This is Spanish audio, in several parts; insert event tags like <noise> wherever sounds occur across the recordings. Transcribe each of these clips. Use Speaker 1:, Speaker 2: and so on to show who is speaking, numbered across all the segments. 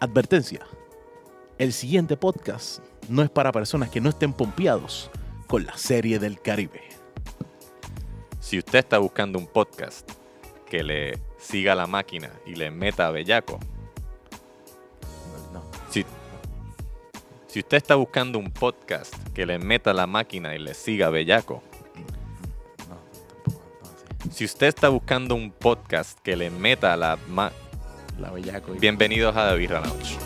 Speaker 1: Advertencia. El siguiente podcast no es para personas que no estén pompeados con la serie del Caribe.
Speaker 2: Si usted está buscando un podcast que le siga la máquina y le meta a bellaco,
Speaker 1: No, no.
Speaker 2: si, si usted está buscando un podcast que le meta la máquina y le siga a bellaco,
Speaker 1: No, tampoco. no, sí.
Speaker 2: si usted está buscando un podcast que le meta la ma-
Speaker 1: La bellaco. y-
Speaker 2: bienvenidos a David Lounge.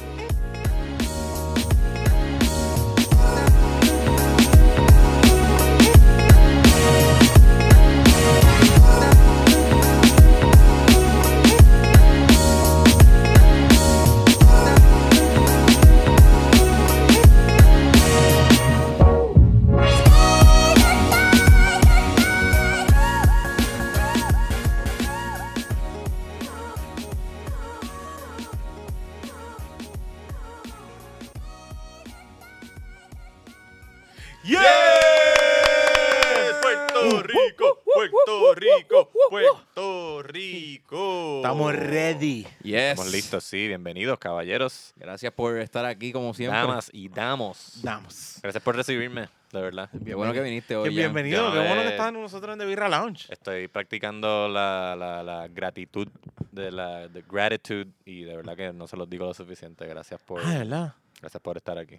Speaker 1: Uh,
Speaker 2: Puerto Rico, Puerto Rico, Puerto Rico.
Speaker 1: Estamos ready.
Speaker 3: Yes.
Speaker 2: Estamos listos, sí. Bienvenidos, caballeros,
Speaker 3: Gracias por estar aquí como siempre.
Speaker 2: damas y damos.
Speaker 1: Damos.
Speaker 2: Gracias por recibirme, de verdad.
Speaker 3: Qué bueno que viniste
Speaker 1: Qué
Speaker 3: hoy. Jan.
Speaker 1: bienvenido.
Speaker 2: Ya
Speaker 1: Qué bueno
Speaker 2: ves.
Speaker 1: que están nosotros en The Birra Lounge.
Speaker 2: Estoy practicando la, la- la gratitud, de la de gratitude, y de verdad que no se los digo lo suficiente. Gracias por,
Speaker 1: Ah, de verdad.
Speaker 2: gracias por estar aquí.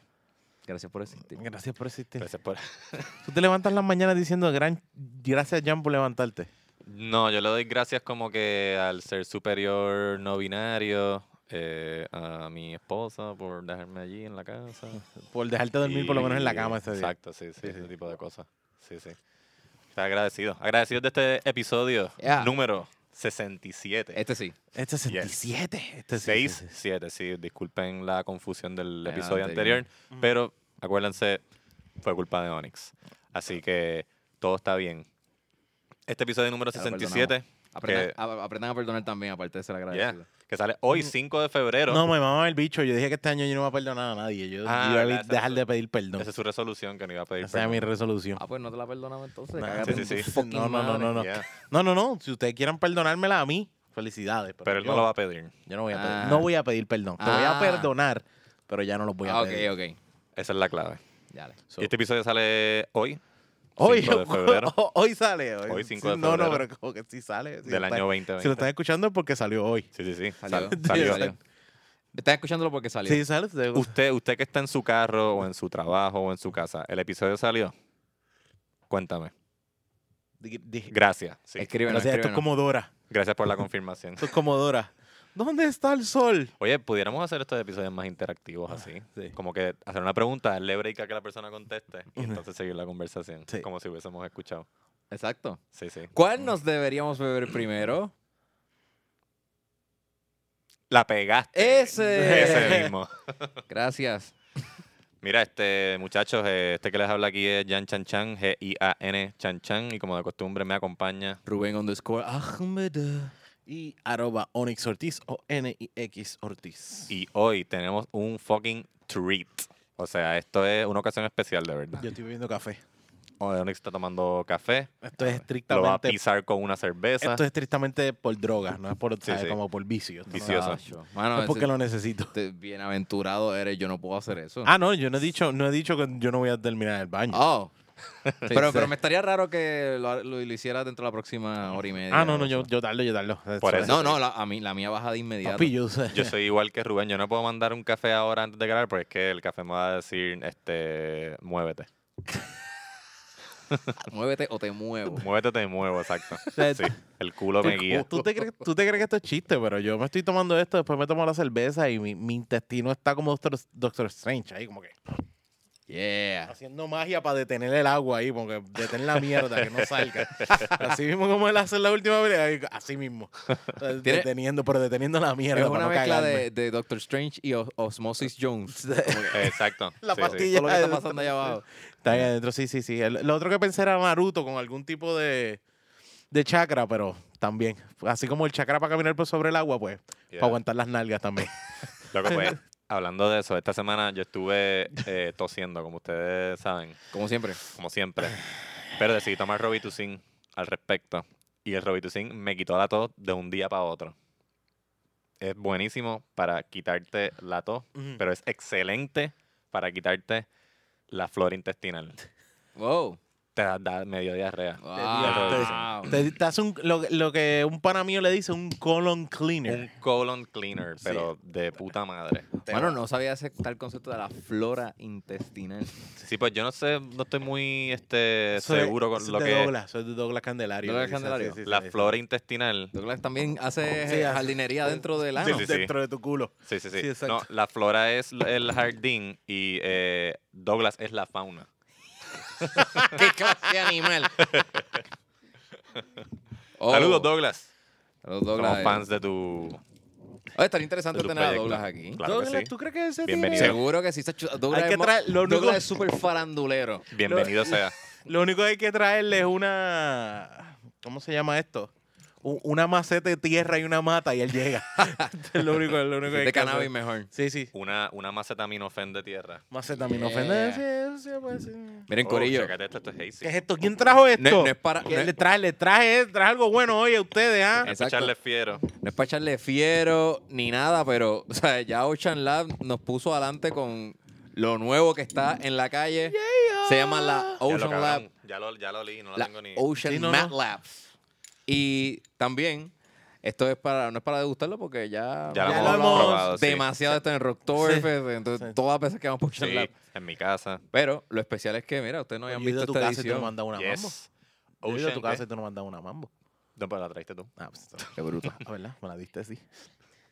Speaker 3: Gracias por existir.
Speaker 1: Gracias por existir.
Speaker 2: Gracias por... <laughs>
Speaker 1: Tú te levantas las mañanas diciendo gran gracias Jan por levantarte.
Speaker 2: No, yo le doy gracias como que al ser superior no binario, eh, a mi esposa por dejarme allí en la casa.
Speaker 1: Por dejarte dormir por lo menos en la
Speaker 2: y-
Speaker 1: cama ese día.
Speaker 2: Exacto, sí, sí,
Speaker 1: Sí,
Speaker 2: ese
Speaker 1: sí.
Speaker 2: tipo de cosas. Sí, sí. Está agradecido. Agradecido de este episodio
Speaker 3: Yeah.
Speaker 2: número 67.
Speaker 3: Este sí.
Speaker 1: Este es 67. Este
Speaker 2: 6,
Speaker 1: sí, sí, sí.
Speaker 2: 7, sí, disculpen la confusión del
Speaker 3: Ah,
Speaker 2: episodio
Speaker 3: anterior.
Speaker 2: anterior, pero acuérdense, fue culpa de Onyx. Así que todo está bien. Este episodio número
Speaker 3: Ya lo
Speaker 2: 67,
Speaker 3: Aprendan,
Speaker 2: Que-
Speaker 3: a, aprendan a perdonar también, aparte de ser
Speaker 2: yeah,
Speaker 3: agradecido.
Speaker 2: que sale hoy 5 de febrero,
Speaker 1: Mm. No, me mamaba el bicho. Yo dije que este año yo no voy a perdonar a nadie. Yo
Speaker 2: Ah,
Speaker 1: iba a
Speaker 2: verdad, esa
Speaker 1: dejar
Speaker 2: resol-
Speaker 1: de pedir perdón.
Speaker 2: esa es su resolución que no iba a pedir
Speaker 1: Esa es mi
Speaker 2: perdón.
Speaker 1: resolución.
Speaker 3: Ah, pues no te la perdonamos entonces.
Speaker 1: Nah,
Speaker 3: cágate
Speaker 2: sí,
Speaker 3: en
Speaker 2: sí,
Speaker 3: tu
Speaker 2: sí.
Speaker 3: fucking
Speaker 1: No, no, no,
Speaker 3: madre.
Speaker 1: no.
Speaker 2: Yeah,
Speaker 1: <laughs> No, no, no. Si ustedes quieran perdonármela a mí, felicidades.
Speaker 2: Pero él
Speaker 1: yo,
Speaker 2: no lo va a pedir.
Speaker 1: Yo no voy a pedir,
Speaker 3: Ah.
Speaker 1: no voy a pedir perdón. Te voy a
Speaker 3: Ah.
Speaker 1: perdonar, pero ya no los voy a
Speaker 3: Ah, ok,
Speaker 1: pedir.
Speaker 3: ok.
Speaker 2: Esa es la clave.
Speaker 3: Dale.
Speaker 1: So,
Speaker 2: Este episodio sale hoy,
Speaker 1: hoy,
Speaker 2: 5 de febrero
Speaker 1: hoy sale.
Speaker 2: Hoy, 5 de
Speaker 1: No, no,
Speaker 2: febrero.
Speaker 1: pero como que <laughs> sí sale. Si
Speaker 2: del
Speaker 1: lo
Speaker 2: año
Speaker 1: están- Si lo
Speaker 2: 2020.
Speaker 1: están escuchando es porque salió hoy.
Speaker 2: Sí, sí, sí. sal-
Speaker 3: Salió.
Speaker 2: salió.
Speaker 3: Salió. Estás escuchándolo porque salió.
Speaker 1: Sí, sale. te-
Speaker 2: Usted, usted que está en su carro o en su trabajo o en su casa, ¿el episodio salió? Cuéntame.
Speaker 1: di- di-
Speaker 2: Gracias. sí.
Speaker 3: Escríbelo,
Speaker 1: o sea, esto es
Speaker 3: escríbelo.
Speaker 1: como Dora. <laughs>
Speaker 2: Gracias por la confirmación.
Speaker 1: Esto es como Dora. ¿Dónde está el sol?
Speaker 2: Oye, pudiéramos hacer estos episodios más interactivos así.
Speaker 1: sí.
Speaker 2: Como que hacer una pregunta, darle break a que la persona conteste y
Speaker 1: Ujú.
Speaker 2: entonces seguir la conversación.
Speaker 1: Sí.
Speaker 2: Como si hubiésemos escuchado.
Speaker 3: Exacto.
Speaker 2: Sí, sí.
Speaker 3: ¿Cuál nos deberíamos beber primero?
Speaker 2: La
Speaker 1: <laughs>
Speaker 2: pegaste.
Speaker 3: Ese.
Speaker 2: Ese mismo.
Speaker 3: Gracias.
Speaker 2: Mira, este muchachos, eh, este que les habla aquí es Jan Chan Chan, G-I-A-N Chan Chan, y como de costumbre me acompaña.
Speaker 3: Rubén underscore Ahmed.
Speaker 1: Y arroba Onyx Ortiz o N-I-X Ortiz.
Speaker 2: Y hoy tenemos un fucking treat. O sea, esto es una ocasión especial, de verdad.
Speaker 1: Yo estoy bebiendo café.
Speaker 2: Onyx está tomando café,
Speaker 1: Esto es
Speaker 2: lo va a
Speaker 1: estrictamente
Speaker 2: pisar con una cerveza.
Speaker 1: Esto es estrictamente por drogas, no es por,
Speaker 2: Sí,
Speaker 1: ¿sabes?
Speaker 2: sí.
Speaker 1: como por vicio. Esto no-
Speaker 2: Vicioso.
Speaker 3: Tacho. Mano,
Speaker 1: Es porque
Speaker 3: ese-
Speaker 1: lo necesito.
Speaker 3: te- bienaventurado eres. Yo no puedo hacer eso.
Speaker 1: Ah, no, yo no he dicho, no he dicho que yo no voy a terminar el baño. <laughs>
Speaker 3: Oh. pero,
Speaker 1: sí.
Speaker 3: pero me estaría raro que lo, lo- lo hiciera dentro de la próxima hora y media.
Speaker 1: ah, no, no,
Speaker 3: o
Speaker 1: yo,
Speaker 3: sea.
Speaker 1: yo darlo, yo darlo.
Speaker 2: Por
Speaker 1: Eso
Speaker 2: eso.
Speaker 1: es.
Speaker 3: No, no, la, a mí, la mía baja de inmediato.
Speaker 1: Papi, yo sé. <laughs>
Speaker 2: Yo soy igual que Rubén, yo no puedo mandar un café ahora antes de grabar porque es que el café me va a decir, este, muévete.
Speaker 3: Muévete o
Speaker 1: <laughs>
Speaker 3: te muevo.
Speaker 2: Muévete, te muevo, exacto.
Speaker 1: sea,
Speaker 2: Sí, el
Speaker 1: <laughs>
Speaker 2: culo me guía.
Speaker 1: Tú te, crees, tú te crees que esto es chiste, pero yo me estoy tomando esto, después me tomo la cerveza y mi, mi intestino está como Doctor, Doctor Strange ahí, como que
Speaker 3: Yeah.
Speaker 1: haciendo magia para detener el agua ahí, como que detener la mierda, que no salga. Así mismo como él hace la última vez, ahí, así mismo. Deteniendo, pero deteniendo la mierda.
Speaker 3: es
Speaker 1: para
Speaker 3: una
Speaker 1: no
Speaker 3: mezcla
Speaker 1: cagarme.
Speaker 3: de, de Doctor Strange y Os- Osmosis
Speaker 1: <laughs>
Speaker 3: Jones.
Speaker 2: Exacto.
Speaker 1: La
Speaker 2: sí, sí.
Speaker 1: pastilla.
Speaker 3: Todo lo que
Speaker 1: Ya,
Speaker 3: está
Speaker 1: <laughs>
Speaker 3: pasando allá abajo.
Speaker 1: Está ahí adentro, sí, sí, sí. El- lo otro que pensé era Naruto con algún tipo de, de chakra, pero también. Así como el chakra para caminar por sobre el agua, pues,
Speaker 2: Yeah.
Speaker 1: para aguantar las nalgas
Speaker 2: <laughs>
Speaker 1: también.
Speaker 2: Loco, pues, hablando de eso, esta semana yo estuve eh, tosiendo, como ustedes saben,
Speaker 3: Como siempre.
Speaker 2: como siempre. Pero decidí tomar Robitussin al respecto. Y el Robitussin me quitó la tos de un día para otro. es buenísimo para quitarte la tos,
Speaker 1: Ujú.
Speaker 2: pero es excelente para quitarte la flora intestinal.
Speaker 3: Wow.
Speaker 2: Te da, da medio diarrea.
Speaker 3: Wow.
Speaker 1: ah, Te, te hace un, lo, lo que un pana mío le dice, un colon
Speaker 2: Un
Speaker 1: cleaner.
Speaker 2: colon cleaner,
Speaker 1: Sí.
Speaker 2: pero de puta madre.
Speaker 1: Te
Speaker 3: Bueno,
Speaker 1: va-
Speaker 3: no sabía ese tal concepto de la flora intestinal.
Speaker 2: Sí, pues yo no sé, no estoy muy este,
Speaker 1: Soy-
Speaker 2: seguro con
Speaker 1: soy
Speaker 2: lo
Speaker 1: de
Speaker 2: que es
Speaker 1: Douglas, soy de Douglas Candelario.
Speaker 3: Douglas
Speaker 1: le dice,
Speaker 3: Candelario.
Speaker 1: sí, sí,
Speaker 2: la
Speaker 1: sí, sí.
Speaker 2: flora intestinal.
Speaker 3: Douglas también hace
Speaker 1: Sí,
Speaker 3: eh,
Speaker 1: hace-
Speaker 3: jardinería dentro del
Speaker 2: Sí,
Speaker 3: ano.
Speaker 2: sí, sí.
Speaker 1: Dentro de tu culo.
Speaker 2: Sí, sí, sí.
Speaker 1: Sí,
Speaker 2: no,
Speaker 1: exacto.
Speaker 2: la flora es l- el jardín y eh, Douglas es la fauna.
Speaker 3: <laughs>
Speaker 1: ¡Qué clase de <laughs> animal!
Speaker 3: Oh,
Speaker 2: Saludos, Douglas.
Speaker 3: Saludos, Douglas.
Speaker 2: Somos fans de tu.
Speaker 3: Oye, estaría interesante
Speaker 2: de su
Speaker 3: tener a
Speaker 2: proyecto.
Speaker 3: Douglas aquí.
Speaker 2: Claro que
Speaker 1: Douglas,
Speaker 2: sí.
Speaker 1: ¿tú crees que ese
Speaker 2: Bienvenido.
Speaker 1: tiene-
Speaker 3: Seguro que sí. está chu- Douglas,
Speaker 1: Hay que
Speaker 3: es mo-
Speaker 1: traer- lo único-
Speaker 3: Douglas es súper
Speaker 1: <laughs>
Speaker 3: farandulero.
Speaker 2: Bienvenido sea.
Speaker 1: Lo único que hay que traerle es una... ¿Cómo se llama esto? U- Una maceta de tierra y una mata y él
Speaker 3: <laughs>
Speaker 1: llega. <laughs> es lo único, es lo único que hay
Speaker 3: De
Speaker 1: que hacer.
Speaker 3: cannabis mejor.
Speaker 1: Sí, sí.
Speaker 2: Una, una macetaminofén de tierra.
Speaker 1: Maceta, mi no
Speaker 3: Yeah.
Speaker 1: ofende. Sí, sí, pues, sí.
Speaker 3: Miren,
Speaker 2: Oh,
Speaker 3: Corillo.
Speaker 2: chécate esto, esto es hazy.
Speaker 1: ¿Qué es esto? ¿Quién trajo esto?
Speaker 3: No, no es para-
Speaker 1: ¿Quién
Speaker 3: no es-
Speaker 1: le traje? Le traje, traje algo bueno hoy a ustedes, ¿ah?
Speaker 2: Hay que
Speaker 3: Exacto.
Speaker 2: echarle fiero.
Speaker 3: No es para echarle fiero ni nada, pero o sea, ya Ocean Lab nos puso adelante con lo nuevo que está en la calle. Se llama la
Speaker 2: ya, lo,
Speaker 3: Ocean Lab.
Speaker 2: cabrón, ya lo ya lo leí, no la,
Speaker 3: la
Speaker 2: tengo ni.
Speaker 3: Ocean
Speaker 1: Sí, no,
Speaker 3: Map
Speaker 1: no.
Speaker 3: Labs. Y también, esto es para, no es para degustarlo porque ya,
Speaker 2: Ya
Speaker 1: lo
Speaker 3: hemos
Speaker 1: hemos
Speaker 3: hablado
Speaker 2: probado, sí.
Speaker 3: demasiado de esto en el Rocktoberfest, entonces
Speaker 1: Sí.
Speaker 3: todas las veces que vamos por Ocean
Speaker 2: Sí,
Speaker 3: Lab.
Speaker 2: en mi casa.
Speaker 3: Pero lo especial es que, mira, ustedes no habían
Speaker 1: Yo he ido
Speaker 3: visto
Speaker 1: a tu
Speaker 3: esta
Speaker 1: casa y tú no
Speaker 3: edición. eh.
Speaker 1: mandas una mambo.
Speaker 2: Yes.
Speaker 1: Yo he ido a tu
Speaker 2: Ocean,
Speaker 1: casa y
Speaker 2: ¿qué?
Speaker 1: tú no mandas una mambo.
Speaker 2: No, pero la traiste tú.
Speaker 1: Ah, pues,
Speaker 3: Qué bruto.
Speaker 1: ah, <laughs> ¿verdad? Me la diste así.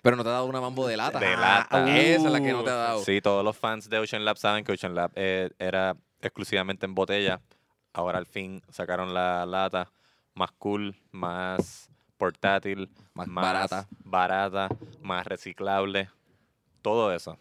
Speaker 3: Pero no te ha dado una mambo de lata.
Speaker 2: De
Speaker 1: Ah,
Speaker 2: lata.
Speaker 3: Esa es la que no te ha
Speaker 1: uh,
Speaker 3: dado.
Speaker 2: Sí, todos los fans de Ocean Lab saben que Ocean Lab eh, era exclusivamente en botella. Ahora al fin sacaron la lata más cool, más portátil,
Speaker 3: Más
Speaker 2: más,
Speaker 3: barata.
Speaker 2: barata, más reciclable. Todo eso.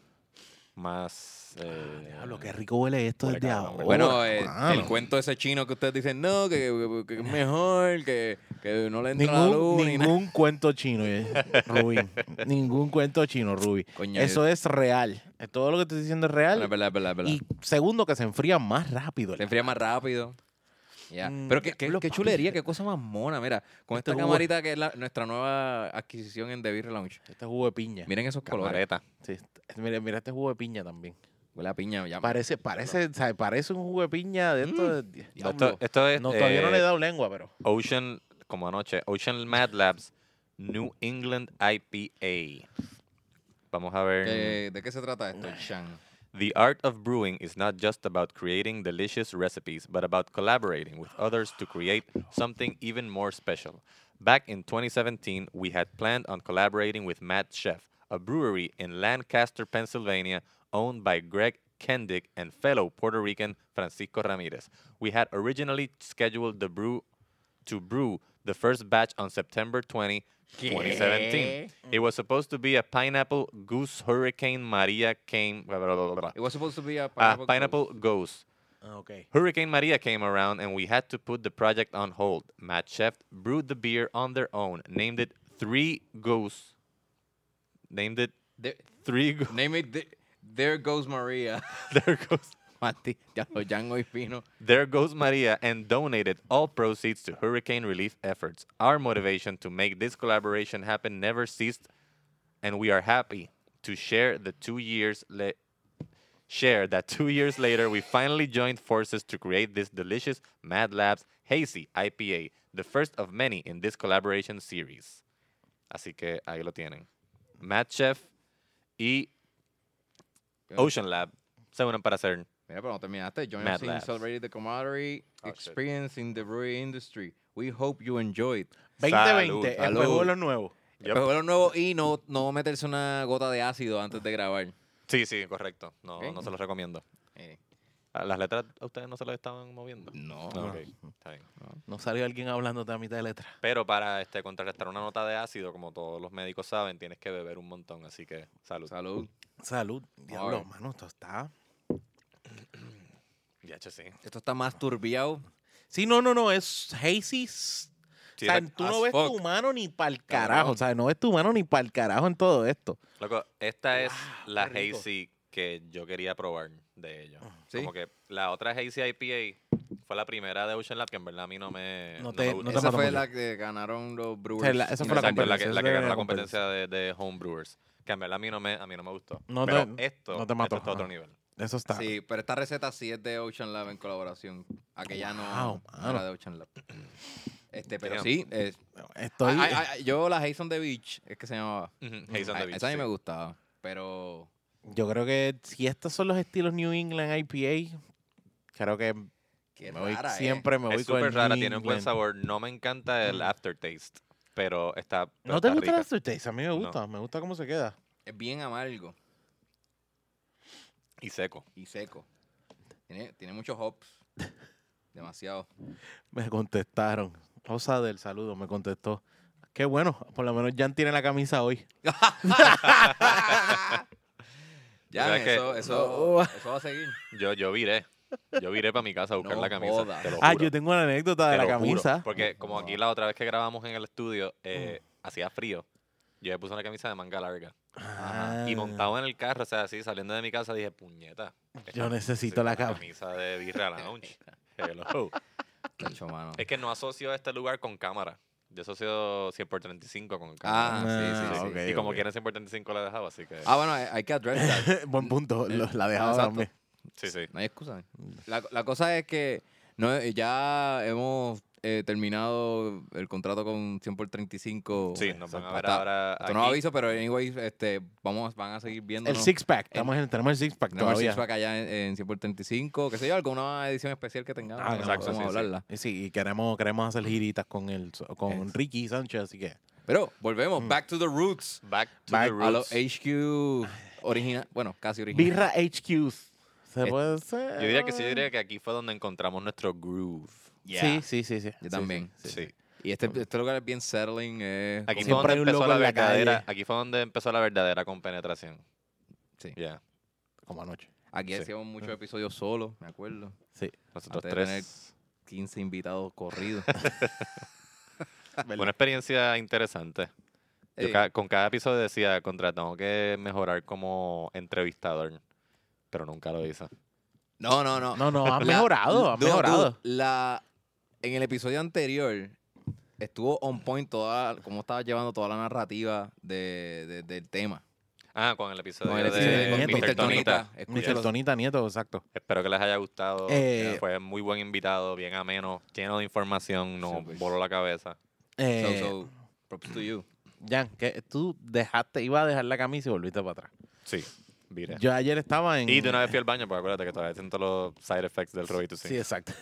Speaker 2: Más.
Speaker 3: Ah,
Speaker 2: eh,
Speaker 1: Diablo, qué rico huele esto
Speaker 2: Huele
Speaker 1: desde
Speaker 2: cabrón,
Speaker 1: ahora.
Speaker 2: huele
Speaker 3: Bueno, eh,
Speaker 1: Uh, mano.
Speaker 3: el cuento ese chino que ustedes dicen, no, que, que- que es mejor, que, que no le entra la
Speaker 1: Ningún,
Speaker 3: luz. ni nada.
Speaker 1: ningún cuento chino, eh,
Speaker 3: <laughs>
Speaker 1: Ruby. ningún cuento chino, Ruby.
Speaker 3: Coño,
Speaker 1: Eso es real. Eh, Todo lo que estoy diciendo es
Speaker 3: No, es
Speaker 1: real.
Speaker 3: verdad, es verdad, es verdad.
Speaker 1: Y segundo, que se enfría más rápido.
Speaker 3: Se enfría más rápido. Ya.
Speaker 1: Mm,
Speaker 3: Pero qué, qué-
Speaker 1: diablo,
Speaker 3: qué
Speaker 1: papi.
Speaker 3: chulería, qué cosa más mona. Mira, con
Speaker 1: Este
Speaker 3: esta
Speaker 1: jugo-
Speaker 3: camarita que es la- nuestra nueva adquisición en The Beer Lounge.
Speaker 1: Este jugo de piña.
Speaker 3: Miren esos colores.
Speaker 2: Camareta.
Speaker 1: Sí, este- mira, mira este jugo de piña también.
Speaker 3: Huele a piña. Ya.
Speaker 1: Parece, parece, o sea, parece un jugo de piña de
Speaker 3: Mm.
Speaker 1: estos. de-
Speaker 2: Esto,
Speaker 1: diablo.
Speaker 2: esto
Speaker 3: este,
Speaker 2: es.
Speaker 1: No, todavía no
Speaker 2: eh,
Speaker 1: le he dado lengua, pero.
Speaker 2: Ocean, como anoche, Ocean Mad Labs New England IPA. Vamos a ver.
Speaker 3: ¿Qué- ¿De qué se trata esto, Chan?
Speaker 2: The art of brewing is not just about creating delicious recipes, but about collaborating with others to create something even more special. Back in 2017, we had planned on collaborating with Mad Chef, a brewery in Lancaster, Pennsylvania, owned by Greg Kendick and fellow Puerto Rican Francisco Ramirez. We had originally scheduled the brew to brew the first batch on September 20, 2017. It was supposed to be a pineapple goose hurricane Maria came. Blah, blah, blah, blah,
Speaker 3: It
Speaker 2: blah.
Speaker 3: was supposed to be a
Speaker 2: Ah,
Speaker 3: pineapple.
Speaker 2: pineapple goose.
Speaker 1: Ah, ok.
Speaker 2: Hurricane Maria came around and we had to put the project on hold. Matt Chef brewed the beer on their own, named it Three Goose. Named it
Speaker 3: There-
Speaker 2: Three <laughs> Goose.
Speaker 3: name it. the- there goes Maria. <laughs>
Speaker 2: there goes
Speaker 3: Mati, ya lo Django y Pino.
Speaker 2: There goes Maria and donated all proceeds to hurricane relief efforts. Our motivation to make this collaboration happen never ceased, and we are happy to share the two years le- share that two years later we finally joined forces to create this delicious Mad Labs Hazy IPA, the first of many in this collaboration series. Así que ahí lo tienen. Mad Chef y Ocean Lab se unen para hacer
Speaker 3: Mira, pero no terminaste. Join
Speaker 2: Mad
Speaker 3: us in
Speaker 2: Labs.
Speaker 3: celebrating the camaraderie
Speaker 2: shit.
Speaker 3: experience in the brewery industry. We hope you enjoyed.
Speaker 1: 2020, el
Speaker 2: Salud.
Speaker 1: mejor lo nuevo.
Speaker 2: Yep.
Speaker 3: Pero lo nuevo y no, no meterse una gota de ácido antes de grabar.
Speaker 2: Sí, sí, correcto. No,
Speaker 3: Ok.
Speaker 2: no se los recomiendo.
Speaker 3: Eh,
Speaker 2: Ah, Las letras a ustedes no se las estaban moviendo.
Speaker 3: No.
Speaker 2: Ah,
Speaker 3: no.
Speaker 2: ok, está bien.
Speaker 1: No salió alguien hablándote a mitad de letra.
Speaker 2: Pero para este contrarrestar una nota de ácido, como todos los médicos saben, tienes que beber un montón, así que salud.
Speaker 3: Pues, Salud.
Speaker 1: Salud. Diablo,
Speaker 3: Ay.
Speaker 1: mano, esto está.
Speaker 2: Ya che, sí.
Speaker 3: Esto está más turbiado.
Speaker 1: Sí, no, no, no, es hazy. s-
Speaker 2: Sí,
Speaker 1: o
Speaker 2: ah,
Speaker 1: sea,
Speaker 2: la-
Speaker 1: tú
Speaker 3: as
Speaker 1: no ves
Speaker 3: fuck.
Speaker 1: tu mano ni para el
Speaker 3: Cabrón.
Speaker 1: carajo. O sea, no ves tu mano ni para el carajo en todo esto.
Speaker 2: Loco, esta es
Speaker 1: Wow,
Speaker 2: la
Speaker 1: qué rico. Ah,
Speaker 2: hazy que yo quería probar de ellos.
Speaker 3: ¿Sí?
Speaker 2: Como que la otra hazy IPA fue la primera de Ocean Lab que en verdad a mí no me,
Speaker 1: No te-
Speaker 2: me
Speaker 1: no te
Speaker 2: gusta.
Speaker 3: Esa
Speaker 1: mató
Speaker 3: fue
Speaker 1: mucho.
Speaker 3: la que ganaron los Brewers.
Speaker 1: sea, la- esa fue la
Speaker 2: Exacto, la que,
Speaker 1: competencia,
Speaker 2: la que
Speaker 1: esa
Speaker 2: ganó
Speaker 1: era
Speaker 2: la
Speaker 1: la
Speaker 2: competencia de, de Homebrewers. Que en verdad a mí no me, a mí no me gustó.
Speaker 1: No te-
Speaker 2: Pero esto,
Speaker 1: no te mató, Ah.
Speaker 2: esto está a otro
Speaker 1: ajá.
Speaker 2: nivel.
Speaker 1: Eso está.
Speaker 3: Sí, pero esta receta sí es de Ocean Lab en colaboración. Aquella
Speaker 1: Wow,
Speaker 3: no
Speaker 1: mano.
Speaker 3: era de
Speaker 1: <clears throat>
Speaker 3: Ocean Lab. Este, pero
Speaker 2: Damn.
Speaker 3: sí. eh,
Speaker 1: Estoy.
Speaker 3: ay, ay, ay, yo la Jason the Beach, es que se llamaba.
Speaker 1: Mm,
Speaker 2: Ujú, Haze on the
Speaker 3: Ay,
Speaker 2: Beach,
Speaker 3: esa a mí
Speaker 2: sí.
Speaker 3: me gustaba, pero...
Speaker 1: Yo creo que si estos son los estilos New England IPA, creo que
Speaker 3: Qué
Speaker 1: me voy-
Speaker 3: rara, eh.
Speaker 1: siempre me voy
Speaker 2: Es
Speaker 1: con el
Speaker 2: súper rara,
Speaker 1: New
Speaker 2: tiene un buen
Speaker 1: England.
Speaker 2: sabor. No me encanta el
Speaker 1: Mm.
Speaker 2: aftertaste, pero está. pero
Speaker 1: ¿No te
Speaker 2: está
Speaker 1: gusta el
Speaker 2: rica.
Speaker 1: aftertaste? A mí me gusta, me gusta cómo se queda.
Speaker 3: Es bien amargo
Speaker 2: Y seco.
Speaker 3: y seco. Tiene, tiene muchos <laughs> hops. <laughs> Demasiado.
Speaker 1: Me contestaron. Osa del saludo me contestó. Qué bueno, por lo menos Jan tiene la camisa hoy.
Speaker 3: Ya,
Speaker 2: sabes que-
Speaker 3: eso, eso,
Speaker 1: No.
Speaker 3: eso va a seguir.
Speaker 2: Yo, yo viré. Yo viré para mi casa a buscar
Speaker 3: No
Speaker 2: la camisa.
Speaker 3: jodas.
Speaker 2: te lo
Speaker 1: Ah,
Speaker 2: juro,
Speaker 1: yo tengo una anécdota de
Speaker 2: te
Speaker 1: la
Speaker 2: lo juro,
Speaker 1: camisa. Mm.
Speaker 2: Porque como aquí
Speaker 3: No.
Speaker 2: la otra vez que grabamos en el estudio, eh, hacía frío. Yo me puse una camisa de manga larga.
Speaker 1: Ah,
Speaker 2: Y montado en el carro, o sea, así saliendo de mi casa, dije, puñeta.
Speaker 1: Yo necesito
Speaker 2: necesito
Speaker 1: la
Speaker 2: una
Speaker 1: camisa.
Speaker 2: camisa de
Speaker 1: <laughs>
Speaker 2: Birra Lounge. Hello.
Speaker 3: Tacho, mano.
Speaker 2: Es que no asocio este lugar con cámara. Yo asocio 100 por 35 con cámara.
Speaker 3: Ah,
Speaker 1: Ah,
Speaker 3: sí, sí, sí.
Speaker 1: ok.
Speaker 2: y como quieren 100 por 35 la he dejado, así que.
Speaker 3: Ah, bueno, hay hay que address that.
Speaker 1: <laughs> Buen punto, lo- la dejaba
Speaker 3: exacto.
Speaker 1: también.
Speaker 2: <laughs> sí, sí.
Speaker 3: No hay excusa. La, la cosa es que no, eh, ya hemos eh, terminado el contrato con 100 por 35.
Speaker 2: Sí, nos van a ver
Speaker 3: Hasta-
Speaker 2: ahora.
Speaker 3: hasta no
Speaker 2: aquí.
Speaker 3: aviso, pero anyway, este, vamos, van a seguir viendo.
Speaker 1: El six pack, estamos en- tenemos el six pack
Speaker 3: Tenemos el
Speaker 1: todavía.
Speaker 3: six pack allá en, en 100 por 35, qué sé yo, alguna edición especial que tengamos.
Speaker 1: Ah,
Speaker 3: no
Speaker 1: exacto,
Speaker 3: podemos
Speaker 2: sí, sí.
Speaker 3: hablarla.
Speaker 1: Y Sí, y queremos, queremos hacer giritas con el con
Speaker 3: Ex-
Speaker 1: Ricky Sánchez, así que
Speaker 3: Pero volvemos,
Speaker 1: Mm.
Speaker 3: back to the roots.
Speaker 2: Back to
Speaker 1: Back-
Speaker 2: the
Speaker 3: A los
Speaker 2: roots.
Speaker 3: HQ original, bueno, casi original.
Speaker 2: <laughs>
Speaker 1: Birra HQs. ¿Se
Speaker 3: Eh,
Speaker 1: puede hacer?
Speaker 2: Yo diría que sí, yo diría que aquí fue donde encontramos nuestro groove.
Speaker 1: Sí, sí, sí, sí. Sí, sí,
Speaker 3: también.
Speaker 2: Sí.
Speaker 3: Y este, este lugar es bien settling. eh,
Speaker 2: Aquí fue
Speaker 1: Siempre
Speaker 2: donde
Speaker 1: hay un
Speaker 2: empezó
Speaker 1: loco
Speaker 2: la
Speaker 1: en la calle.
Speaker 2: verdadera. Aquí fue donde empezó la verdadera compenetración.
Speaker 3: Sí.
Speaker 2: Ya.
Speaker 1: Como anoche.
Speaker 3: Aquí
Speaker 2: Sí.
Speaker 3: hacíamos muchos episodios solos, me acuerdo.
Speaker 2: <laughs>
Speaker 1: Sí.
Speaker 2: Nosotros
Speaker 3: Antes de
Speaker 2: tres.
Speaker 3: 15 invitados corridos.
Speaker 2: Una experiencia interesante. <laughs> Yo
Speaker 3: Ey,
Speaker 2: ca- con cada episodio decía, contra, tengo que mejorar como entrevistador. Pero nunca lo hice.
Speaker 3: no, no, no.
Speaker 1: <laughs> No, no, ha
Speaker 3: La-
Speaker 1: mejorado, ha
Speaker 3: dude,
Speaker 1: mejorado.
Speaker 3: dude, la, en el episodio anterior estuvo on point toda, como estaba llevando toda la narrativa de, de- del tema.
Speaker 2: Ah, con el episodio
Speaker 3: Con
Speaker 2: de,
Speaker 3: el
Speaker 1: episodio de
Speaker 2: con
Speaker 1: Nieto.
Speaker 2: Mr.
Speaker 1: Mr.
Speaker 2: Tonita.
Speaker 3: Tonita, escucha-
Speaker 1: Mr. Tonita Nieto, exacto.
Speaker 2: Espero que les haya gustado.
Speaker 1: Eh,
Speaker 2: fue muy buen invitado, bien ameno, lleno de información, nos
Speaker 3: Súper.
Speaker 2: voló la cabeza.
Speaker 1: Eh,
Speaker 3: So, so, props to you.
Speaker 1: Jan, que tú dejaste, iba a dejar la camisa y volviste para atrás.
Speaker 2: Sí, mira.
Speaker 1: Yo ayer estaba en. eh,
Speaker 2: Y de una vez fui al baño, porque acuérdate que todavía siento los side effects del Robbie to
Speaker 1: Sí,
Speaker 2: Sing. <laughs>
Speaker 1: exacto.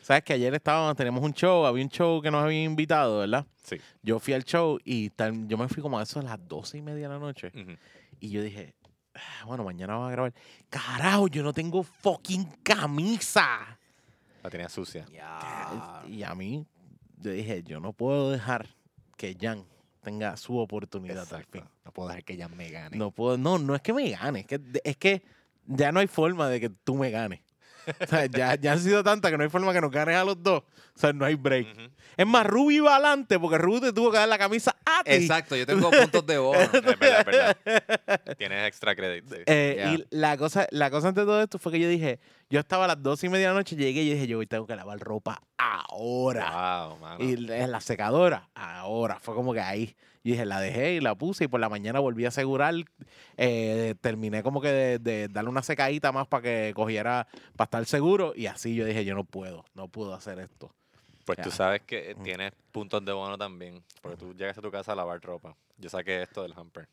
Speaker 1: Sabes que ayer estábamos, teníamos un show, había un show que nos habían invitado, ¿verdad?
Speaker 2: Sí.
Speaker 1: Yo fui al show y tal, yo me fui como a eso a las doce y media de la noche.
Speaker 2: Ujú.
Speaker 1: Y yo dije, "Ah, bueno, mañana vamos a grabar. Carajo, yo no tengo fucking camisa.
Speaker 2: La tenía sucia. Ah.
Speaker 3: Ya.
Speaker 1: Y a mí, yo dije, yo no puedo dejar que Jan tenga su oportunidad al fin.
Speaker 2: Exacto. No puedo dejar que ella me gane.
Speaker 1: No puedo, no, no es que me gane, es que, es que ya no hay forma de que tú me ganes. O sea, ya, ya han sido tantas que no hay forma que nos ganes a los dos. O sea, no hay break.
Speaker 2: Ujú.
Speaker 1: Es más, Ruby va adelante porque Ruby te tuvo que dar la camisa a ti.
Speaker 3: Exacto, yo tengo puntos de bono.
Speaker 2: Es verdad, es
Speaker 1: <laughs>
Speaker 2: verdad. Tienes extra crédito. sí.
Speaker 1: Eh,
Speaker 3: Ya.
Speaker 1: Y la cosa, la cosa ante todo esto fue que yo dije, yo estaba a las dos y media de la noche, llegué y yo dije, yo hoy tengo que lavar ropa ahora.
Speaker 2: Wow, mano.
Speaker 1: Y la la secadora, ahora, fue como que ahí. Y dije, la dejé y la puse y por la mañana volví a asegurar. eh, terminé como que de, de darle una secadita más para que cogiera, para estar seguro. Y así yo dije, yo no puedo, no puedo hacer esto.
Speaker 2: Pues tú
Speaker 1: Ya.
Speaker 2: sabes que tienes puntos de bono también, porque tú llegas a tu casa a lavar ropa. Yo saqué esto del hamper.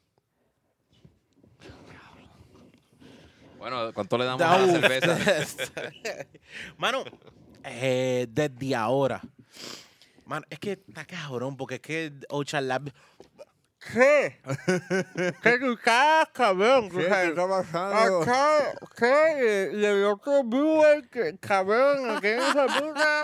Speaker 3: Bueno, ¿cuánto le damos a la
Speaker 1: Uf. <laughs>
Speaker 3: cerveza? <laughs>
Speaker 1: Mano, eh, desde ahora. Mano, es que está cabrón, porque es que Ocean Lab. ¿Qué? ¿Qué <laughs> tú estás, cabrón? O sea, Acá, ¿qué? Y el otro brewer, que, cabrón, aquí en esa puta,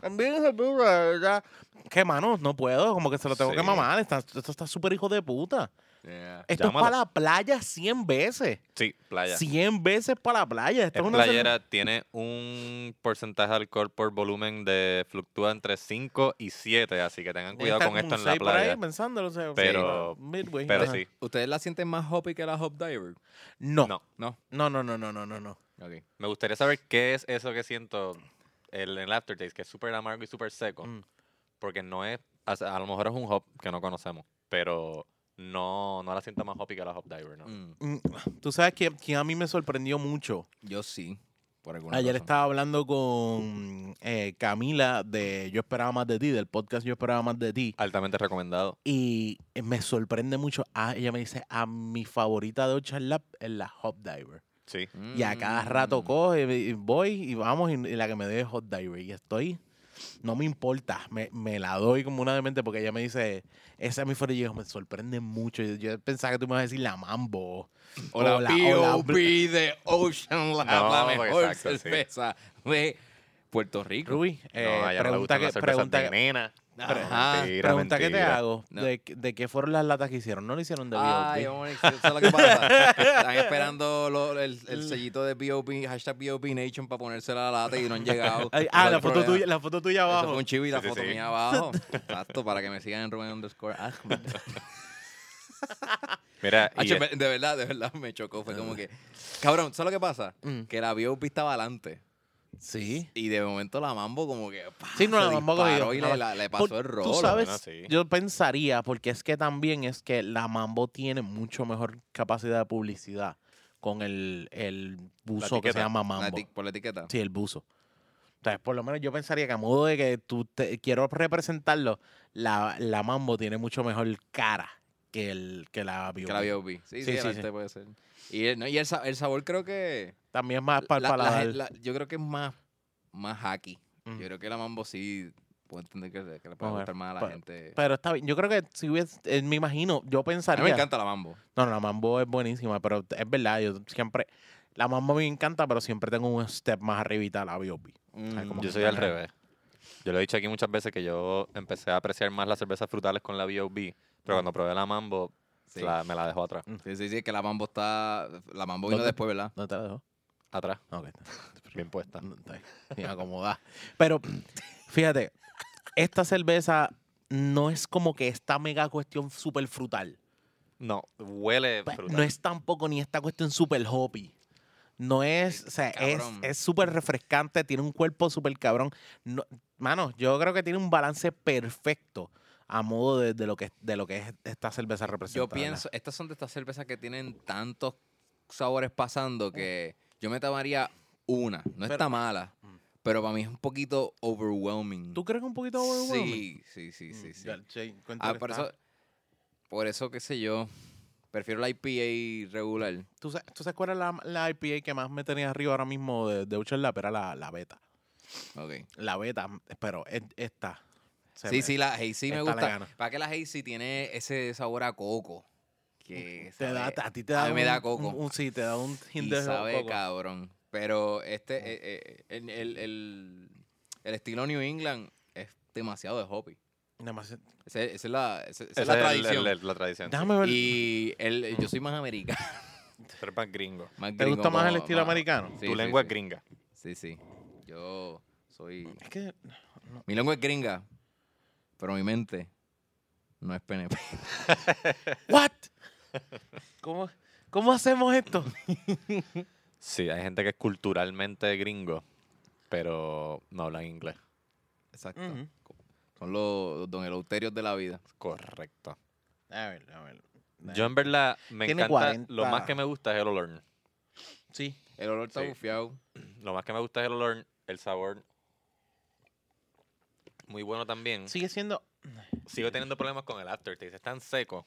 Speaker 1: también esa puta, ¿verdad? ¿Qué, mano? No puedo, como que se lo tengo que
Speaker 2: Sí.
Speaker 1: mamar. está- esto está súper hijo de puta.
Speaker 3: <laughs> Yeah.
Speaker 1: Esto
Speaker 2: Llámalo.
Speaker 1: es para la playa 100 veces.
Speaker 2: Sí, playa.
Speaker 1: 100 veces para la playa. Esto es,
Speaker 2: Es
Speaker 1: una
Speaker 2: playera, tiene un porcentaje de alcohol por volumen de fluctúa entre 5 y 7, así que tengan
Speaker 1: cerve-
Speaker 2: cuidado
Speaker 1: Está
Speaker 2: con
Speaker 1: como
Speaker 2: esto
Speaker 1: un
Speaker 2: en la
Speaker 1: seis por ahí,
Speaker 2: playa.
Speaker 1: pensándolo, o sea,
Speaker 2: Pero-
Speaker 1: midway,
Speaker 2: Pero
Speaker 1: ajá.
Speaker 2: sí,
Speaker 3: ¿Ustedes la sienten más hoppy que la Hop Diver?
Speaker 1: No,
Speaker 2: No.
Speaker 3: No.
Speaker 1: no, no, no, no, no, no. no.
Speaker 3: Ok.
Speaker 2: me gustaría saber qué es eso que siento el, el aftertaste, que es súper amargo y súper seco,
Speaker 1: Mm.
Speaker 2: porque no es, o sea, a lo mejor es un hop que no conocemos, pero no, no la siento más hoppy que la Hop Diver, ¿no?
Speaker 3: Mm,
Speaker 1: Mm, Tú sabes que, que a mí me sorprendió mucho.
Speaker 3: yo sí, por alguna
Speaker 1: Ayer
Speaker 3: razón.
Speaker 1: estaba hablando con eh, Camila de Yo Esperaba Más de Ti, del podcast Yo Esperaba Más de Ti.
Speaker 2: Altamente recomendado.
Speaker 1: Y me sorprende mucho. Ah, ella me dice, a mi favorita de Ocean Lab es la Hop Diver.
Speaker 2: Sí.
Speaker 1: Y a cada rato
Speaker 3: Mm.
Speaker 1: coge, y voy y vamos y, y la que me dé es Hot Diver. Y estoy, no me importa, me, me la doy como una demente porque ella me dice, esa es mi favorita. Y yo, me sorprende mucho. Yo, yo pensaba que tú me ibas a decir la Mambo.
Speaker 3: O la,
Speaker 1: Bl-
Speaker 3: POP de Ocean Lab,
Speaker 2: No,
Speaker 3: la mejor
Speaker 2: exacto, sí.
Speaker 3: cerveza de Puerto Rico.
Speaker 1: Rubí, eh,
Speaker 2: no, a ella no le
Speaker 1: pregunta,
Speaker 2: gustan
Speaker 1: que,
Speaker 2: las cervezas
Speaker 1: pregunta,
Speaker 2: de nena.
Speaker 3: Ajá.
Speaker 2: Mentira,
Speaker 1: pregunta que te
Speaker 2: mentira.
Speaker 1: hago.
Speaker 3: No.
Speaker 1: De, de qué fueron las latas que hicieron? No le hicieron de
Speaker 3: Ay,
Speaker 1: BLT.
Speaker 3: hombre, eso es lo que pasa. Están esperando lo- el, el sellito de BOP, hashtag BOP Nation para ponerse la lata y no han llegado.
Speaker 1: Ay,
Speaker 3: Ese
Speaker 1: Ah,
Speaker 3: es
Speaker 1: la
Speaker 3: el
Speaker 1: foto,
Speaker 3: problema.
Speaker 1: tuya, la foto tuya
Speaker 3: Eso
Speaker 1: abajo.
Speaker 3: fue un chivo y la
Speaker 2: Sí, sí,
Speaker 3: foto
Speaker 2: sí.
Speaker 3: mía abajo. Exacto, para que me sigan en Rubén underscore Ahmed.
Speaker 1: <laughs>
Speaker 2: Mira, y
Speaker 3: Hacho,
Speaker 2: es-
Speaker 3: me- de verdad, de verdad me chocó. Fue como que. Cabrón, ¿sabes lo que pasa?
Speaker 1: Eh. Mm.
Speaker 3: Que la BOP estaba adelante.
Speaker 1: Sí.
Speaker 3: Y de momento la mambo como que. pa,
Speaker 1: Sí, no,
Speaker 3: se
Speaker 1: la Mambo cogió,
Speaker 3: disparó Y
Speaker 1: no,
Speaker 3: le,
Speaker 1: la-
Speaker 3: la- le pasó
Speaker 1: Por-
Speaker 3: el rolo.
Speaker 1: Tú sabes,
Speaker 2: bueno, sí.
Speaker 1: yo pensaría, porque es que también es que la Mambo tiene mucho mejor capacidad de publicidad con el, el buzo que se
Speaker 2: etiqueta,
Speaker 1: llama
Speaker 3: La
Speaker 1: Mambo.
Speaker 3: eti- por la etiqueta.
Speaker 1: Sí, el buzo. Entonces, por lo menos yo pensaría que a modo de que tú te- quiero representarlo, la, la Mambo tiene mucho mejor cara que, el, que la
Speaker 3: Que
Speaker 1: Bio.
Speaker 3: la BOP. Sí, sí,
Speaker 1: Sí,
Speaker 3: el
Speaker 1: sí,
Speaker 3: arte
Speaker 1: sí.
Speaker 3: puede ser. Y el, no, y el, sa- el sabor creo que.
Speaker 1: También es más para el
Speaker 3: la- la
Speaker 1: paladar.
Speaker 3: gen- la- yo creo que es más, más hacky.
Speaker 1: Mm.
Speaker 3: Yo creo que la mambo sí puedo entender que, le- que le puede
Speaker 1: Vamos a ver,
Speaker 3: gustar más a la
Speaker 1: pa-
Speaker 3: gente.
Speaker 1: Pero está bien. Yo creo que si hubiese, eh, me imagino, yo
Speaker 3: A
Speaker 1: pensaría.
Speaker 3: mí me encanta la mambo.
Speaker 1: No, no, la mambo es buenísima, pero es verdad, yo siempre... La mambo me encanta, pero siempre tengo un step más arribita a la biopi.
Speaker 3: Mm,
Speaker 1: como
Speaker 2: yo
Speaker 1: que
Speaker 2: soy
Speaker 1: está
Speaker 2: al
Speaker 1: al
Speaker 2: revés. Yo lo he dicho aquí muchas veces que yo empecé a apreciar más las cervezas frutales con la B.O.B., pero cuando probé la Mambo,
Speaker 3: Sí.
Speaker 2: la- me la dejó atrás.
Speaker 3: Sí, sí, sí, que la mambo está. La mambo vino
Speaker 1: Mm. ¿Dónde?
Speaker 3: después, ¿verdad?
Speaker 1: ¿No te la dejo?
Speaker 2: Atrás,
Speaker 1: Ok, está-
Speaker 2: bien puesta.
Speaker 1: no, está bien. Ni acomodada. Pero, fíjate, esta cerveza no es como que esta mega cuestión súper frutal.
Speaker 2: No, huele
Speaker 1: Pe-
Speaker 2: frutal.
Speaker 1: Pues, No es tampoco ni esta cuestión súper hoppy. No es,
Speaker 3: Ay,
Speaker 1: o sea, es-
Speaker 3: cabrón.
Speaker 1: es súper refrescante, tiene un cuerpo súper cabrón. No- mano, yo creo que tiene un balance perfecto a modo de, de lo, que, de lo que es esta cerveza representada.
Speaker 3: Pues Yo pienso, estas son de estas cervezas que tienen tantos sabores pasando que yo me tomaría una. No
Speaker 1: Pero-
Speaker 3: está mala,
Speaker 1: Mm.
Speaker 3: pero para mí es un poquito overwhelming.
Speaker 1: ¿Tú crees que un poquito overwhelming? Mm.
Speaker 3: Sí, sí, sí, sí. sí.
Speaker 1: Ya, che, encuentro
Speaker 3: Ah,
Speaker 1: que
Speaker 3: por
Speaker 1: está-
Speaker 3: eso, por eso, qué sé yo, prefiero la IPA regular.
Speaker 1: ¿Tú, sa- tú sabes cuál era la, la IPA que más me tenía arriba ahora mismo de, de Ucher Lab? Era la, la beta.
Speaker 3: Ok.
Speaker 1: La beta, pero es- esta. se
Speaker 3: Sí,
Speaker 1: me-
Speaker 3: sí, la Hazy me
Speaker 1: esta le
Speaker 3: gusta.
Speaker 1: gana.
Speaker 3: Para que la Hazy tiene ese sabor a coco. Que
Speaker 1: Te
Speaker 3: sabe-
Speaker 1: da, a ti te da,
Speaker 3: a mí me
Speaker 1: un-
Speaker 3: da coco.
Speaker 1: Un, un- sí, te da un
Speaker 3: y
Speaker 1: hint de
Speaker 3: sabe
Speaker 1: coco.
Speaker 3: cabrón. Pero este, eh, eh, el, el- el- el estilo New England es demasiado de hoppy.
Speaker 1: Demasi-
Speaker 3: Ese- Esa, es la, esa- esa
Speaker 2: Esa
Speaker 3: es la
Speaker 2: el- el-
Speaker 3: tradición.
Speaker 2: el- la tradición. sí.
Speaker 1: Déjame ver.
Speaker 3: Y el, yo soy más americano. <laughs>
Speaker 2: Tú eres más gringo.
Speaker 3: más
Speaker 1: ¿Te
Speaker 3: gringo
Speaker 1: gusta más el
Speaker 3: como-
Speaker 1: estilo americano?
Speaker 3: Sí,
Speaker 2: tu
Speaker 3: sí,
Speaker 2: lengua
Speaker 3: sí.
Speaker 2: es gringa.
Speaker 3: Sí, sí. Yo soy...
Speaker 1: Es que
Speaker 3: Mi lengua es gringa, pero mi mente no es PNP.
Speaker 1: ¿What? <laughs> ¿Cómo, cómo hacemos esto?
Speaker 2: Sí, hay gente que es culturalmente gringo, pero no hablan inglés.
Speaker 3: <laughs> Exacto.
Speaker 1: Ujú.
Speaker 3: Son los, los don Eleuterios de la vida.
Speaker 2: Correcto.
Speaker 1: A ver, a ver.
Speaker 2: Yo en verdad me
Speaker 1: Tiene
Speaker 2: encanta, lo
Speaker 1: 40.
Speaker 2: más que me gusta es el olor.
Speaker 1: Sí.
Speaker 3: El olor está
Speaker 2: Sí.
Speaker 3: bufiado.
Speaker 2: Lo más que me gusta es el olor, el sabor. Muy bueno también.
Speaker 1: Sigue siendo.
Speaker 2: Sigo teniendo problemas con el aftertaste. Es tan seco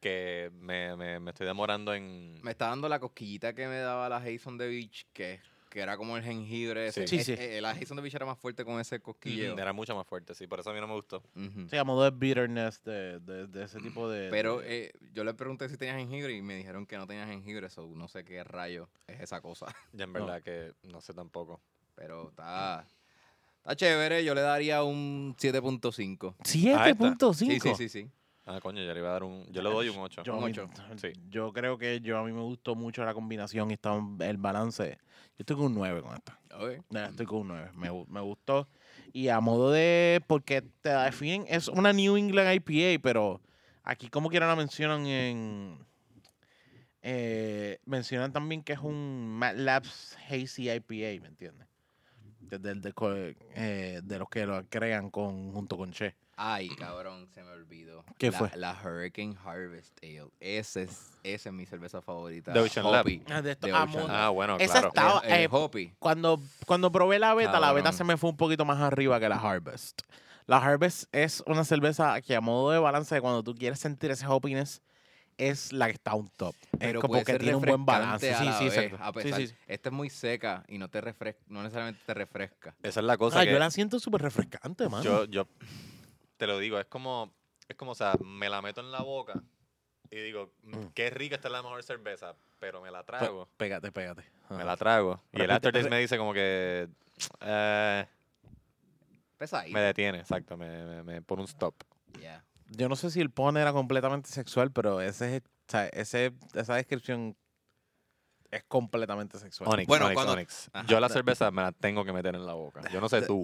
Speaker 2: que me, me- me estoy demorando en...
Speaker 3: Me está dando la cosquillita que me daba la Jason de Beach, que, que era como el jengibre. ese.
Speaker 2: Sí.
Speaker 1: Sí, sí.
Speaker 3: Es- eh, la Jason de Beach era más fuerte con ese cosquilleo.
Speaker 2: Ujú, Era mucho más fuerte, sí. Por eso a mí no me gustó.
Speaker 3: Ujú.
Speaker 1: Se llamó de bitterness de, de, de ese tipo de.
Speaker 3: Pero
Speaker 1: de-
Speaker 3: eh, yo le pregunté si tenía jengibre y me dijeron que no tenía jengibre, so no sé qué rayo es esa cosa. <laughs>
Speaker 2: Yo en
Speaker 1: Oh.
Speaker 2: verdad que no sé tampoco.
Speaker 3: Pero está, está chévere, yo le daría un 7.5.
Speaker 1: 7.5.
Speaker 3: Sí, sí, sí, sí.
Speaker 2: Ah, coño, yo le iba a dar un... Yo le doy un 8.
Speaker 1: Yo,
Speaker 3: Un
Speaker 1: a mí-
Speaker 3: ocho.
Speaker 2: Sí.
Speaker 1: yo creo que yo a mí me gustó mucho la combinación y está un- el balance. Yo estoy con un 9 con esta.
Speaker 3: Ok.
Speaker 1: No, estoy con un 9. Me, gu- me gustó. Y a modo de. Porque te la definen. Es una New England IPA, pero aquí, como quiera, la mencionan en. eh, mencionan también que es un Mad Labs Hazy IPA, ¿me entiendes? ingredientes del- de, co- eh, de los que lo crean con, junto con Che.
Speaker 3: Ay, cabrón, se me olvidó.
Speaker 1: ¿Qué
Speaker 3: la,
Speaker 1: fue?
Speaker 3: La Hurricane Harvest Ale. Ese es, esa es mi cerveza favorita.
Speaker 2: De Ocean Lab.
Speaker 3: Hopi,
Speaker 1: Ah, de esto-
Speaker 3: de
Speaker 1: ah,
Speaker 3: Ocean
Speaker 1: muy-
Speaker 2: Ah,
Speaker 3: Lab.
Speaker 2: bueno,
Speaker 1: Esa
Speaker 2: claro.
Speaker 1: está- Estaba,
Speaker 3: El- el
Speaker 1: eh,
Speaker 3: Hopi.
Speaker 1: Cuando, cuando probé la beta, la beta
Speaker 3: Cabrón.
Speaker 1: se me fue un poquito más arriba que la Harvest. La Harvest es una cerveza que a modo de balance, cuando tú quieres sentir ese hoppiness, es la que está un top.
Speaker 3: Pero
Speaker 1: es como
Speaker 3: puede
Speaker 1: que
Speaker 3: ser
Speaker 1: tiene un buen
Speaker 3: refrescante
Speaker 1: balance.
Speaker 3: a
Speaker 1: Sí,
Speaker 3: la
Speaker 1: sí,
Speaker 3: vez,
Speaker 1: exacto.
Speaker 3: a
Speaker 1: Sí,
Speaker 3: pesar-
Speaker 1: sí, sí.
Speaker 3: Esta es muy seca y no te refresca, no necesariamente te refresca.
Speaker 2: Esa es la cosa
Speaker 1: Ah,
Speaker 2: que
Speaker 1: yo la siento súper refrescante, mano.
Speaker 2: yo, yo te lo digo, es como, es como, o sea, me la meto en la boca y digo, "Mm, qué rica esta es la mejor cerveza, pero me la
Speaker 1: Pe-
Speaker 2: trago.
Speaker 1: Pégate, pégate.
Speaker 2: Me
Speaker 1: Ajá.
Speaker 2: la trago. Y el
Speaker 1: Pues, ah. Repite-
Speaker 2: aftertaste
Speaker 1: re-
Speaker 2: me dice como que eh,
Speaker 3: Pesadita.
Speaker 2: me detiene, exacto, me, me, me pone un stop.
Speaker 3: Ya.
Speaker 1: Yo no sé si el pone era completamente sexual, pero ese, es- o sea, ese, esa descripción es completamente sexual.
Speaker 2: Onyx,
Speaker 3: Pues, Bueno,
Speaker 2: Onyx,
Speaker 3: cuando-
Speaker 2: Onyx.
Speaker 3: Ajá.
Speaker 2: Yo la cerveza me la tengo que meter en la boca. Yo no sé
Speaker 3: <laughs>
Speaker 2: tú,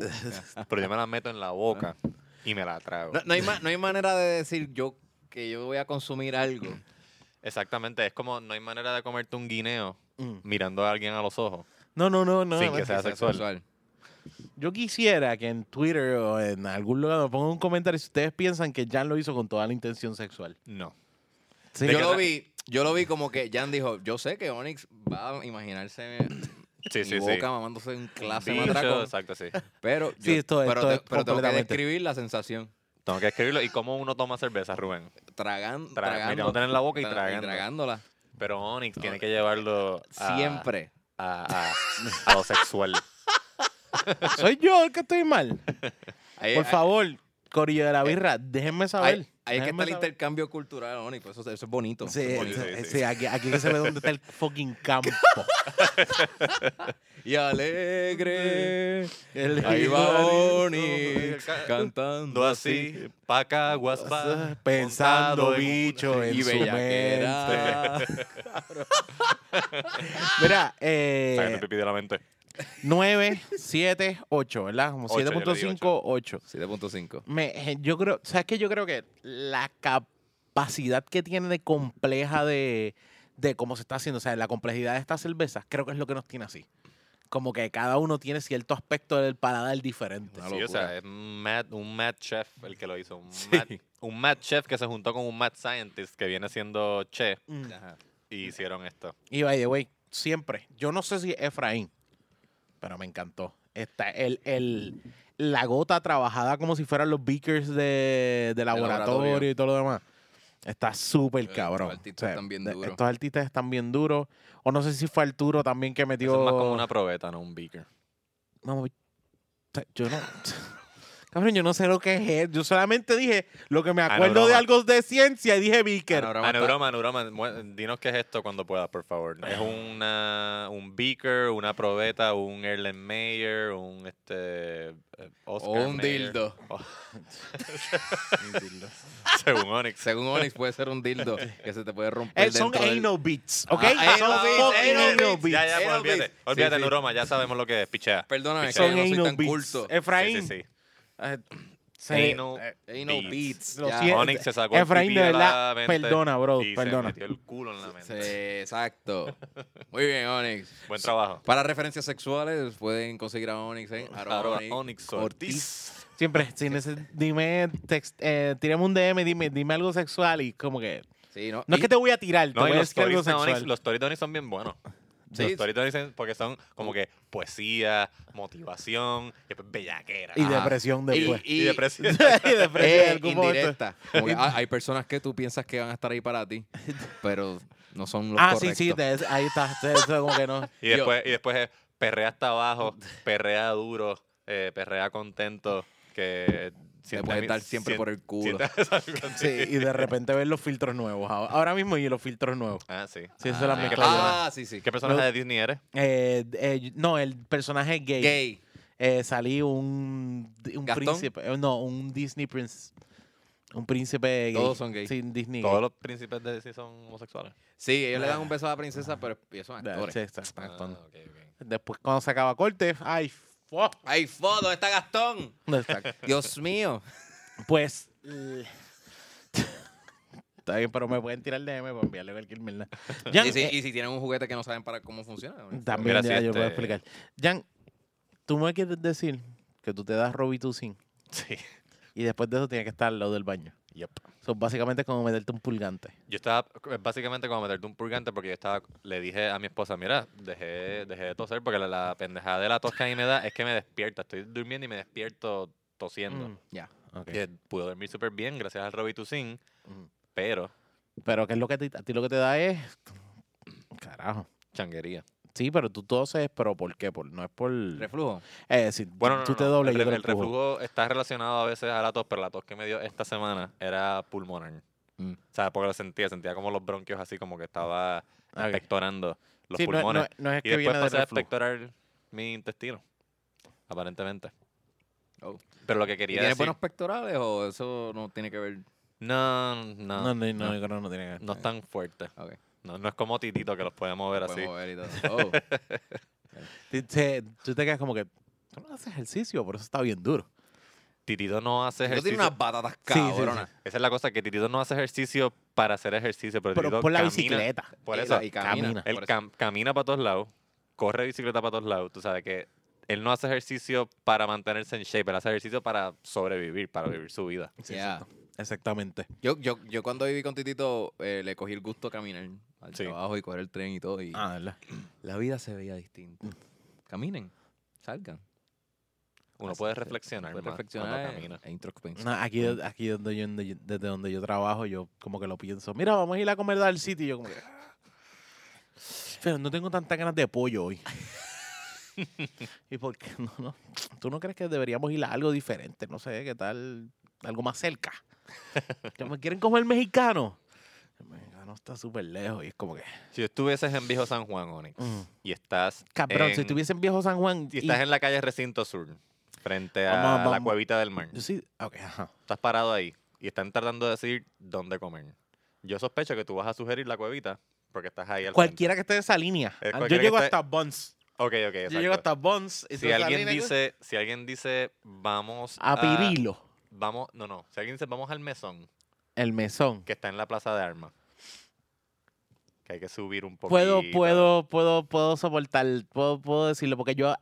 Speaker 2: pero yo me la meto en la boca y me la trago.
Speaker 3: No, no hay, ma- no hay manera de decir yo que yo voy a consumir algo.
Speaker 2: Exactamente, es como no hay manera de comerte un guineo
Speaker 1: Mm.
Speaker 2: mirando a alguien a los ojos.
Speaker 1: No, no, no, no.
Speaker 2: Sin que
Speaker 1: no.
Speaker 2: sea sexual.
Speaker 1: Yo quisiera que en Twitter o en algún lugar me pongan un comentario si ustedes piensan que Jan lo hizo con toda la intención sexual.
Speaker 2: No.
Speaker 1: Sí,
Speaker 2: ¿De
Speaker 3: yo
Speaker 2: qué
Speaker 3: lo
Speaker 2: tra-
Speaker 3: vi, yo lo vi como que Jan dijo, yo sé que Onyx va a imaginarse
Speaker 2: Sí,
Speaker 3: mi
Speaker 2: sí,
Speaker 3: boca
Speaker 2: sí.
Speaker 3: mamándose un clase
Speaker 2: Bicho,
Speaker 3: matraco,
Speaker 2: exacto, sí.
Speaker 3: pero yo,
Speaker 1: Sí, esto-
Speaker 3: pero,
Speaker 1: esto
Speaker 3: te-
Speaker 1: es
Speaker 3: pero tengo que
Speaker 1: completamente-
Speaker 3: describir la sensación,
Speaker 2: Tengo que escribirlo. ¿Y cómo uno toma cerveza, Rubén?
Speaker 3: tragan,
Speaker 2: Tra-
Speaker 3: tragando,
Speaker 2: mirándote en la boca y
Speaker 3: tra-
Speaker 2: tragando.
Speaker 3: tragándola
Speaker 2: Pero Onyx tiene que llevarlo
Speaker 1: Ah.
Speaker 2: a-
Speaker 3: siempre.
Speaker 2: a, a- a lo
Speaker 3: <laughs>
Speaker 2: sexual.
Speaker 1: Soy yo el que estoy mal.
Speaker 3: Ahí-
Speaker 1: Por
Speaker 3: ahí-
Speaker 1: favor, Corillo de la Birra, déjenme
Speaker 3: Eh, ah, ahí-
Speaker 1: saber.
Speaker 3: ahí es que está
Speaker 1: déjenme
Speaker 3: el
Speaker 1: saber.
Speaker 3: intercambio cultural, Onyx, por eso, eso es bonito.
Speaker 1: Sí,
Speaker 3: eso es
Speaker 2: sí,
Speaker 1: sí,
Speaker 3: bonito.
Speaker 2: sí,
Speaker 1: sí,
Speaker 2: sí.
Speaker 1: aquí, aquí que se ve dónde está el fucking
Speaker 3: <laughs>
Speaker 1: campo.
Speaker 3: Y alegre,
Speaker 1: El-
Speaker 3: ahí va Onyx
Speaker 2: ca-
Speaker 3: cantando
Speaker 2: No así, paca, guaspa,
Speaker 1: Pensando,
Speaker 2: montado en
Speaker 1: bicho, en
Speaker 3: y
Speaker 1: su mente.
Speaker 3: bellaquera.
Speaker 1: Mira,
Speaker 2: un- Sácate
Speaker 1: eh,
Speaker 2: pipí de la mente.
Speaker 1: 9, 7, 8, ¿verdad? Como
Speaker 2: Ocho, yo le di
Speaker 1: 7.5, 8.
Speaker 3: 7.5.
Speaker 1: Me, eh, yo creo, ¿sabes qué? Yo creo que la capacidad que tiene de compleja de, de cómo se está haciendo, o sea, la complejidad de estas cervezas, creo que es lo que nos tiene así. Como que cada uno tiene cierto aspecto del paladar diferente.
Speaker 3: Una
Speaker 2: Sí, o
Speaker 3: locura.
Speaker 2: sea, es mad- un mad chef el que lo hizo. Un, mad, un mad chef que se juntó con un mad scientist que viene siendo chef
Speaker 1: Mm.
Speaker 2: y hicieron esto.
Speaker 1: Y by the way, siempre, yo no sé si es Efraín, pero me encantó. Está el, el, la gota trabajada como si fueran los beakers de, de laboratorio,
Speaker 3: laboratorio.
Speaker 1: y todo lo demás. Está súper
Speaker 3: estos
Speaker 1: cabrón.
Speaker 3: artistas están bien
Speaker 1: de-
Speaker 3: duros.
Speaker 1: Estos artistas están bien duros. O no sé si fue Arturo también que metió.
Speaker 2: Eso es más como una probeta, no un beaker.
Speaker 1: No, o sea, yo no. <laughs> Cabrón, yo no sé lo que es. Yo solamente dije lo que me
Speaker 2: no,
Speaker 1: acuerdo de
Speaker 2: broma.
Speaker 1: algo de ciencia y dije Beaker.
Speaker 3: Panorama está-
Speaker 2: Aneuroma, aneuroma, mu- dinos qué es esto cuando puedas, por favor. Es una, un beaker, una probeta, un Erlen Mayer, un este, eh, Oscar
Speaker 3: O un
Speaker 2: Mayer. <laughs>
Speaker 3: dildo.
Speaker 2: Oh,
Speaker 3: <laughs>
Speaker 2: según Onyx.
Speaker 3: Según Onyx puede ser un dildo que se te puede romper
Speaker 1: Eh, son
Speaker 3: pues dentro del-
Speaker 1: anal beats, ¿ok?
Speaker 3: Ah,
Speaker 1: son
Speaker 3: anal beats,
Speaker 1: fucking
Speaker 3: anal
Speaker 1: anal
Speaker 3: beats.
Speaker 1: beats.
Speaker 2: Ya, ya, pues,
Speaker 3: Anal
Speaker 2: olvídate.
Speaker 3: beats.
Speaker 2: Olvídate,
Speaker 3: Sí, sí.
Speaker 2: aneuroma, ya sabemos lo que es, pichea.
Speaker 3: Perdóname,
Speaker 2: Son
Speaker 3: que yo no soy
Speaker 1: anal
Speaker 3: tan
Speaker 1: beats.
Speaker 3: culto.
Speaker 1: Efraín.
Speaker 2: Sí, sí, sí.
Speaker 1: eh, se-
Speaker 2: Anal
Speaker 1: eh,
Speaker 3: Anal beats.
Speaker 1: Lo
Speaker 3: ya.
Speaker 1: siento.
Speaker 2: Onyx se sacó
Speaker 1: Efraín,
Speaker 2: el
Speaker 1: de
Speaker 2: pipí de la
Speaker 1: verdad,
Speaker 2: mente
Speaker 1: perdona, bro,
Speaker 2: y
Speaker 1: perdona.
Speaker 2: se metió el culo en la mente.
Speaker 3: Sí, exacto. Muy bien, Onyx.
Speaker 2: Buen trabajo.
Speaker 3: Para referencias sexuales pueden conseguir a Onyx en
Speaker 2: Arroba
Speaker 3: arroba
Speaker 2: Onyx Ortiz.
Speaker 1: Siempre, si neces- dime, text, eh, tírame un DM, dime, dime algo sexual y como que.
Speaker 3: Sí, ¿no?
Speaker 1: No
Speaker 3: Y-
Speaker 1: es que te voy a tirar, te
Speaker 2: No, y
Speaker 1: voy a
Speaker 2: los
Speaker 1: decir algo
Speaker 2: stories, de Onyx-
Speaker 1: sexual.
Speaker 2: los stories de Onyx son bien buenos.
Speaker 3: Sí,
Speaker 2: Los stories de Onyx son- porque son como que poesía, motivación, y después bellaquera.
Speaker 1: Y
Speaker 3: Ajá.
Speaker 1: depresión después. <laughs>
Speaker 2: Y depresión.
Speaker 1: Y depresión en
Speaker 3: Ah. eh,
Speaker 1: algún momento.
Speaker 3: indirecta. Como que, ah, hay personas que tú piensas que van a estar ahí para ti, pero no son los
Speaker 1: Ah, sí,
Speaker 3: correctos.
Speaker 1: sí, te- ahí está. te- Eso como que no.
Speaker 2: Y
Speaker 3: <laughs> Yo-
Speaker 2: después, y después es perrea hasta
Speaker 3: <laughs>
Speaker 2: abajo, perrea duro, eh, perrea contento, que
Speaker 3: Te
Speaker 2: siente
Speaker 3: puedes
Speaker 2: mi-
Speaker 3: dar siempre
Speaker 2: sien-
Speaker 3: por el culo.
Speaker 2: siente- <laughs> algo así.
Speaker 1: Sí, y de repente ver los filtros nuevos. ahora- Ahora mismo y los filtros nuevos.
Speaker 2: Ah, sí.
Speaker 1: Sí, eso es la
Speaker 3: Ah,
Speaker 1: mezcla.
Speaker 3: Ah, sí, sí.
Speaker 2: ¿Qué personaje
Speaker 1: No.
Speaker 2: de Disney eres?
Speaker 1: Eh, eh, no, el personaje es gay.
Speaker 3: Gay.
Speaker 1: Eh, salí un, un
Speaker 3: ¿Gastón?
Speaker 1: príncipe. eh, No, un Disney prince. Un príncipe gay.
Speaker 3: Todos son gay.
Speaker 1: Sí, un Disney
Speaker 2: Todos
Speaker 1: gay.
Speaker 2: los príncipes de Disney son homosexuales.
Speaker 3: Sí, ellos le dan un beso a la princesa, pero ellos son
Speaker 1: Da-
Speaker 3: actores.
Speaker 1: sí, está- está actuando.
Speaker 2: Ah, ok, ok.
Speaker 1: Después, cuando se acaba corte, ¡ay, fuck!
Speaker 3: ¡Ay, foto! ¡Está Gastón!
Speaker 1: Exacto.
Speaker 3: Dios mío.
Speaker 1: <laughs> Pues. eh, Está bien, pero me pueden tirar DM para enviarle cualquier mierda.
Speaker 2: <laughs>
Speaker 1: Jan,
Speaker 3: Y si,
Speaker 1: eh,
Speaker 3: y si tienen un juguete que no saben para cómo funciona. ¿no?
Speaker 1: también
Speaker 2: Mira,
Speaker 1: ya
Speaker 2: si
Speaker 1: yo puedo
Speaker 2: este-
Speaker 1: explicar. Jan, Tú me quieres decir que tú te das Robitussin
Speaker 2: <laughs> Sí.
Speaker 1: y después de eso tienes que estar al lado del baño.
Speaker 2: Yep.
Speaker 1: Eso básicamente es como meterte un pulgante.
Speaker 2: Yo estaba c- básicamente como meterte un purgante porque yo estaba, le dije a mi esposa, mira, dejé, dejé de toser porque la, la pendejada de la tos que a mí me da es que me despierta. Estoy durmiendo y me despierto tosiendo.
Speaker 1: Mm,
Speaker 3: Ya.
Speaker 1: ok.
Speaker 2: Que pude dormir súper bien gracias al Robitussin,
Speaker 1: Ujú.
Speaker 2: pero
Speaker 1: Pero ¿qué es lo que te- a ti lo que te da es... Carajo.
Speaker 2: changuería.
Speaker 1: Sí, pero tú toses, pero ¿por qué? Por, no es por...
Speaker 3: Reflujo.
Speaker 1: Es decir,
Speaker 2: Bueno, no,
Speaker 1: tú
Speaker 2: no,
Speaker 1: te
Speaker 2: no.
Speaker 1: dobles
Speaker 2: el,
Speaker 1: y yo
Speaker 2: ref-
Speaker 1: te
Speaker 2: el
Speaker 1: empujo.
Speaker 2: reflujo está relacionado a veces a la tos, pero la tos que me dio esta semana era pulmonar.
Speaker 3: Mm.
Speaker 2: O sea, porque lo sentía, sentía como los bronquios así como que estaba
Speaker 1: Ok.
Speaker 2: expectorando los
Speaker 1: Sí, no- no-
Speaker 2: pulmones.
Speaker 1: No, es
Speaker 2: y
Speaker 1: que
Speaker 2: después
Speaker 1: viene de
Speaker 2: pasé a
Speaker 1: reflujo.
Speaker 2: expectorar mi intestino, aparentemente.
Speaker 3: Oh.
Speaker 2: Pero lo que
Speaker 3: ¿Y
Speaker 2: quería
Speaker 3: ¿Tiene
Speaker 2: decir...
Speaker 3: buenos pectorales o eso no tiene que ver?
Speaker 2: No, no,
Speaker 1: No,
Speaker 2: no,
Speaker 1: no, no, no, no, no tiene que
Speaker 2: es tan fuerte.
Speaker 3: Ok.
Speaker 2: No, no es como Titito que los puede mover así.
Speaker 3: Podemos ver y todo. Oh.
Speaker 1: Te- te- tú te quedas como que, tú no haces ejercicio, por eso está bien duro.
Speaker 2: Titito no hace
Speaker 3: Yo
Speaker 2: ejercicio.
Speaker 3: tiene unas batatas
Speaker 1: Sí, sí, sí.
Speaker 3: cabronas.
Speaker 2: Esa es la cosa, que Titito no hace ejercicio para hacer ejercicio, pero,
Speaker 1: Pero
Speaker 2: Titito
Speaker 1: por la
Speaker 2: camina-
Speaker 1: bicicleta.
Speaker 2: Por
Speaker 3: Y
Speaker 2: eso,
Speaker 3: la- y camina.
Speaker 1: camina.
Speaker 2: Él
Speaker 3: por eso.
Speaker 2: cam- camina para todos lados, corre bicicleta para todos lados. Tú sabes que él no hace ejercicio para mantenerse en shape, él hace ejercicio para sobrevivir, para vivir su vida.
Speaker 3: Yeah.
Speaker 1: Exactamente.
Speaker 3: Yo, yo, yo cuando viví con Titito eh, le cogí el gusto a caminar al
Speaker 2: Sí.
Speaker 3: trabajo y coger el tren y todo. Y
Speaker 1: Ah, ¿verdad?
Speaker 3: La vida se veía distinta. Caminen, salgan.
Speaker 2: Uno
Speaker 3: Así
Speaker 2: puede
Speaker 3: se-
Speaker 2: reflexionar
Speaker 3: puede
Speaker 2: más
Speaker 3: reflexionar
Speaker 2: cuando camina.
Speaker 3: e introspección.
Speaker 1: No, aquí, de- aquí donde yo, donde yo- desde donde yo trabajo, yo como que lo pienso. Mira, vamos a ir a comer al sitio. Y yo como que... Pero no tengo tantas ganas de pollo
Speaker 2: <laughs>
Speaker 1: hoy. ¿Y por qué <laughs> no, no? ¿Tú no crees que deberíamos ir a algo diferente? No sé, ¿qué tal? Algo más
Speaker 2: <laughs>
Speaker 1: cerca. ¿Que me quieren comer mexicano? El mexicano está súper lejos y es como que...
Speaker 2: Si estuvieses en Viejo San Juan, Onyx,
Speaker 1: mm.
Speaker 2: y estás
Speaker 1: Cabrón, si
Speaker 2: en-
Speaker 1: estuviese en Viejo San Juan...
Speaker 2: si
Speaker 1: y-
Speaker 2: estás en la calle Recinto Sur, frente a
Speaker 1: Vamos,
Speaker 2: la
Speaker 1: vamos.
Speaker 2: cuevita del mar,
Speaker 1: Yo sí... Ok, ajá.
Speaker 2: estás parado ahí y están tratando de decir dónde comer. Yo sospecho que tú vas a sugerir la cuevita porque estás ahí al frente.
Speaker 1: Cualquiera que esté en esa línea. Ah,
Speaker 2: Eh,
Speaker 1: Yo
Speaker 2: cualquiera que
Speaker 1: llego
Speaker 2: esté-
Speaker 1: hasta Buns.
Speaker 2: Ok, ok,
Speaker 1: Yo llego
Speaker 2: exacto.
Speaker 1: hasta Buns. y
Speaker 2: si
Speaker 1: entonces la
Speaker 2: alguien
Speaker 1: línea que-
Speaker 2: dice, si alguien dice vamos
Speaker 1: A Pirilo,
Speaker 2: vamos, no, no, si alguien dice vamos al mesón
Speaker 1: el mesón.
Speaker 2: que está en la Plaza de Armas. Que hay que subir un poco.
Speaker 1: Puedo, puedo, puedo, puedo soportar, puedo, puedo decirlo, porque yo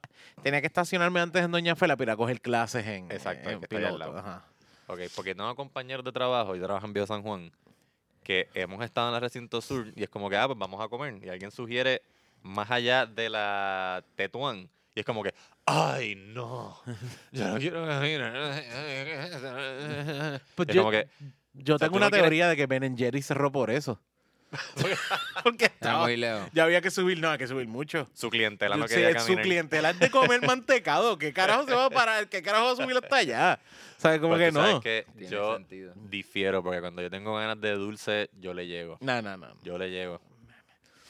Speaker 1: tenía que estacionarme antes en Doña Fela para coger clases en,
Speaker 2: Exacto,
Speaker 1: en
Speaker 2: que está ahí al
Speaker 1: piloto,
Speaker 2: lado.
Speaker 1: ajá.
Speaker 2: Ok, porque tengo compañeros de trabajo, yo trabajo en Bio San Juan, que hemos estado en la Recinto Sur y es como que, ah, pues vamos a comer. Y alguien sugiere más allá de la Tetuán. Y es como que, ay, no, yo no quiero caminar.
Speaker 1: Pues
Speaker 2: es
Speaker 1: yo-
Speaker 2: como
Speaker 1: <laughs>
Speaker 2: que,
Speaker 1: Yo
Speaker 2: O sea,
Speaker 1: tengo
Speaker 2: tú
Speaker 1: una
Speaker 2: no quieres-
Speaker 1: teoría de que Ben and Jerry cerró por eso. porque
Speaker 3: Estamos
Speaker 1: estaba,
Speaker 3: muy lejos.
Speaker 1: ya había que subir, no, hay que subir mucho.
Speaker 2: su clientela no
Speaker 1: Sí,
Speaker 2: quería
Speaker 1: su
Speaker 2: caminar.
Speaker 1: clientela es de comer
Speaker 2: <laughs>
Speaker 1: mantecado. ¿Qué carajo se va a parar? ¿Qué carajo va a subir hasta allá? ¿Sabes cómo
Speaker 2: Pero
Speaker 1: que
Speaker 2: Pues tú sabes
Speaker 1: no?
Speaker 2: que
Speaker 3: Tiene
Speaker 2: yo
Speaker 3: sentido.
Speaker 2: difiero, porque cuando yo tengo ganas de dulce, yo le llego.
Speaker 1: No, no, no.
Speaker 2: Yo le llego.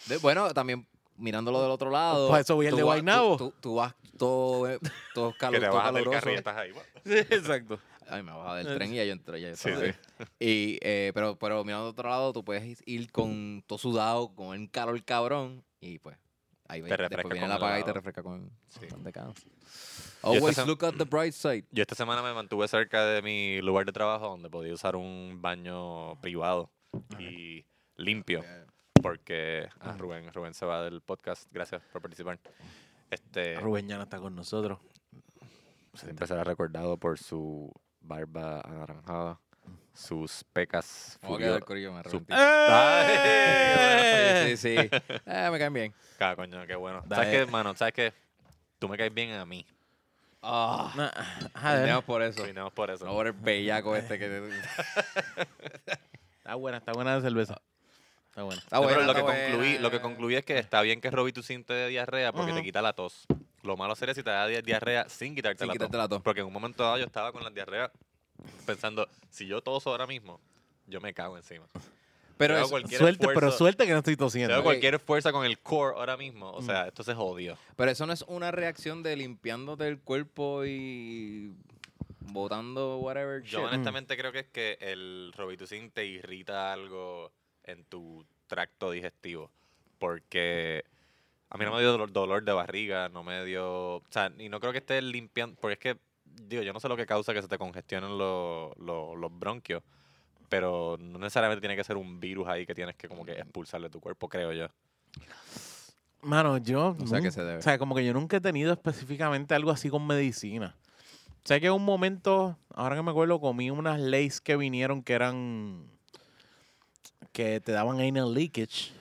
Speaker 3: De- bueno, también mirándolo del otro lado.
Speaker 1: Pues eso voy al
Speaker 3: tú
Speaker 1: de
Speaker 3: vas-
Speaker 1: Guaynabo.
Speaker 3: Tú, tú- tú vas todo, eh, todo,
Speaker 2: Que
Speaker 3: calo-
Speaker 2: te
Speaker 3: todo
Speaker 2: bajas del carro y
Speaker 3: caluroso.
Speaker 2: estás ahí. guau.
Speaker 1: Exacto.
Speaker 3: Ay, me bajaba del tren y ya yo entré. Ya yo
Speaker 2: Sí,
Speaker 3: estaba
Speaker 2: sí.
Speaker 3: ahí. Y, eh, pero, pero mirando del otro lado, tú puedes ir con todo sudado, con el calor cabrón. Y pues, ahí ve- después
Speaker 2: refresca
Speaker 3: viene
Speaker 2: con
Speaker 3: la paga y
Speaker 2: helado.
Speaker 3: te refresca con
Speaker 2: Sí.
Speaker 3: pan de cano.
Speaker 2: esta
Speaker 3: Always
Speaker 2: sem-
Speaker 3: look at the bright side.
Speaker 2: Yo esta semana me mantuve cerca de mi lugar de trabajo donde podía usar un baño privado y
Speaker 3: Eh,
Speaker 2: limpio. Porque ah, Rubén, Rubén se va del podcast. Gracias por participar.
Speaker 1: <laughs>
Speaker 2: Este
Speaker 1: Rubén ya no está con nosotros.
Speaker 2: siempre será recordado por su barba anaranjada, sus pecas
Speaker 1: Oh,
Speaker 3: Me voy a quedar
Speaker 2: furio-
Speaker 3: corillo, me
Speaker 2: su-
Speaker 1: <laughs>
Speaker 3: arrepentí.
Speaker 2: Ay.
Speaker 3: Sí, sí, sí. Eh, me caen bien.
Speaker 2: Ah, coño, qué bueno.
Speaker 1: Dale.
Speaker 2: ¿Sabes qué, hermano? ¿Sabes qué? Tú me caes bien a mí.
Speaker 3: Ah,
Speaker 1: No, ajá,
Speaker 3: brindemos por eso.
Speaker 2: Terminamos por eso.
Speaker 3: No por el bellaco este
Speaker 2: <laughs>
Speaker 3: que...
Speaker 1: Está buena, está buena la cerveza. Está buena.
Speaker 3: Está
Speaker 2: Ah. No, pero
Speaker 3: buena,
Speaker 2: lo que,
Speaker 3: Ah, está
Speaker 2: concluí, lo que
Speaker 3: buena.
Speaker 2: concluí es que está bien que Robitussin te dé diarrea porque te
Speaker 1: Ujú.
Speaker 2: quita la tos. Lo malo sería si te da di- diarrea sin quitarte,
Speaker 3: Sin
Speaker 2: la,
Speaker 3: quitarte
Speaker 2: tos.
Speaker 3: la tos.
Speaker 2: Porque en un momento dado yo estaba con la diarrea pensando, si yo toso ahora mismo, yo me cago encima.
Speaker 3: Pero
Speaker 2: Yo
Speaker 3: es-
Speaker 2: hago cualquier
Speaker 1: Suerte, pero
Speaker 2: esfuerzo-
Speaker 1: suerte que no estoy
Speaker 2: yo
Speaker 1: tosiendo.
Speaker 2: hago
Speaker 3: Ok.
Speaker 2: cualquier fuerza con el core ahora mismo. O
Speaker 1: Mm.
Speaker 2: sea, esto se jodió.
Speaker 3: Pero eso no es una reacción de limpiándote el cuerpo y botando whatever
Speaker 2: Yo
Speaker 1: mm.
Speaker 3: shit.
Speaker 2: honestamente creo que es que el Robitussin te irrita algo en tu tracto digestivo. Porque a mí no me dio dolor, dolor de barriga, no me dio... O sea, y no creo que esté limpiando... Porque es que, digo, yo no sé lo que causa que se te congestionen los- los- los bronquios. Pero no necesariamente tiene que ser un virus ahí que tienes que como que expulsarle de tu cuerpo, creo yo.
Speaker 1: Mano, yo.
Speaker 3: No sé a qué
Speaker 1: nun-
Speaker 3: se debe.
Speaker 1: O sea, como que yo nunca he tenido específicamente algo así con medicina. Sé que en un momento, ahora que me acuerdo, comí unas leyes que vinieron que eran. que te daban anal leakage.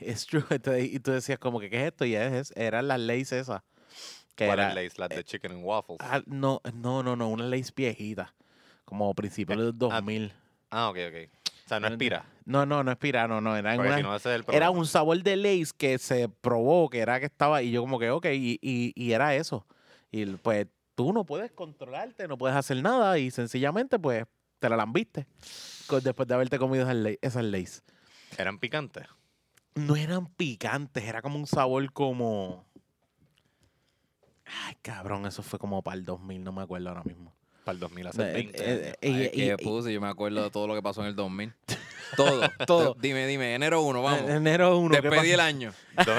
Speaker 1: Es true. Entonces, Y tú decías, como que, ¿qué es esto? Y es, eran las leyes esas. Que
Speaker 2: What
Speaker 1: era,
Speaker 2: are Lay's? Like the chicken and waffles.
Speaker 1: Ah, no, no, no, no, unas leyes viejitas. Como principios de los 2000.
Speaker 2: Ah, ok, ok. O sea, no
Speaker 1: no,
Speaker 2: aspira.
Speaker 1: No, no, no es pirano, no. Eran
Speaker 2: Porque
Speaker 1: unas-
Speaker 2: si no, ese es el problema.
Speaker 1: era un sabor de Lay's que se probó, que era que estaba, y yo como que, ok, y, y- y era eso. Y l- pues tú no puedes controlarte, no puedes hacer nada, y sencillamente pues te la lambiste co- después de haberte comido esas, Lay- esas Lay's.
Speaker 2: Eran picantes.
Speaker 1: No eran picantes, era como un sabor como... Ay, cabrón, eso fue como para el 2000, no me acuerdo ahora mismo.
Speaker 2: Para el 2000, hace
Speaker 1: Eh,
Speaker 2: 20
Speaker 1: eh,
Speaker 2: <laughs> años.
Speaker 1: eh, y-
Speaker 3: Ay,
Speaker 1: y-
Speaker 3: qué
Speaker 1: y-
Speaker 3: puse, yo me acuerdo de todo lo que pasó en el 2000. Todo,
Speaker 1: <laughs> Todo.
Speaker 3: <laughs> Dime, dime, enero 1, vamos.
Speaker 1: Enero 1, ¿qué
Speaker 3: Despedí
Speaker 1: pasó?
Speaker 3: el año.
Speaker 2: Do-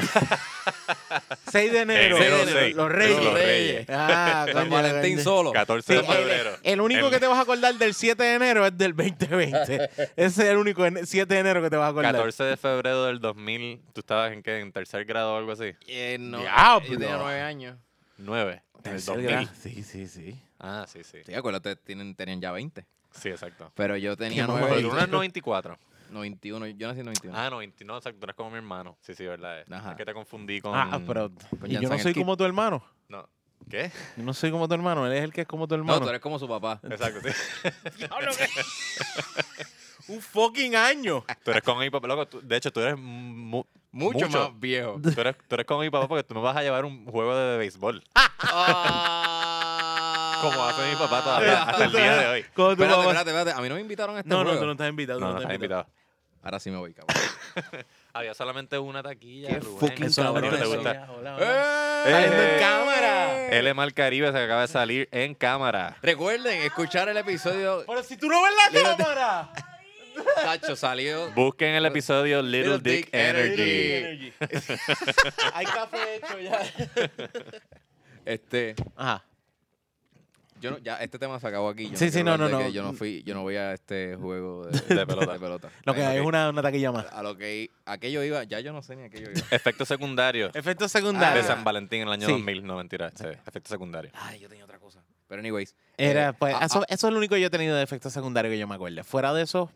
Speaker 1: 6 de enero,
Speaker 2: Enero
Speaker 1: los
Speaker 2: seis,
Speaker 1: los
Speaker 2: Los
Speaker 1: reyes.
Speaker 2: Reyes.
Speaker 1: Ah,
Speaker 3: San
Speaker 1: coño,
Speaker 3: Valentín
Speaker 1: grande.
Speaker 3: solo.
Speaker 2: 14
Speaker 1: Sí,
Speaker 2: de
Speaker 1: el-
Speaker 2: febrero.
Speaker 1: El único
Speaker 2: El-
Speaker 1: que te vas a acordar del 7 de enero es del
Speaker 2: <laughs>
Speaker 1: 2020. Ese es el único ene- 7 de enero que te vas a acordar.
Speaker 2: 14 de febrero del 2000, ¿tú estabas en qué? ¿En tercer grado o algo así?
Speaker 3: Eh, no,
Speaker 1: Diablo.
Speaker 3: Yo tenía 9 años.
Speaker 2: 9. En el
Speaker 1: Tercer
Speaker 2: 2000.
Speaker 1: grado. Sí, sí, sí.
Speaker 2: Ah, sí, sí.
Speaker 3: Sí, acuérdate, tienen, tenían ya 20.
Speaker 2: Sí, exacto.
Speaker 3: Pero yo tenía
Speaker 1: Qué
Speaker 3: 9
Speaker 2: Pero
Speaker 1: Oye,
Speaker 2: tú no eras 94.
Speaker 3: 91. Yo nací en 91.
Speaker 2: Ah, 90, no, exacto. Tú eras como mi hermano. Sí, sí, verdad. es.
Speaker 3: Ajá.
Speaker 2: Es que te confundí con.
Speaker 1: Ah, pero y yo
Speaker 3: Janssen
Speaker 1: no soy
Speaker 3: Skip.
Speaker 1: como tu hermano.
Speaker 2: No. ¿Qué?
Speaker 1: Yo no soy como tu hermano. Él es el que es como tu hermano.
Speaker 3: no, tú eres como su papá.
Speaker 2: Exacto, <laughs> sí.
Speaker 1: <laughs> Un fucking año.
Speaker 2: Tú eres con mi papá. Loco, tú- de hecho, tú eres. mu-
Speaker 3: Mucho,
Speaker 2: Mucho.
Speaker 3: más viejo.
Speaker 2: <laughs> tú, eres tú eres con mi papá porque tú me vas a llevar un juego de béisbol. Como
Speaker 3: Como
Speaker 2: hace mi papá
Speaker 3: <laughs>
Speaker 2: todavía, hasta el día de hoy.
Speaker 1: Como tu
Speaker 3: Espérate,
Speaker 1: papá.
Speaker 3: espérate, espérate. A mí no me invitaron a este
Speaker 1: No, no,
Speaker 3: juego.
Speaker 1: tú no estás invitado. tú
Speaker 2: No, no
Speaker 1: estás
Speaker 2: estás invitado.
Speaker 3: Ahora sí me voy, cabrón.
Speaker 2: Había solamente una taquilla.
Speaker 3: Qué
Speaker 2: Rubén.
Speaker 3: fucking
Speaker 1: Eso no
Speaker 2: ¿A ti no
Speaker 3: cabrón
Speaker 2: te
Speaker 3: eso.
Speaker 2: gusta?
Speaker 3: ¡Eh!
Speaker 1: Saliendo
Speaker 2: ¡Eh!
Speaker 1: en cámara.
Speaker 2: L Mal Caribe se acaba de salir en cámara.
Speaker 3: Recuerden escuchar el episodio.
Speaker 1: Pero si tú no ves la cámara.
Speaker 3: Tacho salió.
Speaker 2: Busquen el episodio Little,
Speaker 3: Little Dick
Speaker 2: Dick, Energy. <laughs>
Speaker 1: <laughs> Hay café hecho ya.
Speaker 3: Este.
Speaker 1: Ajá.
Speaker 3: Yo no- ya este tema se acabó aquí. Yo
Speaker 1: Sí, sí,
Speaker 3: quiero
Speaker 1: no,
Speaker 3: hablar
Speaker 1: no,
Speaker 3: de
Speaker 1: no.
Speaker 3: que Yo no fui, yo no voy a este
Speaker 1: <laughs>
Speaker 3: juego de,
Speaker 2: De pelota.
Speaker 3: de
Speaker 1: Lo que
Speaker 3: A
Speaker 1: hay es una, una taquilla más.
Speaker 3: A lo que aquello iba, ya yo no sé ni a qué yo
Speaker 1: <laughs>
Speaker 3: iba.
Speaker 2: Efecto secundario
Speaker 1: Efecto
Speaker 3: Ah.
Speaker 1: secundario.
Speaker 2: de San Valentín en el año
Speaker 1: Sí.
Speaker 2: 2000. No, mentira. sí, Efecto secundario.
Speaker 3: Ay, yo tenía otra cosa. Pero anyways.
Speaker 1: Era,
Speaker 3: eh,
Speaker 1: pues,
Speaker 3: a-
Speaker 1: eso, eso es lo único que yo he tenido de efecto secundario que yo me acuerdo. Fuera de eso,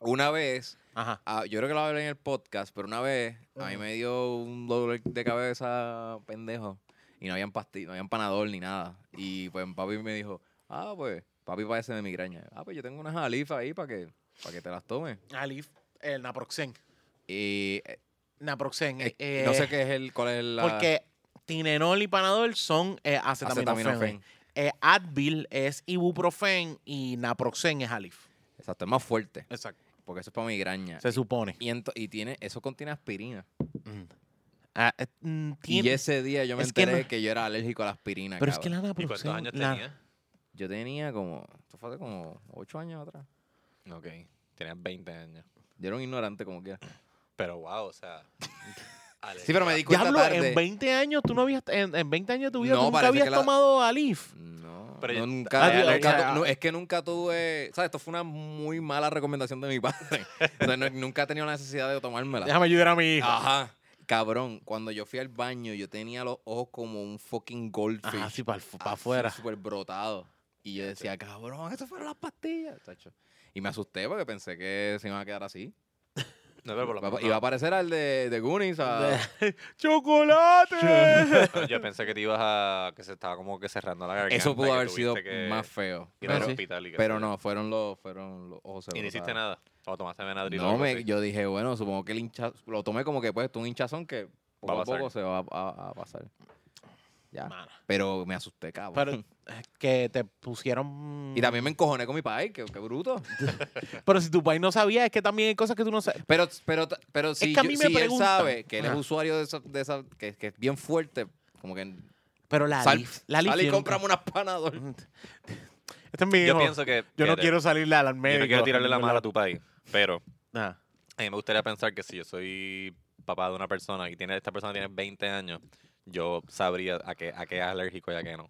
Speaker 3: a- una vez,
Speaker 1: ajá.
Speaker 3: ah, yo creo que lo hablé en el podcast, pero una vez a mí me dio un dolor de cabeza pendejo y no habían pastillas, no habían panador ni nada. Y pues papi me dijo, ah, pues, papi padece de migraña. Ah, pues yo tengo unas alifas ahí para que, para que te las tomes.
Speaker 1: Alif, el naproxen.
Speaker 3: Y eh,
Speaker 1: Naproxen.
Speaker 3: eh,
Speaker 1: eh,
Speaker 3: no sé qué es el, cuál es la
Speaker 1: Porque Tinenol y Panadol son eh, acetaminofén.
Speaker 3: acetaminofén.
Speaker 1: Eh, Advil es ibuprofen y naproxen es Alif.
Speaker 3: Exacto, es más fuerte,
Speaker 1: Exacto.
Speaker 3: porque eso es para migraña.
Speaker 1: Se supone.
Speaker 3: Y, ento- y tiene, eso contiene aspirina.
Speaker 1: Ah, eh, mm,
Speaker 3: Y
Speaker 1: tiene-
Speaker 3: ese día yo me
Speaker 1: es que
Speaker 3: enteré que,
Speaker 1: no-
Speaker 3: yo era alérgico a la aspirina.
Speaker 1: pero es que
Speaker 3: cabrón.
Speaker 1: la
Speaker 2: ¿Y cuántos
Speaker 1: naproxen...
Speaker 2: años
Speaker 1: la-
Speaker 2: tenía?
Speaker 3: Yo tenía como, esto fue hace como ocho años atrás.
Speaker 2: Ok. Tenías 20 años.
Speaker 3: Yo era un ignorante como quiera.
Speaker 2: Pero wow, o sea.
Speaker 3: <laughs> Sí, pero me di cuenta
Speaker 1: Diablo,
Speaker 3: tarde.
Speaker 1: en 20 años tú no habías... En, en 20 años de tu vida
Speaker 3: No,
Speaker 1: tú nunca
Speaker 3: parece
Speaker 1: habías
Speaker 3: que la-
Speaker 1: tomado Alif.
Speaker 3: No,
Speaker 2: Pero
Speaker 3: no,
Speaker 2: yo-
Speaker 3: nunca,
Speaker 1: Ah, tú-
Speaker 3: nunca
Speaker 1: o sea,
Speaker 3: tu- no, es que nunca tuve, ¿sabes? Esto fue una muy mala recomendación de
Speaker 2: <laughs>
Speaker 3: mi padre. o sea, no- nunca he tenido la necesidad de tomármela.
Speaker 1: Déjame ayudar a mi hijo.
Speaker 3: Ajá. Cabrón, cuando yo fui al baño, yo tenía los ojos como un fucking goldfish.
Speaker 1: Ajá, sí, para
Speaker 3: así,
Speaker 1: afuera.
Speaker 3: Súper brotado. Y yo decía, cabrón, esas fueron las pastillas. tacho. Y me asusté porque pensé que se iban a quedar así.
Speaker 2: No, pero por lo
Speaker 3: Va-
Speaker 2: menos-
Speaker 3: Iba a aparecer al de, de Goonies. a-
Speaker 1: ¡Chocolate!
Speaker 2: no, Yo pensé que te ibas a. que se estaba como que cerrando la garganta.
Speaker 3: Eso
Speaker 2: y
Speaker 3: pudo
Speaker 2: que
Speaker 3: haber sido
Speaker 2: tuviste que
Speaker 3: más feo.
Speaker 2: ir al
Speaker 3: Pero,
Speaker 2: hospital y que-
Speaker 3: pero no, fueron los, fueron los ojos
Speaker 2: Y no hiciste
Speaker 3: cerrados.
Speaker 2: nada. O tomaste Benadryl. o
Speaker 3: No,
Speaker 2: algo
Speaker 3: me-
Speaker 2: así.
Speaker 3: yo dije, bueno, supongo que el hinchazón, lo tomé como que pues un hinchazón que poco
Speaker 2: Va
Speaker 3: a,
Speaker 2: a pasar.
Speaker 3: poco se va a, a- a pasar. Ya.
Speaker 1: Mano.
Speaker 3: Pero me asusté,
Speaker 1: Pero mm.
Speaker 3: cabrón.
Speaker 1: eh, que te pusieron...
Speaker 3: <laughs> y también me encojoné con mi país, que, que bruto.
Speaker 1: Pero si tu país no sabía, es que también hay cosas que tú no sabes.
Speaker 3: Pero, pero, pero si,
Speaker 1: que a mí
Speaker 3: yo-
Speaker 1: me
Speaker 3: si él
Speaker 1: preguntan.
Speaker 3: sabe que él es
Speaker 1: Ajá.
Speaker 3: usuario de esa, de esa que, que es bien fuerte, como que
Speaker 1: Pero la
Speaker 3: sal,
Speaker 1: Alif. La Alif
Speaker 3: sal
Speaker 1: yo
Speaker 3: y
Speaker 1: nunca-
Speaker 3: compramos unas panador.
Speaker 1: <laughs> Este es mi hijo.
Speaker 2: Yo pienso que.
Speaker 1: Yo no
Speaker 2: fíjate,
Speaker 1: quiero salirle al médico.
Speaker 2: Yo no quiero tirarle la mala a tu país. Pero
Speaker 1: Ajá.
Speaker 2: a mí me gustaría pensar que si yo soy papá de una persona y tiene, esta persona tiene 20 años, yo sabría a qué, a qué es alérgico y a qué no.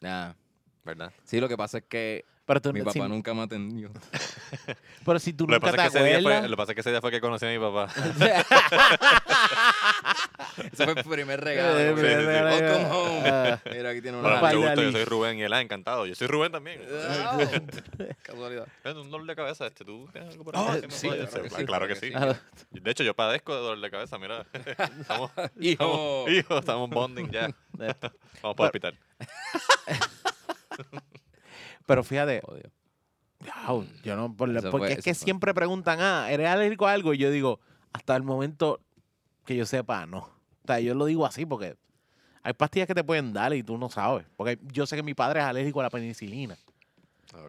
Speaker 3: Nah.
Speaker 2: ¿Verdad?
Speaker 3: Sí, lo que pasa es que
Speaker 1: Pero, tú,
Speaker 3: Mi
Speaker 1: si-
Speaker 3: papá nunca
Speaker 1: <laughs>
Speaker 3: me atendió.
Speaker 1: pero si tú
Speaker 2: Lo que,
Speaker 1: nunca
Speaker 2: pasa
Speaker 1: te
Speaker 2: es que ese día fue,
Speaker 1: acuerdas... Ah.
Speaker 2: lo <laughs> que pasa es que ese día fue que conocí a mi papá.
Speaker 1: <laughs>
Speaker 3: Ese fue el primer
Speaker 1: Eh,
Speaker 3: regalo.
Speaker 1: me- me- me-
Speaker 3: Welcome
Speaker 2: <laughs>
Speaker 3: home.
Speaker 1: Ah.
Speaker 3: Mira, aquí tiene
Speaker 1: Para-
Speaker 2: Hola,
Speaker 3: una...
Speaker 2: mucho gusto, yo
Speaker 1: Valladolid.
Speaker 2: soy Rubén y él ha encantado. Yo soy Rubén también.
Speaker 1: Ah.
Speaker 3: Wow. <laughs> Casualidad.
Speaker 2: Es un dolor de cabeza este, tú tienes algo
Speaker 1: <laughs>
Speaker 2: por
Speaker 1: Ah,
Speaker 2: ahí?
Speaker 3: sí,
Speaker 2: puede
Speaker 3: claro
Speaker 2: ser.
Speaker 3: que
Speaker 2: Ah,
Speaker 3: sí,
Speaker 2: claro
Speaker 3: claro
Speaker 2: que
Speaker 3: que
Speaker 2: sí.
Speaker 1: Ah,
Speaker 2: De hecho, yo padezco de dolor de
Speaker 1: <laughs>
Speaker 2: cabeza, mira. Estamos,
Speaker 3: Hijo.
Speaker 2: estamos- hijo, estamos
Speaker 1: <laughs>
Speaker 2: bonding ya. Vamos para el hospital.
Speaker 1: pero fíjate,
Speaker 3: Odio.
Speaker 1: Wow, yo no, por la-
Speaker 3: Eso
Speaker 1: porque
Speaker 3: fue-
Speaker 1: es que
Speaker 3: eso fue.
Speaker 1: siempre preguntan, ah, ¿eres alérgico a algo? Y yo digo, hasta el momento que yo sepa, no. O sea, yo lo digo así porque hay pastillas que te pueden dar y tú no sabes. Porque yo sé que mi padre es alérgico a la penicilina.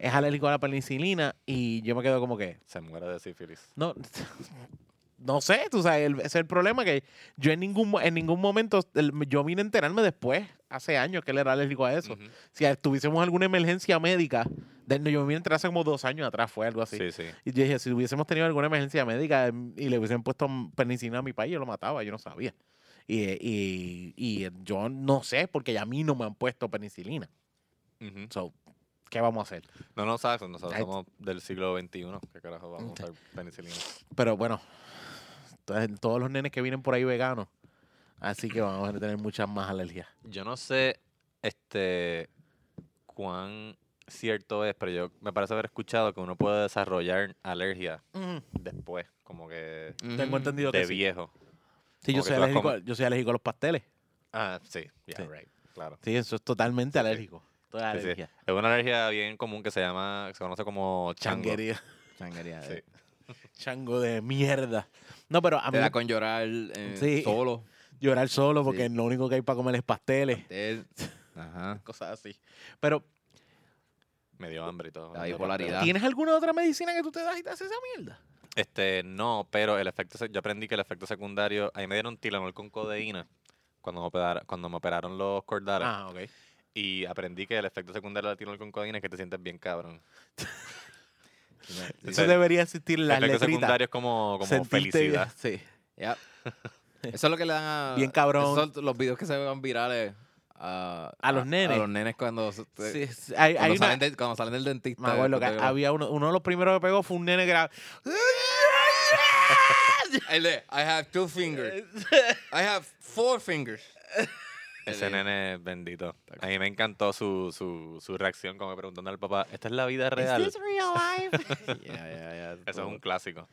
Speaker 1: Es alérgico a la penicilina y yo me quedo como que,
Speaker 2: Se muere de sífilis.
Speaker 1: no, <laughs> no sé, tú sabes, el- ese es el problema que yo en ningún, mo- en ningún momento, el- yo vine a enterarme después, hace años que él era alérgico a eso.
Speaker 2: Ujú.
Speaker 1: Si tuviésemos alguna emergencia médica, de- yo vine a enterar hace como dos años atrás, fue algo así.
Speaker 2: Sí, sí.
Speaker 1: Y yo dije, si hubiésemos tenido alguna emergencia médica em, y le hubiesen puesto m- penicilina a mi país, yo lo mataba, yo no sabía. Y, eh, y- y, eh, yo no sé, porque a mí no me han puesto penicilina.
Speaker 2: Ujú.
Speaker 1: So, ¿qué vamos a hacer?
Speaker 2: No, no sabes, nosotros
Speaker 1: Ay.
Speaker 2: somos del siglo XXI. ¿Qué carajo vamos a usar penicilina?
Speaker 1: Pero bueno, entonces, todos los nenes que vienen por ahí veganos, así que vamos a tener muchas más alergias.
Speaker 2: Yo no sé este cuán cierto es, pero yo me parece haber escuchado que uno puede desarrollar alergia después, como que
Speaker 3: Mm.
Speaker 1: Tengo entendido
Speaker 2: Mm, de
Speaker 1: que sí.
Speaker 2: viejo.
Speaker 1: Sí, yo soy,
Speaker 2: como que tú las
Speaker 1: alérgico, a-
Speaker 2: comes.
Speaker 1: yo soy alérgico a los pasteles.
Speaker 2: Ah, sí, yeah,
Speaker 1: Sí.
Speaker 2: right, claro.
Speaker 1: Sí, eso es totalmente
Speaker 2: sí.
Speaker 1: alérgico. Toda
Speaker 2: Sí, sí.
Speaker 1: alergia.
Speaker 2: Es una alergia bien común que se llama, se conoce como chango.
Speaker 1: Changuería. <laughs>
Speaker 3: Changuería.
Speaker 2: Sí.
Speaker 3: eh.
Speaker 1: Chango de mierda. No, pero a mí
Speaker 3: Te da con llorar eh,
Speaker 1: Sí.
Speaker 3: solo.
Speaker 1: llorar solo porque lo único que hay para comer es pasteles.
Speaker 3: Él- Ajá.
Speaker 1: cosas así. Pero,
Speaker 2: Me dio hambre y todo.
Speaker 3: La
Speaker 2: hablando de
Speaker 3: bipolaridad.
Speaker 2: pasteles.
Speaker 1: ¿tienes alguna otra medicina que tú te das y te haces esa mierda?
Speaker 2: Este, no, pero el efecto, sec- yo aprendí que el efecto secundario, ahí me dieron Tylenol con codeína cuando me operaron, cuando me operaron los cordares.
Speaker 1: Ah, ok.
Speaker 2: Y aprendí que el efecto secundario de la Tylenol con codeína es que te sientes bien cabrón.
Speaker 1: Eso
Speaker 2: Sí.
Speaker 1: debería existir en las
Speaker 2: el efecto
Speaker 1: letritas.
Speaker 2: secundario es como, como
Speaker 1: Sentirte bien-
Speaker 2: felicidad.
Speaker 1: <laughs> Sí.
Speaker 3: Yep. Eso es lo que le dan a.
Speaker 1: Bien cabrón.
Speaker 3: esos son los videos que se van virales a,
Speaker 1: A los nenes.
Speaker 3: A los nenes cuando, se- te-
Speaker 1: Sí, sí, Hay,
Speaker 3: cuando
Speaker 1: hay una-
Speaker 3: salen, del- cuando salen del dentista.
Speaker 1: Me acuerdo que
Speaker 3: después de-
Speaker 1: había uno, uno de los primeros que pegó fue un nene que
Speaker 2: <laughs>
Speaker 1: era...
Speaker 3: El de, I have two
Speaker 1: <laughs>
Speaker 3: fingers. I have four fingers.
Speaker 2: <laughs> Ese
Speaker 3: Excelente.
Speaker 2: nene es bendito. A mí me encantó su, su, su reacción como preguntando al papá, ¿esta es la vida real? Eso
Speaker 1: <laughs>
Speaker 2: <laughs> es un clásico.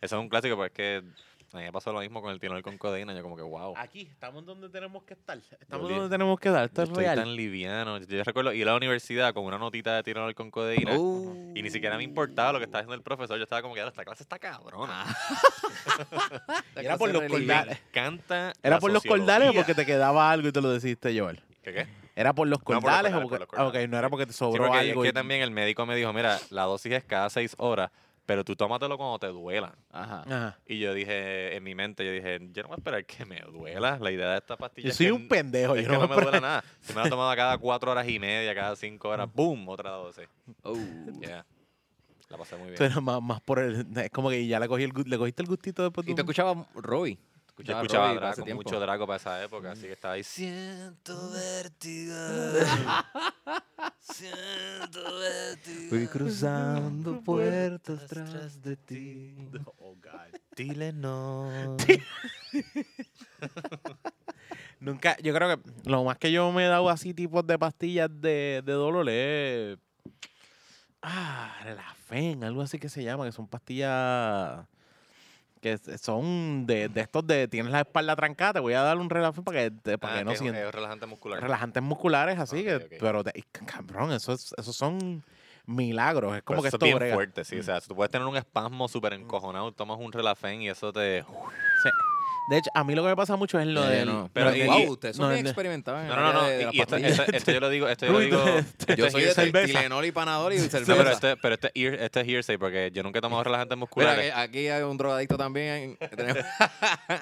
Speaker 2: Eso es un clásico porque es que a mí me pasó lo mismo con el Tylenol con codeína. Yo como que, wow.
Speaker 1: Aquí, estamos donde tenemos que estar. Estamos
Speaker 2: Yo li-
Speaker 1: donde tenemos que estar. Ah, Esto
Speaker 2: Yo
Speaker 1: es
Speaker 2: estoy
Speaker 1: real.
Speaker 2: tan liviano. Yo recuerdo ir a la universidad con una notita de Tylenol con codeína
Speaker 3: Uh.
Speaker 2: y ni siquiera me importaba lo que estaba haciendo el profesor. Yo estaba como que, "Ahora, esta clase está cabrona.
Speaker 1: Ah.
Speaker 3: Esta
Speaker 1: Era por los
Speaker 3: clase de
Speaker 2: Me
Speaker 1: cordales.
Speaker 3: religión.
Speaker 2: encanta
Speaker 1: ¿Era
Speaker 2: la
Speaker 1: por los cordales o
Speaker 2: sociología.
Speaker 1: porque te quedaba algo y te lo decidiste llevar?
Speaker 2: ¿Qué, qué?
Speaker 1: ¿Era por los
Speaker 2: por los
Speaker 1: cordales
Speaker 2: cordales,
Speaker 1: o
Speaker 2: por
Speaker 1: porque...
Speaker 2: los cordales.
Speaker 1: ok, no era porque te
Speaker 2: Sí,
Speaker 1: sobró
Speaker 2: porque
Speaker 1: algo.
Speaker 2: es
Speaker 1: y-
Speaker 2: que también el médico me dijo, mira, la dosis es cada seis horas, pero tú tómatelo cuando te duela.
Speaker 3: Ajá.
Speaker 1: Ajá.
Speaker 2: Y yo dije, en mi mente, yo dije, yo no voy a esperar que me duela. La idea de esta pastilla
Speaker 1: Yo
Speaker 2: es
Speaker 1: soy
Speaker 2: que
Speaker 1: un
Speaker 2: n-
Speaker 1: pendejo. yo
Speaker 2: es que
Speaker 1: no
Speaker 2: no
Speaker 1: me
Speaker 2: me
Speaker 1: pre-
Speaker 2: duela nada. Si me la tomaba cada cuatro horas y media, cada cinco
Speaker 1: Mm.
Speaker 2: horas, ¡boom! Otra dosis.
Speaker 3: Oh.
Speaker 2: <laughs> Ya. La pasé muy bien.
Speaker 1: Suena más, más por el. Es como que ya le, cogí el, gu- le cogiste el gustito después de
Speaker 3: Y te
Speaker 1: un-
Speaker 3: escuchaba Roy.
Speaker 2: Yo escuchaba
Speaker 3: Roy para ese
Speaker 2: Draco,
Speaker 3: tiempo.
Speaker 2: mucho Draco para esa época, así que estaba ahí.
Speaker 1: Mm. <laughs>
Speaker 2: Siento vértigo. Siento vértigo.
Speaker 3: Fui cruzando puertas tras
Speaker 2: tras
Speaker 3: de ti.
Speaker 1: Oh, God.
Speaker 2: Dile no.
Speaker 1: <laughs> Nunca, yo creo que lo más que yo me he dado así tipos de pastillas de, de dolor es. Ah, Relafen, algo así que se llama, que son pastillas que s- son de, de estos de tienes la espalda trancada, te voy a dar un relafen para que, te- para
Speaker 2: Ah,
Speaker 1: que no
Speaker 2: que es un-
Speaker 1: sientas.
Speaker 2: es relajante muscular.
Speaker 1: Relajantes musculares, así
Speaker 2: Ok,
Speaker 1: que.
Speaker 2: ok.
Speaker 1: Pero, te- y, c- cabrón, eso, es- esos son milagros. Es como que
Speaker 2: Pero Pues eso es
Speaker 1: esto
Speaker 2: bien
Speaker 1: brega.
Speaker 2: fuerte, sí. O sea, tú puedes tener un espasmo súper encojonado, tomas un relafen y eso te...
Speaker 1: Sí. De hecho, a mí lo que me pasa mucho es lo
Speaker 3: Ya,
Speaker 1: de.
Speaker 3: ya no.
Speaker 2: Pero
Speaker 3: Pero,
Speaker 1: lo de-
Speaker 2: y-
Speaker 3: wow, ustedes son
Speaker 1: no,
Speaker 3: bien
Speaker 1: no.
Speaker 3: experimentados. en
Speaker 2: No,
Speaker 3: el
Speaker 2: no, no,
Speaker 3: área
Speaker 2: no.
Speaker 3: de
Speaker 2: y-
Speaker 3: las
Speaker 2: Y esto, <laughs>
Speaker 3: pastillas.
Speaker 2: esto- esto yo lo digo, esto yo lo
Speaker 1: Uy,
Speaker 2: digo...
Speaker 1: <laughs> tú-
Speaker 3: Yo soy de
Speaker 1: cerveza.
Speaker 3: Tilenol y Panadol y cerveza.
Speaker 2: No, pero este, pero este, ear- este es hearsay porque yo nunca he tomado relajantes
Speaker 3: Mira,
Speaker 2: musculares.
Speaker 3: que aquí hay un drogadicto también. <laughs> que tenemos-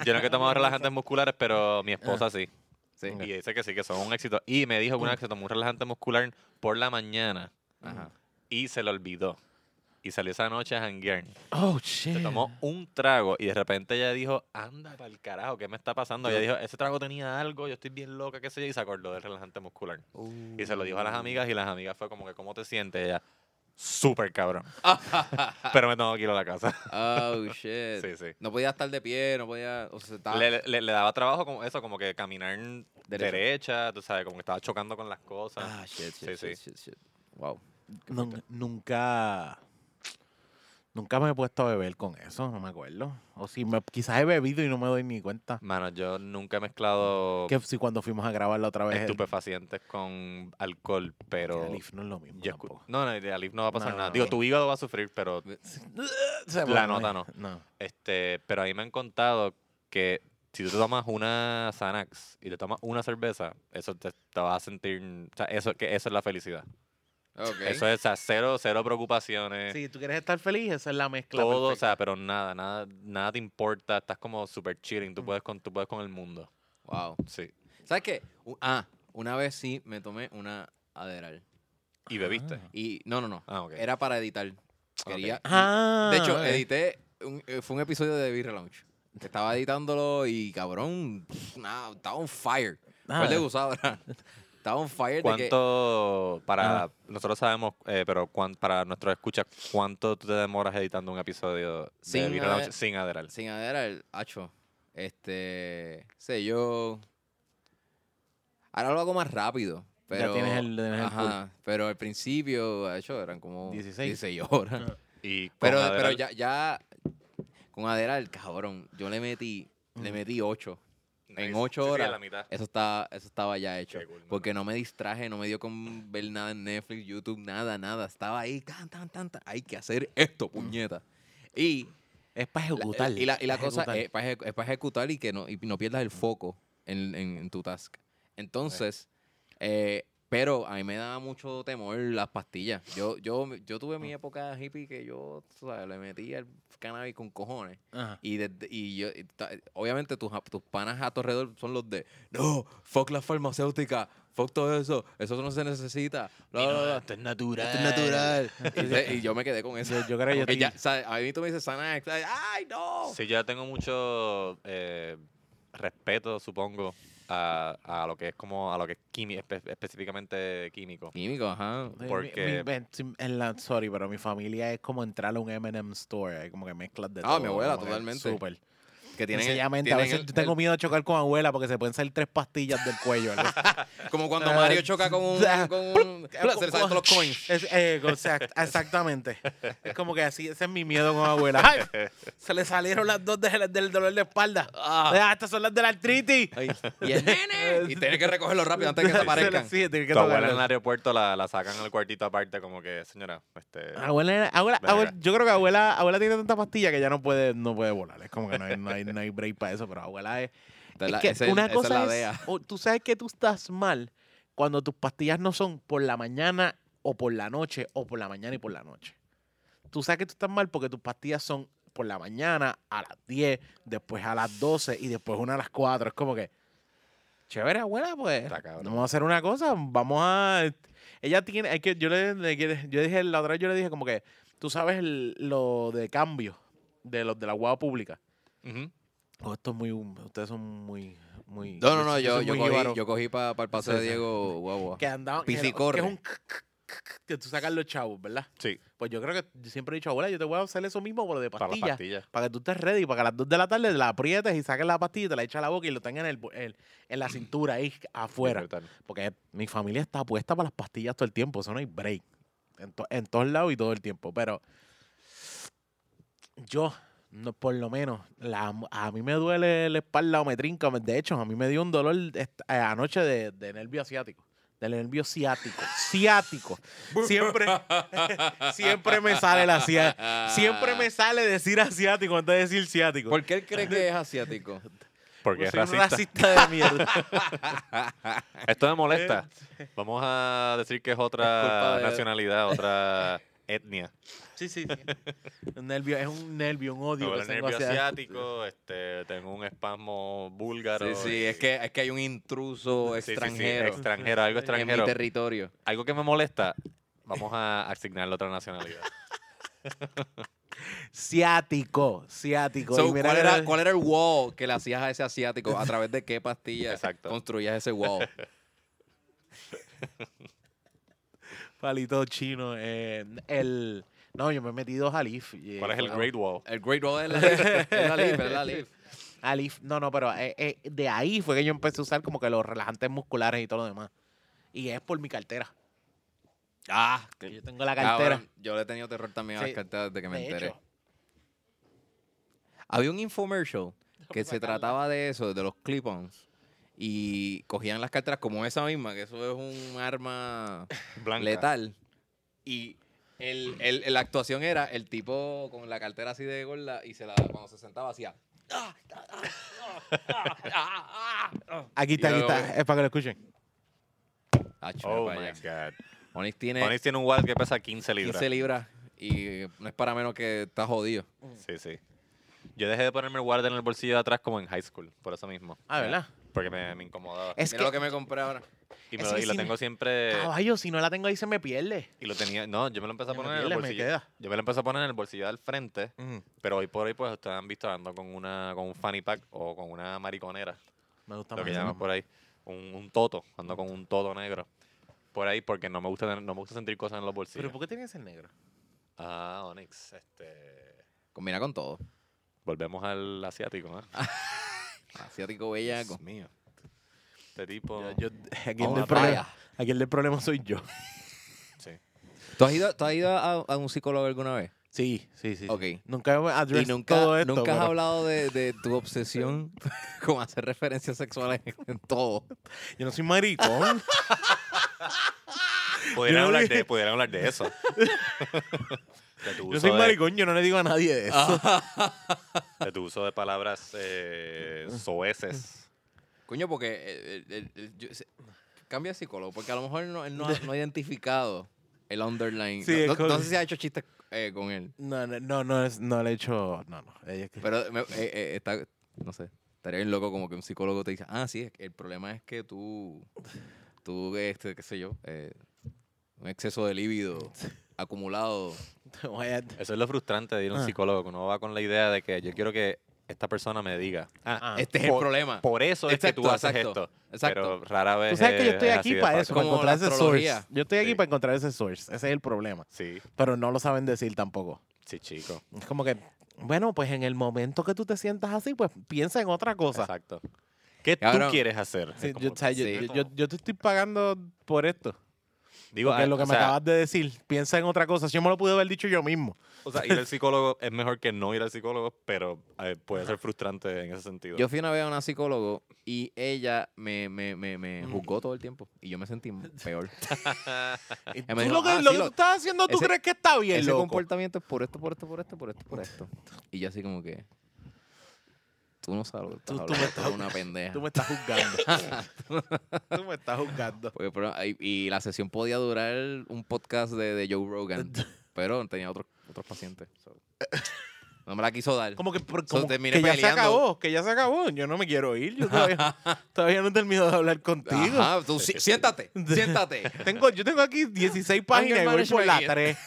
Speaker 2: Yo nunca he tomado relajantes musculares, pero mi esposa sí.
Speaker 3: Ah. Sí.
Speaker 2: Y dice que sí, que son un éxito. Y me dijo que una vez que se tomó un relajante muscular por la mañana
Speaker 3: Ajá.
Speaker 2: y se lo olvidó. Y salió esa noche a janguear.
Speaker 1: Oh, shit.
Speaker 2: Se tomó un trago y de repente ella dijo, anda para el carajo, ¿qué me está pasando? Ella dijo, ese trago tenía algo, yo estoy bien loca,
Speaker 1: Mm.
Speaker 2: qué sé yo, y se acordó del relajante muscular. Y se lo dijo a las amigas y las amigas fue como que, ¿cómo te sientes? Ella,
Speaker 1: <laughs>
Speaker 2: súper cabrón. Pero me tengo que ir a la casa. <laughs>
Speaker 3: Oh, shit.
Speaker 2: Sí, sí.
Speaker 3: No podía estar de pie, no podía. O sea, estaba-
Speaker 2: Le, le- le daba trabajo como eso, como que caminar derecha, tú sabes, como que estaba chocando con las cosas.
Speaker 3: Ah, shit, shit,
Speaker 2: Sí,
Speaker 3: shit, shit, shit. Wow.
Speaker 1: Nun- nunca. Nunca me he puesto a beber con eso, no me acuerdo. O si me, quizás he bebido y no me doy ni cuenta.
Speaker 2: Mano, yo nunca he mezclado
Speaker 1: Que si cuando fuimos a grabar la otra vez. el-
Speaker 2: estupefacientes con alcohol, pero...
Speaker 1: el Alif no es lo mismo.
Speaker 2: yo escu- <laughs>
Speaker 1: tampoco.
Speaker 2: no, no, de Alif no va a pasar
Speaker 1: No,
Speaker 2: nada.
Speaker 1: no,
Speaker 2: Digo,
Speaker 1: no.
Speaker 2: tu hígado va a sufrir, pero
Speaker 1: <laughs> Se
Speaker 2: La
Speaker 1: pone- <laughs>
Speaker 2: nota no. Este, pero ahí me han contado que si tú te tomas una Xanax y te tomas una cerveza, eso te, te vas a sentir, o sea, eso, que eso es la felicidad.
Speaker 3: Ok.
Speaker 2: Eso es, o sea, cero, cero preocupaciones,
Speaker 1: Si tú quieres estar feliz, esa es la mezcla.
Speaker 2: Eh. todo, o
Speaker 1: perfecta.
Speaker 2: sea, pero nada, nada, nada te importa, estás como super chilling,
Speaker 3: Mm.
Speaker 2: tú puedes con, tú puedes con el mundo,
Speaker 3: Wow.
Speaker 2: sí.
Speaker 3: ¿Sabes qué? U- ah, una vez sí me tomé una Aderal.
Speaker 2: Y bebiste.
Speaker 3: Y no, no, no.
Speaker 2: Ah, ok.
Speaker 3: Era para editar. Quería.
Speaker 1: Ah,
Speaker 3: De hecho,
Speaker 1: ok.
Speaker 3: edité. un- eh, fue un episodio de Beer Relaunch. Estaba editándolo y cabrón. pff, nada, estaba on fire.
Speaker 1: Ah.
Speaker 3: Fue de gozadora. <laughs> Estaba on fire de que.
Speaker 2: ¿Cuánto, para,
Speaker 1: Ajá.
Speaker 2: nosotros sabemos, eh, pero cuán- para nuestros escuchas, cuánto tú te demoras editando un episodio de
Speaker 3: Sin
Speaker 2: Beer
Speaker 3: Adderall.
Speaker 2: Lounge sin Adderall?
Speaker 3: Sin Aderal, hacho. Este. Sé yo. Ahora lo hago más rápido. Pero,
Speaker 1: tienes el- tienes el
Speaker 3: ajá, pero al principio, de hecho, eran como
Speaker 1: 16.
Speaker 3: 16 horas.
Speaker 2: Y con
Speaker 3: Pero, pero
Speaker 2: Adderall-
Speaker 3: ya, ya con Aderal, cabrón, yo le metí, le
Speaker 1: Mm.
Speaker 3: metí ocho. En
Speaker 2: Nice.
Speaker 3: ocho
Speaker 2: Sí, sí, a
Speaker 3: horas.
Speaker 2: la mitad.
Speaker 3: Eso estaba, eso estaba ya hecho.
Speaker 2: Qué cool, mano.
Speaker 3: porque no me distraje, no me dio con ver nada en Netflix, YouTube, nada, nada. Estaba ahí, tan, tan, tan, tan. Hay que hacer
Speaker 1: Mm.
Speaker 3: esto, puñeta. Y
Speaker 1: es para
Speaker 3: la- eh,
Speaker 1: ejecutar.
Speaker 3: y la, y la
Speaker 1: pa'
Speaker 3: cosa eh,
Speaker 1: ejecutar.
Speaker 3: es para, ejecutar y que no, y no pierdas el foco en, en- en tu task. Entonces, eh, pero a mí me daba mucho temor las pastillas. Yo, yo, yo tuve mi época hippie que yo tú sabes, le metía el cannabis con cojones.
Speaker 1: Ajá.
Speaker 3: Y, desde- y yo, y ta- obviamente tus, tus panas a tu alrededor son los de, no, fuck la farmacéutica, fuck todo eso, eso no se necesita. bla, bla, bla".
Speaker 1: es natural.
Speaker 3: Esto es natural. Y, se- y yo me quedé con eso.
Speaker 1: Yo, yo creo que yo
Speaker 3: Porque
Speaker 1: estoy-
Speaker 3: ya, ¿sabes? A mí tú me dices, Sana, ay, no.
Speaker 2: Sí, yo ya tengo mucho eh, respeto, supongo, a, a lo que es como a lo que es químico, específicamente químico.
Speaker 3: Químico, ajá.
Speaker 1: Mi- mi-
Speaker 2: porque-
Speaker 1: ven, sí, en la- sorry, pero mi familia es como entrar a un M&M store, hay como que mezclas de
Speaker 3: Ah,
Speaker 1: todo.
Speaker 3: mi abuela,
Speaker 1: como que
Speaker 3: totalmente.
Speaker 1: Súper.
Speaker 3: Que
Speaker 1: Sencillamente, a
Speaker 3: tienen
Speaker 1: veces
Speaker 3: el-
Speaker 1: yo tengo
Speaker 3: el-
Speaker 1: miedo de chocar con abuela porque se pueden salir tres pastillas del cuello. ¿no?
Speaker 3: <laughs> Como cuando
Speaker 1: Ah, <laughs>
Speaker 3: Mario choca con un.
Speaker 1: ah,
Speaker 3: Con un eh, se le salen todos los coins.
Speaker 1: <laughs> Es- eh, exact- exactamente. Es como que así, ese es mi miedo con abuela. ¡Ay! <laughs> Se le salieron las dos de- del dolor de espalda. Ah, estas son las de la artritis.
Speaker 3: Ay, <laughs> y el
Speaker 1: <laughs>
Speaker 3: nene. Y tiene que recogerlo rápido antes de
Speaker 1: Se
Speaker 3: que
Speaker 1: le-
Speaker 3: desaparezcan.
Speaker 1: sí, tiene que
Speaker 2: Tu abuela en el
Speaker 1: tocarlo.
Speaker 2: aeropuerto la, la sacan al cuartito aparte, como que, señora, este,
Speaker 3: Ah,
Speaker 1: Abuela era- abuela-
Speaker 2: Ven acá.
Speaker 1: abuel- yo creo que abuela, abuela tiene tanta pastilla que ya no puede, no puede volar. Es como que no hay, no hay, no hay break para eso, pero abuela es.
Speaker 3: Esa es la-
Speaker 1: es que
Speaker 3: esa es-
Speaker 1: una
Speaker 3: esa es
Speaker 1: cosa
Speaker 3: la
Speaker 1: es, <laughs>
Speaker 3: DEA.
Speaker 1: o tú sabes que tú estás mal cuando tus pastillas no son por la mañana o por la noche o por la mañana y por la noche. Tú sabes que tú estás mal porque tus pastillas son por la mañana a las 10, después a las 12 y después una a las 4. Es como que, chévere, abuela, pues.
Speaker 2: Está cabrón.
Speaker 1: Vamos a hacer una cosa, vamos a... Ella tiene, hay que, yo le, le quiere- yo dije, la otra vez yo le dije como que, tú sabes el- lo de cambio de los de la guagua pública.
Speaker 2: ujú,
Speaker 1: Oh, esto es muy. Ustedes son muy. muy
Speaker 3: No, no, no.
Speaker 1: soy-
Speaker 3: Yo,
Speaker 1: soy
Speaker 3: yo
Speaker 1: muy jíbaro.
Speaker 3: cogí, yo cogí para el paseo de
Speaker 1: Sí, sí.
Speaker 3: Diego
Speaker 1: <laughs>
Speaker 3: guagua.
Speaker 1: Que andaban. que-
Speaker 3: Piscicorre.
Speaker 1: Que, es un c- c- c- que tú sacas los chavos, ¿verdad?
Speaker 2: Sí,
Speaker 1: Pues yo creo que yo siempre he dicho, abuela, yo te voy a hacer eso mismo, pero de
Speaker 2: para las
Speaker 1: pastillas. Para,
Speaker 2: pastillas.
Speaker 1: que tú estés ready, para que a las 2 de la tarde la aprietes y saques la pastilla y te la echas a la boca y lo tengas en, el, bu- en, en
Speaker 3: <clears throat>
Speaker 1: la cintura ahí afuera.
Speaker 2: Brutal.
Speaker 1: Porque mi familia está puesta para las pastillas todo el tiempo, eso no hay break. En, to- en todos lados y todo el tiempo. Pero yo, no, por lo menos, la- a mí me duele la espalda o me trinca. me- De hecho, a mí me dio un dolor est- eh, anoche de, de nervio asiático. Del nervio ciático. Ciático. Siempre, <laughs> siempre me sale la asiático. Siempre me sale decir asiático antes de decir ciático.
Speaker 3: ¿Por qué él cree que
Speaker 1: <laughs>
Speaker 3: es asiático?
Speaker 2: Porque es
Speaker 1: Soy
Speaker 3: Pues
Speaker 1: un
Speaker 2: racista.
Speaker 1: racista de mierda.
Speaker 2: Esto me
Speaker 3: <laughs>
Speaker 2: molesta. Vamos a decir que es otra
Speaker 3: culpa de-
Speaker 2: nacionalidad,
Speaker 3: <laughs>
Speaker 2: otra etnia.
Speaker 1: Sí, sí. Un nervio, es un nervio, un odio.
Speaker 2: Me
Speaker 3: pues
Speaker 1: que
Speaker 2: duele el
Speaker 1: tengo
Speaker 2: nervio
Speaker 1: hacia-
Speaker 2: asiático, este, tengo un espasmo búlgaro.
Speaker 3: Sí, sí. Es
Speaker 2: y-
Speaker 3: que, es que hay un intruso
Speaker 2: Sí, sí, sí,
Speaker 3: extranjero
Speaker 2: extranjero, algo
Speaker 3: en mi
Speaker 2: extranjero.
Speaker 3: territorio.
Speaker 2: Algo que me molesta, vamos a asignarle otra nacionalidad.
Speaker 1: Ciático, ciático.
Speaker 3: So,
Speaker 1: Y mira,
Speaker 3: ¿cuál,
Speaker 1: mira,
Speaker 3: era, ¿Cuál era el wall que le hacías a ese asiático? ¿A través de qué <laughs> pastillas <laughs>
Speaker 2: Exacto.
Speaker 3: construías ese wall?
Speaker 1: palito chino. eh, el, no, yo me he metido a Alif. eh,
Speaker 2: ¿Cuál es el
Speaker 1: bueno,
Speaker 2: Great Wall?
Speaker 3: El Great Wall <laughs> es la leaf, es la leaf, es la leaf.
Speaker 1: Alif, no, no, pero eh, eh, de ahí fue que yo empecé a usar como que los relajantes musculares y todo lo demás. Y es por mi cartera.
Speaker 3: Ah,
Speaker 1: que Yo tengo la cartera.
Speaker 3: <laughs> cabrón, yo le he tenido terror también a
Speaker 1: Sí,
Speaker 3: las carteras desde que me
Speaker 1: de
Speaker 3: enteré.
Speaker 1: hecho.
Speaker 3: Había
Speaker 1: <laughs>
Speaker 3: un infomercial que se
Speaker 1: Sacarla.
Speaker 3: trataba de eso, de los clip-ons. Y cogían las carteras como esa misma, que eso es un arma
Speaker 2: Blanca.
Speaker 3: letal. Y el, el- la actuación era el tipo con la cartera así de gorda y se la, cuando se sentaba hacía... "Ah, ah, ah, ah, ah, ah,
Speaker 1: Aquí
Speaker 3: Y
Speaker 1: está, aquí
Speaker 3: luego-
Speaker 1: está. Es para que lo escuchen.
Speaker 3: ah". Ah, chulo,
Speaker 2: Oh
Speaker 3: para
Speaker 2: my
Speaker 3: allá.
Speaker 2: God.
Speaker 3: Onyx tiene
Speaker 2: Onis tiene un wall que pesa 15 libras.
Speaker 3: 15 libras y no es para menos que está jodido.
Speaker 2: Sí, sí. Yo dejé de ponerme el guard en el bolsillo de atrás como en high school, por eso mismo.
Speaker 1: Ah, ¿verdad?
Speaker 2: Porque me, me incomodaba.
Speaker 1: Es
Speaker 3: Mira
Speaker 1: que,
Speaker 3: lo que me compré ahora.
Speaker 2: y me
Speaker 1: es
Speaker 2: lo,
Speaker 1: que
Speaker 2: y lo
Speaker 1: si me- Ah,
Speaker 2: tengo
Speaker 3: Eh.
Speaker 2: siempre...
Speaker 1: caballo, si no la tengo ahí se me pierde.
Speaker 2: Y lo tenía... No, yo me lo empecé a
Speaker 1: Me
Speaker 2: poner en el
Speaker 1: pierde, me
Speaker 2: bolsillo.
Speaker 1: queda.
Speaker 2: Yo me lo empecé a poner en el bolsillo del frente. Pero hoy por hoy, pues, ustedes han visto andando con, una, con un fanny pack o con una mariconera.
Speaker 1: Me gusta
Speaker 2: lo
Speaker 1: más.
Speaker 2: que
Speaker 1: eso.
Speaker 2: llaman por ahí, un, un toto, ando con un toto negro. Por ahí, porque no me gusta, tener- no me gusta sentir cosas en los
Speaker 1: Pero
Speaker 2: bolsillos.
Speaker 1: ¿por qué tiene que ser negro?
Speaker 2: Ah, Onyx, este...
Speaker 3: Combina con todo.
Speaker 2: Volvemos al asiático, ¿eh?
Speaker 3: Asiático bellaco.
Speaker 2: Dios mío. Este tipo...
Speaker 1: <laughs> aquí,
Speaker 3: el del problema-
Speaker 1: el del problema soy yo.
Speaker 2: <laughs> Sí.
Speaker 3: ¿Tú has ido, tú has ido a, a un psicólogo alguna vez?
Speaker 1: Sí, sí, sí. sí.
Speaker 3: Ok.
Speaker 1: Nunca me
Speaker 3: Y
Speaker 1: addressed
Speaker 3: nunca,
Speaker 1: todo esto.
Speaker 3: nunca has
Speaker 1: pero-
Speaker 3: hablado de, de tu obsesión <laughs> con hacer referencias sexuales en todo.
Speaker 1: Yo no soy <laughs> maricón.
Speaker 2: Pudieran,
Speaker 1: Yo no
Speaker 2: hablar
Speaker 1: vi-
Speaker 2: de, pudieran hablar de <laughs> eso. de, tu
Speaker 1: yo
Speaker 2: uso
Speaker 1: soy
Speaker 2: de,
Speaker 1: maricón, yo no le digo a nadie de eso.
Speaker 2: de tu uso de palabras eh, soeces.
Speaker 3: Coño, porque eh, eh, eh, yo sé- cambia de psicólogo, porque a lo mejor no, él no, ha, no ha identificado el underline.
Speaker 1: Sí,
Speaker 3: No-
Speaker 1: es
Speaker 3: no,
Speaker 1: como-
Speaker 3: no sé si ha hecho chistes eh, con él,
Speaker 1: No, no, no, no, es- no le he hecho. No, no. ella es que-
Speaker 3: pero me- eh, eh, está, no sé, estaría bien loco como que un psicólogo te dice, ah, sí, el problema es que tú, tú, este, qué sé yo, eh, un exceso de líbido acumulado.
Speaker 1: <laughs> Vaya-
Speaker 2: Eso es lo frustrante de ir a un
Speaker 1: Ah.
Speaker 2: psicólogo, que uno va con la idea de que yo quiero que esta persona me diga, ah,
Speaker 1: Ah.
Speaker 3: Este es el
Speaker 2: Por-
Speaker 3: problema.
Speaker 2: Por eso es que tú
Speaker 3: Exacto,
Speaker 2: haces
Speaker 3: exacto,
Speaker 2: esto.
Speaker 3: exacto.
Speaker 2: Pero rara vez.
Speaker 1: Tú sabes que yo
Speaker 2: es-
Speaker 1: estoy
Speaker 2: es así
Speaker 1: aquí
Speaker 2: de
Speaker 1: para
Speaker 2: fácil.
Speaker 1: eso, para
Speaker 3: Como
Speaker 1: encontrar
Speaker 3: la
Speaker 1: ese source.
Speaker 3: astrología.
Speaker 1: Yo estoy aquí
Speaker 2: Sí.
Speaker 1: para encontrar ese source. Ese es el problema.
Speaker 2: Sí,
Speaker 1: Pero no lo saben decir tampoco.
Speaker 2: sí, chico.
Speaker 1: Es como que, bueno, pues en el momento que tú te sientas así, pues piensa en otra cosa.
Speaker 2: Exacto. ¿Qué
Speaker 3: Cabrón.
Speaker 2: tú quieres hacer? Es
Speaker 1: Sí,
Speaker 2: como-
Speaker 1: yo, o sea, yo-
Speaker 3: sí.
Speaker 1: yo- yo- yo te estoy pagando por esto.
Speaker 2: digo,
Speaker 1: porque
Speaker 2: ah,
Speaker 1: lo que
Speaker 2: o
Speaker 1: me
Speaker 2: sea,
Speaker 1: acabas de decir, piensa en otra cosa. Si yo me lo pude haber dicho yo mismo.
Speaker 3: <laughs>
Speaker 2: o sea, ir al psicólogo es mejor que no ir al psicólogo, pero eh, puede ser frustrante en ese sentido.
Speaker 3: Yo fui una vez a una psicólogo y ella me, me, me, me
Speaker 1: Mm.
Speaker 3: juzgó todo el tiempo y yo me sentí
Speaker 1: <laughs>
Speaker 3: peor.
Speaker 1: Y
Speaker 3: Él me
Speaker 1: tú
Speaker 3: dijo,
Speaker 1: lo que, lo
Speaker 3: "Ah, sí,
Speaker 1: que
Speaker 3: lo-
Speaker 1: tú estás haciendo, tú
Speaker 3: ese-
Speaker 1: crees que está bien,
Speaker 3: Ese
Speaker 1: loco.
Speaker 3: comportamiento es por esto, por esto, por esto, por esto, por esto. Y yo así como que... Tú no sabes lo que estás
Speaker 1: Tú- tú me
Speaker 3: hablando, tú
Speaker 1: estás- <laughs>
Speaker 3: eres una pendeja.
Speaker 1: Tú me estás juzgando. <laughs>
Speaker 3: <laughs>
Speaker 1: tú me estás juzgando.
Speaker 3: Porque, pero, y, y la sesión podía durar un podcast de, de Joe
Speaker 1: <laughs>
Speaker 3: Rogan, pero tenía otros otros pacientes. so. No me la quiso dar.
Speaker 1: Como que, por-
Speaker 3: So,
Speaker 1: como que
Speaker 3: terminé
Speaker 1: ya se
Speaker 3: peleando.
Speaker 1: acabó, que ya se acabó. Yo no me quiero ir, yo
Speaker 3: <laughs>
Speaker 1: todavía, todavía no he terminado de hablar contigo.
Speaker 3: Ajá, tú
Speaker 1: <laughs>
Speaker 3: si- siéntate, siéntate.
Speaker 1: Tengo, yo tengo aquí 16 páginas y voy por la
Speaker 3: management.
Speaker 1: 3.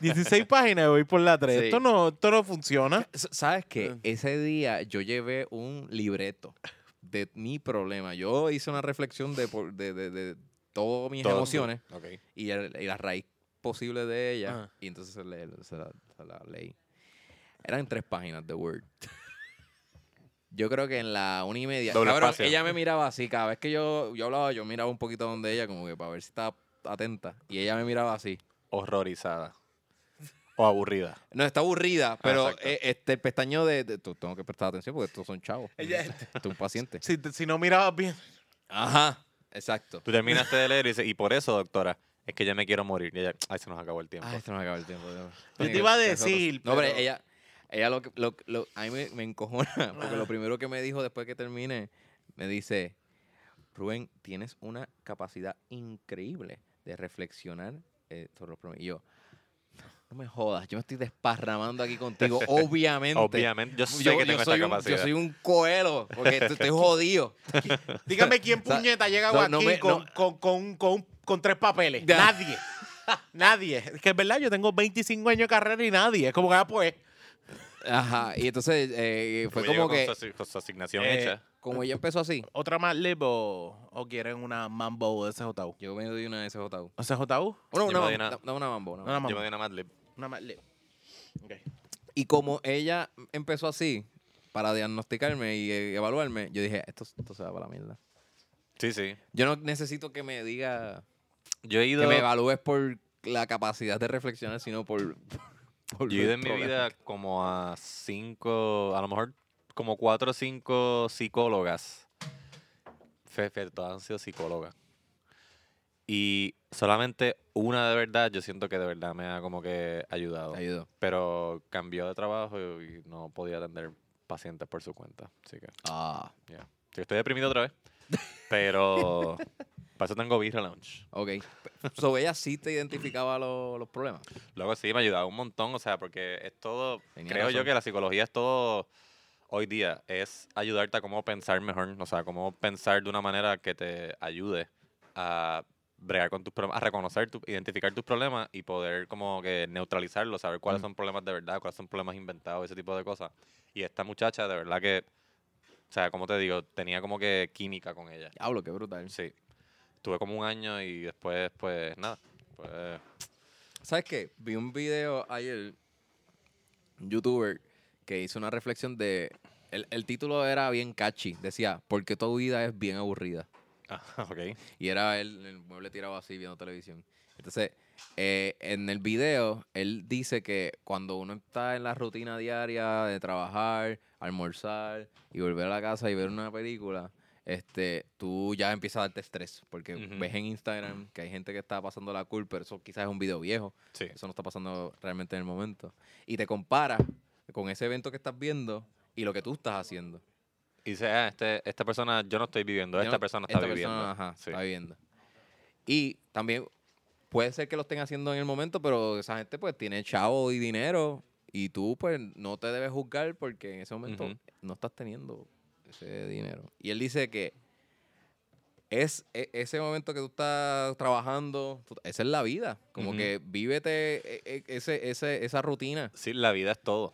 Speaker 1: 16 páginas y voy por la 3.
Speaker 3: <laughs> Sí.
Speaker 1: Esto, no, esto no funciona.
Speaker 3: S- ¿Sabes qué?
Speaker 1: Ah.
Speaker 3: Ese día yo llevé un libreto de mi problema. Yo hice una reflexión de, por- de, de- de todas mis
Speaker 2: Todo-
Speaker 3: emociones
Speaker 2: Ok.
Speaker 3: y, el- y la raíz posible de ella.
Speaker 1: Ajá.
Speaker 3: Y entonces se, le- se la, se la leí. Eran tres páginas de Word. <laughs> Yo creo que en la una y media.
Speaker 2: Doble
Speaker 3: Cabrón,
Speaker 2: espacio.
Speaker 3: ella me miraba así. Cada vez que yo, yo hablaba, yo miraba un poquito donde ella, como que para ver si estaba atenta. Y ella me miraba así.
Speaker 2: Horrorizada. O aburrida.
Speaker 3: No, está aburrida, pero
Speaker 2: exacto.
Speaker 3: eh, este, el pestaño de, de- tú- Tengo que prestar atención porque estos son chavos.
Speaker 1: Ella-
Speaker 3: Este es un paciente.
Speaker 1: Si, te- si no mirabas bien.
Speaker 3: Ajá, exacto.
Speaker 2: Tú terminaste de leer y dices, y por eso, doctora, es que yo me quiero morir. Y ella, ay, se nos acabó el tiempo.
Speaker 3: Ay, esto no me acaba el tiempo. Dios.
Speaker 1: Yo te iba a decir,
Speaker 3: No, pero
Speaker 1: pero-
Speaker 3: ella, ella lo, que- lo, lo- a mí me, me encojona <laughs> porque lo primero que me dijo después que termine, me dice, Rubén, tienes una capacidad increíble de reflexionar eh, sobre los problemas. Y yo, no me jodas, yo me estoy desparramando aquí contigo, obviamente.
Speaker 2: Obviamente,
Speaker 3: <laughs>
Speaker 2: yo sé
Speaker 3: Yo,
Speaker 2: que
Speaker 3: yo
Speaker 2: tengo esta
Speaker 3: soy un, yo
Speaker 2: capacidad.
Speaker 3: soy un coelo, porque te- estoy jodido.
Speaker 1: Dígame quién <laughs>
Speaker 3: O sea,
Speaker 1: puñeta llega
Speaker 3: no,
Speaker 1: aquí
Speaker 3: no me-
Speaker 1: con,
Speaker 3: no.
Speaker 1: con, con, con- con tres papeles. <laughs>
Speaker 3: Ya.
Speaker 1: Nadie. Nadie. Es que es verdad, yo tengo 25 años de carrera y nadie. Es como que, ah, pues.
Speaker 3: Ajá, y entonces eh, fue
Speaker 2: Llegó
Speaker 3: como
Speaker 2: con
Speaker 3: que...
Speaker 2: su asi- con su asignación
Speaker 3: eh,
Speaker 2: hecha.
Speaker 3: como ella empezó así,
Speaker 1: ¿Otra más lip o, o quieren una mambo de CJU?
Speaker 3: yo me doy una SJU.
Speaker 1: ¿O CJU?
Speaker 3: Bueno,
Speaker 2: Yo
Speaker 3: una,
Speaker 2: me
Speaker 3: mam-
Speaker 2: doy una-
Speaker 3: da- dame una mambo. una
Speaker 1: Una
Speaker 2: Yo
Speaker 1: mambo.
Speaker 2: me doy una Mad Lib.
Speaker 1: Una más lip. Ok.
Speaker 3: Y como ella empezó así, para diagnosticarme y eh, evaluarme, yo dije, esto, esto se va para la mierda.
Speaker 2: Sí, sí.
Speaker 3: Yo no necesito que me diga,
Speaker 2: Yo he ido,
Speaker 3: que me evalúes por la capacidad de reflexionar, sino por... <laughs> por
Speaker 2: yo he ido
Speaker 3: los
Speaker 2: en mi
Speaker 3: problemas.
Speaker 2: vida como a cinco, a lo mejor como cuatro o cinco psicólogas. Fefe, todas han sido psicólogas. Y solamente una de verdad, yo siento que de verdad me ha como que ayudado.
Speaker 3: Te ayudo.
Speaker 2: Pero cambió de trabajo y no podía atender pacientes por su cuenta. Así que,
Speaker 3: Ah,
Speaker 2: ya. Sí, Estoy deprimido otra vez. Pero para eso tengo Birra Lounge.
Speaker 3: ok. So, ella sí te identificaba lo- los problemas.
Speaker 2: Luego sí, me ayudaba un montón, o sea, porque es todo,
Speaker 3: Tenía
Speaker 2: creo yo
Speaker 3: razón.
Speaker 2: que la psicología es todo hoy día, es ayudarte a cómo pensar mejor, o sea, cómo pensar de una manera que te ayude a bregar con tus problemas, a reconocer, tu, identificar tus problemas y poder como que neutralizarlos, saber cuáles
Speaker 3: Mm.
Speaker 2: son problemas de verdad, cuáles son problemas inventados, ese tipo de cosas. Y esta muchacha, de verdad que, o sea, como te digo, tenía como que química con ella.
Speaker 3: Diablo, qué brutal.
Speaker 2: Sí. Tuve como un año y después, pues, nada. Pues, <laughs>
Speaker 3: ¿Sabes qué? Vi un video ayer, un youtuber, que hizo una reflexión de... El, el título era bien catchy. Decía, ¿por qué tu vida es bien aburrida?
Speaker 2: ah, ok.
Speaker 3: Y era él en el mueble tirado así viendo televisión. Entonces, eh, en el video, él dice que cuando uno está en la rutina diaria de trabajar, almorzar y volver a la casa y ver una película, este, tú ya empiezas a darte estrés. Porque
Speaker 2: Ujú.
Speaker 3: ves en Instagram que hay gente que está pasando la cool, pero eso quizás es un video viejo.
Speaker 2: Sí.
Speaker 3: Eso no está pasando realmente en el momento. Y te comparas con ese evento que estás viendo y lo que tú estás haciendo.
Speaker 2: Y dice, ah, este, esta persona, yo no estoy viviendo,
Speaker 3: Yo
Speaker 2: esta
Speaker 3: no-
Speaker 2: persona está
Speaker 3: esta
Speaker 2: viviendo.
Speaker 3: persona, ajá,
Speaker 2: Sí.
Speaker 3: está viviendo. Y también puede ser que lo estén haciendo en el momento, pero esa gente pues tiene chavo y dinero y tú pues no te debes juzgar porque en ese momento
Speaker 2: Ujú.
Speaker 3: no estás teniendo ese dinero. Y él dice que es e- ese momento que tú estás trabajando, tú- esa es la vida. Como
Speaker 2: Ujú.
Speaker 3: que vívete e- e- ese, ese- esa rutina.
Speaker 2: Sí, la vida es todo.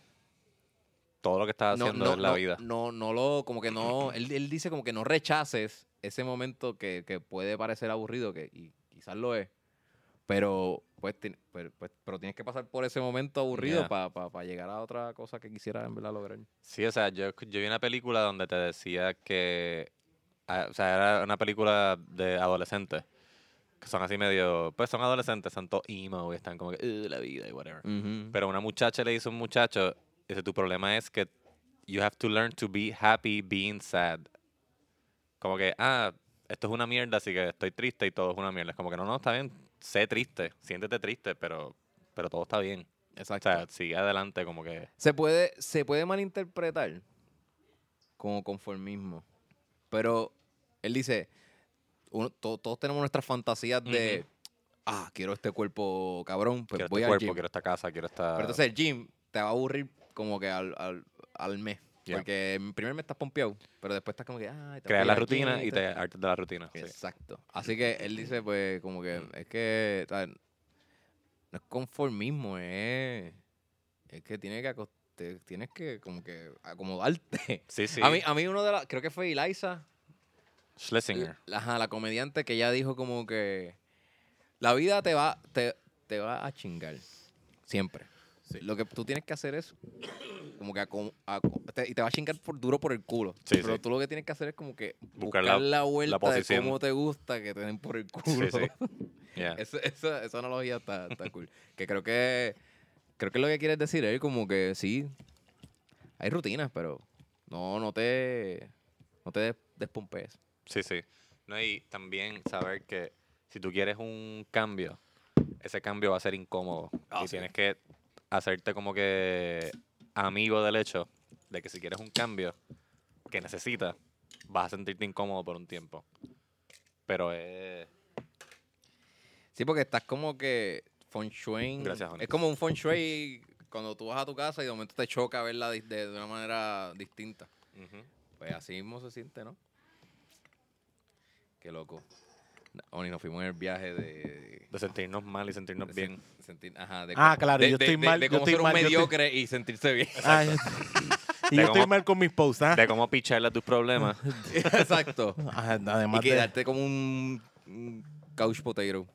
Speaker 2: Todo lo que estás haciendo es la
Speaker 3: no,
Speaker 2: vida.
Speaker 3: No, no lo, como que no, él, él dice como que no rechaces ese momento que, que puede parecer aburrido, que y quizás lo es, pero pues, ti- pero, pues- pero tienes que pasar por ese momento aburrido
Speaker 2: Ya.
Speaker 3: para llegar a otra cosa que quisieras en verdad lograr.
Speaker 2: Sí, o sea, yo, escu- yo vi una película donde te decía que. ah, o sea, era una película de adolescentes. Que son así medio. Pues son adolescentes, son todos emo y están como que. "Ugh, la vida y whatever. Pero una muchacha le dice a un muchacho: dice, tu problema es que. You have to learn to be happy being sad. Como que, ah, esto es una mierda, así que estoy triste y todo es una mierda. Es como que no, no, está bien, sé triste, siéntete triste, pero, pero todo está bien. O
Speaker 3: Exacto.
Speaker 2: sea, sigue adelante, como que.
Speaker 3: se, puede, se puede malinterpretar como conformismo, pero él dice, uno- to- todos tenemos nuestras fantasías de, ah, quiero este cuerpo cabrón, pues
Speaker 2: quiero
Speaker 3: voy
Speaker 2: este
Speaker 3: al
Speaker 2: cuerpo,
Speaker 3: gym".
Speaker 2: quiero esta casa, quiero esta.
Speaker 3: Pero entonces el gym te va a aburrir como que al, al, al mes.
Speaker 2: Ya.
Speaker 3: Porque en primer mes estás pompeado, pero después estás como que, ay, tengo que
Speaker 2: crear la
Speaker 3: ir al gym
Speaker 2: rutina y te
Speaker 3: tal.
Speaker 2: hartas de la rutina. sí. Mm.
Speaker 3: Exacto. Así que él dice, pues, como que, es que, tal, no es conformismo, es, es que tienes que, acost- te- tienes que como que acomodarte.
Speaker 2: Sí, sí.
Speaker 3: A, mí, ah, a mí uno de las, creo que fue Eliza,
Speaker 2: Schlesinger.
Speaker 3: la, ajá, la comediante que ya dijo como que la vida te va, te, te va a chingar. Siempre. Lo que tú tienes que hacer es como que acom- acom- te- y te va a chingar por, duro por el culo.
Speaker 2: Sí,
Speaker 3: pero
Speaker 2: sí.
Speaker 3: tú lo que tienes que hacer es como que buscar,
Speaker 2: Buscar
Speaker 3: la,
Speaker 2: la-
Speaker 3: vuelta
Speaker 2: la
Speaker 3: de
Speaker 2: posición.
Speaker 3: cómo te gusta que te den por el culo. <laughs>
Speaker 2: Sí, Ah. sí. Yeah.
Speaker 3: Eso- esa, esa analogía está, está cool. Que creo que creo que lo que quieres decir es como que sí, hay rutinas, pero no, no te no te des- despompees.
Speaker 2: Sí, sí. No, y también saber que si tú quieres un cambio, ese cambio va a ser incómodo.
Speaker 3: Ah,
Speaker 2: y
Speaker 3: sí.
Speaker 2: tienes que hacerte como que amigo del hecho de que si quieres un cambio que necesitas, vas a sentirte incómodo por un tiempo. Pero es...
Speaker 3: Sí, porque estás como que feng shui.
Speaker 2: Gracias, Onyx.
Speaker 3: Es como un feng shui cuando tú vas a tu casa y de momento te choca verla dis- de, de una manera distinta.
Speaker 2: Ujú.
Speaker 3: Pues así mismo se siente, ¿no? Qué loco. Oni, nos fuimos en el viaje de...
Speaker 2: De sentirnos mal y sentirnos
Speaker 3: de
Speaker 2: bien.
Speaker 3: sen- sentir- ajá, de
Speaker 1: Ah,
Speaker 3: cómo-
Speaker 1: claro,
Speaker 3: de-
Speaker 1: yo
Speaker 3: de-
Speaker 1: estoy
Speaker 3: de-
Speaker 1: mal,
Speaker 3: De
Speaker 1: yo
Speaker 3: cómo
Speaker 1: estoy
Speaker 3: ser
Speaker 1: <laughs>
Speaker 3: un
Speaker 1: mal, yo estoy-
Speaker 3: mediocre y sentirse bien.
Speaker 1: Ay, <laughs> Y yo estoy
Speaker 2: cómo-
Speaker 1: mal con mis posts, ¿ah?
Speaker 2: de cómo picharle a tus problemas.
Speaker 3: Exacto.
Speaker 1: Ah,
Speaker 3: y
Speaker 1: Además de-
Speaker 3: quedarte como un, un couch potato.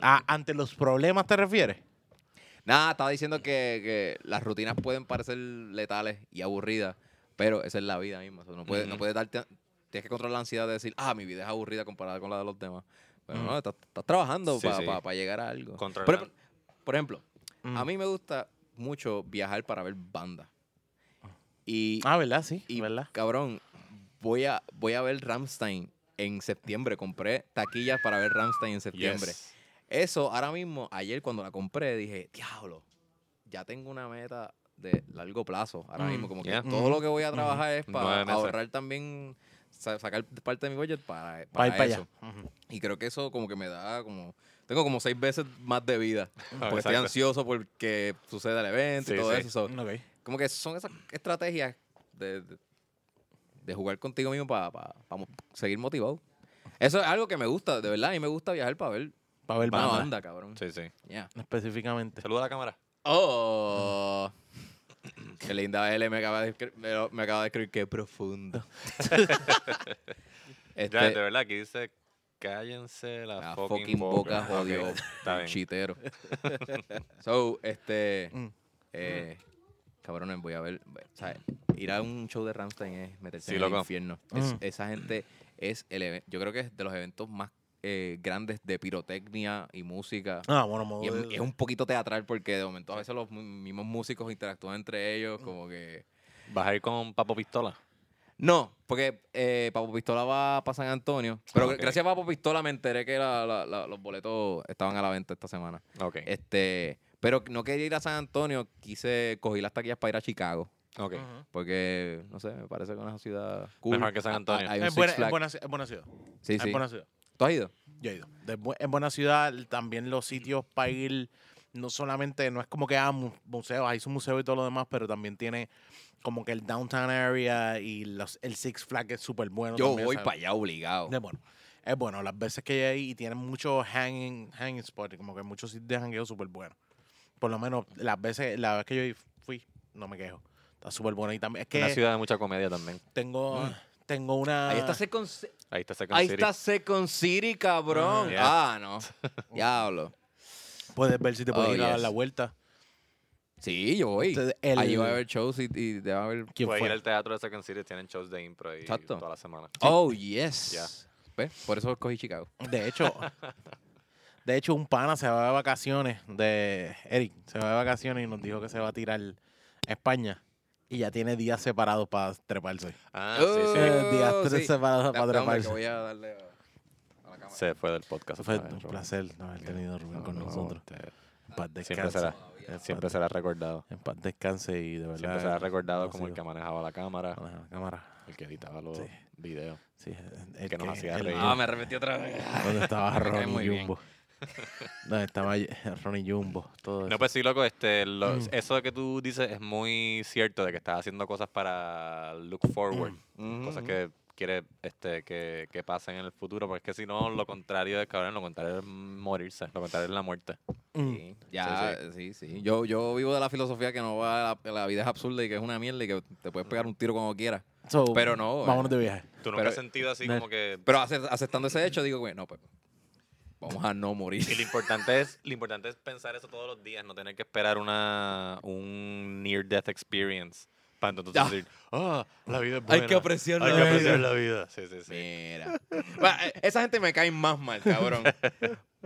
Speaker 1: Ah, ¿Ante los problemas te refieres?
Speaker 3: Nada, estaba diciendo que, que las rutinas pueden parecer letales y aburridas, pero esa es la vida misma. O sea, no puedes no
Speaker 2: Ujú.
Speaker 3: puede darte. Tienes que controlar la ansiedad de decir, ah, mi vida es aburrida comparada con la de los demás. Pero no, estás, estás trabajando
Speaker 2: Sí,
Speaker 3: para
Speaker 2: sí.
Speaker 3: llegar a algo. Por,
Speaker 2: Controlar.
Speaker 3: ejemplo- por ejemplo,
Speaker 1: Mm.
Speaker 3: a mí me gusta mucho viajar para ver bandas. Y,
Speaker 1: Ah, ¿verdad? Sí,
Speaker 3: y,
Speaker 1: ¿verdad?
Speaker 3: cabrón, voy a, voy a ver Ramstein en septiembre. Compré taquillas para ver Ramstein en <laughs> septiembre.
Speaker 2: Yes.
Speaker 3: Eso, ahora mismo, ayer cuando la compré, dije, diablo, ya tengo una meta de largo plazo. Ahora
Speaker 1: Mm,
Speaker 3: mismo, como que
Speaker 2: yeah.
Speaker 3: todo
Speaker 1: Mm,
Speaker 3: lo que voy a trabajar es
Speaker 2: Nueve
Speaker 3: para
Speaker 2: meses.
Speaker 3: ahorrar también, sa- sacar parte de mi budget para, para,
Speaker 1: Para ir para
Speaker 3: eso.
Speaker 1: allá. Ujú.
Speaker 3: Y creo que eso como que me da como... Tengo como seis veces más de vida. porque estoy
Speaker 2: exacto.
Speaker 3: ansioso porque suceda el evento y
Speaker 2: Sí,
Speaker 3: todo
Speaker 2: sí.
Speaker 3: eso. So,
Speaker 1: Ok.
Speaker 3: como que son esas estrategias de, de- de jugar contigo mismo para seguir motivado. Eso es algo que me gusta, de verdad. A mí me gusta viajar para ver
Speaker 1: Para ver
Speaker 3: una
Speaker 1: banda,
Speaker 3: banda, cabrón.
Speaker 2: Sí, sí.
Speaker 3: Yeah.
Speaker 1: específicamente.
Speaker 2: Saluda a la cámara.
Speaker 3: Oh. <clears throat> Qué linda L me acaba de escri- me lo- me acaba de escribir,
Speaker 1: <laughs>
Speaker 3: qué profundo.
Speaker 2: Ya, de
Speaker 3: este,
Speaker 2: verdad, que dice, cállense la,
Speaker 3: la
Speaker 2: fucking,
Speaker 3: fucking boca
Speaker 2: Ok,
Speaker 3: jodió.
Speaker 2: Está bien. <laughs>
Speaker 3: Chitero. So, este.
Speaker 1: Mm.
Speaker 3: Eh, cabrones, voy a ver. o sea, ir a un show de Ramstein es meterse
Speaker 2: Sí,
Speaker 3: en
Speaker 2: loco.
Speaker 3: el infierno. Es-
Speaker 1: Mm.
Speaker 3: esa gente es el even- Yo creo que es de los eventos más eh, grandes de pirotecnia y música.
Speaker 1: Ah, bueno, modo
Speaker 3: Y es,
Speaker 1: de-
Speaker 3: es un poquito teatral porque de momento a veces los mu- mismos músicos interactúan entre
Speaker 2: Mm.
Speaker 3: ellos, como que.
Speaker 2: ¿Vas a ir con Papo Pistola?
Speaker 3: No, porque eh, Papo Pistola va para San Antonio. Pero
Speaker 2: Ah, ok.
Speaker 3: gracias a Papo Pistola me enteré que la- la- la- los boletos estaban a la venta esta semana.
Speaker 2: Ok.
Speaker 3: Este, pero no quería ir a San Antonio, quise cogí las taquillas para ir a Chicago.
Speaker 2: ok.
Speaker 1: Ujú.
Speaker 3: Porque, no sé, me parece que es una ciudad cool.
Speaker 2: Mejor que San
Speaker 3: Ah, ah,
Speaker 2: Antonio.
Speaker 3: hay un
Speaker 1: Es buena,
Speaker 3: Six
Speaker 1: es,
Speaker 3: Flags.
Speaker 1: buena, ci- es buena ciudad.
Speaker 3: Sí,
Speaker 1: Es
Speaker 3: sí.
Speaker 1: buena ciudad.
Speaker 3: ¿Tú has ido?
Speaker 1: Yo he ido. Es, bu- es buena ciudad. También los sitios para ir, no solamente, no es como que ah, mu- museos, hay un museo y todo lo demás, pero también tiene como que el downtown area y los, el Six Flags es súper bueno.
Speaker 3: Yo
Speaker 1: también,
Speaker 3: voy
Speaker 1: ¿sabes?
Speaker 3: para allá obligado.
Speaker 1: Es bueno. Es bueno, las veces que he ido y tienen muchos hanging, hanging spots, como que muchos sitios de jangueo súper buenos. Por lo menos las veces, la vez que yo fui, no me quejo. Está súper bueno. Y también es
Speaker 2: Una
Speaker 1: que
Speaker 2: ciudad de mucha comedia también.
Speaker 1: tengo, tengo una.
Speaker 3: Mm. Ahí está Second, Ci-
Speaker 2: Ahí está Second
Speaker 3: ahí
Speaker 2: City.
Speaker 3: está Second City, cabrón.
Speaker 2: Ah, yeah.
Speaker 3: Ah,
Speaker 1: <laughs>
Speaker 3: no. Diablo.
Speaker 1: Puedes ver si te puedes
Speaker 3: Oh,
Speaker 1: ir a dar
Speaker 3: yes.
Speaker 1: la vuelta.
Speaker 3: Sí, yo voy.
Speaker 1: Entonces, el-
Speaker 3: Ahí va a haber shows y, y te va a haber...
Speaker 1: ¿Quién
Speaker 2: Puedes
Speaker 1: fue?
Speaker 2: ir al teatro de Second City, tienen shows de impro ahí
Speaker 3: Exacto.
Speaker 2: toda la semana.
Speaker 3: Oh, yes.
Speaker 2: Yeah.
Speaker 3: ¿Ves? Por eso escogí Chicago.
Speaker 1: De hecho, de hecho, un pana se va de vacaciones de Eric, se va de vacaciones y nos dijo que se va a tirar a España y ya tiene días separados para treparse.
Speaker 2: Ah, sí, sí.
Speaker 1: Eh, días
Speaker 3: Oh,
Speaker 1: tres
Speaker 3: sí.
Speaker 1: separados
Speaker 3: Da-
Speaker 1: para
Speaker 3: dame que
Speaker 1: treparse.
Speaker 3: voy a Ah, darle a, a la cámara.
Speaker 2: Se fue del podcast.
Speaker 1: Eso fue
Speaker 2: otra vez,
Speaker 1: un
Speaker 2: Rubén.
Speaker 1: placer no haber tenido a
Speaker 3: Ah,
Speaker 1: Rubén con
Speaker 2: No,
Speaker 1: nosotros.
Speaker 2: te-
Speaker 1: En paz
Speaker 2: Siempre
Speaker 1: descanse.
Speaker 2: será, eh,
Speaker 1: En
Speaker 2: siempre
Speaker 1: paz-
Speaker 2: será recordado.
Speaker 1: En paz descanse y de verdad.
Speaker 2: Siempre será recordado
Speaker 1: ha
Speaker 2: como el que
Speaker 1: sido-
Speaker 2: manejaba la cámara,
Speaker 1: Ajá, la cámara.
Speaker 2: el que editaba los
Speaker 1: Sí.
Speaker 2: videos.
Speaker 1: Sí, el- el
Speaker 2: Que nos hacía
Speaker 1: el-
Speaker 2: reír.
Speaker 3: Ah, me arrepentí otra vez.
Speaker 1: Donde estaba
Speaker 3: <laughs> Me cae muy
Speaker 1: Ronnie
Speaker 3: bien.
Speaker 1: Jumbo. Donde estaba Ronnie Jumbo. Todo
Speaker 2: No,
Speaker 1: eso.
Speaker 2: pues sí, loco, este, lo-
Speaker 1: Mm.
Speaker 2: eso que tú dices es muy cierto, de que estás haciendo cosas para look forward,
Speaker 1: Mm.
Speaker 2: cosas que quieres este, que, que pasen en el futuro, porque es que si no, lo contrario es cabrón, lo contrario es morirse, lo contrario es la muerte.
Speaker 1: Mm.
Speaker 3: Sí, ya, sí, sí. Yo, yo vivo de la filosofía que no va, la, la vida es absurda y que es una mierda y que te puedes pegar un tiro cuando quieras.
Speaker 1: So,
Speaker 3: Pero no, eh.
Speaker 1: Vámonos de viaje.
Speaker 2: ¿Tú nunca
Speaker 3: Pero-
Speaker 2: has sentido así
Speaker 1: No.
Speaker 2: como que...
Speaker 3: Pero ace- aceptando ese hecho, digo, güey, no, pues vamos a no <laughs> morir.
Speaker 2: Y lo importante, es, lo importante es pensar eso todos los días, no tener que esperar una, un near-death experience para entonces
Speaker 3: Ah.
Speaker 2: decir, ah, la vida es buena.
Speaker 3: apreciar
Speaker 2: Hay
Speaker 3: la
Speaker 2: que
Speaker 3: vida".
Speaker 2: apreciar la vida. Sí, sí, sí.
Speaker 1: <laughs>
Speaker 3: Mira. Bueno, eh, esa gente me cae más mal, cabrón.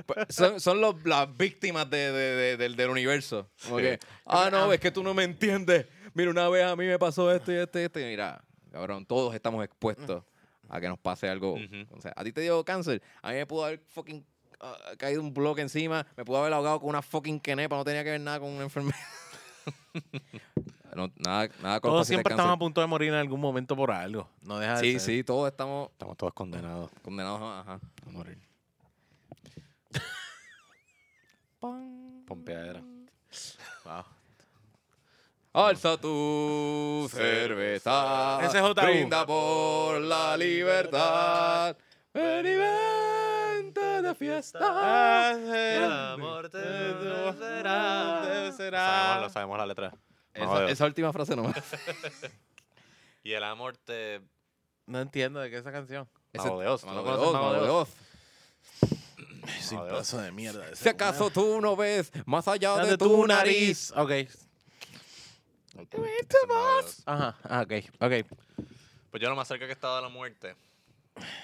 Speaker 3: Pues, Son, son los- las víctimas de- de- de- del, del universo. Como
Speaker 2: Sí.
Speaker 3: que, ah, no, es que tú no me entiendes. Mira, una vez a mí me pasó esto y esto y esto. Y mira, cabrón, todos estamos expuestos a que nos pase algo.
Speaker 2: Ujú.
Speaker 3: O sea, a ti te dio cáncer. A mí me pudo haber fucking ah, caído un bloque encima. Me pudo haber ahogado con una fucking quenepa. No tenía que ver nada con una enfermedad. <laughs> No, nada, nada con los
Speaker 1: Todos
Speaker 3: pacientes
Speaker 1: siempre
Speaker 3: de
Speaker 1: estamos a
Speaker 3: cáncer.
Speaker 1: punto de morir en algún momento por algo. No deja de
Speaker 3: Sí,
Speaker 1: ser.
Speaker 3: sí, todos estamos
Speaker 2: Estamos todos condenados
Speaker 3: condenados a- ajá.
Speaker 2: a morir. Pompeadera.
Speaker 1: Wow.
Speaker 3: Alza tu cerveza.
Speaker 1: Ese es J.U.
Speaker 3: Brinda por la libertad. Ven y vente de fiesta.
Speaker 1: Ah, sí.
Speaker 2: Lo sabemos, lo sabemos la letra.
Speaker 3: Esa,
Speaker 2: Joder.
Speaker 3: esa última frase nomás.
Speaker 2: Y el amor te...
Speaker 1: No entiendo de qué es esa canción.
Speaker 3: Ese-
Speaker 2: Magodeos, ¿tú no
Speaker 3: Mago
Speaker 2: conoces
Speaker 3: Dios,
Speaker 2: Mago
Speaker 3: Mago
Speaker 2: Dios?
Speaker 3: Dios.
Speaker 1: Sí,
Speaker 2: Joder.
Speaker 1: paso de mierda. de
Speaker 3: Si
Speaker 1: ser humano.
Speaker 3: acaso tú no ves más allá
Speaker 1: Date
Speaker 3: de tu nariz.
Speaker 1: Ok.
Speaker 2: Ese Mago Dios.
Speaker 1: Ajá, ah, ok, ok.
Speaker 2: Pues yo lo más cerca que he estado de la muerte,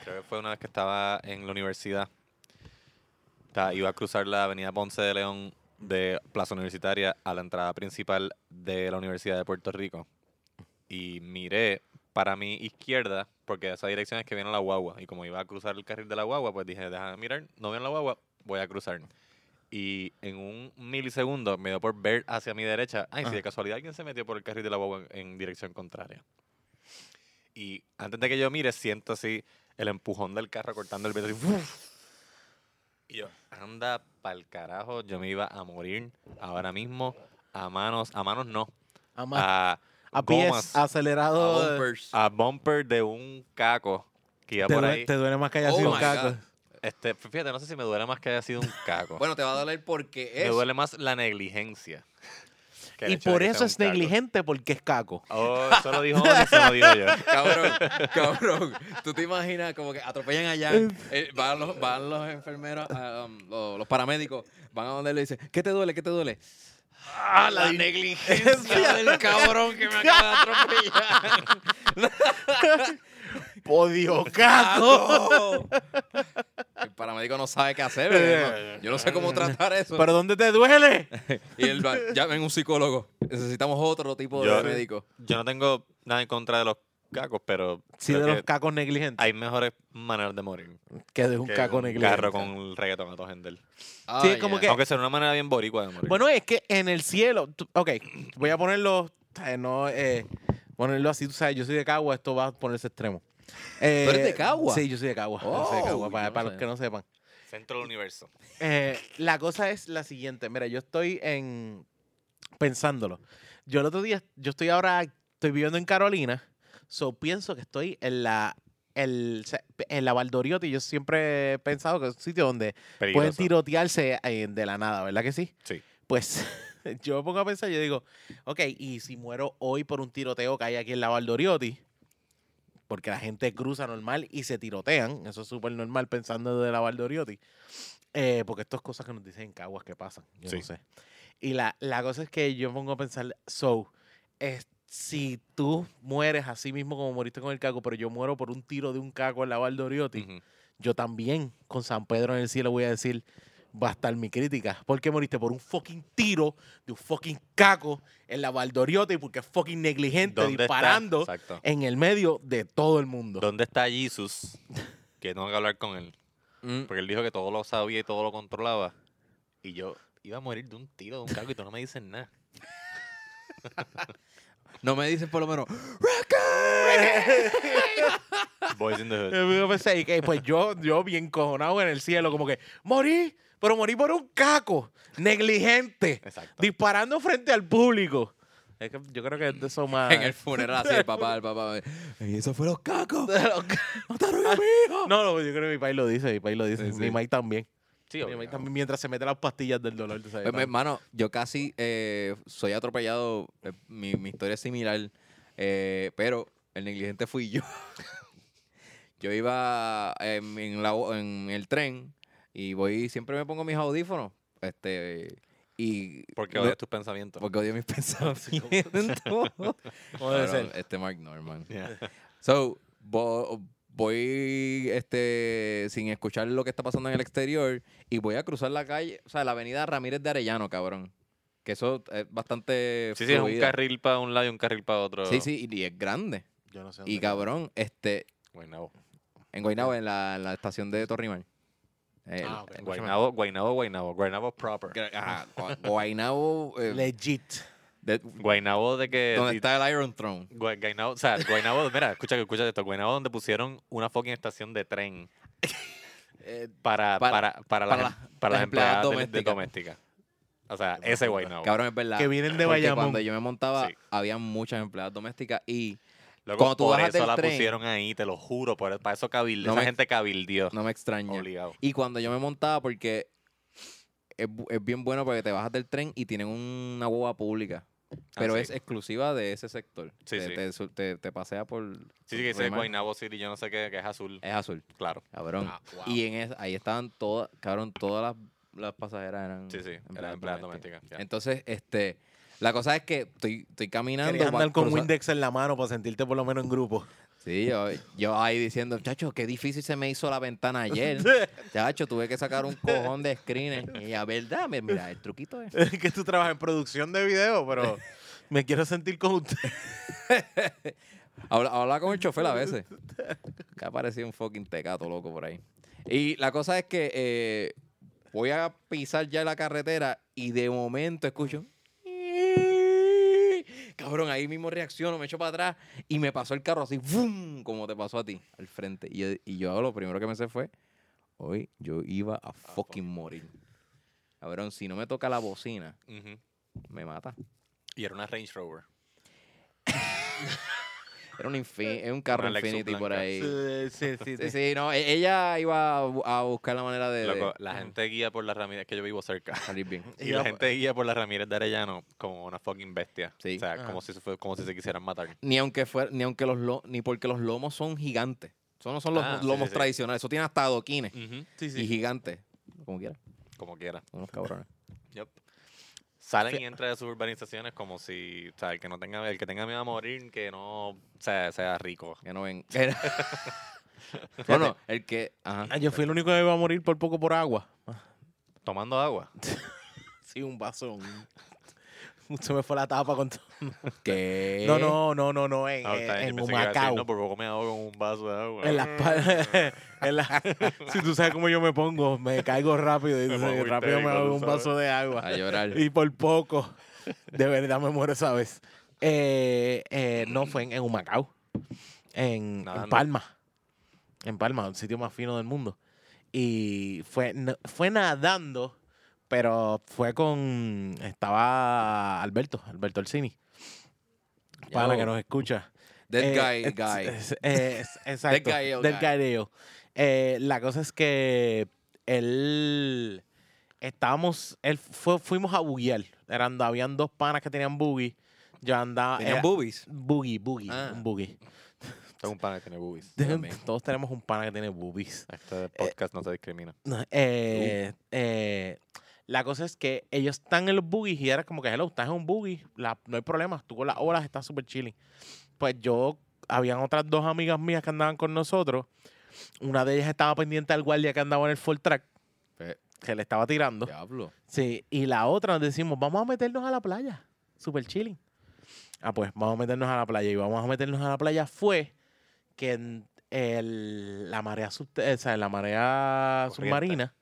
Speaker 2: creo que fue una vez que estaba en la universidad. Ta- Iba a cruzar la avenida Ponce de León de Plaza Universitaria a la entrada principal de la Universidad de Puerto Rico. Y miré para mi izquierda, porque esa dirección es que viene la guagua. Y como iba a cruzar el carril de la guagua, pues dije, déjame mirar, no viene la guagua, voy a cruzar. Y en un milisegundo me dio por ver hacia mi derecha. Ay, si de casualidad alguien se metió por el carril de la guagua en- en dirección contraria. Y antes de que yo mire, siento así el empujón del carro cortando el vidrio. así, ¡fuf! Y yo, anda pa'l carajo, yo me iba a morir ahora mismo a manos, a manos no,
Speaker 1: Ama-
Speaker 2: a,
Speaker 1: a pies
Speaker 2: gomas.
Speaker 1: acelerado. eh,
Speaker 3: A
Speaker 1: de-
Speaker 3: bumpers.
Speaker 2: Ah, a bumper de un caco que iba
Speaker 1: te,
Speaker 2: por
Speaker 1: duele,
Speaker 2: ahí.
Speaker 1: te duele más que haya
Speaker 3: Oh
Speaker 1: sido un
Speaker 3: my
Speaker 1: caco.
Speaker 3: God.
Speaker 2: Este, fíjate, no sé si me duele más que haya sido un caco.
Speaker 3: Bueno, te va a doler porque es.
Speaker 2: me duele más la negligencia. que el
Speaker 1: Y
Speaker 2: hecho de
Speaker 1: por
Speaker 2: que
Speaker 1: eso
Speaker 2: sea un
Speaker 1: es
Speaker 2: caco.
Speaker 1: negligente, porque es caco.
Speaker 2: Oh, eso lo dijo Oli, eso lo digo yo.
Speaker 3: Cabrón, cabrón. Tú te imaginas como que atropellan allá. eh, van, los, van los enfermeros, ah, um, lo- los, paramédicos, van a donde le dicen, ¿qué te duele? ¿Qué te duele? <laughs> Ah, la negligencia del cabrón que me acaba de atropellar.
Speaker 1: ¡Podio caco!
Speaker 3: <laughs> El paramédico no sabe qué hacer. ¿verdad? Yo no sé cómo tratar
Speaker 1: <laughs>
Speaker 3: eso.
Speaker 1: ¿Pero dónde te duele?
Speaker 3: Y él va, llamen un psicólogo. Necesitamos otro tipo de
Speaker 2: Yo-
Speaker 3: médico.
Speaker 2: Yo no tengo nada en contra de los cacos, pero
Speaker 1: Sí,
Speaker 2: creo
Speaker 1: de
Speaker 2: que
Speaker 1: los cacos negligentes.
Speaker 2: hay mejores maneras de morir.
Speaker 1: que de un
Speaker 2: que
Speaker 1: caco
Speaker 2: un
Speaker 1: negligente.
Speaker 2: carro con el reggaetón a todo gender.
Speaker 3: Ah,
Speaker 1: Sí, como que-
Speaker 2: Aunque sea una manera bien boricua de morir.
Speaker 1: Bueno, es que en el cielo. tú- ok, voy a ponerlo. eh, no, eh, ponerlo así, tú sabes, yo soy de Cagua, esto va a ponerse extremo. Eh,
Speaker 3: eres de Cagua?
Speaker 1: Sí, yo soy de Cagua. yo soy de
Speaker 3: Oh,
Speaker 1: Cagua,
Speaker 3: yo
Speaker 1: para,
Speaker 3: no
Speaker 1: para los
Speaker 3: sabía.
Speaker 1: que no sepan.
Speaker 2: Centro del universo.
Speaker 1: Eh, la cosa es la siguiente. Mira, yo estoy en pensándolo. Yo el otro día, yo estoy ahora, estoy viviendo en Carolina, so pienso que estoy en la el- o sea, en la Valdoriotti. Yo siempre he pensado que es un sitio donde pueden
Speaker 2: Peligroso.
Speaker 1: tirotearse eh, de la nada, ¿verdad que sí?
Speaker 2: Sí.
Speaker 1: Pues <laughs> yo me pongo a pensar, yo digo, ok, y si muero hoy por un tiroteo que hay aquí en la Valdoriotti, porque la gente cruza normal y se tirotean, eso es súper normal pensando de la Valdoriotti, eh, porque estas cosas que nos dicen en Caguas que pasan, yo
Speaker 2: Sí.
Speaker 1: no sé. Y la, la cosa es que yo me pongo a pensar, so, es- si tú mueres así mismo como moriste con el caco, pero yo muero por un tiro de un caco en la Valdoriotti,
Speaker 2: Ujú.
Speaker 1: yo también con San Pedro en el cielo voy a decir, va a estar mi crítica. Porque moriste por un fucking tiro de un fucking caco en la Valdoriote y porque es fucking negligente
Speaker 2: ¿Dónde está?
Speaker 1: disparando
Speaker 2: Exacto.
Speaker 1: en el medio de todo el mundo.
Speaker 2: ¿Dónde está Jesus? Que tengo que hablar con él.
Speaker 3: Mm.
Speaker 2: Porque él dijo que todo lo sabía y todo lo controlaba. Y yo iba a morir de un tiro de un caco y tú no me dices nada.
Speaker 3: No me dices por lo menos.
Speaker 2: Boys in the Hood.
Speaker 1: Eh, yo pensé, y que, pues yo, yo bien cojonado en el cielo, como que morí, pero morí por un caco negligente,
Speaker 2: Exacto.
Speaker 1: disparando frente al público. Es que yo creo que es de eso más...
Speaker 3: En el funeral así, el papá, el papá. Y eso fue los cacos. ¡Mataron a mi
Speaker 1: <laughs>
Speaker 3: hijo!
Speaker 1: No, no, yo creo que mi país lo dice, mi país lo dice,
Speaker 3: Sí, sí.
Speaker 1: mi maíz también.
Speaker 2: Sí,
Speaker 1: Mi maíz
Speaker 2: obligado.
Speaker 1: también mientras se mete las pastillas del dolor. tú sabes,
Speaker 3: Pues, mi Hermano, yo casi eh, soy atropellado. eh, mi, mi historia es similar, eh, pero el negligente fui yo. <laughs> yo iba em, en, la o- en el tren y voy siempre me pongo mis audífonos. Este, y
Speaker 2: Porque
Speaker 3: no-
Speaker 2: odias tus pensamientos.
Speaker 3: porque odio mis <laughs> pensamientos.
Speaker 1: ¿Cómo debe
Speaker 3: Cabrón,
Speaker 1: ser?
Speaker 3: Este Mark Norman.
Speaker 2: Yeah.
Speaker 3: So, vo- voy este, sin escuchar lo que está pasando en el exterior y voy a cruzar la calle, o sea, la avenida Ramírez de Arellano, cabrón. Que eso es bastante.
Speaker 2: Sí, sí, es un
Speaker 3: fluida.
Speaker 2: carril para un lado y un carril para otro.
Speaker 3: Sí, sí, y y es grande.
Speaker 1: Yo no sé
Speaker 3: Y
Speaker 1: dónde queda.
Speaker 3: cabrón, este,
Speaker 2: Guaynabo.
Speaker 3: en Guaynabo, en la, en la estación de Torrimar. El-
Speaker 1: Ah, ok.
Speaker 2: Guaynabo, Guaynabo, Guaynabo. Guaynabo proper.
Speaker 3: gra- ajá, Gua- Guaynabo, eh,
Speaker 1: Legit.
Speaker 3: de-
Speaker 2: Guaynabo de que...
Speaker 3: donde
Speaker 2: y-
Speaker 3: está el Iron Throne.
Speaker 2: Gua- Guaynabo, o sea, Guaynabo, mira, escucha, escucha esto. Guaynabo donde pusieron una fucking estación de tren para, para,
Speaker 3: para-
Speaker 2: para, las,
Speaker 3: para
Speaker 2: em-
Speaker 3: las-
Speaker 2: para
Speaker 3: las
Speaker 2: las
Speaker 3: empleadas
Speaker 2: empleadas domésticas. domésticas. O sea, ese Guaynabo.
Speaker 3: Cabrón, es verdad.
Speaker 1: Que vienen de
Speaker 3: porque
Speaker 1: Bayamón.
Speaker 3: Cuando yo me montaba,
Speaker 2: Ah, Sí.
Speaker 3: había muchas empleadas domésticas y
Speaker 2: Loco,
Speaker 3: cuando tú
Speaker 2: por
Speaker 3: bajas
Speaker 2: eso
Speaker 3: del
Speaker 2: la
Speaker 3: tren-
Speaker 2: pusieron ahí, te lo juro, por, para eso cabildeó.
Speaker 3: No
Speaker 2: Esa
Speaker 3: me-
Speaker 2: gente cabildió.
Speaker 3: no me extraña.
Speaker 2: obligado.
Speaker 3: Y cuando yo me montaba, porque es, bu- es bien bueno porque te bajas del tren y tienen una hueva pública. Pero
Speaker 2: Ah, sí.
Speaker 3: es exclusiva de ese sector.
Speaker 2: Sí,
Speaker 3: te,
Speaker 2: sí.
Speaker 3: te su- te- te pasea por.
Speaker 2: Sí, sí, que dice
Speaker 3: por el mar.
Speaker 2: Guaynabo City, yo no sé qué, que es azul.
Speaker 3: Es azul,
Speaker 2: Claro.
Speaker 3: cabrón.
Speaker 1: Ah, wow.
Speaker 3: Y en esa- ahí estaban todas, cabrón, todas las, las pasajeras eran.
Speaker 2: Sí, sí, eran empleadas domésticas, ya.
Speaker 3: Entonces, este. La cosa es que estoy, estoy caminando.
Speaker 1: Querías
Speaker 3: pa-
Speaker 1: andar con
Speaker 3: cruza-
Speaker 1: Windex en la mano para sentirte por lo menos en grupo.
Speaker 3: Sí, yo, yo ahí diciendo, chacho, qué difícil se me hizo la ventana
Speaker 1: <laughs>
Speaker 3: ayer. Chacho, tuve que sacar un cojón de screener. Y ella, ¿verdad? Mira, Mira, el truquito es.
Speaker 1: que tú trabajas en producción de video, pero me quiero sentir con usted.
Speaker 3: Habla, hablaba con el chofer a veces. <laughs> Ya parecía un fucking tecato loco por ahí. Y la cosa es que eh, voy a pisar ya la carretera y de momento escucho. un Cabrón, ahí mismo reacciono, me echo para atrás y me pasó el carro así, ¡vum! Como te pasó a ti, al frente. Y yo, y yo lo primero que me sé fue, hoy yo iba a fucking morir. Cabrón, si no me toca la bocina,
Speaker 2: Ujú.
Speaker 3: me mata.
Speaker 2: Y era una Range Rover.
Speaker 3: Era un, infin- era un carro
Speaker 2: Una Lexus
Speaker 3: Infinity por
Speaker 2: blanca.
Speaker 3: ahí.
Speaker 1: sí, <laughs> sí,
Speaker 3: Sí, sí, no, e- ella iba a bu- a buscar la manera de, de
Speaker 2: Loco, la gente guía por las Ramírez, que yo vivo cerca.
Speaker 3: salir bien.
Speaker 2: Y la gente guía por las Ramírez de Arellano como una fucking bestia.
Speaker 3: Sí.
Speaker 2: O sea,
Speaker 1: Ajá.
Speaker 2: como si, se fue- como si se quisieran matar.
Speaker 3: Ni aunque fuera, ni aunque los lo- ni porque los lomos son gigantes. Eso no son los
Speaker 2: Ah, sí,
Speaker 3: lomos
Speaker 2: sí, sí.
Speaker 3: tradicionales, eso tiene hasta adoquines
Speaker 1: sí,
Speaker 3: y
Speaker 1: sí.
Speaker 3: gigantes, como quiera,
Speaker 2: Como quiera.
Speaker 3: unos cabrones.
Speaker 2: Yup. Salen y entran de sus urbanizaciones como si, o sea, el que, no tenga, el que tenga miedo a morir, que no o sea, sea rico.
Speaker 3: Que
Speaker 1: <laughs>
Speaker 3: no ven. que no- bueno, el que ajá.
Speaker 1: Ah, Yo fui el único que iba a morir por poco por agua.
Speaker 2: Tomando agua.
Speaker 1: Sí, un vaso. un- <laughs> Se me fue la tapa con todo.
Speaker 3: que
Speaker 1: No, no, no, no, no, en,
Speaker 2: Ah, está bien, yo
Speaker 1: Eh, en
Speaker 2: pensé que iba a decir,
Speaker 1: Humacao.
Speaker 2: no, por poco me ahogo con un vaso de agua.
Speaker 1: En las pa- <laughs> en la- si tú sabes cómo yo me pongo, me caigo rápido y
Speaker 2: Me pongo
Speaker 1: rápido me
Speaker 2: histérico,
Speaker 1: hago
Speaker 2: tú
Speaker 1: un
Speaker 2: sabes.
Speaker 1: vaso de agua.
Speaker 3: a llorar.
Speaker 1: Y por poco, de verdad me muero esa vez. Eh, eh, no, fue en, en Humacao. En, en
Speaker 2: Nadando.
Speaker 1: Palma. En Palma, el sitio más fino del mundo. Y fue, n- fue nadando, pero fue con. Estaba Alberto, Alberto Alcini. Para
Speaker 3: Yo.
Speaker 1: que nos escucha.
Speaker 3: Dead
Speaker 1: Eh,
Speaker 3: guy,
Speaker 1: es-
Speaker 3: guy.
Speaker 1: es-
Speaker 3: <laughs>
Speaker 1: es- exacto.
Speaker 3: Guy, old
Speaker 1: Dead
Speaker 3: guy.
Speaker 1: Guy Deal. Eh, la cosa es que él estábamos, él fue, fuimos a buguear. Eran, habían dos panas que tenían boogie. Yo andaba.
Speaker 3: Tenían
Speaker 1: era-
Speaker 3: boobies.
Speaker 1: boogie, boogie,
Speaker 3: Ah.
Speaker 1: un boogie.
Speaker 2: Tengo un pana que tiene boobies.
Speaker 1: <laughs>
Speaker 3: También.
Speaker 1: Todos tenemos un pana que tiene boobies.
Speaker 2: Este podcast no se discrimina.
Speaker 1: No, eh, eh, la cosa es que ellos están en los boogies y era como que, hello, estás en un boogie, la- no hay problema, tú con las olas estás súper chilling. Pues yo, habían otras dos amigas mías que andaban con nosotros. Una de ellas estaba pendiente al guardia que andaba en el full track,
Speaker 3: Pe-
Speaker 1: que le estaba tirando.
Speaker 3: Diablo.
Speaker 1: Sí, y la otra nos decimos, vamos a meternos a la playa, súper chilling. Ah, pues vamos a meternos a la playa y vamos a meternos a la playa fue que en el- la marea, subte- eh, o sea, la marea
Speaker 2: Corriente.
Speaker 1: submarina,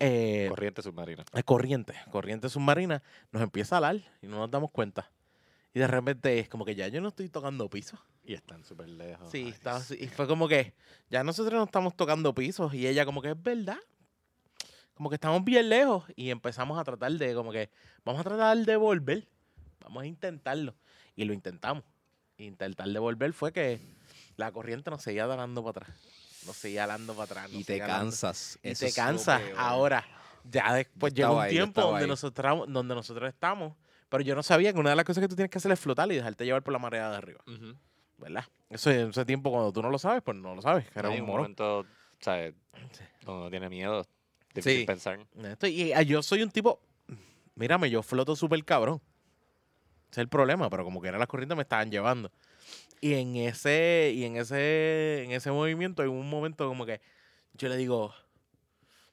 Speaker 1: eh,
Speaker 2: Corriente submarina.
Speaker 1: eh, corriente, corriente submarina, nos empieza a alar y no nos damos cuenta. Y de repente es como que ya yo no estoy tocando piso.
Speaker 2: Y están súper
Speaker 3: Oh,
Speaker 2: lejos.
Speaker 1: Sí,
Speaker 2: Ay,
Speaker 1: estaba
Speaker 2: Dios.
Speaker 1: así, Y fue como que ya nosotros no estamos tocando pisos. Y ella como que es verdad. Como que estamos bien lejos. Y empezamos a tratar de, como que, vamos a tratar de volver. Vamos a intentarlo. Y lo intentamos. Intentar de volver fue que la corriente nos seguía dando para atrás. Nos seguía dando para atrás.
Speaker 3: Y
Speaker 1: nos
Speaker 3: te
Speaker 1: seguía dando.
Speaker 3: cansas.
Speaker 1: Y
Speaker 3: eso
Speaker 1: te
Speaker 3: es lo
Speaker 1: cansas.
Speaker 3: peor.
Speaker 1: Ahora, ya después
Speaker 3: Yo
Speaker 1: llega
Speaker 3: estaba
Speaker 1: un
Speaker 3: ahí, yo
Speaker 1: tiempo
Speaker 3: estaba
Speaker 1: donde
Speaker 3: ahí.
Speaker 1: nosotros, donde nosotros estamos. Pero yo no sabía que una de las cosas que tú tienes que hacer es flotar y dejarte llevar por la marea de arriba.
Speaker 2: Ujú.
Speaker 1: ¿verdad? Eso en ese tiempo cuando tú no lo sabes, pues no lo sabes, que
Speaker 2: Era
Speaker 1: eres
Speaker 2: un
Speaker 1: un morón.
Speaker 2: momento, ¿sabes?
Speaker 1: Sí.
Speaker 2: Donde uno tiene miedo. Difícil
Speaker 3: Sí.
Speaker 2: pensar.
Speaker 1: Esto- y eh, yo soy un tipo, mírame, yo floto súper cabrón. Ese es el problema, pero como que eran las corrientes me estaban llevando. Y en ese, y en ese, en ese movimiento, en un momento como que yo le digo,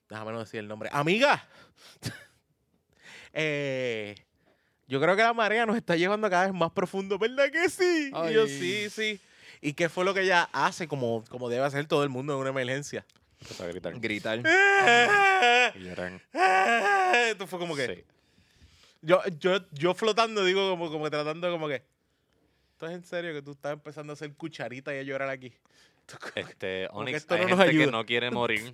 Speaker 1: déjame no decir el nombre, amiga, <laughs> Eh, yo creo que la marea nos está llevando cada vez más profundo, ¿verdad que sí? Y yo
Speaker 3: Ay.
Speaker 1: sí, sí. ¿Y qué fue lo que ella hace como, como debe hacer todo el mundo en una emergencia?
Speaker 2: Empezó a
Speaker 1: <laughs>
Speaker 2: gritar.
Speaker 3: Gritar.
Speaker 1: ¡Eh!
Speaker 2: Y lloran.
Speaker 1: ¡Eh! Esto fue como que.
Speaker 2: Sí.
Speaker 1: Yo, yo, yo flotando, digo, como, como que tratando como que. Esto es en serio que tú estás empezando a hacer cucharita y a llorar aquí. Tú como que-
Speaker 2: Este,
Speaker 1: <laughs> Como que
Speaker 2: Onyx,
Speaker 1: esto
Speaker 2: hay
Speaker 1: no nos
Speaker 2: gente que
Speaker 1: ayuda. <laughs>
Speaker 2: no quiere morir.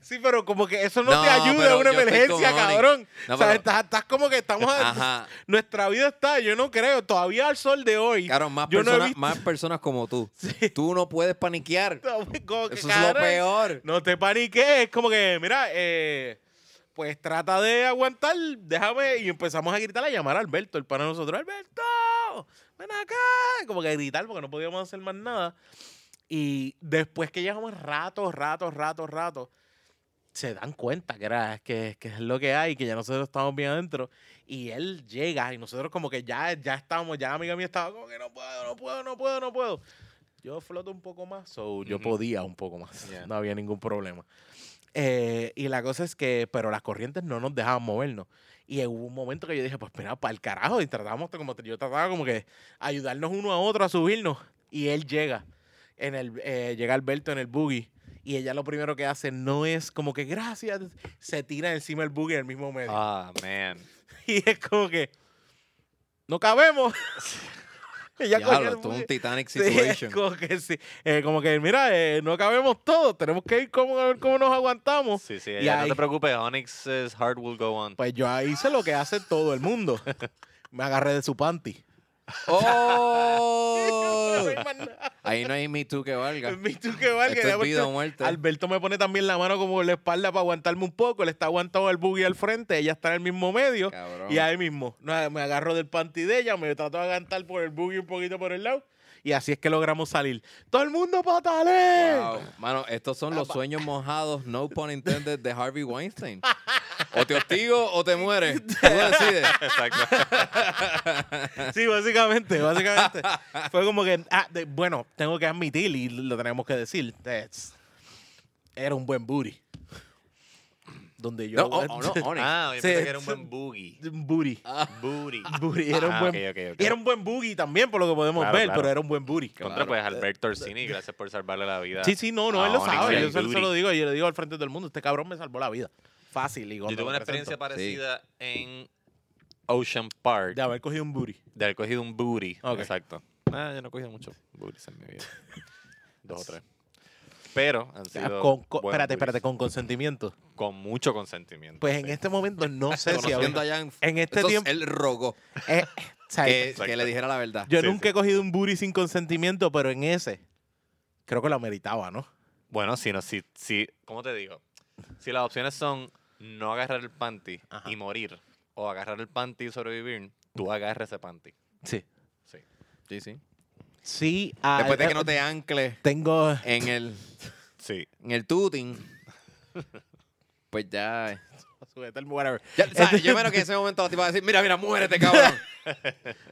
Speaker 1: Sí, pero como que eso no, te
Speaker 3: No,
Speaker 1: ayuda en
Speaker 3: pero
Speaker 1: una
Speaker 3: yo estoy con
Speaker 1: emergencia,
Speaker 3: Onyx.
Speaker 1: cabrón.
Speaker 3: No,
Speaker 1: o sea,
Speaker 3: pero-
Speaker 1: estás, estás como que estamos. a-
Speaker 3: Ajá.
Speaker 1: Nuestra vida está, yo no creo, todavía al sol de hoy.
Speaker 3: Claro, más
Speaker 1: Yo no he
Speaker 3: personas,
Speaker 1: visto- <laughs>
Speaker 3: más personas como tú. Tú no puedes paniquear.
Speaker 1: Como que,
Speaker 3: Eso es lo
Speaker 1: cabrón,
Speaker 3: peor.
Speaker 1: No te paniques, es como que, mira, eh, pues trata de aguantar, déjame. Y empezamos a gritar, a llamar a Alberto, el pana de nosotros, Alberto, ven acá. Como que a gritar porque no podíamos hacer más nada. Y después que llevamos rato, rato, rato, rato, se dan cuenta que, era, que, que es lo que hay, que ya nosotros estamos bien adentro. Y él llega y nosotros como que ya, ya estamos, ya amiga mía estaba como que no puedo, no puedo, no puedo, no puedo. Yo floto un poco más, so yo
Speaker 2: Ujú.
Speaker 1: podía un poco más,
Speaker 2: Yeah.
Speaker 1: no había ningún problema. Eh, y la cosa es que, pero las corrientes no nos dejaban movernos. Y hubo un momento que yo dije, pues mira, para el carajo, y tratamos de como, yo trataba como que ayudarnos uno a otro a subirnos. Y él llega, en el, eh, llega Alberto en el buggy. Y ella lo primero que hace no es como que gracias, se tira encima del buggy en el mismo medio.
Speaker 2: Ah, man.
Speaker 1: <laughs> Y es como que no
Speaker 3: <laughs>
Speaker 1: cabemos. Ella cogió el
Speaker 3: Diablo, esto es
Speaker 1: buggy.
Speaker 3: un
Speaker 1: <laughs>
Speaker 3: Titanic
Speaker 1: Sí, es
Speaker 3: situation.
Speaker 1: como que sí. Eh, como que, mira, eh, no cabemos todos, tenemos que ir como a ver cómo nos aguantamos.
Speaker 2: Sí, sí,
Speaker 1: Y
Speaker 2: ya, no
Speaker 1: ahí-
Speaker 2: te preocupes. Onyx says hard will go
Speaker 1: <laughs>
Speaker 2: on.
Speaker 1: Pues yo ahí hice lo que hace todo el mundo. <laughs> Me agarré de su panty.
Speaker 3: ¡Oh!
Speaker 1: <laughs> No hay más nada.
Speaker 3: Ahí no hay Me Too que valga.
Speaker 1: Me too que valga,
Speaker 3: Esto
Speaker 1: ya
Speaker 3: es
Speaker 1: porque
Speaker 3: vida o muerte.
Speaker 1: Alberto me pone también la mano como en la espalda para aguantarme un poco. Le está aguantando el buggy al frente. Ella está en el mismo medio.
Speaker 3: Cabrón.
Speaker 1: Y ahí mismo, no, me agarro del panty de ella, me trato de aguantar por el buggy un poquito por el lado. Y así es que logramos salir. ¡Todo el mundo patale!
Speaker 3: Wow.
Speaker 1: <laughs>
Speaker 3: Mano, estos son los sueños mojados, no pun intended, de Harvey Weinstein.
Speaker 1: <laughs>
Speaker 3: O te hostigo o te mueres. Tú decides.
Speaker 2: Exacto.
Speaker 1: Sí, básicamente, básicamente.
Speaker 2: <laughs>
Speaker 1: Fue como que, ah, de- bueno, tengo que admitir y lo tenemos que decir. es- era un buen booty. Donde yo...
Speaker 3: No, oh, oh, no, Onyx.
Speaker 2: Ah, yo
Speaker 1: Sí,
Speaker 2: pensé que era un
Speaker 1: sí.
Speaker 2: buen boogie.
Speaker 1: <laughs>
Speaker 2: <laughs>
Speaker 1: Un booty.
Speaker 2: Booty.
Speaker 1: Booty, Era un
Speaker 2: Ah,
Speaker 1: buen,
Speaker 2: ok, ok, ok.
Speaker 1: era un buen booty también, por lo que podemos
Speaker 2: Claro,
Speaker 1: ver,
Speaker 2: claro.
Speaker 1: pero era un buen booty.
Speaker 2: Contra,
Speaker 3: Claro.
Speaker 2: pues, Alberto Orsini, gracias por salvarle la vida.
Speaker 1: Sí, sí, no, no,
Speaker 2: Ah,
Speaker 1: él lo
Speaker 2: Onyx
Speaker 1: sabe.
Speaker 2: y
Speaker 1: Yo
Speaker 2: el
Speaker 1: se, se lo
Speaker 2: booty.
Speaker 1: digo, yo le digo al frente de todo el mundo, este cabrón me salvó la vida. Fácil, y
Speaker 2: Yo
Speaker 1: cuando
Speaker 2: tuve
Speaker 1: lo
Speaker 2: una
Speaker 1: presento,
Speaker 2: experiencia parecida en Ocean Park,
Speaker 1: De haber cogido un booty.
Speaker 2: de haber cogido un booty.
Speaker 1: Ok.
Speaker 2: Exacto. Ah, yo no he cogido muchos booties en mi
Speaker 1: <laughs>
Speaker 2: vida. Dos o tres. Pero han
Speaker 1: O sea,
Speaker 2: sido.
Speaker 1: Ah, con- con-
Speaker 2: buenos
Speaker 1: espérate, espérate,
Speaker 2: booties.
Speaker 1: con consentimiento.
Speaker 2: Con mucho consentimiento.
Speaker 1: Pues en
Speaker 2: sí.
Speaker 1: este momento no sé si...
Speaker 3: Conociendo
Speaker 1: había-
Speaker 3: a Jan,
Speaker 1: En este
Speaker 3: entonces
Speaker 1: tiempo...
Speaker 3: él rogó
Speaker 1: eh, o sea,
Speaker 3: que,
Speaker 2: Exacto.
Speaker 3: que le dijera la verdad.
Speaker 1: Yo
Speaker 2: Sí,
Speaker 1: nunca
Speaker 2: sí.
Speaker 1: he cogido un booty sin consentimiento, pero en ese creo que lo meritaba, ¿no?
Speaker 2: Bueno, si no, si, si, ¿cómo te digo? Si las opciones son no agarrar el panty
Speaker 1: Ajá.
Speaker 2: y morir, o agarrar el panty y sobrevivir, tú agarras ese panty.
Speaker 1: Sí.
Speaker 2: Sí.
Speaker 3: Sí, sí.
Speaker 1: Sí, a-
Speaker 3: Después de que no te ancles
Speaker 1: tengo
Speaker 3: en el,
Speaker 2: Sí.
Speaker 3: en el
Speaker 1: <laughs>
Speaker 3: tuting, pues ya.
Speaker 1: whatever.
Speaker 3: ya o sea, yo <laughs> espero que en ese momento la tipa va a decir: Mira, mira,
Speaker 1: <laughs>
Speaker 3: muérete, cabrón.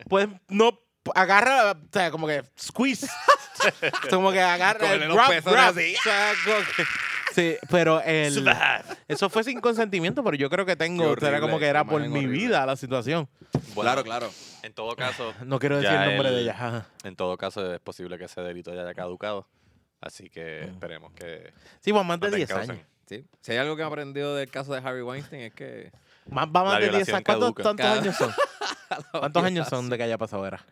Speaker 1: Pues no agarra, o sea, como que squeeze. O sea, como que agarra
Speaker 3: Cógele los pezones así.
Speaker 1: O sea, como que- Sí, pero el eso fue sin consentimiento, pero yo creo que tengo,
Speaker 3: Qué
Speaker 1: o sea, era como
Speaker 3: horrible,
Speaker 1: que era
Speaker 3: qué
Speaker 1: por
Speaker 3: imagen
Speaker 1: mi
Speaker 3: horrible.
Speaker 1: vida la situación.
Speaker 2: Bueno,
Speaker 3: claro, claro.
Speaker 2: En todo caso,
Speaker 1: No quiero decir
Speaker 2: Ya
Speaker 1: el nombre
Speaker 2: el-
Speaker 1: de ella. ajá.
Speaker 2: en todo caso es posible que ese delito ya haya caducado. Así que esperemos que
Speaker 1: Sí, pues más
Speaker 2: no
Speaker 1: Mm. de
Speaker 2: te
Speaker 1: 10
Speaker 2: encaucen.
Speaker 1: años.
Speaker 3: Sí. Si hay algo que he aprendido del caso de Harvey Weinstein es que.
Speaker 1: Más, va más
Speaker 2: La
Speaker 1: de 10
Speaker 2: violación
Speaker 1: años. ¿Cuántos
Speaker 2: caduca.
Speaker 1: tantos
Speaker 3: Cada-
Speaker 1: años son? <laughs> ¿Cuántos años son de que haya pasado era?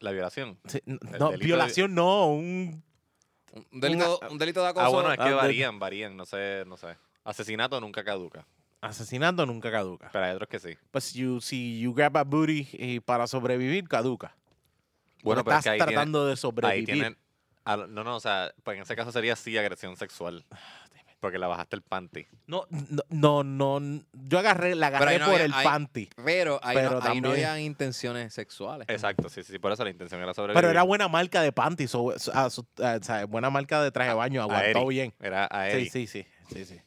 Speaker 2: La violación.
Speaker 1: Sí, n-
Speaker 2: El
Speaker 1: no,
Speaker 2: delito de-
Speaker 1: violación no, un...
Speaker 3: <laughs> Un delito, un delito de acoso.
Speaker 2: ah, bueno, es
Speaker 1: ah,
Speaker 2: que
Speaker 1: de-
Speaker 2: varían, varían, no sé, no sé. Asesinato nunca caduca,
Speaker 1: Asesinato nunca caduca.
Speaker 2: pero hay otros que sí.
Speaker 1: Pues you, si you grab a booty y para sobrevivir, caduca. Porque
Speaker 2: Bueno, pero es
Speaker 1: estás
Speaker 2: que ahí tiene-
Speaker 1: tratando de
Speaker 2: Ahí
Speaker 1: sobrevivir.
Speaker 2: tienen. a lo- no, no, o sea, pues en ese caso sería sí agresión sexual.
Speaker 1: Ah,
Speaker 2: Porque la bajaste el panty.
Speaker 1: No, no, no, no, Yo agarré, la
Speaker 3: Pero ahí
Speaker 1: agarré
Speaker 3: no
Speaker 1: por
Speaker 3: había-
Speaker 1: el
Speaker 3: ahí-
Speaker 1: panty.
Speaker 3: Pero ahí,
Speaker 1: Pero
Speaker 3: no, ahí no
Speaker 1: también-
Speaker 3: había intenciones sexuales.
Speaker 2: Exacto, sí, sí, sí, por eso la intención era sobrevivir.
Speaker 1: Pero era buena marca de panty, so- so- ah, so- ah, o sea, buena marca de traje de baño, aguantó
Speaker 2: Aeri.
Speaker 1: bien.
Speaker 2: Era Ah, a
Speaker 1: Sí,
Speaker 2: él.
Speaker 1: sí, sí, sí, sí.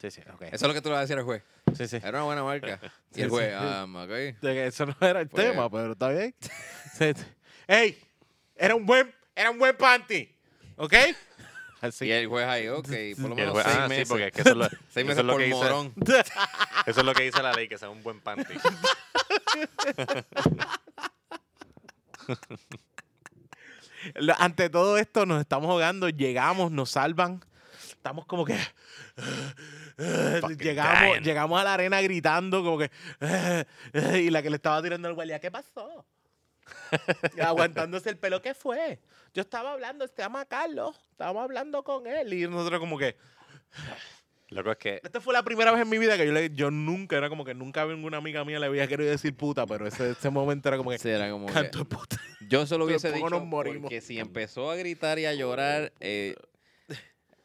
Speaker 1: Sí, sí, ok.
Speaker 3: Eso es lo que tú le vas a decir al juez.
Speaker 1: Sí, sí.
Speaker 3: Era una
Speaker 2: <laughs>
Speaker 3: buena marca.
Speaker 1: Sí,
Speaker 3: Y el juez,
Speaker 1: sí.
Speaker 3: ah, ok.
Speaker 1: De que Eso no era el
Speaker 3: Pues-
Speaker 2: eh.
Speaker 1: tema, pero está bien. Sí, sí. ¡Ey! Era un buen, era un buen panty.
Speaker 2: <laughs>
Speaker 1: ¿Ok?
Speaker 3: Y
Speaker 1: Así.
Speaker 3: el juez ahí, ok, por lo
Speaker 2: Y el
Speaker 3: menos
Speaker 2: juez-
Speaker 3: seis
Speaker 2: ah, sí,
Speaker 3: meses.
Speaker 2: porque es que
Speaker 1: <laughs>
Speaker 2: eso es lo,
Speaker 3: seis
Speaker 2: eso
Speaker 3: meses
Speaker 2: es lo
Speaker 3: por
Speaker 2: que dice,
Speaker 3: morón.
Speaker 2: <laughs> Eso es lo que dice la ley, que sea un buen panty.
Speaker 1: Lo- Ante todo esto, nos estamos ahogando, llegamos, nos salvan. Estamos como que. eh,
Speaker 2: Fucking
Speaker 1: llegamos,
Speaker 2: dying.
Speaker 1: llegamos a la arena gritando, como que. eh, y la que le estaba tirando el guardia, ¿qué pasó? Y Aguantándose el pelo, ¿qué fue? Yo estaba hablando, se llama Carlos, estábamos hablando con él. Y nosotros, como que.
Speaker 2: Loco es que.
Speaker 1: Esta fue la primera vez en mi vida que yo le. Yo nunca, era como que nunca ninguna amiga mía le había querido decir puta, pero ese, ese momento era como que.
Speaker 3: Sí, era como que-
Speaker 1: Canto de puta.
Speaker 3: yo solo hubiese
Speaker 1: Pero
Speaker 3: dicho
Speaker 1: poco nos morimos.
Speaker 2: <laughs>
Speaker 3: porque si empezó a gritar y a llorar, eh,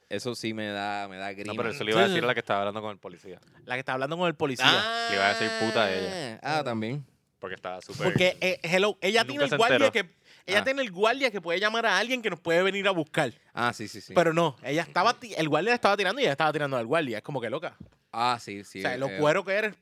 Speaker 3: eso sí me da, me da grima.
Speaker 2: Oh, No, pero eso le iba a decir a la que estaba hablando con el policía.
Speaker 1: La que está hablando con el policía.
Speaker 3: Ah,
Speaker 2: Le iba a decir puta a ella.
Speaker 3: Ah, también.
Speaker 2: Porque estaba súper.
Speaker 1: Porque, eh, hello, ella
Speaker 2: Nunca
Speaker 1: tiene
Speaker 2: se
Speaker 1: el guardia
Speaker 2: enteró.
Speaker 1: que. Ella
Speaker 3: Ah.
Speaker 1: tiene el guardia que puede llamar a alguien que nos puede venir a buscar.
Speaker 3: Ah, sí, sí, sí.
Speaker 1: Pero no, ella estaba. ti- El guardia la estaba tirando y ella estaba tirando al guardia. Es como que loca.
Speaker 3: ah, sí, sí.
Speaker 1: o sea, lo
Speaker 3: eh,
Speaker 1: cuero que eres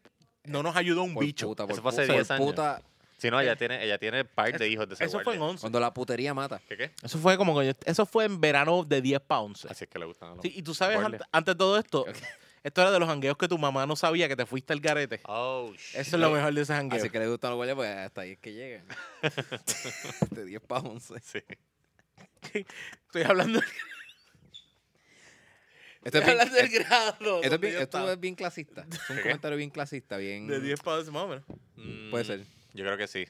Speaker 1: no nos ayudó un
Speaker 3: por
Speaker 1: bicho.
Speaker 3: Puta, por
Speaker 2: Eso fue hace
Speaker 3: puta, por
Speaker 2: 10 años.
Speaker 3: puta,
Speaker 2: Si no, ella tiene, ella tiene par de hijos de ese
Speaker 1: eh, Eso fue en
Speaker 2: guardia.
Speaker 1: 11.
Speaker 3: cuando la putería mata.
Speaker 2: ¿Qué qué?
Speaker 1: Eso fue como que yo- Eso fue en verano de 10 para 11.
Speaker 2: Así es que le gustan a los-
Speaker 1: Sí, y tú sabes,
Speaker 2: Guardia.
Speaker 1: ante- antes de todo esto,
Speaker 3: Ok.
Speaker 1: esto era de los jangueos que tu mamá no sabía que te fuiste al garete.
Speaker 2: Oh, shit.
Speaker 1: Eso es lo mejor de ese jangueo.
Speaker 3: Así que le gustan los guardias porque pues, hasta ahí es que
Speaker 2: <laughs>
Speaker 3: Este, llegan. de 10 para 11.
Speaker 2: Sí.
Speaker 1: Estoy hablando,
Speaker 3: Esto
Speaker 1: estoy
Speaker 3: es bien, eh,
Speaker 1: hablando del grado.
Speaker 3: esto es
Speaker 1: donde
Speaker 3: bien-
Speaker 1: yo
Speaker 3: esto
Speaker 1: estaba.
Speaker 3: es bien clasista.
Speaker 2: <laughs>
Speaker 3: Es un
Speaker 2: ¿Qué?
Speaker 3: comentario bien clasista, bien...
Speaker 1: de 10 para 11 más o menos.
Speaker 3: Puede
Speaker 2: Mm,
Speaker 3: ser.
Speaker 2: Yo creo que sí.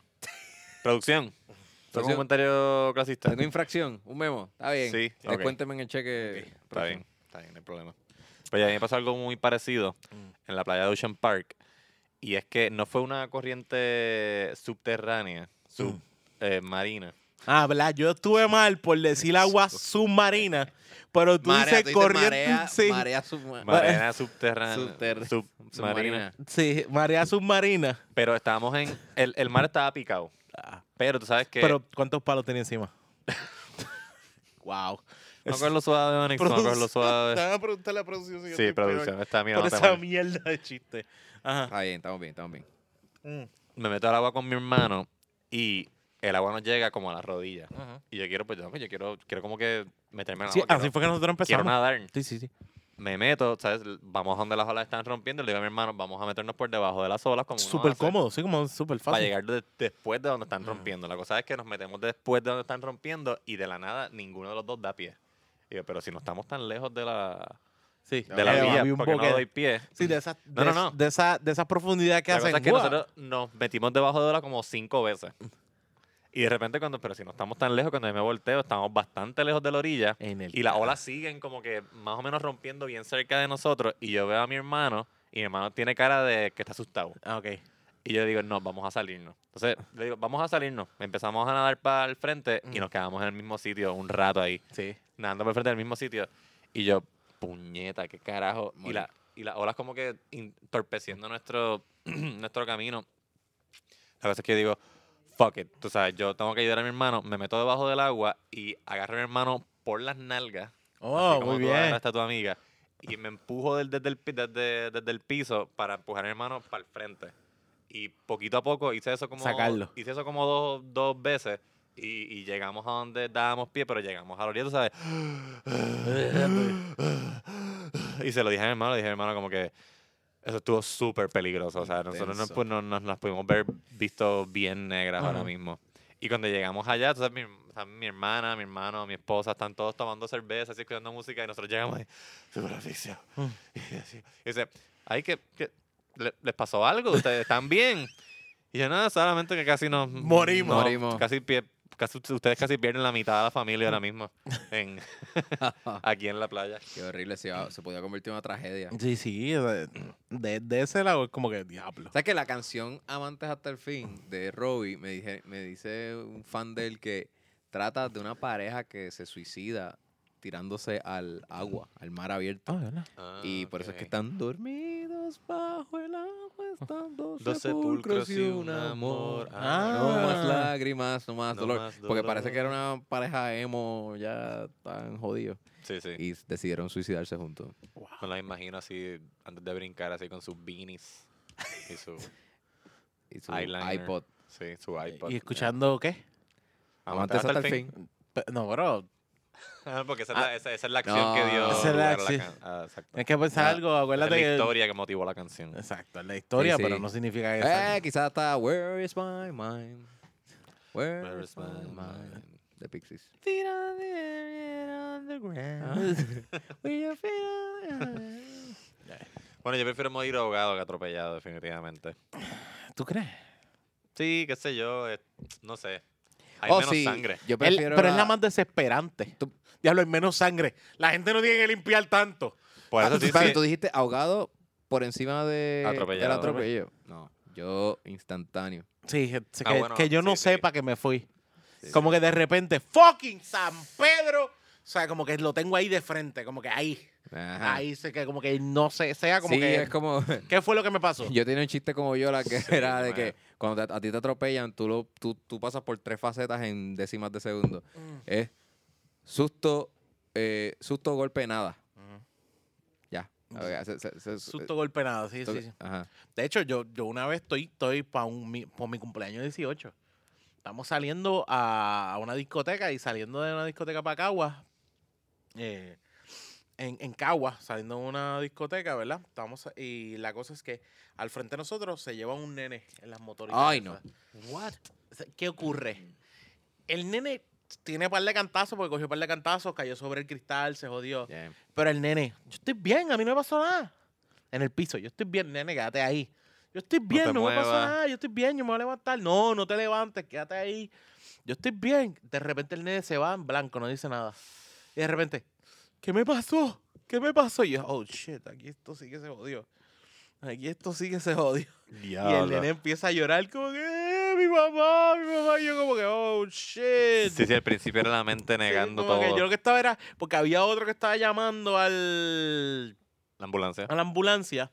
Speaker 2: Producción. ¿Fue un
Speaker 3: Producción.
Speaker 2: comentario clasista?
Speaker 3: Tengo infracción, un memo. Está bien.
Speaker 2: Sí, ok.
Speaker 3: Descuénteme en el cheque.
Speaker 2: Está bien, está bien, no hay problema. Pues a mí me pasó algo muy parecido en la playa de Ocean Park. Y es que no fue una corriente subterránea,
Speaker 1: Mm.
Speaker 2: sub, eh, marina.
Speaker 1: Ah, ¿verdad? Yo estuve mal por decir agua submarina, pero tú
Speaker 3: Marea, tú
Speaker 1: dices
Speaker 3: dices
Speaker 1: corriente. <laughs>
Speaker 3: marea,
Speaker 1: sí,
Speaker 3: marea
Speaker 1: Ah. <laughs>
Speaker 3: subma-
Speaker 2: Marina subterránea.
Speaker 3: subter-
Speaker 2: submarina.
Speaker 3: submarina.
Speaker 1: sí, marea submarina.
Speaker 2: Pero estábamos en. El, el mar estaba picado. Pero tú sabes que.
Speaker 1: Pero, ¿cuántos palos tenía encima? <laughs> wow.
Speaker 2: no con lo suave, Onyx, no con lo
Speaker 1: <laughs>
Speaker 2: suave.
Speaker 1: Estaba a preguntarle a producción si yo
Speaker 2: Sí,
Speaker 1: estoy peor
Speaker 2: producción, está mía.
Speaker 1: Por
Speaker 2: no te
Speaker 1: esa
Speaker 2: mal.
Speaker 1: mierda de chiste. Ajá.
Speaker 3: Está bien, estamos bien, estamos bien.
Speaker 1: Mm.
Speaker 2: Me meto al agua con mi hermano y el agua nos llega como a las rodillas.
Speaker 1: Ajá.
Speaker 2: Y yo quiero, pues, yo quiero, quiero como que meterme en el
Speaker 1: Sí,
Speaker 2: agua. quiero-
Speaker 1: así fue que nosotros
Speaker 2: quiero
Speaker 1: empezamos.
Speaker 2: nadar.
Speaker 1: Sí, sí, sí.
Speaker 2: me meto, ¿sabes? L- Vamos donde las olas están rompiendo, le digo a mi hermano, vamos a meternos por debajo de las olas como uno
Speaker 1: Súper
Speaker 2: hace
Speaker 1: cómodo, sí, como súper
Speaker 2: Para
Speaker 1: fácil. Mm.
Speaker 2: llegar de- después de donde están rompiendo. La cosa es que nos metemos después de donde están rompiendo y de la nada ninguno de los dos da pie. Y yo, pero si no estamos tan lejos de la,
Speaker 1: Sí,
Speaker 2: de la
Speaker 1: Eh,
Speaker 2: villa,
Speaker 1: había un
Speaker 2: porque no
Speaker 1: boquete.
Speaker 2: doy pie.
Speaker 1: Sí, de esa, de,
Speaker 2: No, no, no.
Speaker 1: de esa, de esa profundidad que
Speaker 2: La
Speaker 1: hacen.
Speaker 2: cosa es que
Speaker 1: ¡Guau!
Speaker 2: nosotros nos metimos debajo de olas como cinco veces. Y de repente cuando, pero si no estamos tan lejos, cuando yo me volteo, estamos bastante lejos de la orilla.
Speaker 1: En el
Speaker 2: Y las olas siguen como que más o menos rompiendo bien cerca de nosotros. Y yo veo a mi hermano y mi hermano tiene cara de que está asustado.
Speaker 1: Ah, ok.
Speaker 2: Y yo digo, no, vamos a salirnos. Entonces le digo, vamos a salirnos. Empezamos a nadar para el frente y nos quedamos en el mismo sitio un rato ahí,
Speaker 1: Sí.
Speaker 2: nadando para el frente en el mismo sitio. Y yo, puñeta, qué carajo. Y,
Speaker 3: Morir.
Speaker 2: la, y las olas como que entorpeciendo nuestro, <clears throat> nuestro camino. La cosa es que yo digo, fuck it. Tú sabes, yo tengo que ayudar a mi hermano. Me meto debajo del agua y agarro a mi hermano por las nalgas
Speaker 1: Oh,
Speaker 2: así como
Speaker 1: muy
Speaker 2: tú
Speaker 1: bien.
Speaker 2: agarraste a tu amiga. Y me empujo del- desde, el, pi- desde, desde el piso para empujar a mi hermano para el frente. Y poquito a poco hice eso como,
Speaker 1: Sacarlo.
Speaker 2: Hice eso como dos, dos veces. Y, y llegamos a donde dábamos pie, pero llegamos a la orilla, tú sabes. Y se lo dije a mi hermano, le dije a mi hermano como que eso estuvo súper peligroso. O sea, nosotros nos,
Speaker 3: Intenso.
Speaker 2: pu- no- nos las pudimos ver visto bien negras ahora
Speaker 1: Ajá.
Speaker 2: mismo. Y cuando llegamos allá, tú sabes, mi, o sea, mi hermana, mi hermano, mi esposa, están todos tomando cerveza, así escuchando música, y nosotros llegamos ahí, súper asfixiados.
Speaker 1: Mm.
Speaker 2: <laughs> Y así, y dice, ay, que, que le- ¿les pasó algo? ¿Ustedes están bien? Y yo, nada, solamente que casi nos...
Speaker 1: Morimos.
Speaker 2: no,
Speaker 3: Morimos.
Speaker 2: Casi, pie- casi- ustedes casi pierden la mitad de la familia ahora mismo, en,
Speaker 3: <laughs>
Speaker 2: aquí en la playa.
Speaker 3: Qué horrible, se, iba- se podía convertir en una tragedia.
Speaker 1: Sí, sí. De, de- de ese lado es como que diablo.
Speaker 3: ¿Sabes que la canción Amantes hasta el fin de Robbie me, dije, me dice un fan de él que trata de una pareja que se suicida tirándose al agua, al mar abierto? y
Speaker 2: Ah,
Speaker 3: por eso es que están dormidos bajo el agua, están dos,
Speaker 2: Dos
Speaker 3: sepulcros y un amor.
Speaker 1: Ah.
Speaker 3: No más lágrimas, no más
Speaker 2: No
Speaker 3: dolor.
Speaker 2: más
Speaker 3: Porque parece
Speaker 2: dolor.
Speaker 3: que era una pareja emo ya tan jodido.
Speaker 2: Sí, sí.
Speaker 3: Y decidieron suicidarse juntos.
Speaker 2: Me las imagino así, antes de brincar, así con sus beanies y
Speaker 3: <laughs>
Speaker 2: su,
Speaker 3: Y su
Speaker 2: Eyeliner.
Speaker 3: iPod.
Speaker 2: sí, su iPod.
Speaker 1: ¿Y escuchando qué?
Speaker 3: Ah,
Speaker 2: Amantes hasta el fin.
Speaker 1: Pe- No, bro.
Speaker 2: Ah, porque esa, es la, esa, esa es la acción
Speaker 3: No.
Speaker 2: que dio
Speaker 1: Esa es la
Speaker 2: lugar a
Speaker 1: acción.
Speaker 2: can- ah, exacto.
Speaker 1: Tienes que pensar
Speaker 3: Ah,
Speaker 1: algo.
Speaker 2: Esa es
Speaker 1: Acuérdate
Speaker 2: la
Speaker 1: que.
Speaker 2: historia que motivó la canción.
Speaker 1: <laughs> Exacto, es la historia,
Speaker 3: Sí,
Speaker 1: pero
Speaker 3: sí.
Speaker 1: no significa que. sea-
Speaker 3: Eh, quizás está Where is my mind? Where,
Speaker 2: Where is
Speaker 3: is my
Speaker 2: my
Speaker 3: mind? De Pixies. Ah. <laughs>
Speaker 2: Bueno, yo prefiero morir ahogado que atropellado, definitivamente.
Speaker 1: ¿Tú crees?
Speaker 2: Sí, qué sé yo, eh, no sé. Hay
Speaker 3: Oh,
Speaker 2: menos
Speaker 3: sí,
Speaker 2: sangre.
Speaker 3: Yo
Speaker 1: El-
Speaker 3: prefiero Ah,
Speaker 1: pero es la más desesperante.
Speaker 3: Tú-
Speaker 1: Diablo, hay menos sangre. La gente no tiene que limpiar tanto.
Speaker 2: Por eso
Speaker 3: Ah, tú-
Speaker 2: sí,
Speaker 3: pero
Speaker 2: sí,
Speaker 3: tú dijiste ahogado por encima de del
Speaker 2: Atropellado.
Speaker 3: atropello. No, yo instantáneo.
Speaker 1: Sí, es que,
Speaker 2: Ah, bueno,
Speaker 1: que yo no
Speaker 2: sí, sí.
Speaker 1: sepa que me fui.
Speaker 3: Sí,
Speaker 1: Como que de repente, fucking San Pedro sea, como que lo tengo ahí de frente, como que ahí.
Speaker 3: Ajá.
Speaker 1: Ahí se que como que no sé, sea como
Speaker 3: sí,
Speaker 1: que.
Speaker 3: es como...
Speaker 1: ¿Qué fue lo que me pasó?
Speaker 3: Yo tenía un chiste como yo, la
Speaker 1: <laughs>
Speaker 3: que
Speaker 2: Sí,
Speaker 3: era de
Speaker 2: mano.
Speaker 3: que cuando te- a ti te atropellan, tú, lo, tú, tú pasas por tres facetas en décimas de segundo. Es susto, eh, susto, golpe, nada.
Speaker 1: Ujú.
Speaker 3: Ya. Ok, se- se- se-
Speaker 1: Susto, golpe, nada. Sí, sí,
Speaker 3: toque-
Speaker 1: sí.
Speaker 3: Ajá.
Speaker 1: De hecho, yo, yo una vez estoy, estoy para mi, pa' mi cumpleaños 18. Estamos saliendo a, a una discoteca y saliendo de una discoteca para Cagua. eh, en, en Cagua, saliendo de una discoteca, ¿verdad? Estamos, y la cosa es que al frente de nosotros se lleva un nene en las motorizadas.
Speaker 3: Ay, no.
Speaker 1: What? O sea, ¿Qué ocurre? El nene tiene par de cantazos porque cogió par de cantazos, cayó sobre el cristal, se jodió.
Speaker 3: Bien.
Speaker 1: Pero el nene, yo estoy bien, a mí no me pasó nada. En el piso, yo estoy bien, nene, quédate ahí. Yo estoy bien,
Speaker 2: te
Speaker 1: no, me pasó
Speaker 2: muevas.
Speaker 1: nada, yo estoy bien, yo me voy a levantar. No, no te levantes, quédate ahí. Yo estoy bien. De repente el nene se va en blanco, no dice nada. Y de repente, ¿qué me pasó? ¿Qué me pasó? Y yo, oh shit, aquí esto sí que se jodió. Aquí esto sí que se jodió.
Speaker 2: Ah,
Speaker 1: Y el nene empieza a llorar como que, "Eh, mi mamá, mi mamá. Y yo como que, oh shit.
Speaker 2: Sí, sí, al principio era la mente
Speaker 1: Sí,
Speaker 2: negando
Speaker 1: como que
Speaker 2: todo.
Speaker 1: yo lo que estaba era, porque había otro que estaba llamando al
Speaker 2: La ambulancia.
Speaker 1: a la ambulancia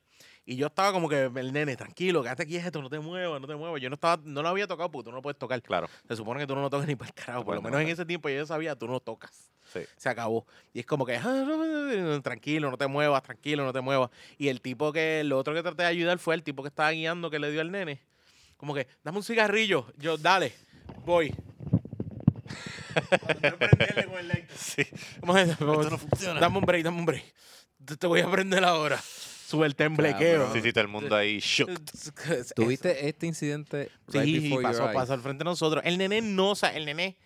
Speaker 1: y yo estaba como que el nene, tranquilo, quédate quieto, no te muevas, no te muevas. Yo no estaba, no lo había tocado porque tú no lo puedes tocar.
Speaker 2: Claro.
Speaker 1: Se supone que tú no lo tocas ni para el carajo. Por lo
Speaker 2: puedes
Speaker 1: menos en
Speaker 2: tocar.
Speaker 1: ese tiempo yo sabía, tú no tocas.
Speaker 2: eh. Sí.
Speaker 1: Se acabó. Y es como que, "Ah, no, no, no, tranquilo, no te muevas, tranquilo, no te muevas. Y el tipo que, lo otro que traté de ayudar fue el tipo que estaba guiando que le dio al nene. Como que, dame un cigarrillo. Yo, dale, voy. Para no prenderle con el <laughs> electro.
Speaker 2: Sí.
Speaker 1: Vamos a- vamos-
Speaker 2: no funciona.
Speaker 1: Dame un break, dame un break. Te, te voy a prender ahora. Sube el temblequeo.
Speaker 3: Cabrón.
Speaker 2: Sí, sí, todo el mundo ahí shook.
Speaker 1: <laughs> Es-
Speaker 3: ¿Tuviste este incidente
Speaker 1: Sí,
Speaker 3: right before your
Speaker 1: pasó,
Speaker 3: eyes?
Speaker 1: pasó al frente de nosotros. El nene no, o sea, el nene.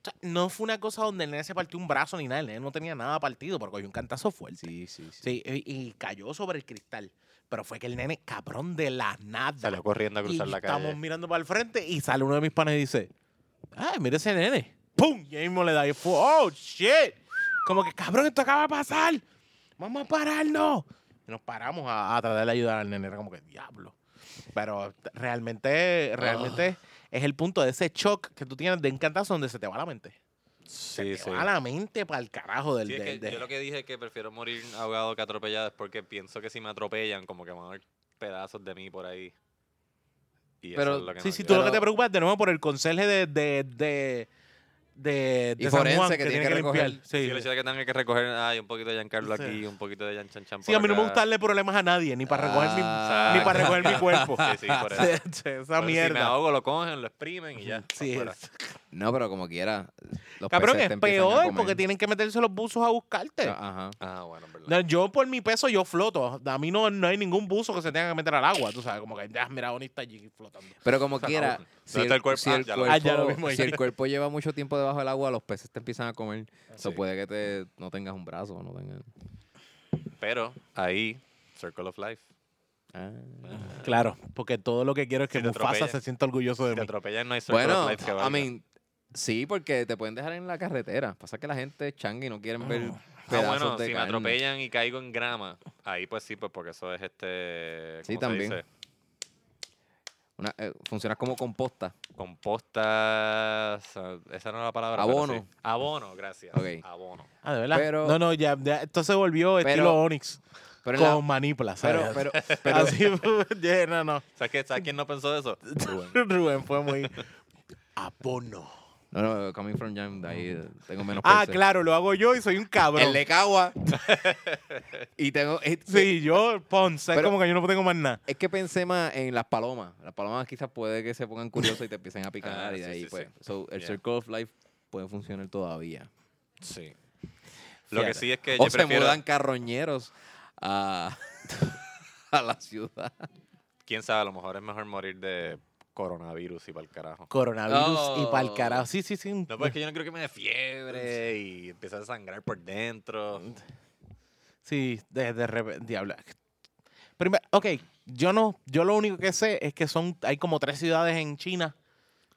Speaker 1: o sea, no fue una cosa donde el nene se partió un brazo ni nada. El nene no tenía nada partido, porque cogió un cantazo fuerte.
Speaker 3: Sí, sí, sí.
Speaker 1: Sí, y, y cayó sobre el cristal. Pero fue que el nene, cabrón de la nada.
Speaker 2: Salió corriendo a
Speaker 1: Y
Speaker 2: cruzar la
Speaker 1: estamos
Speaker 2: calle.
Speaker 1: mirando para el frente y sale uno de mis panes y dice, ¡ay, mira ese nene! ¡Pum! Y ahí mismo le da y fue, ¡oh, shit! Como que, cabrón, esto acaba de pasar. Vamos a pararnos. Y nos paramos a, a tratar de ayudar al nene. Era como que, diablo. Pero t- realmente, realmente
Speaker 2: Ah.
Speaker 1: es el punto de ese shock que tú tienes de encantazo donde se te va la mente.
Speaker 2: Sí,
Speaker 1: se
Speaker 2: sí.
Speaker 1: te va la mente para el carajo del...
Speaker 2: Sí, es
Speaker 1: del-
Speaker 2: que
Speaker 1: del-
Speaker 2: yo lo que dije es que prefiero morir ahogado que atropellado es porque pienso que si me atropellan, como que van a haber pedazos de mí por ahí. Y
Speaker 3: Pero,
Speaker 2: eso es lo que
Speaker 1: Sí,
Speaker 2: no
Speaker 1: sí, tú
Speaker 2: quiero.
Speaker 1: lo que te
Speaker 3: Pero-
Speaker 1: preocupas de nuevo por el conserje de... de, de de,
Speaker 3: Y
Speaker 1: de San
Speaker 3: forense
Speaker 1: Juan,
Speaker 3: que
Speaker 1: que,
Speaker 3: tiene
Speaker 1: tiene que,
Speaker 3: que recoger.
Speaker 1: limpiar. Sí,
Speaker 2: Sí,
Speaker 1: sí.
Speaker 2: el hecho de que tenga que recoger ay, un poquito de Giancarlo
Speaker 1: Sí.
Speaker 2: aquí, un poquito de Gian Chan Chan
Speaker 1: Sí,
Speaker 2: por
Speaker 1: a mí no me
Speaker 2: acá.
Speaker 1: gusta darle problemas a nadie, ni para recoger mi,
Speaker 3: Ah,
Speaker 1: ni para recoger mi cuerpo.
Speaker 2: Sí, sí,
Speaker 1: <laughs>
Speaker 2: por eso.
Speaker 1: Esa
Speaker 2: Pero Si me
Speaker 1: mierda.
Speaker 2: ahogo, lo cogen, lo exprimen y ya.
Speaker 1: Sí,
Speaker 2: afuera.
Speaker 1: es.
Speaker 3: No, pero como quiera. Los
Speaker 1: Cabrón,
Speaker 3: peces
Speaker 1: es
Speaker 3: te empiezan a
Speaker 1: peor
Speaker 3: comer.
Speaker 1: porque tienen que meterse los buzos a buscarte.
Speaker 3: Ajá.
Speaker 2: Ah, bueno, en verdad.
Speaker 1: No, yo por mi peso yo floto. A mí no, no hay ningún buzo que se tenga que meter al agua. Tú sabes, como que ya, mira, Oni está allí flotando.
Speaker 2: <laughs>
Speaker 3: Pero como
Speaker 1: Se
Speaker 3: quiera,
Speaker 1: acabó.
Speaker 3: si
Speaker 2: ¿Dónde está el cuerpo?
Speaker 3: si
Speaker 2: Ah,
Speaker 3: el
Speaker 2: ya lo
Speaker 1: vi. Ah, ya lo
Speaker 3: cuerpo-
Speaker 1: vimos
Speaker 3: si el
Speaker 1: ahí.
Speaker 3: cuerpo lleva mucho tiempo debajo del agua, los peces te empiezan a comer. Eso
Speaker 2: Sí.
Speaker 3: puede que te, no tengas un brazo. No tengas...
Speaker 2: Pero ahí, Circle of Life.
Speaker 3: Ah.
Speaker 1: Claro, porque todo lo que quiero es que
Speaker 2: Si te
Speaker 1: Mufasa
Speaker 2: atropellan.
Speaker 1: se sienta orgulloso
Speaker 2: Si
Speaker 1: de
Speaker 2: te
Speaker 1: mí.
Speaker 2: atropellan, no hay Circle
Speaker 3: Bueno,
Speaker 2: of Life que
Speaker 3: I
Speaker 2: valga.
Speaker 3: mean, sí, porque te pueden dejar en la carretera. Pasa que la gente changa y no quieren ver
Speaker 2: Ah,
Speaker 3: pedazos
Speaker 2: bueno,
Speaker 3: de
Speaker 2: si me
Speaker 3: carne.
Speaker 2: atropellan y caigo en grama, ahí pues sí, pues porque eso es este.
Speaker 3: Sí,
Speaker 2: ¿cómo se
Speaker 3: también.
Speaker 2: dice?
Speaker 3: Una- eh, funcionas como composta.
Speaker 2: Composta. esa- ah, Esa no era la palabra. pero
Speaker 3: Abono.
Speaker 2: sí. Abono, gracias.
Speaker 3: Ok.
Speaker 2: Abono.
Speaker 1: Ah, de verdad.
Speaker 3: Pero-
Speaker 1: no, no, ya, ya, esto se volvió estilo Onix
Speaker 3: Pero, en
Speaker 1: con
Speaker 3: la- <laughs>
Speaker 1: manipla,
Speaker 3: pero,
Speaker 1: ¿sabes? <laughs>
Speaker 3: pero,
Speaker 1: Así, <laughs> yeah, no, no.
Speaker 2: ¿Sabes, qué? ¿Sabes quién no pensó eso? Rubén.
Speaker 1: Rubén fue muy abono.
Speaker 3: no, no, coming from jam, de ahí eh, tengo menos
Speaker 1: Ah,
Speaker 3: peces.
Speaker 1: claro, lo hago yo y soy un cabrón.
Speaker 3: El de
Speaker 2: <laughs>
Speaker 3: Cagua. y tengo. eh, Es,
Speaker 1: Sí, yo, Ponce, es
Speaker 3: Pero-
Speaker 1: como que yo no tengo más nada.
Speaker 3: es que pensé más en las palomas. Las palomas quizás puede que se pongan curiosas y te empiecen <laughs> a picar
Speaker 2: Ah,
Speaker 3: y de
Speaker 2: sí,
Speaker 3: ahí,
Speaker 2: sí,
Speaker 3: pues.
Speaker 2: sí.
Speaker 3: So, el
Speaker 2: Yeah.
Speaker 3: Circle of Life puede funcionar todavía.
Speaker 2: Sí. Lo que
Speaker 3: Fíjate.
Speaker 2: sí es que
Speaker 3: o
Speaker 2: yo
Speaker 3: se
Speaker 2: prefiero.
Speaker 3: mudan carroñeros a, <laughs> a la ciudad.
Speaker 2: Quién sabe, a lo mejor es mejor morir de coronavirus y para el carajo.
Speaker 1: Coronavirus y
Speaker 3: Oh.
Speaker 1: pa'l carajo. Sí, sí, sí.
Speaker 2: No, pues es que yo no creo que me dé fiebre y empezar a sangrar por dentro.
Speaker 1: Sí, de, de repente, diablo. Primero, ok, yo no, yo lo único que sé es que son, hay como tres ciudades en China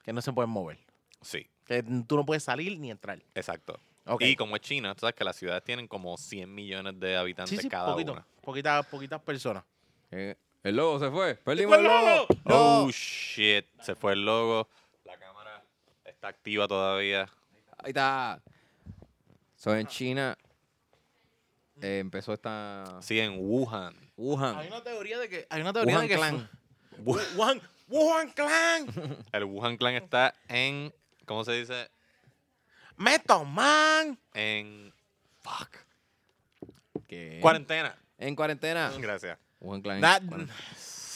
Speaker 1: que no se pueden mover.
Speaker 2: Sí,
Speaker 1: Que tú no puedes salir ni entrar.
Speaker 2: exacto.
Speaker 1: Ok.
Speaker 2: Y como es China, tú sabes que las ciudades tienen como 100 millones de habitantes
Speaker 1: sí, sí,
Speaker 2: cada
Speaker 1: poquito,
Speaker 2: una.
Speaker 1: poquita- poquitas personas.
Speaker 3: Eh, El lobo se fue.
Speaker 1: ¡Se
Speaker 3: Perdimos
Speaker 1: fue
Speaker 3: el
Speaker 1: el
Speaker 3: lobo.
Speaker 1: lobo!
Speaker 2: Oh, shit. Se fue el logo. La cámara está activa todavía.
Speaker 3: Ahí está. So, en China eh, empezó esta
Speaker 2: Sí, en Wuhan.
Speaker 1: Hay
Speaker 3: Wuhan.
Speaker 1: una teoría de que. Hay una teoría
Speaker 3: Wuhan
Speaker 1: de que.
Speaker 3: Clan.
Speaker 1: Wu- Wuhan, Wuhan <laughs> Clan.
Speaker 2: El Wuhan Clan está en. ¿Cómo se dice?
Speaker 1: Meto Man.
Speaker 2: En. Fuck.
Speaker 3: ¿Qué?
Speaker 2: Cuarentena.
Speaker 3: En cuarentena.
Speaker 2: Gracias.
Speaker 3: Wuhan Clan.
Speaker 1: That-
Speaker 3: Bueno.
Speaker 1: <sighs>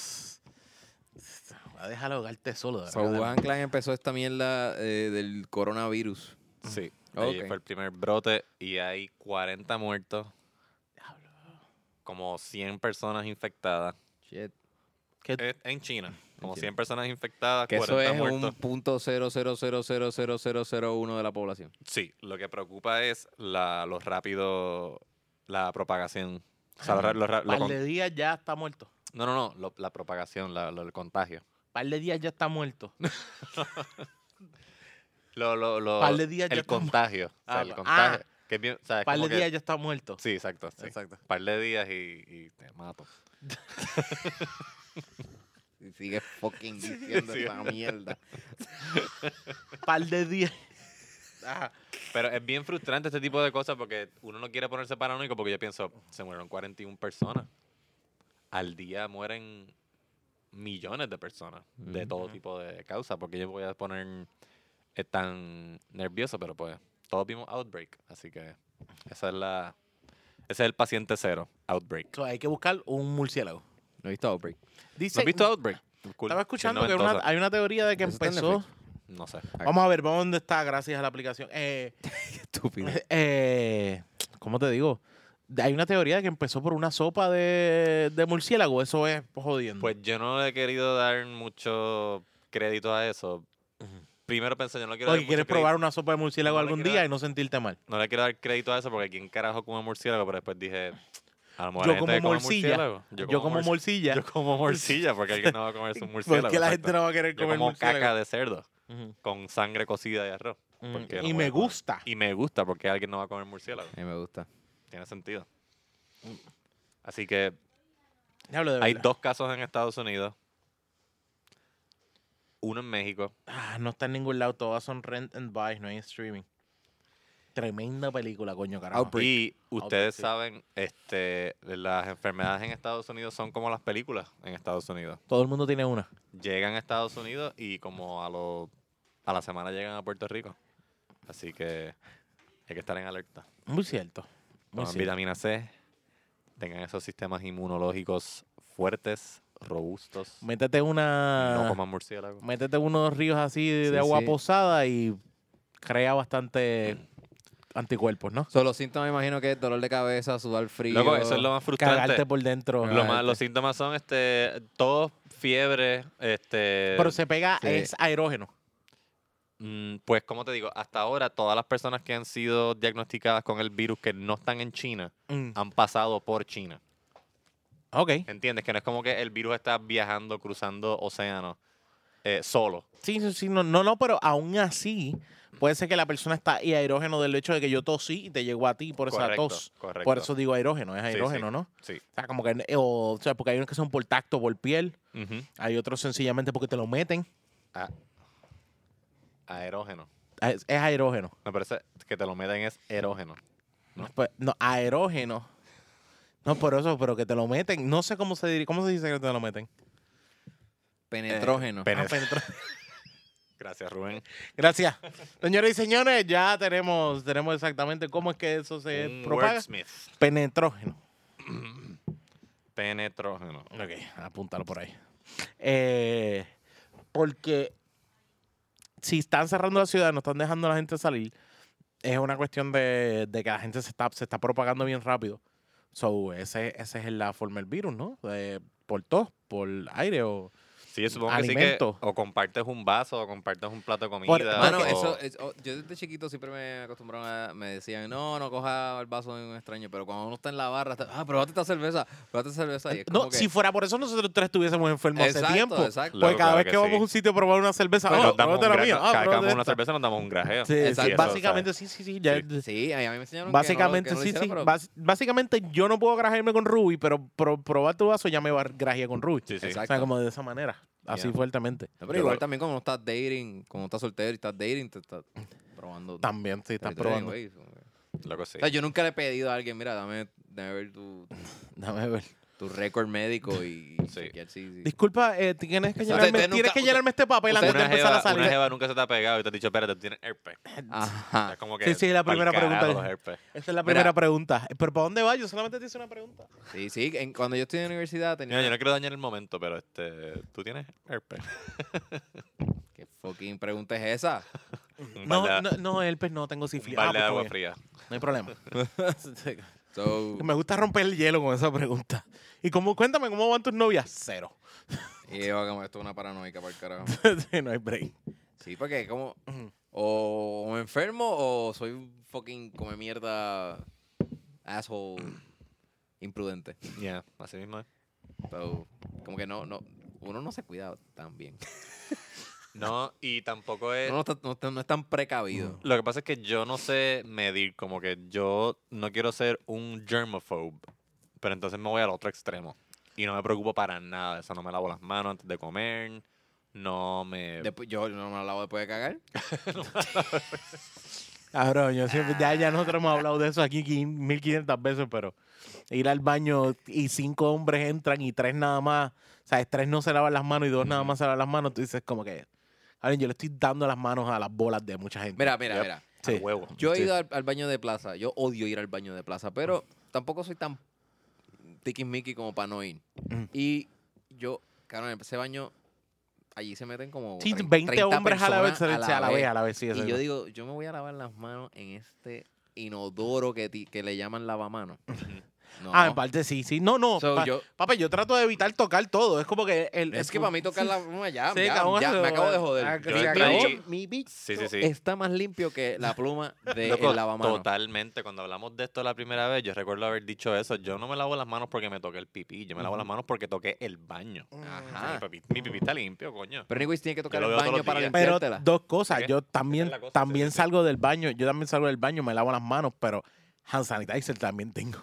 Speaker 1: Va a dejar ahogarte solo. de
Speaker 3: So,
Speaker 1: verdad.
Speaker 3: Wuhan Clan empezó esta mierda eh, del coronavirus.
Speaker 2: Sí.
Speaker 3: Ok.
Speaker 2: Ahí fue el primer brote y hay 40 muertos. Como 100 personas infectadas.
Speaker 3: Shit.
Speaker 1: Que-
Speaker 2: Eh, En China. Como
Speaker 3: China.
Speaker 2: 100 personas infectadas,
Speaker 3: Que
Speaker 2: 40
Speaker 3: eso es
Speaker 2: muertos.
Speaker 3: un punto cero cero cero cero cero cero cero uno de la población.
Speaker 2: Sí, lo que preocupa es la, lo rápido, la propagación. O sea, lo ra- lo ra- lo
Speaker 1: par
Speaker 2: con-
Speaker 1: de días ya está muerto.
Speaker 2: no, no, no, lo- la propagación, la- lo- el contagio.
Speaker 1: Par de días ya está muerto.
Speaker 2: Lo, lo, lo-
Speaker 1: Par de días ya
Speaker 2: el
Speaker 1: estamos-
Speaker 2: contagio. o sea,
Speaker 1: Ah,
Speaker 2: el
Speaker 1: ah.
Speaker 2: contagio. que es bien- o sea, es
Speaker 1: Par
Speaker 2: como
Speaker 1: de
Speaker 2: que-
Speaker 1: días ya está muerto.
Speaker 2: Sí, exacto. sí.
Speaker 3: Exacto.
Speaker 2: Par de días y, y te mato.
Speaker 3: Y sigue fucking diciendo
Speaker 2: Sí.
Speaker 3: esa mierda.
Speaker 1: Par de días. <laughs> Ajá.
Speaker 2: Pero es bien frustrante este tipo de cosas porque uno no quiere ponerse paranoico porque yo pienso, se murieron 41 personas. Al día mueren millones de personas de todo
Speaker 1: Ujú.
Speaker 2: tipo de causas porque yo me voy a poner eh, tan nervioso, pero pues todos vimos Outbreak, así que esa es la ese es el paciente cero, Outbreak.
Speaker 1: So, hay que buscar un murciélago.
Speaker 3: No he visto Outbreak.
Speaker 1: Dice,
Speaker 2: ¿No has visto Outbreak? Cool.
Speaker 1: Estaba
Speaker 2: Del
Speaker 1: escuchando que era una-
Speaker 2: 90.
Speaker 1: hay una teoría de que
Speaker 3: Eso está en
Speaker 1: empezó.
Speaker 3: Netflix.
Speaker 2: no sé.
Speaker 1: Vamos a ver, vamos a dónde está, gracias a la aplicación. Eh,
Speaker 3: Qué <laughs> estúpido.
Speaker 1: <laughs> eh, ¿Cómo te digo? Hay una teoría de que empezó por una sopa de, de murciélago. Eso es jodiendo.
Speaker 2: Pues yo no le he querido dar mucho crédito a eso. Primero pensé, yo no le quiero dar
Speaker 1: Porque
Speaker 2: mucho
Speaker 1: quieres
Speaker 2: crédito-
Speaker 1: probar una sopa de murciélago
Speaker 2: No le
Speaker 1: algún
Speaker 2: quiero
Speaker 1: día
Speaker 2: dar-
Speaker 1: y no sentirte mal.
Speaker 2: no le quiero dar crédito a eso porque quién carajo come murciélago, pero después dije, a lo mejor
Speaker 1: Yo
Speaker 2: hay
Speaker 1: como
Speaker 2: gente que come
Speaker 1: morcilla.
Speaker 2: murciélago.
Speaker 1: Yo, como
Speaker 2: morci-
Speaker 1: morcilla.
Speaker 2: Yo como morcilla porque alguien no va a comerse un
Speaker 1: <laughs>
Speaker 2: murciélago.
Speaker 1: porque la gente
Speaker 2: exacto.
Speaker 1: no va a querer
Speaker 2: Yo
Speaker 1: comer
Speaker 2: como caca
Speaker 1: murciélago.
Speaker 2: de cerdo
Speaker 1: Ujú.
Speaker 2: con sangre cocida y arroz.
Speaker 1: Mm,
Speaker 2: porque no
Speaker 1: Y
Speaker 2: voy a
Speaker 1: me
Speaker 2: comer.
Speaker 1: gusta.
Speaker 2: Y me gusta porque alguien no va a comer murciélago.
Speaker 3: A mí me gusta.
Speaker 2: Tiene sentido. Así que
Speaker 1: Diablo, de
Speaker 2: hay
Speaker 1: verdad.
Speaker 2: dos casos en Estados Unidos. Uno en México.
Speaker 1: Ah, no está en ningún lado. Todas son rent and buy, no hay streaming. Tremenda película, coño, carajo.
Speaker 3: Outbreak.
Speaker 2: Y
Speaker 1: Ah,
Speaker 2: ustedes
Speaker 1: sí.
Speaker 2: saben, este, las enfermedades en Estados Unidos son como las películas en Estados Unidos.
Speaker 1: Todo el mundo tiene una.
Speaker 2: Llegan a Estados Unidos y como a lo, a la semana llegan a Puerto Rico. Así que hay que estar en alerta.
Speaker 1: Muy cierto. Muy
Speaker 2: Tomen
Speaker 1: cierto.
Speaker 2: vitamina C. Tengan esos sistemas inmunológicos fuertes, robustos.
Speaker 1: Métete una.
Speaker 2: No coman murciélago.
Speaker 1: métete unos ríos así de, de
Speaker 3: Sí,
Speaker 1: agua
Speaker 3: sí.
Speaker 1: posada y crea bastante anticuerpos, ¿no?
Speaker 3: So, los síntomas me imagino que es dolor de cabeza, sudar frío.
Speaker 2: Loco, eso es lo más frustrante.
Speaker 1: Cagarte por dentro.
Speaker 2: Lo más,
Speaker 3: cagarte.
Speaker 2: los síntomas son este tos, fiebre, este
Speaker 1: Pero se pega,
Speaker 3: sí.
Speaker 1: es aerógeno.
Speaker 2: Mm, Pues como te digo, hasta ahora todas las personas que han sido diagnosticadas con el virus que no están en China
Speaker 1: Mm.
Speaker 2: han pasado por China.
Speaker 1: Ah, Ok.
Speaker 2: ¿Entiendes? Que no es como que el virus está viajando, cruzando océanos eh, solo.
Speaker 1: Sí, sí, sí, no, no, no, pero aún así puede ser que la persona está y aerógeno del hecho de que yo tosí y te llegó a ti por esa
Speaker 2: Correcto,
Speaker 1: tos.
Speaker 2: correcto.
Speaker 1: Por eso digo aerógeno, es
Speaker 2: Sí, sí.
Speaker 1: aerógeno, ¿no?
Speaker 2: Sí.
Speaker 1: O sea, como que, eh, o, o sea, porque hay unos que son por tacto, por piel,
Speaker 2: Ujú.
Speaker 1: hay otros sencillamente porque te lo meten.
Speaker 2: A- aerógeno.
Speaker 1: Ah, Es, es aerógeno.
Speaker 2: Me parece que te lo meten es erógeno. No.
Speaker 1: No. no, aerógeno. No, por eso, pero que te lo meten. No sé cómo se diría, ¿cómo se dice que te lo meten?
Speaker 3: Penetrógeno.
Speaker 2: Pene-
Speaker 1: Ah, penetro-
Speaker 2: Gracias, Rubén.
Speaker 1: <laughs> Gracias. Señoras y señores, ya tenemos, tenemos exactamente cómo es que eso se
Speaker 2: Un
Speaker 1: propaga.
Speaker 2: wordsmith.
Speaker 1: Penetrógeno.
Speaker 2: Penetrógeno.
Speaker 1: Ok, apúntalo por ahí. Eh, porque si están cerrando la ciudad, no están dejando a la gente salir, es una cuestión de, de que la gente se está, se está propagando bien rápido. So, ese, ese es la forma del virus, ¿no? Eh, por tos, por aire o...
Speaker 2: Sí, yo supongo que sí que
Speaker 1: Alimento.
Speaker 2: o compartes un vaso o compartes un plato de comida.
Speaker 1: Por- eh,
Speaker 3: Mano,
Speaker 2: o-
Speaker 3: eso, es- oh, yo desde chiquito siempre me acostumbraron a, me decían, no, no coja el vaso de un extraño, pero cuando uno está en la barra, está, ah, probate esta cerveza, probate esta cerveza. Y es
Speaker 1: eh, No,
Speaker 3: Pues, como que,
Speaker 1: si fuera por eso nosotros tres estuviésemos enfermos
Speaker 3: Exacto,
Speaker 1: hace tiempo.
Speaker 3: exacto.
Speaker 1: Porque cada
Speaker 2: Claro, claro
Speaker 1: vez
Speaker 2: que
Speaker 1: que, vamos
Speaker 2: sí.
Speaker 1: a un sitio a probar una cerveza,
Speaker 2: Pero
Speaker 1: ah,
Speaker 2: pues, nos damos un
Speaker 1: pruébate la mía. ah,
Speaker 2: gran- cada vez que
Speaker 1: pruébate
Speaker 2: vamos a una
Speaker 1: esta.
Speaker 2: cerveza nos damos un grajeo.
Speaker 1: Sí,
Speaker 2: Y
Speaker 1: exacto.
Speaker 2: eso,
Speaker 1: Básicamente, sí, sí, sí. ya-
Speaker 3: Sí, a mí me enseñaron que no-
Speaker 1: Básicamente,
Speaker 3: que no lo
Speaker 1: sí,
Speaker 3: hiciera,
Speaker 1: sí.
Speaker 3: pero-
Speaker 1: Bas- básicamente, yo no puedo grajearme con Ruby, pero pro- probar tu vaso ya me va a grajear con Ruby.
Speaker 2: Sí, sí.
Speaker 1: O
Speaker 3: Exacto.
Speaker 1: sea, como de esa manera, así
Speaker 2: Yeah.
Speaker 1: fuertemente.
Speaker 3: No,
Speaker 2: Yo
Speaker 3: pero igual
Speaker 2: lo-
Speaker 3: también cuando estás dating, cuando estás soltero y estás dating, te estás probando.
Speaker 1: También, sí, estás
Speaker 3: territorio,
Speaker 1: probando.
Speaker 3: güey, eso, güey.
Speaker 2: Loco, sí.
Speaker 3: O sea, yo nunca le he pedido a alguien, mira, dame, dame ver tu,
Speaker 1: Dame ver.
Speaker 3: tu récord médico y
Speaker 1: <laughs>
Speaker 2: Sí.
Speaker 3: chequear si- si-
Speaker 1: Disculpa, eh, tienes que
Speaker 3: Exacto.
Speaker 1: llenarme,
Speaker 3: Ustedes nunca-
Speaker 1: tienes que
Speaker 3: usted-
Speaker 1: llenarme este papel antes de
Speaker 2: Una
Speaker 1: empezar
Speaker 2: jeva,
Speaker 1: a salir.
Speaker 2: una jeva nunca se te ha pegado y te ha dicho, espérate, tú tienes herpes. O sea,
Speaker 3: Ajá.
Speaker 2: como que
Speaker 1: Ah, Sí, sí, la
Speaker 2: pa'l
Speaker 1: primera pregunta
Speaker 2: carajo
Speaker 1: es-
Speaker 2: los herpes.
Speaker 1: Esa es la
Speaker 3: Mira.
Speaker 1: primera pregunta. Eh, ¿Pero para dónde vas? Yo solamente te hice una pregunta.
Speaker 3: Sí, sí. en- cuando yo estudié en la universidad tenía...
Speaker 2: Mira, yo no quiero dañar el momento, pero este, tú tienes
Speaker 1: <laughs>
Speaker 2: herpes.
Speaker 3: ¿Qué fucking pregunta es esa?
Speaker 2: Un
Speaker 1: No,
Speaker 2: balde-
Speaker 1: no, no, el pez no, tengo
Speaker 2: un
Speaker 1: sífilis. Ah,
Speaker 2: balde de
Speaker 1: pues,
Speaker 2: agua
Speaker 1: está bien,
Speaker 2: fría.
Speaker 1: No hay problema.
Speaker 2: <laughs>
Speaker 1: <laughs>
Speaker 3: So,
Speaker 1: Me gusta romper el hielo con esa pregunta. Y cómo, cuéntame, ¿cómo van tus novias? Cero. <laughs>
Speaker 3: y yo, como, esto es una paranoica para el carajo.
Speaker 1: Sí, no hay break.
Speaker 3: Sí, porque como...
Speaker 1: Ujú.
Speaker 3: O, o me enfermo o soy un fucking come mierda asshole imprudente.
Speaker 2: Yeah, así mismo es.
Speaker 3: So, como que no, no, uno no se cuida tan bien.
Speaker 2: No, y tampoco
Speaker 1: Eh,
Speaker 2: es...
Speaker 3: Uno no, está- no está- no es tan precavido.
Speaker 2: Lo que pasa es que yo no sé medir, como que yo no quiero ser un germaphobe, pero entonces me voy al otro extremo. Y no me preocupo para nada. O sea, no me lavo las manos antes de comer. No me.
Speaker 3: Después- yo no me lavo después de cagar.
Speaker 1: Cabrón, Ah, yo siempre, ya, ya nosotros hemos hablado de eso aquí 500 1500 veces, pero ir al baño y cinco hombres entran y tres nada más, o sea, tres no se lavan las manos y dos nada
Speaker 2: Ujú.
Speaker 1: más se lavan las manos, tú dices como que, cabrón, yo le estoy dando las manos a las bolas de mucha gente.
Speaker 3: Mira, mira,
Speaker 2: Yep.
Speaker 3: mira.
Speaker 2: a
Speaker 1: Sí.
Speaker 2: huevo.
Speaker 3: Yo he
Speaker 1: Sí.
Speaker 3: ido al, al baño de plaza. Yo odio ir al baño de plaza, pero tampoco soy tan tiquismiqui como para no ir.
Speaker 1: Mm.
Speaker 3: Y yo, claro, en ese baño, allí se meten como
Speaker 1: Sí,
Speaker 3: 30
Speaker 1: 20 hombres a la vez,
Speaker 3: personas
Speaker 1: se- se- a la vez, a la vez, sí.
Speaker 3: Y
Speaker 1: eso
Speaker 3: yo
Speaker 1: es.
Speaker 3: digo, yo me voy a lavar las manos en este inodoro que, ti- que le llaman lavamanos. <laughs> No.
Speaker 1: Ah, en parte sí, sí. No, no,
Speaker 3: So,
Speaker 1: pa-
Speaker 3: yo-
Speaker 1: papi, yo trato de evitar tocar todo, es como que... El,
Speaker 3: es
Speaker 1: el-
Speaker 3: que para mí tocar la pluma ya,
Speaker 1: Sí,
Speaker 3: ya,
Speaker 1: cabrón,
Speaker 3: ya,
Speaker 1: eso-
Speaker 3: me acabo de
Speaker 1: Ah,
Speaker 3: joder.
Speaker 1: que
Speaker 2: Yo
Speaker 1: se
Speaker 2: he
Speaker 1: acabó.
Speaker 2: traído-
Speaker 3: mi bicho
Speaker 2: Sí, sí, sí.
Speaker 3: está más limpio que la pluma del
Speaker 2: Loco,
Speaker 3: lavamanos.
Speaker 2: totalmente. Cuando hablamos de esto la primera vez, yo recuerdo haber dicho eso. Yo no me lavo las manos porque me toqué el pipí. Yo me lavo las manos porque toqué el baño. O sea,
Speaker 3: Ajá.
Speaker 2: mi, papi- mi pipí está limpio, coño.
Speaker 3: Pero Anyways tiene que tocar
Speaker 2: Yo lo
Speaker 3: el
Speaker 2: veo todos
Speaker 3: baño
Speaker 2: los
Speaker 3: para
Speaker 2: días.
Speaker 1: Pero
Speaker 3: limpiártela.
Speaker 1: dos cosas,
Speaker 2: ¿Qué?
Speaker 1: yo también,
Speaker 2: es la cosa,
Speaker 1: también
Speaker 2: sí, sí.
Speaker 1: salgo del baño, yo también salgo del baño, me lavo las manos, pero hand sanitizer también tengo.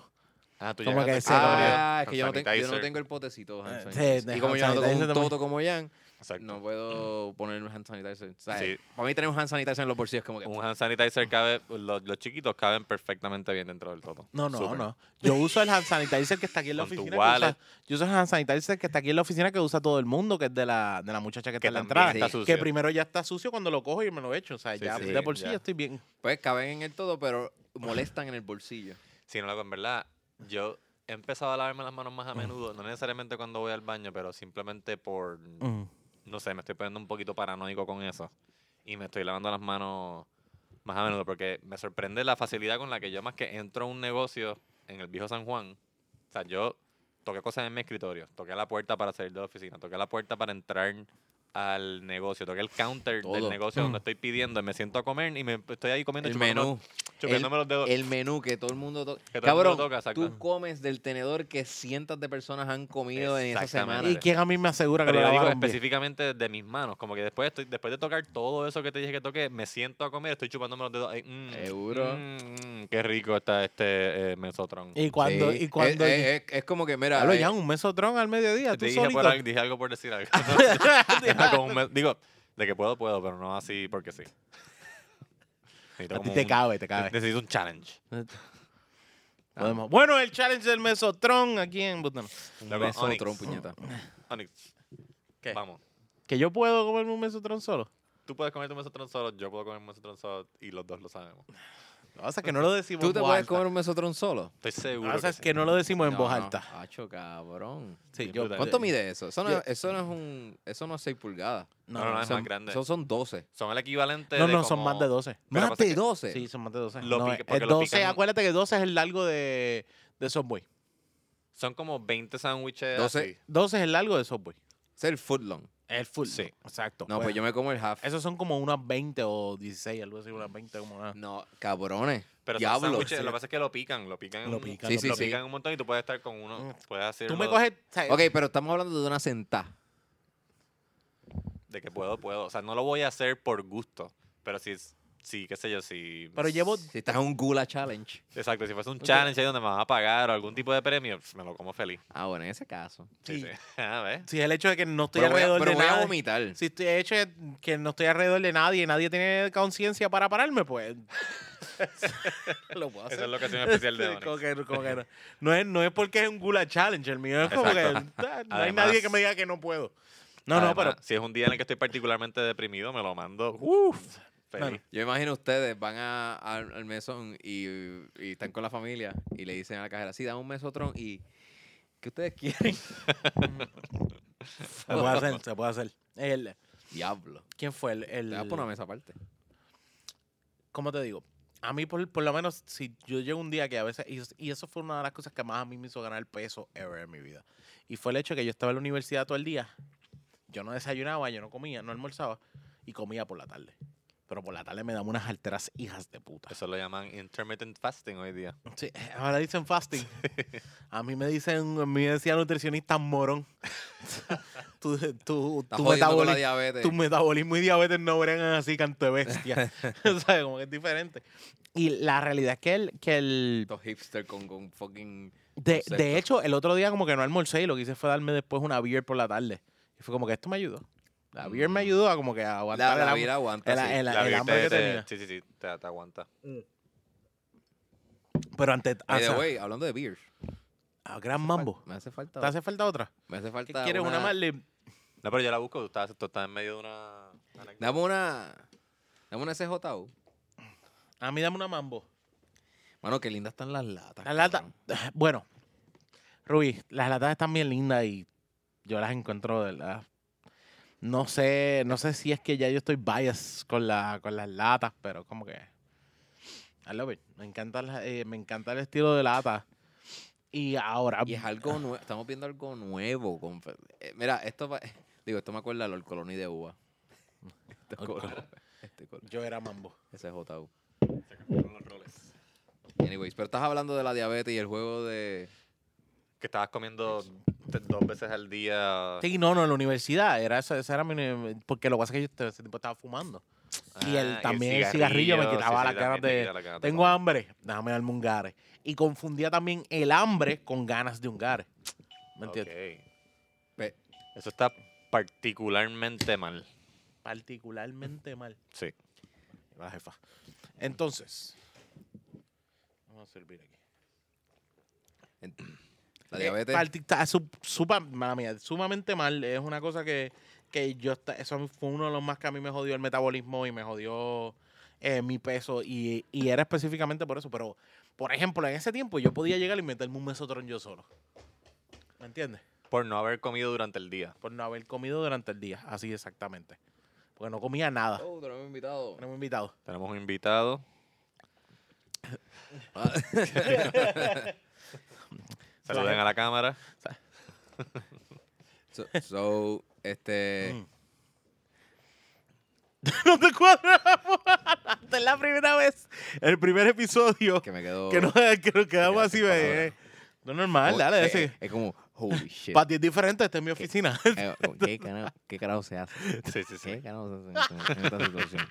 Speaker 2: Ah, tú
Speaker 1: Como
Speaker 2: llegaste
Speaker 1: que
Speaker 2: aquí
Speaker 1: se-
Speaker 2: abriendo
Speaker 3: Ah, es
Speaker 2: hand
Speaker 3: que yo no, tengo, yo no
Speaker 2: sanitizer.
Speaker 3: tengo el potecito. hand
Speaker 1: Eh, sí,
Speaker 3: sanitizer.
Speaker 1: de
Speaker 3: y como
Speaker 1: hand
Speaker 3: yo no tengo
Speaker 1: sanitizer
Speaker 3: un
Speaker 1: también.
Speaker 3: toto como Jan,
Speaker 2: Exacto.
Speaker 3: no puedo ponerme hand sanitizer. O sea,
Speaker 2: Sí.
Speaker 3: Para mí tener un hand sanitizer en los bolsillos es como que...
Speaker 2: Un hand sanitizer cabe, los, los chiquitos caben perfectamente bien dentro del todo.
Speaker 1: No, no,
Speaker 2: Súper.
Speaker 1: no. Yo uso el hand sanitizer que está aquí en la
Speaker 2: Con tu
Speaker 1: oficina. que usa-
Speaker 2: wallet.
Speaker 1: yo uso el hand sanitizer que está aquí en la oficina que usa todo el mundo, que es de la, de la muchacha que, está
Speaker 2: Que
Speaker 1: en la
Speaker 2: también
Speaker 1: entrada.
Speaker 2: está
Speaker 3: Sí.
Speaker 1: Que
Speaker 2: sucio.
Speaker 1: primero ya está sucio cuando lo cojo y me lo echo. O sea,
Speaker 2: Sí,
Speaker 1: ya
Speaker 2: sí,
Speaker 1: de por sí
Speaker 2: ya.
Speaker 1: ya estoy bien.
Speaker 3: Pues caben en el todo, pero molestan en el bolsillo.
Speaker 2: Sí, no, loco, en verdad, yo he empezado a lavarme las manos más a menudo, no necesariamente cuando voy al baño, pero simplemente por, no sé, me estoy poniendo un poquito paranoico con eso. Y me estoy lavando las manos más a menudo, porque me sorprende la facilidad con la que yo más que entro a un negocio en el viejo San Juan, o sea, yo toqué cosas en mi escritorio, toqué la puerta para salir de la oficina, toqué la puerta para entrar al negocio, toqué el counter
Speaker 3: Todo.
Speaker 2: del negocio donde
Speaker 1: Mm.
Speaker 2: estoy pidiendo, y me siento a comer y me estoy ahí comiendo y
Speaker 3: El
Speaker 2: chupándome-
Speaker 3: menú.
Speaker 2: chupándome los dedos.
Speaker 3: El menú que todo el mundo toca.
Speaker 2: Que todo el
Speaker 3: Cabrón,
Speaker 2: mundo toca, exacto.
Speaker 3: tú comes del tenedor que cientos de personas han comido en esa
Speaker 2: Exactamente.
Speaker 1: ¿Y
Speaker 3: semana.
Speaker 2: Dale.
Speaker 1: quién a mí me asegura que
Speaker 2: Pero
Speaker 1: lo
Speaker 2: yo digo
Speaker 1: lavaron bien?
Speaker 2: específicamente de mis manos, como que después estoy, después de tocar todo eso que te dije que toqué, me siento a comer, estoy chupándome los dedos. ay, mm,
Speaker 3: Seguro.
Speaker 2: mm, mm, qué rico está este eh, mesotrón.
Speaker 1: Y cuando,
Speaker 3: Sí.
Speaker 1: y
Speaker 2: Eh,
Speaker 1: cuando
Speaker 3: Es, es- es como que, mira...
Speaker 1: Hablo
Speaker 3: eh,
Speaker 1: ya un mesotrón al mediodía, tú
Speaker 2: Te dije,
Speaker 1: solito.
Speaker 2: por al- dije algo por decir
Speaker 1: <laughs>
Speaker 2: algo. <laughs> Está como un mes- digo, de que puedo, puedo, pero no así porque sí. Necesito
Speaker 1: A ti
Speaker 2: como
Speaker 1: te
Speaker 2: un-
Speaker 1: cabe, te cabe.
Speaker 2: Necesito un challenge.
Speaker 1: Podemos- Bueno, el challenge del mesotrón aquí en Butano.
Speaker 3: un
Speaker 2: Luego,
Speaker 3: beso,
Speaker 2: Onyx.
Speaker 3: otro, un puñeta.
Speaker 2: Onyx,
Speaker 1: ¿Qué?
Speaker 2: vamos.
Speaker 1: Que yo puedo comerme un mesotrón solo.
Speaker 2: Tú puedes comer tu mesotrón solo, yo puedo comer un mesotrón solo y los dos lo sabemos.
Speaker 1: Lo que pasa es que no lo decimos
Speaker 3: ¿Tú te
Speaker 1: en voz
Speaker 3: puedes
Speaker 1: alta.
Speaker 3: comer un mesotrón solo?
Speaker 2: Estoy
Speaker 1: Lo
Speaker 2: seguro.
Speaker 1: que pasa
Speaker 2: que
Speaker 1: es
Speaker 2: sí.
Speaker 1: que no Ah, lo decimos en
Speaker 3: No,
Speaker 1: voz
Speaker 3: no.
Speaker 1: alta.
Speaker 3: Acho, cabrón.
Speaker 1: Sí,
Speaker 2: Bien
Speaker 1: yo,
Speaker 2: brutal.
Speaker 3: ¿Cuánto mide eso? Eso no,
Speaker 1: Yo-
Speaker 3: eso no es un, eso no es 6 pulgadas.
Speaker 1: No,
Speaker 2: No, no,
Speaker 1: no,
Speaker 2: no,
Speaker 1: no,
Speaker 2: es
Speaker 1: son,
Speaker 2: más grande.
Speaker 3: Eso son 12.
Speaker 2: Son el equivalente
Speaker 1: no,
Speaker 2: de
Speaker 1: no, son
Speaker 2: como-
Speaker 1: más de 12.
Speaker 2: Pero
Speaker 3: Más
Speaker 2: pasa
Speaker 3: de
Speaker 2: que-
Speaker 3: 12.
Speaker 1: Sí, son más de 12.
Speaker 2: Lo
Speaker 1: No,
Speaker 2: pique-
Speaker 1: es-
Speaker 2: porque
Speaker 1: es
Speaker 2: lo
Speaker 1: 12,
Speaker 2: pican-
Speaker 1: acuérdate que 12 es el largo de, de Subway.
Speaker 2: Son como 20 sándwiches.
Speaker 3: Doce.
Speaker 2: así.
Speaker 1: 12 es el largo de Subway.
Speaker 3: Ese es el footlong.
Speaker 1: El full.
Speaker 2: Sí.
Speaker 1: Exacto.
Speaker 3: No, pues yo me como el half.
Speaker 1: Esos son como unas 20 o 16, algo así, unas 20 como una...
Speaker 3: No, cabrones.
Speaker 2: Pero son
Speaker 3: Diablo.
Speaker 2: sándwiches, lo que pasa es que lo pican, lo pican.
Speaker 1: Lo
Speaker 2: un-
Speaker 1: pican,
Speaker 3: Sí,
Speaker 1: lo
Speaker 3: sí,
Speaker 2: lo
Speaker 1: pican.
Speaker 3: sí.
Speaker 2: pican un montón y tú puedes estar con uno. Puedes hacer
Speaker 1: Tú me coges... o sea,
Speaker 3: Ok, pero estamos hablando de una sentada.
Speaker 2: de que puedo, puedo. O sea, no lo voy a hacer por gusto. Pero si es- sí, qué sé yo, si...
Speaker 1: Pero llevo
Speaker 3: Si estás en un Gula Challenge.
Speaker 2: Exacto, si fuese un challenge ahí donde me vas a pagar o algún tipo de premio, pf, me lo como feliz.
Speaker 3: Ah, bueno, en ese caso.
Speaker 2: Sí, <laughs> Ah,
Speaker 1: Sí.
Speaker 2: sí. A ver.
Speaker 1: Si es el hecho de que no estoy
Speaker 3: Pero voy a,
Speaker 1: alrededor
Speaker 3: pero
Speaker 1: de
Speaker 3: voy a
Speaker 1: nadie.
Speaker 3: vomitar.
Speaker 1: Si estoy el hecho de que no estoy alrededor de nadie, nadie tiene conciencia para pararme, pues. lo puedo
Speaker 2: Esa es
Speaker 1: <laughs>
Speaker 2: la ocasión especial de
Speaker 1: Sí,
Speaker 2: Onyx.
Speaker 1: como que- como que no. No es, no es porque es un Gula Challenge, el mío es como
Speaker 2: Exacto.
Speaker 1: que ah, no hay
Speaker 2: Además-
Speaker 1: nadie que me diga que no puedo. No, no,
Speaker 2: Además,
Speaker 1: pero
Speaker 2: Si es un día en el que estoy particularmente deprimido, me lo mando. Uf. Feliz.
Speaker 3: Yo imagino ustedes van a, al, al mesón y, y están con la familia y le dicen a la cajera, sí, dame un mesotrón y... ¿Qué
Speaker 1: <laughs>
Speaker 3: ustedes quieren?
Speaker 1: se puede hacer, se puede hacer. El-
Speaker 3: Diablo.
Speaker 1: ¿Quién fue? El,
Speaker 3: Te
Speaker 1: el-
Speaker 3: vas a poner una mesa aparte.
Speaker 1: ¿Cómo te digo? A mí, por, por lo menos, si yo llego un día que a veces, y, es- y eso fue una de las cosas que más a mí me hizo ganar peso ever en mi vida. Y fue el hecho de que yo estaba en la universidad todo el día. Yo no desayunaba, yo no comía, no almorzaba. Y comía por la tarde. Pero por la tarde me daban unas alteras hijas de
Speaker 3: <laughs>
Speaker 1: puta.
Speaker 2: Eso lo llaman intermittent fasting hoy día.
Speaker 1: Sí, ahora dicen fasting. A mí me dicen, a mí me decía nutricionista
Speaker 3: <laughs>
Speaker 1: morón. tu, tu, tu,
Speaker 3: Estás jodiendo con la
Speaker 1: metaboli-
Speaker 3: diabetes.
Speaker 1: tu metabolismo y diabetes no bregan así, canto de bestia.
Speaker 3: <laughs>
Speaker 1: <laughs> ¿Sabes? Como que es diferente. Y la realidad es que el. Que el
Speaker 3: Estos hipsters con, con fucking...
Speaker 1: de,
Speaker 3: Concepto.
Speaker 1: de hecho, el otro día como que no almorcé y lo que hice fue darme después una beer por la tarde. Y fue como que esto me ayudó. La beer me
Speaker 3: Mm.
Speaker 1: ayudó a como que a
Speaker 3: La,
Speaker 1: aguantar
Speaker 3: la
Speaker 1: el ham-
Speaker 3: vida aguanta,
Speaker 1: el-
Speaker 3: sí.
Speaker 1: el-
Speaker 2: La
Speaker 1: el
Speaker 2: vida
Speaker 1: hambre
Speaker 2: te-
Speaker 1: que
Speaker 2: te-
Speaker 1: tenía.
Speaker 2: Sí, sí, sí, te, te aguanta.
Speaker 1: Pero antes. ah,
Speaker 3: By the
Speaker 1: o sea,
Speaker 3: way, hablando de beers.
Speaker 1: a gran mambo.
Speaker 3: Me hace
Speaker 1: ¿Te
Speaker 3: falta...
Speaker 1: hace falta otra?
Speaker 3: Me hace
Speaker 1: ¿Qué
Speaker 3: falta
Speaker 1: quieres? Una, más. Le-
Speaker 2: No, pero yo la busco. Tú estás, tú estás en medio de una... anécdota.
Speaker 3: Dame una... Dame una CJU.
Speaker 1: A mí dame una mambo.
Speaker 3: Mano, qué lindas están las latas.
Speaker 1: Las latas. <sighs>
Speaker 3: cabrón.
Speaker 1: Bueno, Rubí, las latas están bien lindas y yo las encuentro de verdad. No sé, no sé si es que ya yo estoy biased con, la, con las latas, pero como que. I love it. Me encanta, la- eh, me encanta el estilo de lata. Y ahora.
Speaker 3: Y es algo nuevo. Estamos viendo algo nuevo. con- eh, mira, esto va- <laughs> Digo, esto me acuerda al Coloni de uva. <laughs> Este
Speaker 1: Old
Speaker 3: color-
Speaker 1: Colony.
Speaker 3: este color.
Speaker 1: Yo era mambo.
Speaker 3: Ese es JU.
Speaker 2: Se cambiaron los roles.
Speaker 3: Anyways, pero estás hablando de la diabetes y el juego de...
Speaker 2: Que estabas comiendo te- dos veces al día.
Speaker 1: Sí, no, no, en la universidad. Era eso, esa era mi. uni- Porque lo que pasa es que yo ese tipo estaba fumando. Ah, y el- también el cigarrillo me quitaba las ganas
Speaker 2: también te
Speaker 1: de-
Speaker 2: quita las ganas de
Speaker 1: Tengo
Speaker 2: comer.
Speaker 1: hambre, déjame darme un gare. Y confundía también el hambre con ganas de un gare. ¿Me entiendes?
Speaker 2: Ok.
Speaker 3: Pe-
Speaker 2: Eso está particularmente mal.
Speaker 1: Particularmente mal.
Speaker 2: Sí.
Speaker 1: La jefa. Entonces. Vamos a servir aquí.
Speaker 3: La
Speaker 1: Eh,
Speaker 3: diabetes...
Speaker 1: parti- está su- supa- mala mía, sumamente mal. Es una cosa que, que yo... esta- Eso a mí fue uno de los más que a mí me jodió el metabolismo y me jodió eh, mi peso. Y, y era específicamente por eso. Pero, por ejemplo, en ese tiempo yo podía llegar y meterme un mesotron yo solo. ¿Me entiendes?
Speaker 2: Por no haber comido durante el día.
Speaker 1: Por no haber comido durante el día, así exactamente. Porque no comía nada.
Speaker 3: Oh, tenemos invitado.
Speaker 1: Tenemos invitado. <laughs>
Speaker 2: Tenemos un invitado. Saluden a la cámara.
Speaker 3: <laughs> So, so, este...
Speaker 1: no te cuadramos. <laughs> Esta es la primera vez, el primer episodio
Speaker 3: Que me quedó...
Speaker 1: que, no, que nos quedamos así.
Speaker 3: sin palabras.
Speaker 1: bebé. No es normal, <laughs>
Speaker 3: Oh,
Speaker 1: dale.
Speaker 3: eh,
Speaker 1: ese.
Speaker 3: eh, Es como, holy shit.
Speaker 1: Para ti es diferente, esta es mi oficina. <laughs>
Speaker 3: Eh, oh, ¿Qué carajo, qué carajo se hace?
Speaker 2: Sí, sí,
Speaker 3: ¿Qué
Speaker 2: sí.
Speaker 3: carajo se hace en esta- en esta situación?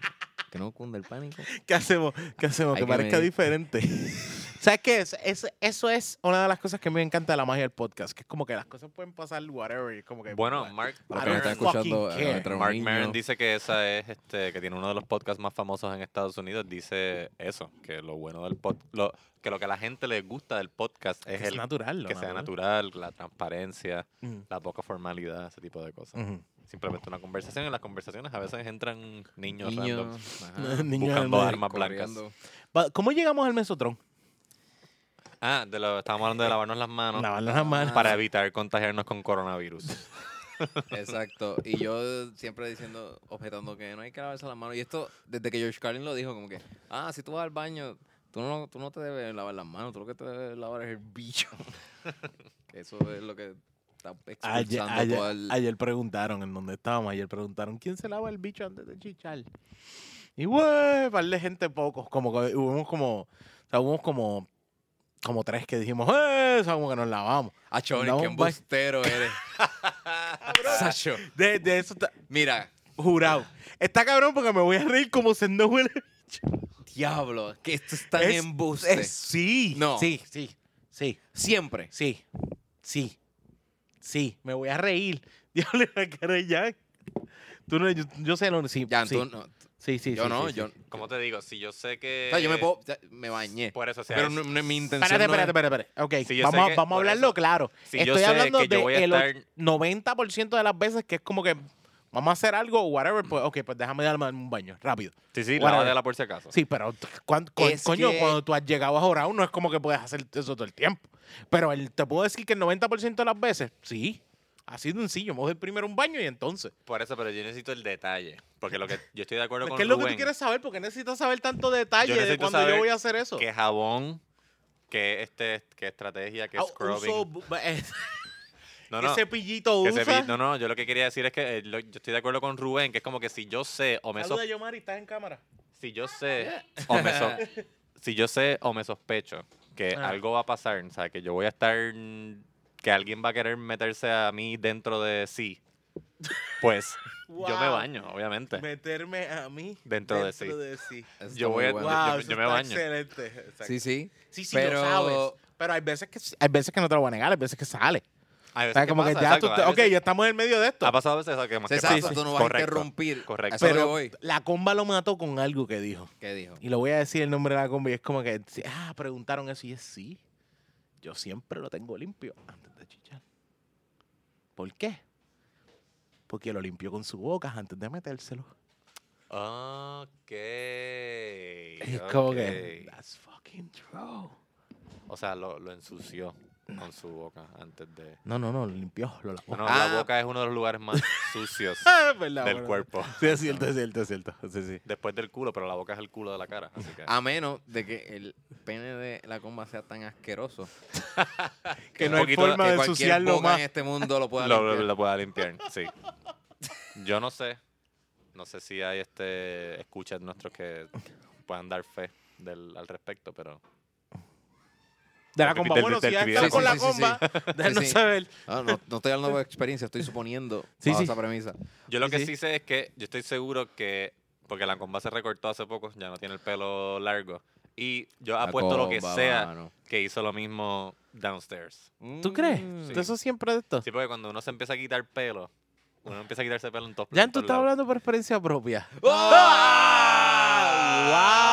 Speaker 3: Que no cunde el pánico.
Speaker 1: ¿Qué hacemos? ¿Qué hacemos?
Speaker 3: Hay
Speaker 1: Que
Speaker 3: que
Speaker 1: parezca
Speaker 3: medir.
Speaker 1: diferente.
Speaker 2: <laughs>
Speaker 1: ¿Sabes qué? Es, es- eso es una de las cosas que me encanta de la magia del podcast, que es como que las cosas pueden pasar whatever. y Como que, pues,
Speaker 2: Bueno, Mark
Speaker 1: Para
Speaker 3: Lo que nos
Speaker 1: don't
Speaker 3: está
Speaker 2: Maron,
Speaker 1: escuchar.
Speaker 3: escuchando
Speaker 1: fucking
Speaker 3: eh,
Speaker 1: care.
Speaker 3: nuestro
Speaker 2: Mark
Speaker 3: niño.
Speaker 2: Maron dice que esa es, este, que tiene uno de los podcasts más famosos en Estados Unidos. Dice eso, que lo bueno del podcast, lo, que lo que a la gente le gusta del podcast
Speaker 1: que
Speaker 2: es,
Speaker 1: es
Speaker 2: el
Speaker 1: natural. lo
Speaker 2: que sea natural, la transparencia,
Speaker 1: Mm,
Speaker 2: la poca formalidad, ese tipo de cosas.
Speaker 1: ujú.
Speaker 2: Simplemente una conversación. En las conversaciones a veveces entran niños random.
Speaker 1: <laughs>
Speaker 3: Niños, ajá,
Speaker 1: Niños
Speaker 2: Ah, buscando
Speaker 1: al-
Speaker 2: armas blancas.
Speaker 1: <laughs>
Speaker 3: corriendo.
Speaker 1: Va, ¿Cómo llegamos al mesotron?
Speaker 2: Ah, de lo, estábamos hablando de lavarnos las manos
Speaker 1: Lavarnos las manos.
Speaker 2: para evitar contagiarnos con coronavirus.
Speaker 1: <laughs>
Speaker 3: Exacto. Y yo siempre diciendo, objetando que no hay que lavarse las manos. Y esto, desde que George Carlin lo dijo, como que, ah, si tú vas al baño, tú no, tú no te debes lavar las manos, tú lo que te debes lavar es el bicho. <laughs> Que Eso es lo que está
Speaker 1: Ayer,
Speaker 3: expulsando
Speaker 1: ayer-
Speaker 3: todo el...
Speaker 1: ayer preguntaron en dónde estábamos, ayer preguntaron quién se lava el bicho antes de chichar. Y güey, par de gente pocos, como que hubo como, o sea, hubo como, como tres que dijimos, ¡eh! Sabemos que nos lavamos.
Speaker 3: Ah, Choni,
Speaker 1: No,
Speaker 3: qué
Speaker 1: va- <laughs>
Speaker 3: embustero eres. <laughs> Sacho,
Speaker 1: De, de eso está,
Speaker 3: mira,
Speaker 1: jurado. Está cabrón porque me voy a reír como se no huele.
Speaker 3: Diablo, que esto es tan
Speaker 1: Es-
Speaker 3: embuste.
Speaker 1: es- sí.
Speaker 3: No.
Speaker 1: Sí, sí, sí,
Speaker 3: Siempre.
Speaker 1: sí, sí, sí. Me voy a reír. <laughs> Diablo, la cara de Jan. Tú no, yo, yo sé lo sí,
Speaker 3: Ya,
Speaker 1: sí,
Speaker 3: tú no-
Speaker 1: sí, sí,
Speaker 3: yo
Speaker 1: sí,
Speaker 3: no,
Speaker 1: sí,
Speaker 3: yo,
Speaker 1: sí.
Speaker 2: Como te digo, si yo sé que.
Speaker 3: o sea, yo me puedo, o sea, me bañé.
Speaker 2: Por eso, o sea,
Speaker 3: Pero
Speaker 2: es-
Speaker 3: no, no es mi intención.
Speaker 1: Espérate,
Speaker 3: no es-
Speaker 1: espérate, espérate, espérate. Ok,
Speaker 2: Si yo sé
Speaker 1: vamos, a-
Speaker 2: que-
Speaker 1: vamos a
Speaker 2: por
Speaker 1: hablarlo
Speaker 2: eso,
Speaker 1: claro.
Speaker 2: si yo
Speaker 1: Estoy
Speaker 2: sé
Speaker 1: hablando
Speaker 2: que yo
Speaker 1: de
Speaker 2: voy a
Speaker 1: el
Speaker 2: estar-
Speaker 1: 90% de las veces que es como que vamos a hacer algo o whatever, pues ok, pues déjame darme un baño, rápido.
Speaker 2: Sí, sí,
Speaker 1: Whatever.
Speaker 2: lávate la por si acaso.
Speaker 1: Sí, pero t- cuan- co-
Speaker 3: Es
Speaker 1: coño,
Speaker 3: que-
Speaker 1: cuando tú has llegado a jorado no es como que puedes hacer eso todo el tiempo. Pero el- te puedo decir que el 90% de las veces, sí. Así de sencillo, me voy a dar primero un baño y entonces.
Speaker 2: Por eso, pero yo necesito el detalle. Porque lo que yo estoy de acuerdo con
Speaker 1: ¿Qué es lo que tú
Speaker 2: Rubén,
Speaker 1: quieres saber? Porque necesitas saber tanto detalle
Speaker 2: Yo
Speaker 1: de
Speaker 2: necesito
Speaker 1: cuando yo
Speaker 2: saber
Speaker 1: voy a hacer eso.
Speaker 2: Que jabón, que, este, que estrategia, que
Speaker 1: Ah,
Speaker 2: scrubbing.
Speaker 1: uso bu- <laughs> eh,
Speaker 2: no,
Speaker 1: ¿qué
Speaker 2: no.
Speaker 1: cepillito
Speaker 2: que
Speaker 1: usas?
Speaker 2: se vi- no, no, yo lo que quería decir es que eh, lo- yo estoy de acuerdo con Rubén, que es como que si yo sé o me,
Speaker 1: Saluda,
Speaker 2: sos-
Speaker 1: Yomari, estás en cámara.
Speaker 2: si yo
Speaker 3: <laughs>
Speaker 2: sé o me sos- si yo sé o me sospecho que
Speaker 1: Ah.
Speaker 2: algo va a pasar, o sea, que yo voy a estar mm, que alguien va a querer meterse a mí dentro de sí. Pues yo me
Speaker 1: Wow.
Speaker 2: baño, obviamente.
Speaker 1: Meterme a mí
Speaker 2: Dentro de sí.
Speaker 3: Eso está
Speaker 2: Yo voy
Speaker 3: muy
Speaker 2: a-
Speaker 3: bueno.
Speaker 2: yo-
Speaker 1: Wow,
Speaker 2: yo
Speaker 1: eso
Speaker 2: me
Speaker 1: está
Speaker 2: baño.
Speaker 1: Excelente. exacto.
Speaker 3: Sí, sí.
Speaker 1: sí, sí,
Speaker 3: Pero-
Speaker 1: lo sabes. Pero hay veces que hay veces que no te lo voy a negar, hay veces que sale.
Speaker 2: Hay
Speaker 1: O
Speaker 2: veces
Speaker 1: sea,
Speaker 2: que
Speaker 1: Ah, como que
Speaker 2: pasa,
Speaker 1: ya
Speaker 2: exacto,
Speaker 1: tú,
Speaker 2: hay
Speaker 1: te- ok,
Speaker 2: veces-
Speaker 1: ya estamos en el medio de esto.
Speaker 2: Ha pasado a veces que más que
Speaker 3: Exacto,
Speaker 2: pasa.
Speaker 3: tú no vas a
Speaker 2: Correcto,
Speaker 3: interrumpir.
Speaker 2: Correcto.
Speaker 3: A Ah, pues, eso es lo que
Speaker 1: pero
Speaker 3: voy.
Speaker 1: la comba lo mató con algo que dijo.
Speaker 3: ¿Qué dijo?
Speaker 1: Y lo voy a decir el nombre de la comba y es como que, ah, preguntaron eso y es sí. Yo siempre lo tengo limpio antes de chichar. ¿Por qué? Porque lo limpió con su boca antes de metérselo.
Speaker 2: Ok.
Speaker 3: Eh,
Speaker 1: Es como que,
Speaker 2: ok.
Speaker 1: that's fucking true.
Speaker 2: O sea, lo, lo ensució con su boca antes de.
Speaker 1: No, no, no, lo limpió, lo lavó.
Speaker 2: No, no,
Speaker 3: Ah.
Speaker 2: la boca es uno de los lugares más
Speaker 1: <laughs>
Speaker 2: sucios
Speaker 1: Ah, es verdad,
Speaker 2: del
Speaker 1: bueno.
Speaker 2: cuerpo.
Speaker 1: Sí, es cierto, es cierto, es cierto. Sí, sí.
Speaker 2: Después del culo, pero la boca es el culo de la cara. Así que.
Speaker 3: A menos de que el pene de la comba sea tan
Speaker 2: <laughs>
Speaker 3: asqueroso
Speaker 1: Que
Speaker 2: no hay forma
Speaker 1: de
Speaker 3: que cualquier
Speaker 1: ensuciarlo
Speaker 3: boca
Speaker 1: más.
Speaker 3: en este mundo lo
Speaker 2: <laughs>
Speaker 3: pueda
Speaker 2: lo,
Speaker 3: limpiar.
Speaker 2: lo pueda limpiar, sí. <laughs> Yo no sé. No sé si hay este escuchas nuestros que puedan dar fe del, al respecto, pero.
Speaker 1: De la
Speaker 2: Del-
Speaker 1: comba.
Speaker 2: del-
Speaker 1: Bueno,
Speaker 2: del
Speaker 1: si ya
Speaker 2: video
Speaker 1: está
Speaker 3: de
Speaker 1: con la
Speaker 3: comba. Sí, sí,
Speaker 1: comba,
Speaker 3: <laughs>
Speaker 1: déjanos
Speaker 3: Sí, sí.
Speaker 1: saber.
Speaker 3: Ah, no, no estoy hablando de experiencia,
Speaker 2: <laughs>
Speaker 3: estoy suponiendo
Speaker 1: Sí,
Speaker 3: bajo
Speaker 1: sí.
Speaker 3: esa premisa.
Speaker 2: Yo lo
Speaker 1: Sí,
Speaker 2: que
Speaker 1: sí.
Speaker 2: sí sé es que yo estoy seguro que. Porque la comba se recortó hace poco, ya no tiene el pelo largo. Y yo
Speaker 3: La
Speaker 2: apuesto lo que
Speaker 3: comba,
Speaker 2: sea
Speaker 3: mano.
Speaker 2: que hizo lo mismo downstairs.
Speaker 1: ¿Tú crees?
Speaker 3: Mm.
Speaker 1: ¿De eso siempre de esto?
Speaker 2: Sí, porque cuando uno se empieza a quitar pelo, uno empieza a quitarse pelo en todos
Speaker 1: Jan,
Speaker 2: en
Speaker 1: tú
Speaker 2: todos
Speaker 1: estás
Speaker 2: lados.
Speaker 1: hablando por experiencia propia.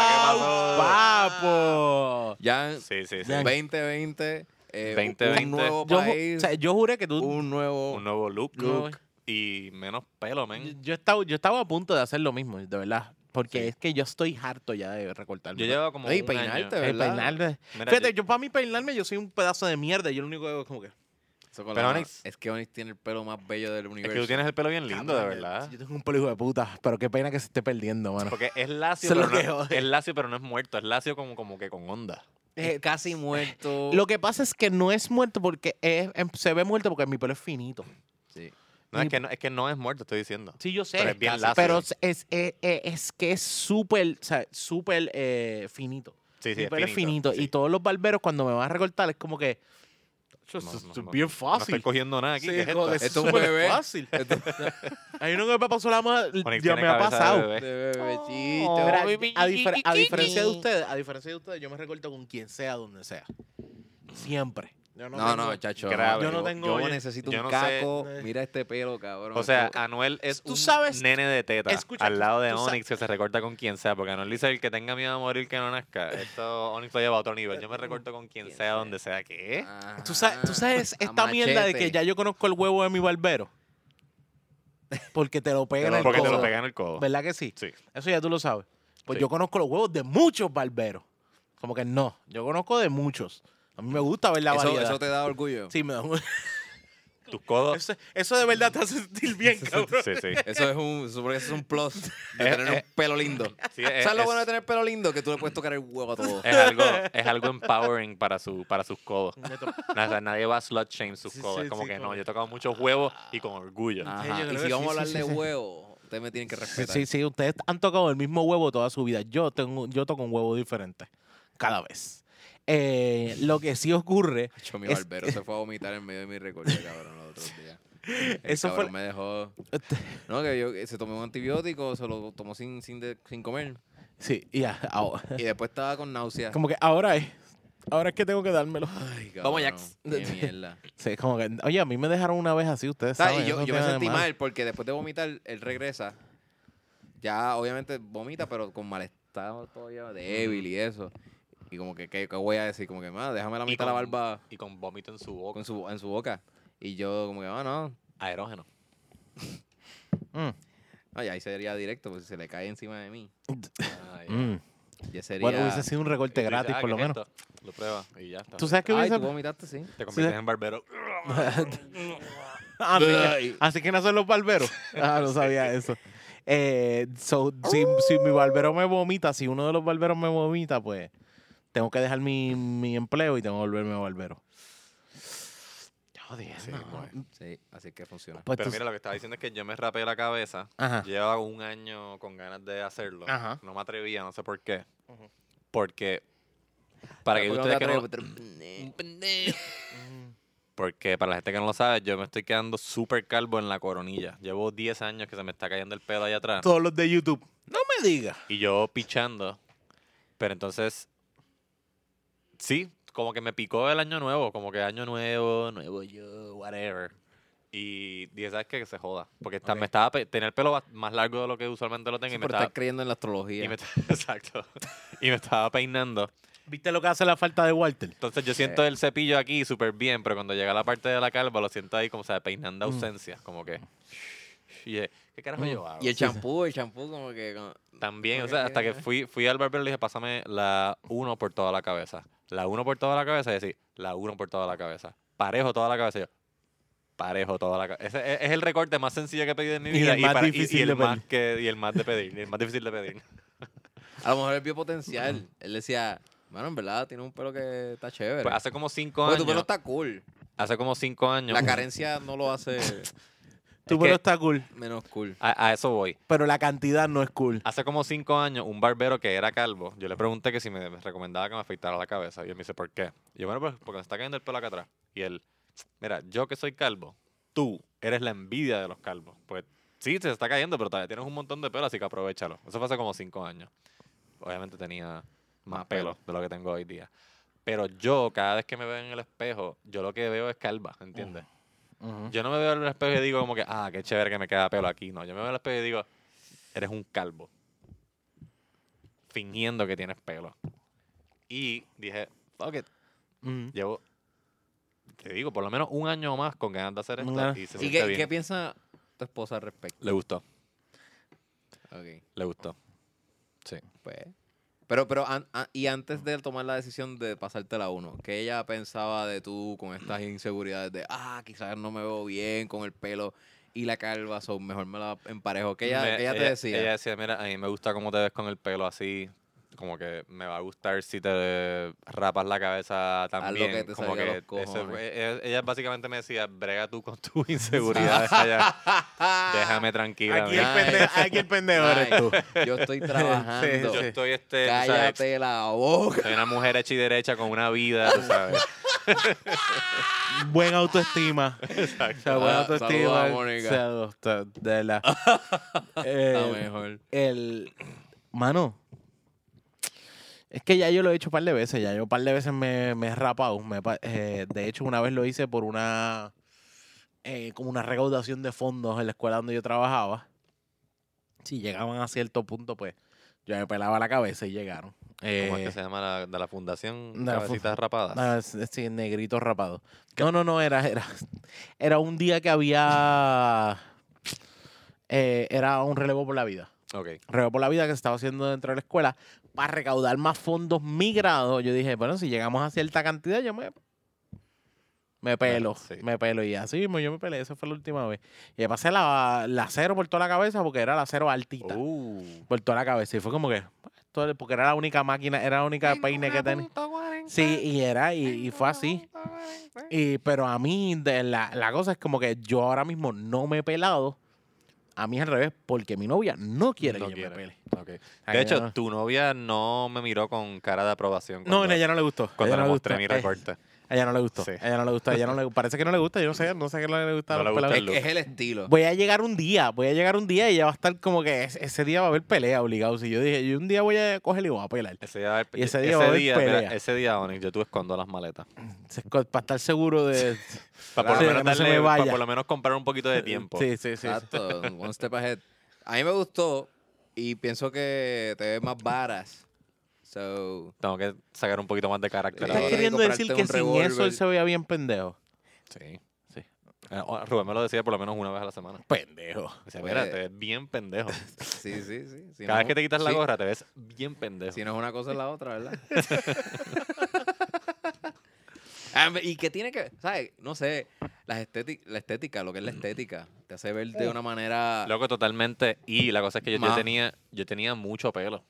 Speaker 2: Ah,
Speaker 1: ¡Wow! ¡Papo!
Speaker 3: Ya en
Speaker 2: Sí, sí, sí.
Speaker 1: Jan.
Speaker 3: 2020, eh,
Speaker 2: 2020.
Speaker 3: un nuevo
Speaker 1: Yo, ju- o
Speaker 3: país,
Speaker 1: sea, yo juré que tú...
Speaker 3: un nuevo...
Speaker 2: Un nuevo look,
Speaker 3: Look.
Speaker 2: ¿no? y menos pelo,
Speaker 1: Yo,
Speaker 2: men.
Speaker 1: yo estaba, yo estaba a punto de hacer lo mismo, de verdad. Porque
Speaker 2: Sí.
Speaker 1: es que yo estoy harto ya de recortarme.
Speaker 2: Yo llevo como
Speaker 3: Ey,
Speaker 2: un
Speaker 3: peinarte,
Speaker 2: año.
Speaker 1: Eh,
Speaker 3: ¿verdad?
Speaker 1: peinarme.
Speaker 2: Mira,
Speaker 1: Fíjate,
Speaker 2: yo-
Speaker 1: yo para mí peinarme, yo soy un pedazo de mierda. Yo lo único que hago es como que...
Speaker 3: Eso con
Speaker 2: Pero
Speaker 3: la-
Speaker 2: Onyx-
Speaker 3: Es que Onyx tiene el pelo más bello del
Speaker 2: Es
Speaker 3: universo.
Speaker 2: que tú tienes el pelo bien lindo, de
Speaker 1: Cabrón,
Speaker 2: verdad.
Speaker 1: Yo tengo un pelo hijo de puta, pero qué pena que se esté perdiendo, mano.
Speaker 2: Porque
Speaker 1: <laughs>
Speaker 2: es
Speaker 1: Eso
Speaker 2: lacio,
Speaker 1: es lo
Speaker 2: pero
Speaker 1: que
Speaker 2: no,
Speaker 1: jode.
Speaker 2: es lacio, pero no es muerto. Es lacio como, como que con onda.
Speaker 3: Es casi muerto.
Speaker 1: Lo que pasa es que no es muerto porque es- em- se ve muerto porque mi pelo es finito.
Speaker 3: Sí.
Speaker 2: No, es
Speaker 1: Y-
Speaker 2: que no, es que no es muerto, estoy diciendo.
Speaker 1: Sí, yo sé.
Speaker 2: Pero es bien
Speaker 1: casi,
Speaker 2: lacio.
Speaker 1: pero es, es- eh, eh, es que es súper, o sea, súper eh, finito.
Speaker 2: Sí, sí,
Speaker 1: mi pelo es finito.
Speaker 2: sí.
Speaker 1: Y todos los barberos cuando me van a recortar es como que... "Eso
Speaker 2: No,
Speaker 1: es-
Speaker 2: no,
Speaker 1: es
Speaker 2: no,
Speaker 1: bien
Speaker 2: No estoy
Speaker 1: fácil.
Speaker 2: cogiendo nada aquí.
Speaker 1: Sí,
Speaker 2: ¿qué es
Speaker 1: como
Speaker 2: esto?
Speaker 1: que
Speaker 3: Esto es un
Speaker 1: súper
Speaker 3: bebé.
Speaker 1: fácil. Hay uno que me pasó la mano,
Speaker 2: Onyx
Speaker 1: ya
Speaker 2: tiene
Speaker 1: me ha
Speaker 2: cabeza de
Speaker 1: pasado.
Speaker 2: bebé.
Speaker 3: De bebecito.
Speaker 1: Mira, a, difer- a diferencia de ustedes, a diferencia de ustedes, yo me recorto con quien sea, donde sea. Siempre. Yo
Speaker 3: No, no,
Speaker 1: tengo-
Speaker 3: chacho.
Speaker 2: grave.
Speaker 1: Yo no tengo-
Speaker 3: Yo
Speaker 1: oye,
Speaker 3: necesito
Speaker 2: yo
Speaker 3: un
Speaker 2: no sé.
Speaker 3: caco. Mira este pelo, cabrón. Este
Speaker 2: O sea,
Speaker 3: Esto-
Speaker 2: Anuel es
Speaker 1: Tú
Speaker 2: un
Speaker 1: sabes-
Speaker 2: nene de teta
Speaker 1: Escucha, tú-
Speaker 2: al lado de
Speaker 1: tú sa-
Speaker 2: Onyx que se recorta con quien sea, porque Anuel dice el que tenga miedo a morir que no nazca. Esto Onyx lo lleva a otro nivel. Yo me recorto con quien
Speaker 3: Quien
Speaker 2: sea,
Speaker 3: sea.
Speaker 2: donde sea.
Speaker 1: ¿eh?
Speaker 2: ¿Qué?
Speaker 1: Ah,
Speaker 3: Ajá.
Speaker 1: ¿Tú sabes, tú sabes
Speaker 3: Ah, A
Speaker 1: esta mierda de que
Speaker 3: machete.
Speaker 1: ya yo conozco el huevo de mi barbero? Porque te lo pegan
Speaker 3: lo-
Speaker 1: el
Speaker 2: Porque te lo
Speaker 1: codo.
Speaker 2: pegan en el codo.
Speaker 1: ¿Verdad que sí?
Speaker 2: Sí.
Speaker 1: Eso ya tú lo sabes. Pues
Speaker 2: Sí.
Speaker 1: yo conozco los huevos de muchos barberos. Como que no, yo conozco de muchos. A mí me gusta ver la
Speaker 3: Eso,
Speaker 1: variedad.
Speaker 3: eso te da orgullo.
Speaker 1: Sí, me da un-
Speaker 2: Tus codos.
Speaker 1: eso, eso de verdad te hace sentir bien,
Speaker 2: <laughs>
Speaker 1: cabrón.
Speaker 2: Sí, sí.
Speaker 3: Eso es un, eso porque eso es un plus
Speaker 1: <laughs>
Speaker 3: de
Speaker 2: Eh,
Speaker 3: tener
Speaker 2: eh.
Speaker 3: un pelo lindo.
Speaker 2: Sí,
Speaker 1: Eh,
Speaker 2: es,
Speaker 3: ¿Sabes lo
Speaker 2: es-
Speaker 3: bueno de tener pelo lindo? Que tú le puedes tocar el huevo a todo.
Speaker 2: es algo, es algo empowering para, su, para sus codos. Na- o sea, nadie va a slut shame sus
Speaker 1: Sí,
Speaker 2: codos.
Speaker 1: sí,
Speaker 2: Es como
Speaker 1: sí,
Speaker 2: que Ah.
Speaker 1: como-
Speaker 2: no, yo he tocado muchos huevos y con orgullo.
Speaker 1: yo
Speaker 3: Ajá.
Speaker 1: creo
Speaker 3: Y
Speaker 1: que
Speaker 3: si
Speaker 1: sí,
Speaker 3: vamos
Speaker 1: sí,
Speaker 3: a hablar
Speaker 1: sí,
Speaker 3: de
Speaker 1: sí.
Speaker 3: huevo, ustedes me tienen que
Speaker 1: Sí,
Speaker 3: respetar.
Speaker 1: sí, sí, ustedes han tocado el mismo huevo toda su vida. Yo tengo, yo toco un huevo diferente cada vez. Eh, lo que sí ocurre,
Speaker 3: Hacho, mi
Speaker 1: Es-
Speaker 3: barbero se fue a vomitar en medio de mi recorte, cabrón, los otros días. El
Speaker 1: Eso fue Este
Speaker 3: cabrón me dejó. No, que yo, que se tomó un antibiótico, se lo tomó sin, sin, de- sin comer.
Speaker 1: Sí, y ya, ahora.
Speaker 3: Y después estaba con náuseas.
Speaker 1: Como que ahora es. Ahora es que tengo que dármelo. <laughs>
Speaker 3: Ay,
Speaker 2: Vamos,
Speaker 3: cabrón,
Speaker 2: Jax.
Speaker 3: Qué mierda.
Speaker 1: Sí, como que, oye, a mí me dejaron una vez así, ustedes
Speaker 3: ¿Sabes?
Speaker 1: saben.
Speaker 3: Y yo,
Speaker 1: eso
Speaker 3: yo me
Speaker 1: tiene de
Speaker 3: sentí
Speaker 1: malo.
Speaker 3: mal porque después de vomitar, él regresa. Ya, obviamente, vomita, pero con malestar todavía débil y eso. Y como que, ¿qué, qué voy a decir? Como que, más, déjame la
Speaker 2: Y
Speaker 3: mitad de la
Speaker 2: con-
Speaker 3: barba
Speaker 2: Y con vómito en su boca.
Speaker 3: con su, en su boca. Y yo como que, ah, no.
Speaker 2: Aerógeno.
Speaker 1: Mm,
Speaker 3: Ay, Ah, ahí sería directo, pues si se le cae encima de mí.
Speaker 2: Ah, ya.
Speaker 1: mm.
Speaker 3: Ya sería...
Speaker 1: Bueno, hubiese sido un
Speaker 2: Y
Speaker 1: recorte
Speaker 2: tú dices,
Speaker 1: gratis,
Speaker 2: "Ah,
Speaker 1: por
Speaker 2: ¿qué
Speaker 1: lo
Speaker 2: es
Speaker 1: menos.
Speaker 2: esto?" Lo pruebas y ya está.
Speaker 1: ¿Tú sabes qué
Speaker 3: Ay,
Speaker 1: hubiese...?
Speaker 3: tú vomitaste, sí.
Speaker 2: Te conviertes
Speaker 1: sabes-
Speaker 2: en barbero.
Speaker 1: así, que, Ah, así que no son los barberos. Ah, no sabía eso. Eh, so, si, si mi barbero me vomita, si uno de los barberos me vomita, pues tengo que dejar mi, mi empleo y tengo que volverme barbero. pues, Ya jodí eso.
Speaker 2: Sí, bueno.
Speaker 3: Sí, así que funciona.
Speaker 1: Pues
Speaker 2: Pero
Speaker 1: tú-
Speaker 2: mira, lo que estaba diciendo es que yo me rapé la cabeza.
Speaker 1: Ajá.
Speaker 2: Llevaba un año con ganas de hacerlo.
Speaker 1: Ajá.
Speaker 2: No me atrevía, no sé por qué. Porque, para que
Speaker 3: Porque
Speaker 2: ustedes que no-
Speaker 3: te atreves, un pendejo.
Speaker 2: porque para la gente que no lo sabe, yo me estoy quedando súper calvo en la coronilla. Llevo 10 años que se me está cayendo el pelo allá atrás.
Speaker 1: Todos los de YouTube. No me digas.
Speaker 2: Y yo pichando. Pero entonces, sí, como que me picó el año nuevo, como que año nuevo, nuevo yo, whatever. Y dije, ¿sabes qué? Que se joda. Porque esta-
Speaker 1: Ok.
Speaker 2: me estaba pe- tener el pelo ba- más largo de lo que usualmente lo tengo y me
Speaker 3: pues, Por
Speaker 2: estaba...
Speaker 3: estar creyendo en la astrología.
Speaker 2: y me <laughs> estaba- exacto. Y me estaba peinando.
Speaker 1: ¿Viste lo que hace la falta de Walter?
Speaker 2: Entonces yo siento el cepillo aquí súper bien, pero cuando llega la parte de la calva lo siento ahí como, se peinando
Speaker 1: Mm.
Speaker 2: ausencia. Como que... Y, eh, ¿Qué carajo
Speaker 1: Mm.
Speaker 2: yo hago?
Speaker 3: Y el champú, el champú como que... como-
Speaker 2: También, o
Speaker 3: Ok,
Speaker 2: sea, hasta que
Speaker 3: ok.
Speaker 2: fui, fui al barbero le dije, pásame la 1 por toda la cabeza. La 1 por toda la cabeza, y así, la 1 por toda la cabeza. Parejo toda la cabeza. y yo, parejo toda la cabeza. Ese es, es el recorte más sencillo que he pedido en mi
Speaker 1: Y
Speaker 2: vida.
Speaker 1: el más
Speaker 2: para-
Speaker 1: difícil
Speaker 2: el
Speaker 1: de
Speaker 2: más que- y el más de pedir. y El más difícil
Speaker 1: <laughs>
Speaker 2: de pedir.
Speaker 3: A lo mejor él vio potencial. Él decía, mano, en verdad, tiene un pelo que está chévere.
Speaker 2: Pues hace como 5
Speaker 3: Porque tu pelo
Speaker 2: años.
Speaker 3: está cool.
Speaker 2: Hace como 5 años.
Speaker 3: La carencia no lo hace
Speaker 1: Tu
Speaker 2: Es
Speaker 1: pelo
Speaker 2: que-
Speaker 1: está cool,
Speaker 3: menos cool.
Speaker 2: A, a eso voy.
Speaker 1: pero la cantidad no es cool.
Speaker 2: Hace como 5 años, un barbero que era calvo, yo le pregunté que si me me recomendaba que me afeitara la cabeza. Y él me dice, ¿por qué? Y yo, bueno, pues porque me está cayendo el pelo acá atrás. Y él, mira, yo que soy calvo, tú eres la envidia de los calvos. Pues sí, se te está cayendo, pero todavía tienes un montón de pelo, así que aprovechalo. Eso fue hace como 5 años. Obviamente tenía más
Speaker 3: Más
Speaker 2: pelo de lo que tengo hoy día. Pero yo, cada vez que me veo en el espejo, yo lo que veo es calva, ¿entiendes? Yo no me veo en el espejo y digo como que, ah, qué chévere que me queda pelo aquí. No, yo me veo en el espejo y digo, eres un calvo. Fingiendo que tienes pelo. Y dije, fuck it.
Speaker 1: Ujú.
Speaker 2: Llevo, te digo, por lo menos un año más con ganas de hacer esto.
Speaker 1: Una-
Speaker 2: Y se
Speaker 3: ¿Y
Speaker 2: siente
Speaker 3: qué,
Speaker 2: bien.
Speaker 3: qué piensa tu esposa al respecto?
Speaker 2: Le gustó,
Speaker 3: Ok,
Speaker 2: le gustó. Sí.
Speaker 3: pues. Pero, pero, an- a- y antes de tomar la decisión de pasarte la uno, ¿qué ella pensaba de tú con estas inseguridades de, ah, quizás no me veo bien con el pelo y la calva, son mejor me la emparejo? ¿Qué ella,
Speaker 2: Me-
Speaker 3: qué ella te decía? <laughs>
Speaker 2: Ella decía, mira, a mí me gusta cómo te ves con el pelo así. Como que me va a gustar si te rapas la cabeza
Speaker 3: lo
Speaker 2: también.
Speaker 3: que te
Speaker 2: como
Speaker 3: salga
Speaker 2: que
Speaker 3: los cojones.
Speaker 2: fue- ella, ella básicamente me decía, brega tú con
Speaker 3: <laughs>
Speaker 2: tus inseguridades allá. Déjame tranquila.
Speaker 1: Aquí, el
Speaker 2: mira.
Speaker 3: Nice.
Speaker 1: pendejo, aquí el pendejo eres tú.
Speaker 3: Ay, Yo
Speaker 2: <laughs>
Speaker 3: estoy trabajando.
Speaker 2: Yo estoy este, tú sabes,
Speaker 3: Cállate la boca.
Speaker 2: soy una mujer hecha y derecha con una vida, tú
Speaker 3: <laughs>
Speaker 2: sabes.
Speaker 1: Buena autoestima. O sea, buena
Speaker 3: Ah, saludos
Speaker 1: autoestima.
Speaker 3: a Mónica.
Speaker 1: o sea, o sea, de
Speaker 3: <laughs>
Speaker 1: la-
Speaker 3: Está
Speaker 1: Eh,
Speaker 3: mejor.
Speaker 1: el mano es que ya yo lo he hecho un par de veces ya yo un par de veces me, me he rapado me he pa- eh, de hecho una vez lo hice por una eh, como una recaudación de fondos en la escuela donde yo trabajaba si llegaban a cierto punto pues yo me pelaba la cabeza y llegaron
Speaker 2: ¿Cómo es
Speaker 1: Eh,
Speaker 2: que se llama la, de la fundación
Speaker 1: de la fu-
Speaker 2: Cabecitas Rapadas?
Speaker 1: Ah, s- sí, negrito rapado. No, no, no, era, era, era un día que había. eh, era un relevo por la vida.
Speaker 2: Ok.
Speaker 1: Relevo por la vida que se estaba haciendo dentro de la escuela para recaudar más fondos migrados. Yo dije, bueno, si llegamos a cierta cantidad, yo me. Me pelo,
Speaker 2: sí.
Speaker 1: me pelo y así mismo yo me pelé, esa fue la última vez. Y le pasé la, la cero por toda la cabeza porque era la cero altita.
Speaker 2: Uh,
Speaker 1: Por toda la cabeza. Y fue como que, todo- porque era la única máquina, era la única peine que tenía. Sí, y era, y, y fue así. Y, pero a mí, de la, la cosa es como que yo ahora mismo no me he pelado. A mí es al revés, porque mi novia no quiere
Speaker 2: No
Speaker 1: que yo me pele.
Speaker 2: quiere. Ok.
Speaker 1: Ay,
Speaker 2: De hecho,
Speaker 1: no.
Speaker 2: tu novia no me miró con cara de aprobación.
Speaker 1: No,
Speaker 2: cuando-
Speaker 1: a ella no le gustó. a
Speaker 2: Cuando
Speaker 1: ella no
Speaker 2: le
Speaker 1: le
Speaker 2: mostré
Speaker 1: gustó.
Speaker 2: mi
Speaker 1: Eh,
Speaker 2: recorte.
Speaker 1: A ella no le gustó.
Speaker 2: Sí.
Speaker 1: A ella no le gustó. A ella no le Parece que no le gusta. Yo no sé, no sé qué no le gusta.
Speaker 2: No
Speaker 1: a los
Speaker 2: le gusta
Speaker 1: pelados.
Speaker 2: el look.
Speaker 3: Es el estilo.
Speaker 1: Voy a llegar un día, voy a llegar un día y ya va a estar como que es- ese día va a haber pelea obligado. Si yo dije, yo un día voy a coger y voy a pelear.
Speaker 2: Ese día,
Speaker 1: Y ese día va a haber pelea.
Speaker 2: ese día, Onyx, yo tuve escondo las
Speaker 1: <laughs>
Speaker 2: maletas.
Speaker 1: Se- co- Para estar seguro de.
Speaker 2: Para por,
Speaker 1: Sí,
Speaker 2: lo
Speaker 1: que
Speaker 2: menos
Speaker 1: no se me
Speaker 2: darle- pa'
Speaker 1: vaya.
Speaker 2: por lo menos comprar un poquito de tiempo.
Speaker 1: Sí, sí, sí. sí.
Speaker 3: Exacto. One step ahead. A mí me gustó y pienso que te ves más varas. So,
Speaker 2: Tengo que sacar un poquito más de carácter
Speaker 3: Pero
Speaker 1: ¿Estás
Speaker 3: ahora-
Speaker 2: ahora.
Speaker 1: queriendo decir que
Speaker 3: comprarte
Speaker 1: sin
Speaker 3: un
Speaker 1: eso él
Speaker 3: revólver.
Speaker 1: se veía bien pendejo?
Speaker 2: Sí, sí. Eh, o- Rubén me lo decía por lo menos una vez a la semana.
Speaker 1: Pendejo.
Speaker 2: Me decía,
Speaker 3: Pues-
Speaker 2: mira, te ves
Speaker 1: <laughs>
Speaker 2: bien pendejo.
Speaker 3: sí, sí, sí. Si
Speaker 2: Cada
Speaker 3: no-
Speaker 2: vez que te quitas la
Speaker 3: sí,
Speaker 2: gorra, te ves bien pendejo.
Speaker 3: Si no es una cosa, es la
Speaker 1: <laughs>
Speaker 3: otra, ¿verdad? Ah, y que tiene que, ¿sabes? No sé, las estéti- la estética, lo que es la estética, te hace ver
Speaker 1: Eh,
Speaker 3: de una manera...
Speaker 2: Ah. Loco, totalmente. Y la cosa es que yo, yo
Speaker 3: Ma.
Speaker 2: tenía, yo tenía mucho pelo.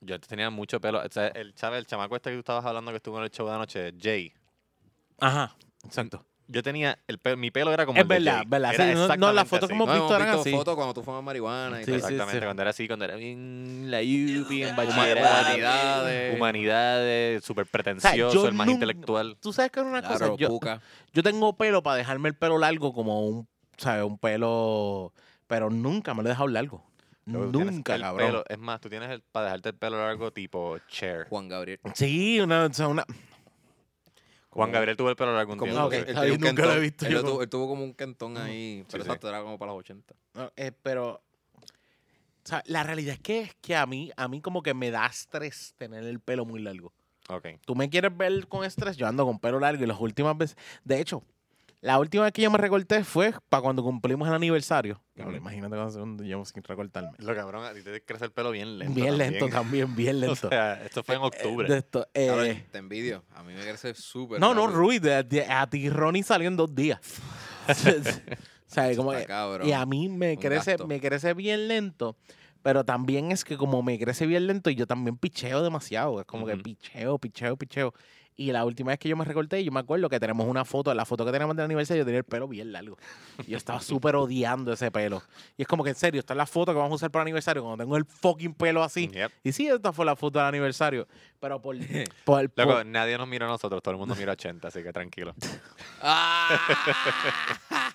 Speaker 2: Yo tenía mucho pelo. O sea, el, chave, el chamaco este que tú estabas hablando que estuvo en el show de anoche, Jay.
Speaker 1: Ajá, exacto.
Speaker 2: Yo tenía, el pelo, mi pelo era como
Speaker 1: Es
Speaker 2: el de
Speaker 1: verdad,
Speaker 2: Jay.
Speaker 1: verdad.
Speaker 2: Era
Speaker 1: Sí, no- no, la
Speaker 2: exactamente
Speaker 1: foto
Speaker 2: así.
Speaker 1: como-
Speaker 3: no, hemos
Speaker 1: visto eran
Speaker 3: visto
Speaker 1: así.
Speaker 3: fotos cuando tú fumas marihuana y
Speaker 1: Sí,
Speaker 3: cosas.
Speaker 1: sí.
Speaker 2: Exactamente, cuando era así, cuando era bien la yupi, en bachillerato.
Speaker 3: Humanidades.
Speaker 2: Humanidades, súper pretencioso,
Speaker 1: yo
Speaker 2: el más
Speaker 1: nun-
Speaker 2: intelectual.
Speaker 1: Tú sabes que era una cosa.
Speaker 3: Claro,
Speaker 1: Yo,
Speaker 3: puca.
Speaker 1: yo tengo pelo para dejarme el pelo largo como un, ¿sabes? Un pelo. Pero nunca me lo he dejado largo.
Speaker 2: Luego tú tienes
Speaker 1: Nunca,
Speaker 2: el
Speaker 1: cabrón.
Speaker 2: pelo- es más, tú tienes el, para dejarte el pelo largo tipo chair.
Speaker 3: Juan Gabriel.
Speaker 1: Sí, una. o sea, una-
Speaker 2: Juan Gabriel tuvo el pelo largo un
Speaker 3: Como
Speaker 2: tiempo.
Speaker 1: ok.
Speaker 2: sí.
Speaker 3: él,
Speaker 1: Ay,
Speaker 3: tenía un
Speaker 1: nunca lo he
Speaker 3: quentón,
Speaker 1: visto
Speaker 3: él
Speaker 1: yo
Speaker 3: lo
Speaker 1: como-
Speaker 3: tuvo, él tuvo como un quentón ahí, pero
Speaker 2: sí.
Speaker 3: exacto, era como para los 80.
Speaker 1: no, eh, pero. o sea, la realidad es que es que a mí, a mí como que me da estrés tener el pelo muy largo.
Speaker 2: Ok.
Speaker 1: tú me quieres ver con estrés, yo ando con pelo largo y las últimas veces, de hecho, la última vez que yo me recorté fue para cuando cumplimos el aniversario. Cabrón, imagínate cuando yo sin recortarme.
Speaker 2: Lo cabrón, a ti te crece el pelo bien lento.
Speaker 1: bien
Speaker 2: también.
Speaker 1: lento también, <laughs> bien
Speaker 2: O
Speaker 1: lento.
Speaker 2: <laughs> sea, esto fue en
Speaker 1: Eh,
Speaker 2: octubre.
Speaker 1: de esto, eh,
Speaker 3: Cabrón, te envidio. A mí me crece súper.
Speaker 1: no, no,
Speaker 3: rápido.
Speaker 1: Rui, de- de- a ti Ronnie salió en dos <laughs> días. o sea, como
Speaker 3: Está
Speaker 1: que-
Speaker 3: cabrón.
Speaker 1: y
Speaker 3: <laughs>
Speaker 1: a mí me
Speaker 3: Un
Speaker 1: crece,
Speaker 3: gasto.
Speaker 1: me crece bien lento, pero también es que como me crece bien lento y yo también picheo demasiado, es como
Speaker 2: Ujú.
Speaker 1: que picheo, picheo, picheo. Y la última vez que yo me recorté, yo me acuerdo que tenemos una foto, la foto que tenemos del aniversario, yo tenía el pelo bien largo. Y Yo estaba súper odiando ese pelo. Y es como que en serio, esta es la foto que vamos a usar para el aniversario, cuando tengo el fucking pelo así.
Speaker 2: Yep.
Speaker 1: Y sí, esta fue la foto del aniversario, pero <laughs> por... por,
Speaker 2: Loco,
Speaker 1: por-
Speaker 2: nadie nos mira a nosotros, todo el mundo mira a 80, así que tranquilo.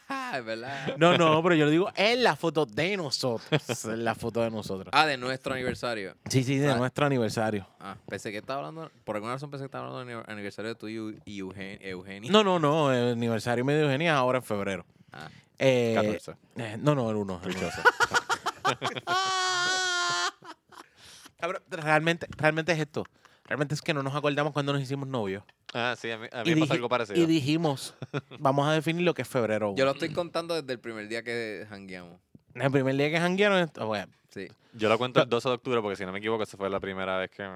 Speaker 3: Ah, <laughs> es verdad.
Speaker 1: No, no, pero yo lo digo, es la foto de nosotros. Es la foto de nosotros.
Speaker 3: Ah, de nuestro aniversario.
Speaker 1: Sí, sí, de
Speaker 3: Ah.
Speaker 1: nuestro aniversario.
Speaker 3: Ah, pensé que estaba hablando, por alguna razón pensé que estaba hablando del aniversario de tú y Eu- y Eugen- Eugenia.
Speaker 1: <laughs> No, no, no, el aniversario medio Eugenia es ahora en febrero.
Speaker 3: Ah.
Speaker 1: Eh,
Speaker 2: 14.
Speaker 1: eh, no, no, el 1. <laughs> realmente, realmente es esto. Realmente es que no nos acordamos cuando nos hicimos novios.
Speaker 2: Ah, sí, a mí, a mí me
Speaker 1: dije-
Speaker 2: pasa algo
Speaker 1: y
Speaker 2: parecido.
Speaker 1: dijimos, vamos a definir lo que es febrero.
Speaker 3: Yo
Speaker 1: uno.
Speaker 3: lo estoy contando desde el primer día que jangueamos.
Speaker 1: El primer día que janguearon, esto- bueno, <laughs>
Speaker 3: Sí.
Speaker 2: Yo lo cuento el 12 de octubre porque si no me equivoco, esa fue la primera vez que,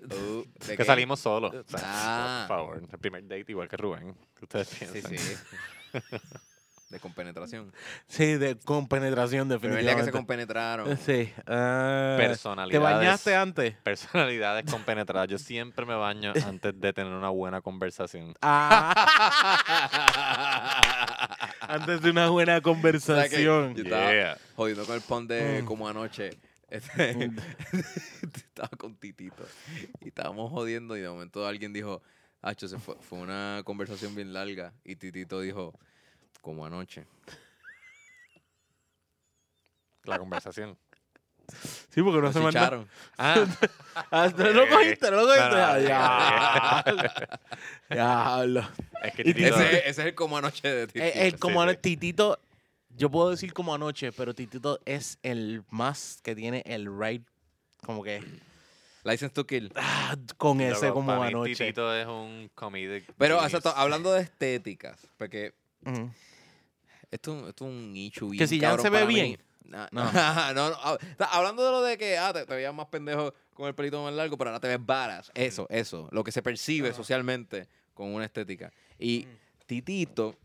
Speaker 3: Uh, ¿de
Speaker 2: que
Speaker 3: qué?
Speaker 2: salimos solos. O sea,
Speaker 3: Ah.
Speaker 2: Por favor, el primer date igual que Rubén. ¿Qué ustedes
Speaker 3: Sí,
Speaker 2: piensan?
Speaker 3: sí. <laughs> De
Speaker 1: <laughs>
Speaker 3: compenetración.
Speaker 1: sí, de compenetración
Speaker 3: El primer día que se
Speaker 1: definitivamente.
Speaker 3: compenetraron.
Speaker 1: Sí. ah,
Speaker 2: Personalidades.
Speaker 1: ¿Te bañaste antes?
Speaker 2: <laughs> Personalidades compenetradas. Yo siempre me baño antes de tener una buena conversación.
Speaker 1: Ah. Antes de una buena
Speaker 3: O sea que
Speaker 1: conversación.
Speaker 3: yo estaba
Speaker 2: Yeah.
Speaker 3: jodiendo con el pon de
Speaker 1: Mm.
Speaker 3: como anoche. Este, <laughs> estaba con Titito. Y estábamos jodiendo y de momento alguien dijo, Hacho, se fue, fue una conversación bien larga. Y Titito dijo, como anoche.
Speaker 2: La conversación.
Speaker 1: Sí, porque no
Speaker 3: Nos
Speaker 1: se manda.
Speaker 3: echaron.
Speaker 1: <laughs>
Speaker 2: Ah,
Speaker 1: Ah, no lo cogiste, no lo cogiste.
Speaker 2: No, no,
Speaker 1: Ah,
Speaker 2: no.
Speaker 1: diablo. Diablo.
Speaker 2: es que
Speaker 1: Y
Speaker 2: Titito-
Speaker 3: Ese, ese es el como anoche de Titito.
Speaker 1: Eh, el como
Speaker 2: sí.
Speaker 1: ano- Titito, yo puedo decir como anoche, pero Titito es el más que tiene el right, como que
Speaker 3: License to Kill.
Speaker 1: ah, con
Speaker 2: Loco,
Speaker 1: ese como
Speaker 2: pa' mí
Speaker 1: anoche.
Speaker 2: Titito es un comedic
Speaker 3: Pero
Speaker 2: genius.
Speaker 3: exacto, hablando de estéticas, porque
Speaker 1: Ujú.
Speaker 3: esto, es un- esto es un nicho bien
Speaker 1: Que si Jan
Speaker 3: cabrón
Speaker 1: se ve
Speaker 3: para mí.
Speaker 1: bien.
Speaker 3: Na-
Speaker 1: No.
Speaker 3: <laughs> No, no, ah, o sea, hablando de lo de que ah, te, te veías más pendejo con el pelito más largo, pero ahora te ves varas. Eso, eso. Lo que se
Speaker 1: Ah.
Speaker 3: percibe socialmente con una estética. Y
Speaker 1: Mm.
Speaker 3: Titito,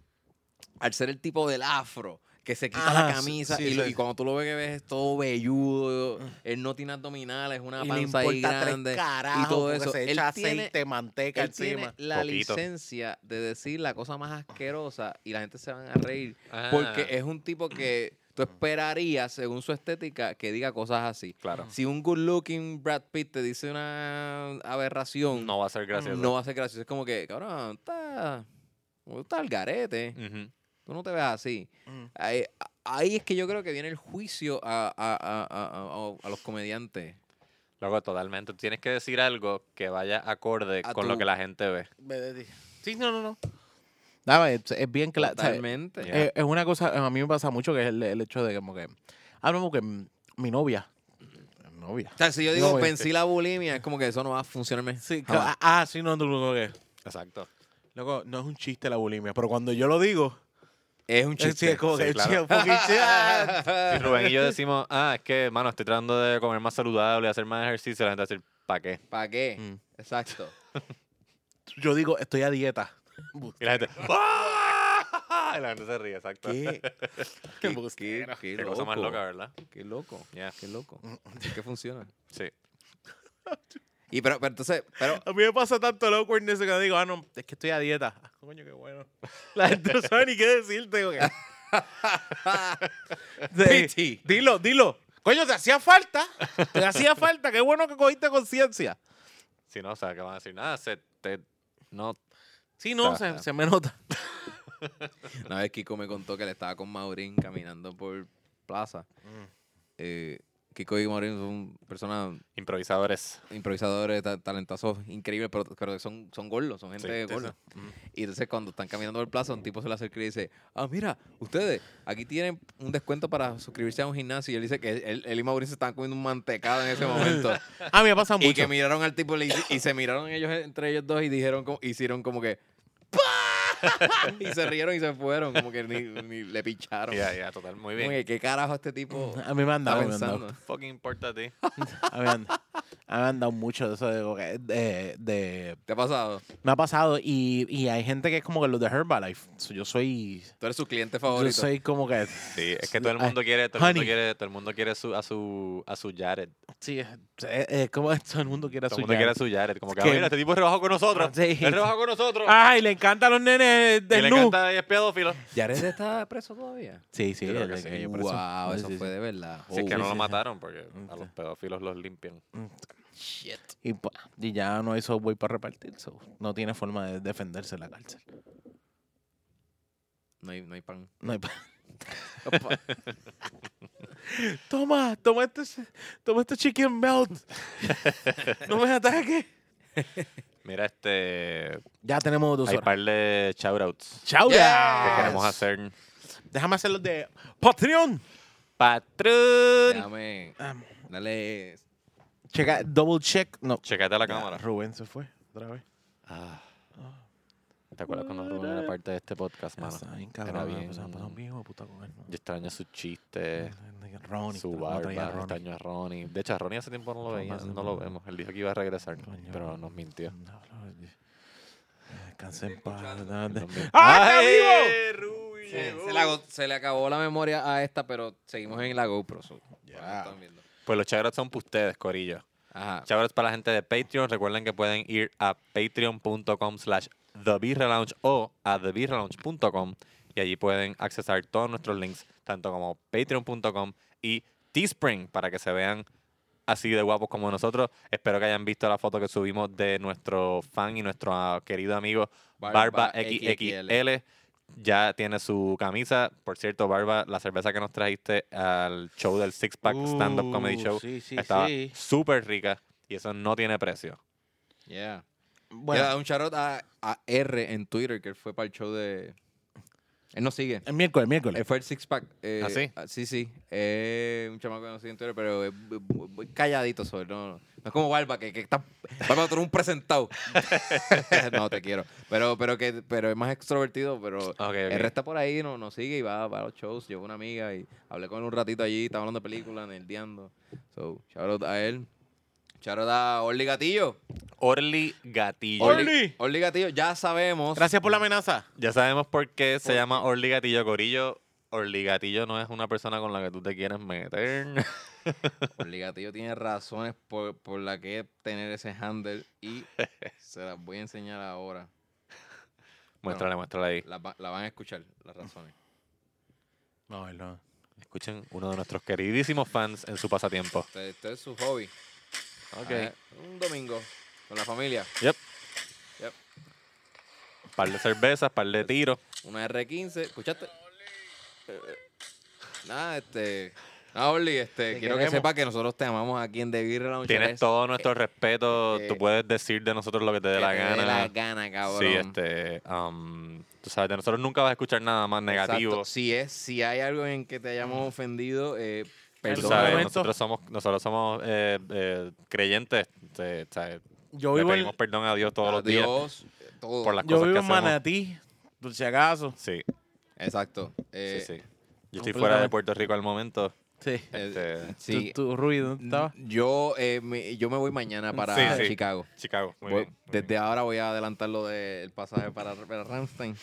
Speaker 3: al ser el tipo del afro, que se quita
Speaker 1: Ajá,
Speaker 3: la
Speaker 1: sí,
Speaker 3: camisa
Speaker 1: sí,
Speaker 3: y, lo-
Speaker 1: sí. Mm.
Speaker 3: y cuando tú lo ves que ves es todo velludo, él no tiene abdominales, una
Speaker 1: Y le
Speaker 3: panza ahí
Speaker 1: importa tres
Speaker 3: grande
Speaker 1: carajos,
Speaker 3: y todo
Speaker 1: porque
Speaker 3: eso.
Speaker 1: Se
Speaker 3: él
Speaker 1: echa
Speaker 3: tiene
Speaker 1: aceite, manteca
Speaker 3: él
Speaker 1: encima.
Speaker 3: tiene la
Speaker 2: Poquito.
Speaker 3: licencia de decir la cosa más asquerosa y la gente se van a reír
Speaker 2: Ah.
Speaker 3: porque es un tipo que Tú esperarías, según su estética, que diga cosas así.
Speaker 2: Claro.
Speaker 3: Si un good looking Brad Pitt te dice una aberración,
Speaker 2: No va a ser gracioso.
Speaker 3: no va a ser gracioso. Es como que, cabrón, está, está el garete.
Speaker 2: Ujú.
Speaker 3: Tú no te ves así.
Speaker 1: Mm.
Speaker 3: Ahí, ahí es que yo creo que viene el juicio a, a- a- a- a- a los comediantes.
Speaker 2: Luego, totalmente. Tú tienes que decir algo que vaya acorde
Speaker 3: A
Speaker 2: con lo
Speaker 3: tu-
Speaker 2: que la gente ve.
Speaker 1: Sí, no, no, no. Nada, es, es bien claro.
Speaker 3: Totalmente.
Speaker 2: Ya.
Speaker 1: Eh, es una cosa, a mí me pasa mucho que es el, el hecho de que, como que, ah, no, porque mm, mi novia, novia.
Speaker 3: O sea, si yo digo
Speaker 1: No, eh.
Speaker 3: pensé la bulimia, es como que eso no va a funcionarme.
Speaker 1: Sí,
Speaker 3: jamás.
Speaker 1: ah, ah, sí, no, no, no, no,
Speaker 2: Exacto.
Speaker 1: Loco, no es un chiste la bulimia, pero cuando yo lo digo,
Speaker 3: Es un
Speaker 1: es,
Speaker 3: chiste.
Speaker 1: es como
Speaker 2: sí,
Speaker 1: que <laughs>
Speaker 2: claro.
Speaker 1: sí, es un fucking chiste.
Speaker 3: <laughs>
Speaker 1: Ah,
Speaker 2: <laughs> Si Rubén y yo decimos, ah, es que, mano, estoy tratando de comer más saludable, hacer más ejercicio, la gente va a decir, ¿para qué?
Speaker 3: ¿Para qué?
Speaker 1: <laughs> Mm.
Speaker 3: Exacto.
Speaker 1: Yo digo, estoy a dieta.
Speaker 2: Y la <laughs> gente, ¡ah! Y la gente se ríe, exacto.
Speaker 1: ¿Qué?
Speaker 3: qué,
Speaker 1: embustero.
Speaker 3: qué
Speaker 2: Qué cosa más
Speaker 3: loco.
Speaker 2: loca, ¿verdad?
Speaker 3: Qué loco.
Speaker 2: Yeah.
Speaker 3: Qué loco. ¿Qué funciona?
Speaker 2: Sí.
Speaker 3: Y pero, pero entonces, pero
Speaker 1: A mí me pasa tanto el awkwardness que digo, ah, no, es que estoy a dieta. Ah, coño, qué bueno. <laughs> La gente no sabe ni qué decirte. como que- ah. <laughs> De-
Speaker 3: Piti.
Speaker 1: Dilo, dilo. Coño, te hacía falta. Te hacía falta. Qué bueno que cogiste conciencia.
Speaker 2: Si no, o sea, que van a decir, nada, se te... No,
Speaker 1: Sí, no,
Speaker 2: Ah,
Speaker 1: se,
Speaker 2: ah.
Speaker 1: se me nota.
Speaker 3: una vez Kiko me contó que le estaba con Maurín caminando por plaza. Eh, Kiko y Maurín son personas
Speaker 2: improvisadores.
Speaker 3: improvisadores, ta- talentosos increíbles, pero, pero son, son gordos, son gente
Speaker 2: Sí, sí,
Speaker 3: gorda. Y entonces cuando están caminando por el plaza, un tipo se le acerca y dice, ah, mira, ustedes, aquí tienen un descuento para suscribirse a un gimnasio. Y él dice que él, él y Mauricio se estaban comiendo un mantecado
Speaker 2: <laughs>
Speaker 3: en ese momento.
Speaker 1: A mí me pasa mucho.
Speaker 3: y que miraron al tipo le- y se miraron ellos entre ellos dos y dijeron como- hicieron como que... "¡Pah!" <laughs> y se rieron y se fueron, como que ni, ni le
Speaker 2: Ya,
Speaker 3: picharon.
Speaker 2: ya, total, muy
Speaker 3: Como
Speaker 2: bien. Mm,
Speaker 3: que, ¿qué carajo este tipo
Speaker 1: A mí me han
Speaker 3: está
Speaker 1: dado. a mí me han dado.
Speaker 3: pensando?
Speaker 2: Fucking importa a ti.
Speaker 1: A mí me han, a mí me han dado mucho de eso de, como que- de- de-
Speaker 3: ¿Te ha pasado?
Speaker 1: Me ha pasado y, y hay gente que es como que los de Herbalife. So, Yo soy...
Speaker 3: Tú eres su cliente
Speaker 1: Yo
Speaker 3: favorito.
Speaker 1: soy como que...
Speaker 2: Sí, Ah, es que todo el mundo quiere, todo el mundo
Speaker 1: honey.
Speaker 2: quiere, todo el mundo quiere su, a su, a su Jared.
Speaker 1: Sí, es es- es como que todo el mundo quiere
Speaker 2: Todo el
Speaker 1: su
Speaker 2: mundo
Speaker 1: Jack.
Speaker 2: quiere a su Jared. Como que,
Speaker 1: Que-
Speaker 2: "Ah, mira, este tipo es Ah, rebajado con nosotros.
Speaker 1: Ah, sí.
Speaker 2: Él rebajó con nosotros.
Speaker 1: Ay, le encantan los nenes
Speaker 2: y le
Speaker 1: del nu.
Speaker 2: encanta y es pedófilo.
Speaker 3: ¿Yared está preso todavía?
Speaker 1: Sí, sí,
Speaker 2: Yo creo
Speaker 1: el
Speaker 2: que
Speaker 1: de
Speaker 2: sí.
Speaker 1: que yo preso.
Speaker 3: Wow,
Speaker 1: Sí,
Speaker 3: eso
Speaker 1: sí,
Speaker 3: fue
Speaker 1: sí.
Speaker 3: de verdad.
Speaker 2: Si es que
Speaker 1: Oh,
Speaker 2: no
Speaker 1: sí,
Speaker 2: lo
Speaker 1: sí.
Speaker 2: mataron porque a
Speaker 1: Sí.
Speaker 2: los pedófilos los limpian.
Speaker 1: Y, pues, y ya no hay software para repartir, so, no tiene forma de defenderse en la cárcel.
Speaker 3: No hay, no hay pan.
Speaker 1: No hay pa-
Speaker 3: <laughs>
Speaker 1: toma, toma este, toma este chicken melt. <laughs> no me ataques.
Speaker 2: Mira, este.
Speaker 1: Ya tenemos dos
Speaker 2: Hay
Speaker 1: horas.
Speaker 2: par de shoutouts
Speaker 1: Chau.
Speaker 3: Yeah.
Speaker 2: que
Speaker 3: Yes.
Speaker 2: queremos hacer.
Speaker 1: Déjame hacer los de Patreon.
Speaker 2: Patrón.
Speaker 3: Déjame.
Speaker 1: Ah,
Speaker 3: Dale.
Speaker 1: checa, double check. No.
Speaker 2: Checate la
Speaker 1: Ya, Ah.
Speaker 2: cámara.
Speaker 1: Rubén se fue otra vez.
Speaker 2: ¿Te acuerdas cuando Rubén era parte de este podcast, mano?
Speaker 1: Está bien,
Speaker 2: era
Speaker 1: cabrón. la
Speaker 2: bien-
Speaker 1: pasamos- pasamos bien, hijo de puta con él, ¿no?
Speaker 2: Yo extraño sus chistes,
Speaker 1: Ronnie,
Speaker 2: su
Speaker 1: pero no
Speaker 2: barba,
Speaker 1: traía a Ronnie.
Speaker 2: extraño a Ronnie. De hecho, a Ronnie hace tiempo no lo
Speaker 1: No,
Speaker 2: veía,
Speaker 1: hace
Speaker 2: no lo
Speaker 1: tiempo.
Speaker 2: vemos. Él dijo que iba a regresar,
Speaker 1: Coño.
Speaker 2: pero nos mintió.
Speaker 1: No, no, yo- Descansa en paz.
Speaker 2: Nos mintió.
Speaker 1: ¡Ah, está
Speaker 2: ¡Ay, Rubi llegó!
Speaker 3: Se, le ago- se le acabó la memoria a esta, pero seguimos en la GoPro. so,
Speaker 1: Ya.
Speaker 3: ahora están viendo.
Speaker 2: Pues los shoutouts son para ustedes, corillo.
Speaker 3: Ajá.
Speaker 2: Shoutouts para la gente de Patreon. Recuerden que pueden ir a patreon.com slash TheBirraLounge o a TheBirraLounge.com y allí pueden accesar todos nuestros links, tanto como patreon.com y Teespring, para que se vean así de guapos como nosotros. Espero que hayan visto la foto que subimos de nuestro fan y nuestro ah, querido amigo Barba,
Speaker 3: Barba
Speaker 2: XXL.
Speaker 3: XXL.
Speaker 2: Ya tiene su camisa. Por cierto, Barba, la cerveza que nos trajiste al show del Six Pack Stand Up Comedy
Speaker 1: Uh,
Speaker 2: Show
Speaker 1: Sí, sí,
Speaker 2: estaba
Speaker 1: sí.
Speaker 2: súper rica y eso no tiene precio.
Speaker 3: Yeah.
Speaker 1: Bueno,
Speaker 3: Ya, un charot a, a R en Twitter, que él fue para el show de. Él nos sigue.
Speaker 1: el miércoles, miércoles.
Speaker 3: Él fue el six pack. eh,
Speaker 2: ¿Ah, sí?
Speaker 3: sí, sí. Eh, un chamaco que no sigue en Twitter, pero es bu- bu- bu- calladito sobre. No, no, no es como Barba, que, que está. Barba, tú eres un presentado. <laughs> no, te quiero. Pero, pero, que, pero es más extrovertido, pero.
Speaker 2: Ah,
Speaker 3: El resto está por ahí, no- nos sigue y va para los shows. Llevo una amiga y hablé con él un ratito allí, estaba hablando de películas, nerdeando. So, shout out a él. Shout out a Orly Gatillo.
Speaker 2: Orly Gatillo.
Speaker 1: Orly.
Speaker 3: Orly Gatillo, ya sabemos.
Speaker 1: Gracias por la amenaza.
Speaker 2: Ya sabemos por qué se llama Orly Gatillo Corillo. Orly Gatillo no es una persona con la que tú te quieres meter. <laughs>
Speaker 3: Orly Gatillo tiene razones por, por las que tener ese handle
Speaker 2: <laughs>
Speaker 3: y se las voy a enseñar ahora.
Speaker 2: muéstrale, muéstrale ahí.
Speaker 3: La, va- la van a escuchar, las razones.
Speaker 1: No, él no.
Speaker 2: Escuchen uno de nuestros queridísimos fans en su pasatiempo.
Speaker 3: Este, este es su hobby.
Speaker 2: Ok.
Speaker 3: Ah, Un domingo con la familia.
Speaker 2: Yep.
Speaker 3: Yep.
Speaker 2: Par de cervezas, par de tiros.
Speaker 3: Una R15. ¿Escuchaste? Eh, Nada, este. No, Orly, este,
Speaker 1: Te
Speaker 3: quiero
Speaker 1: queremos.
Speaker 3: que sepa que nosotros te amamos aquí en The Beer Lounge.
Speaker 2: Tienes
Speaker 3: Eres-
Speaker 2: todo nuestro respeto. Tú
Speaker 3: eh,
Speaker 2: puedes decir de nosotros lo que te
Speaker 3: que
Speaker 2: dé la
Speaker 3: te dé
Speaker 2: gana.
Speaker 3: la gana, cabrón.
Speaker 2: Sí, este. um, tú sabes, de nosotros nunca vas a escuchar nada más negativo. Mm.
Speaker 3: Exacto. Si, es, si hay algo en que te hayamos ofendido, eh,
Speaker 2: Tú
Speaker 1: Perdón.
Speaker 2: sabes,
Speaker 1: Momento.
Speaker 2: nosotros somos, nosotros somos eh, eh, creyentes. te- sabes,
Speaker 1: Yo
Speaker 2: le
Speaker 1: vivo,
Speaker 2: pedimos
Speaker 1: en,
Speaker 2: perdón a Dios todos los días
Speaker 3: Adiós, eh, todo.
Speaker 2: por las
Speaker 1: yo
Speaker 2: cosas
Speaker 1: vivo
Speaker 2: que
Speaker 1: en
Speaker 2: hacemos.
Speaker 1: Manatí, por si acaso.
Speaker 2: Sí,
Speaker 3: Exacto.
Speaker 2: sí,
Speaker 3: Eh,
Speaker 2: sí. Yo estoy fuera de
Speaker 1: completamente.
Speaker 2: Puerto Rico al momento.
Speaker 1: Sí.
Speaker 2: Este,
Speaker 3: sí.
Speaker 1: ¿Tú, tú, Ruby, ¿dónde estabas?
Speaker 3: Yo, eh, me, yo me voy mañana para
Speaker 2: Sí, sí.
Speaker 3: Chicago.
Speaker 2: Chicago. muy
Speaker 3: Voy-
Speaker 2: bien, muy
Speaker 3: desde
Speaker 2: bien.
Speaker 3: ahora voy a adelantar lo del pasaje para, para Ramstein.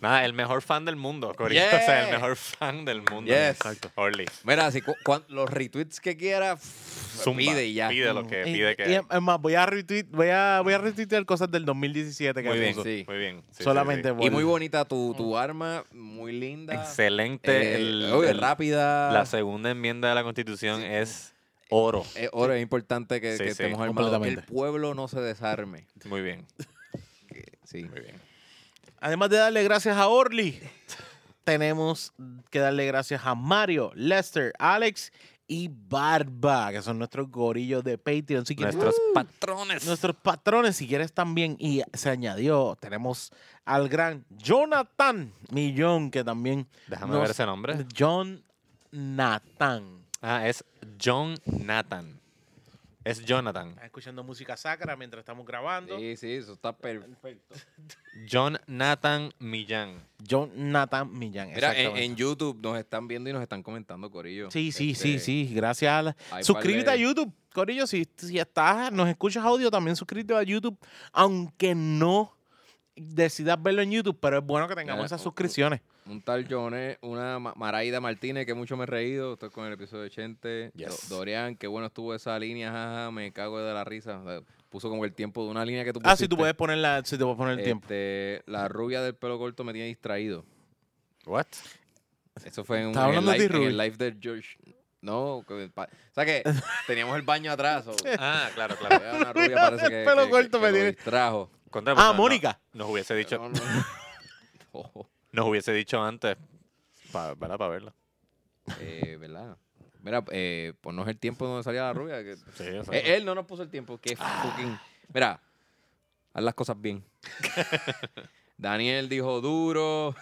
Speaker 2: Nada, el mejor fan del mundo, Cory.
Speaker 3: Yeah.
Speaker 2: O sea, el mejor fan del mundo.
Speaker 3: Yes.
Speaker 2: Exacto. Orly.
Speaker 3: Mira, si cu- cuan- los retweets que quiera, pff,
Speaker 2: Zumba,
Speaker 3: pide y ya.
Speaker 2: Pide lo que
Speaker 1: Y-
Speaker 2: pide
Speaker 1: y
Speaker 2: que.
Speaker 1: es es más, voy a retweet, voy a, voy a retuitear cosas del 2017 que
Speaker 2: Muy bien,
Speaker 1: puso.
Speaker 3: sí.
Speaker 2: muy bien. Sí, sí, sí.
Speaker 1: Solamente por-
Speaker 3: Y muy bonita tu, tu arma, muy linda.
Speaker 2: Mm. Excelente.
Speaker 3: Eh,
Speaker 2: el-
Speaker 3: oye,
Speaker 2: el-
Speaker 3: rápida.
Speaker 2: La segunda enmienda de la Constitución
Speaker 3: Sí.
Speaker 2: es oro.
Speaker 3: Eh, ahora es importante que,
Speaker 2: Sí,
Speaker 3: que
Speaker 2: sí,
Speaker 3: estemos armados. Que el
Speaker 1: completamente.
Speaker 3: pueblo no se desarme.
Speaker 2: Muy
Speaker 3: <laughs>
Speaker 2: bien,
Speaker 3: Sí.
Speaker 2: muy bien.
Speaker 1: Además de darle gracias a Orly, <laughs> tenemos que darle gracias a Mario, Lester, Alex y Barba, que son nuestros gorillos de Patreon. Si quieres-
Speaker 2: Nuestros
Speaker 3: Uh.
Speaker 2: patrones.
Speaker 1: nuestros patrones, si quieres también. Y se añadió, tenemos al gran Jonathan Millón, que también.
Speaker 2: Déjame
Speaker 1: nos-
Speaker 2: ver ese nombre.
Speaker 1: John Nathan.
Speaker 2: Ah, es John Nathan. Es Jonathan.
Speaker 1: Está escuchando música sacra mientras estamos grabando.
Speaker 3: Sí, sí, eso está perfecto.
Speaker 2: John Nathan Millán.
Speaker 1: John Nathan Millán.
Speaker 3: Mira, en,
Speaker 1: exactamente.
Speaker 3: en YouTube nos están viendo y nos están comentando, Corillo.
Speaker 1: Sí, sí, sí,
Speaker 3: Este,
Speaker 1: sí. Gracias. a la-
Speaker 3: hay
Speaker 1: Suscríbete
Speaker 3: par
Speaker 1: a
Speaker 3: de-
Speaker 1: YouTube. Corillo, si, si estás, nos escuchas audio, también suscríbete a YouTube. Aunque no decidas verlo en YouTube, pero es bueno que tengamos
Speaker 3: Ah,
Speaker 1: esas
Speaker 3: o-
Speaker 1: suscripciones.
Speaker 3: Un tal Joné, una Ma- Maraida Martínez, que mucho me he reído. Estoy con el episodio de Chente. Do-
Speaker 2: Yes.
Speaker 3: Dorian, qué bueno estuvo esa línea, jaja, me cago de la risa. O sea, puso como el tiempo de una línea que tú
Speaker 1: Ah, si
Speaker 3: pusiste.
Speaker 1: tú puedes poner, la, si te puedes poner el tiempo.
Speaker 3: Este, la rubia del pelo corto me tiene distraído.
Speaker 2: What?
Speaker 3: Eso fue en, un-
Speaker 1: ¿Estás
Speaker 3: en el,
Speaker 1: hablando de
Speaker 3: live,
Speaker 1: ti,
Speaker 3: en el
Speaker 1: Ruby?
Speaker 3: live del George. No, que el pa- o sea
Speaker 1: <laughs>
Speaker 3: que teníamos el baño atrás. o-
Speaker 2: Ah, claro, claro. <laughs>
Speaker 3: Había Una rubia parece que,
Speaker 1: El pelo
Speaker 3: que- que-
Speaker 1: corto
Speaker 3: que
Speaker 1: me
Speaker 3: lo
Speaker 1: tiene-
Speaker 3: distrajo.
Speaker 2: Contra,
Speaker 1: Ah,
Speaker 2: no,
Speaker 1: Mónica.
Speaker 2: Nos hubiese dicho,
Speaker 3: No, no, no. <laughs> Ojo,
Speaker 2: nos hubiese dicho antes. Para Para verlo.
Speaker 3: eh, ¿Verdad? Mira, eh, ponnos el tiempo donde salía la rubia. que-
Speaker 2: Sí, o sea,
Speaker 3: Eh, él no nos puso el tiempo. Qué fucking. Mira, haz las cosas
Speaker 2: <laughs>
Speaker 3: bien. Daniel dijo duro.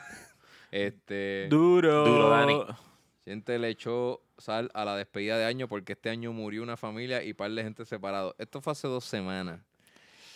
Speaker 3: Este.
Speaker 1: Duro.
Speaker 2: Duro, Dani.
Speaker 3: gente le echó sal a la despedida de año porque este año murió una familia y par de gente separado. Esto fue hace dos semanas.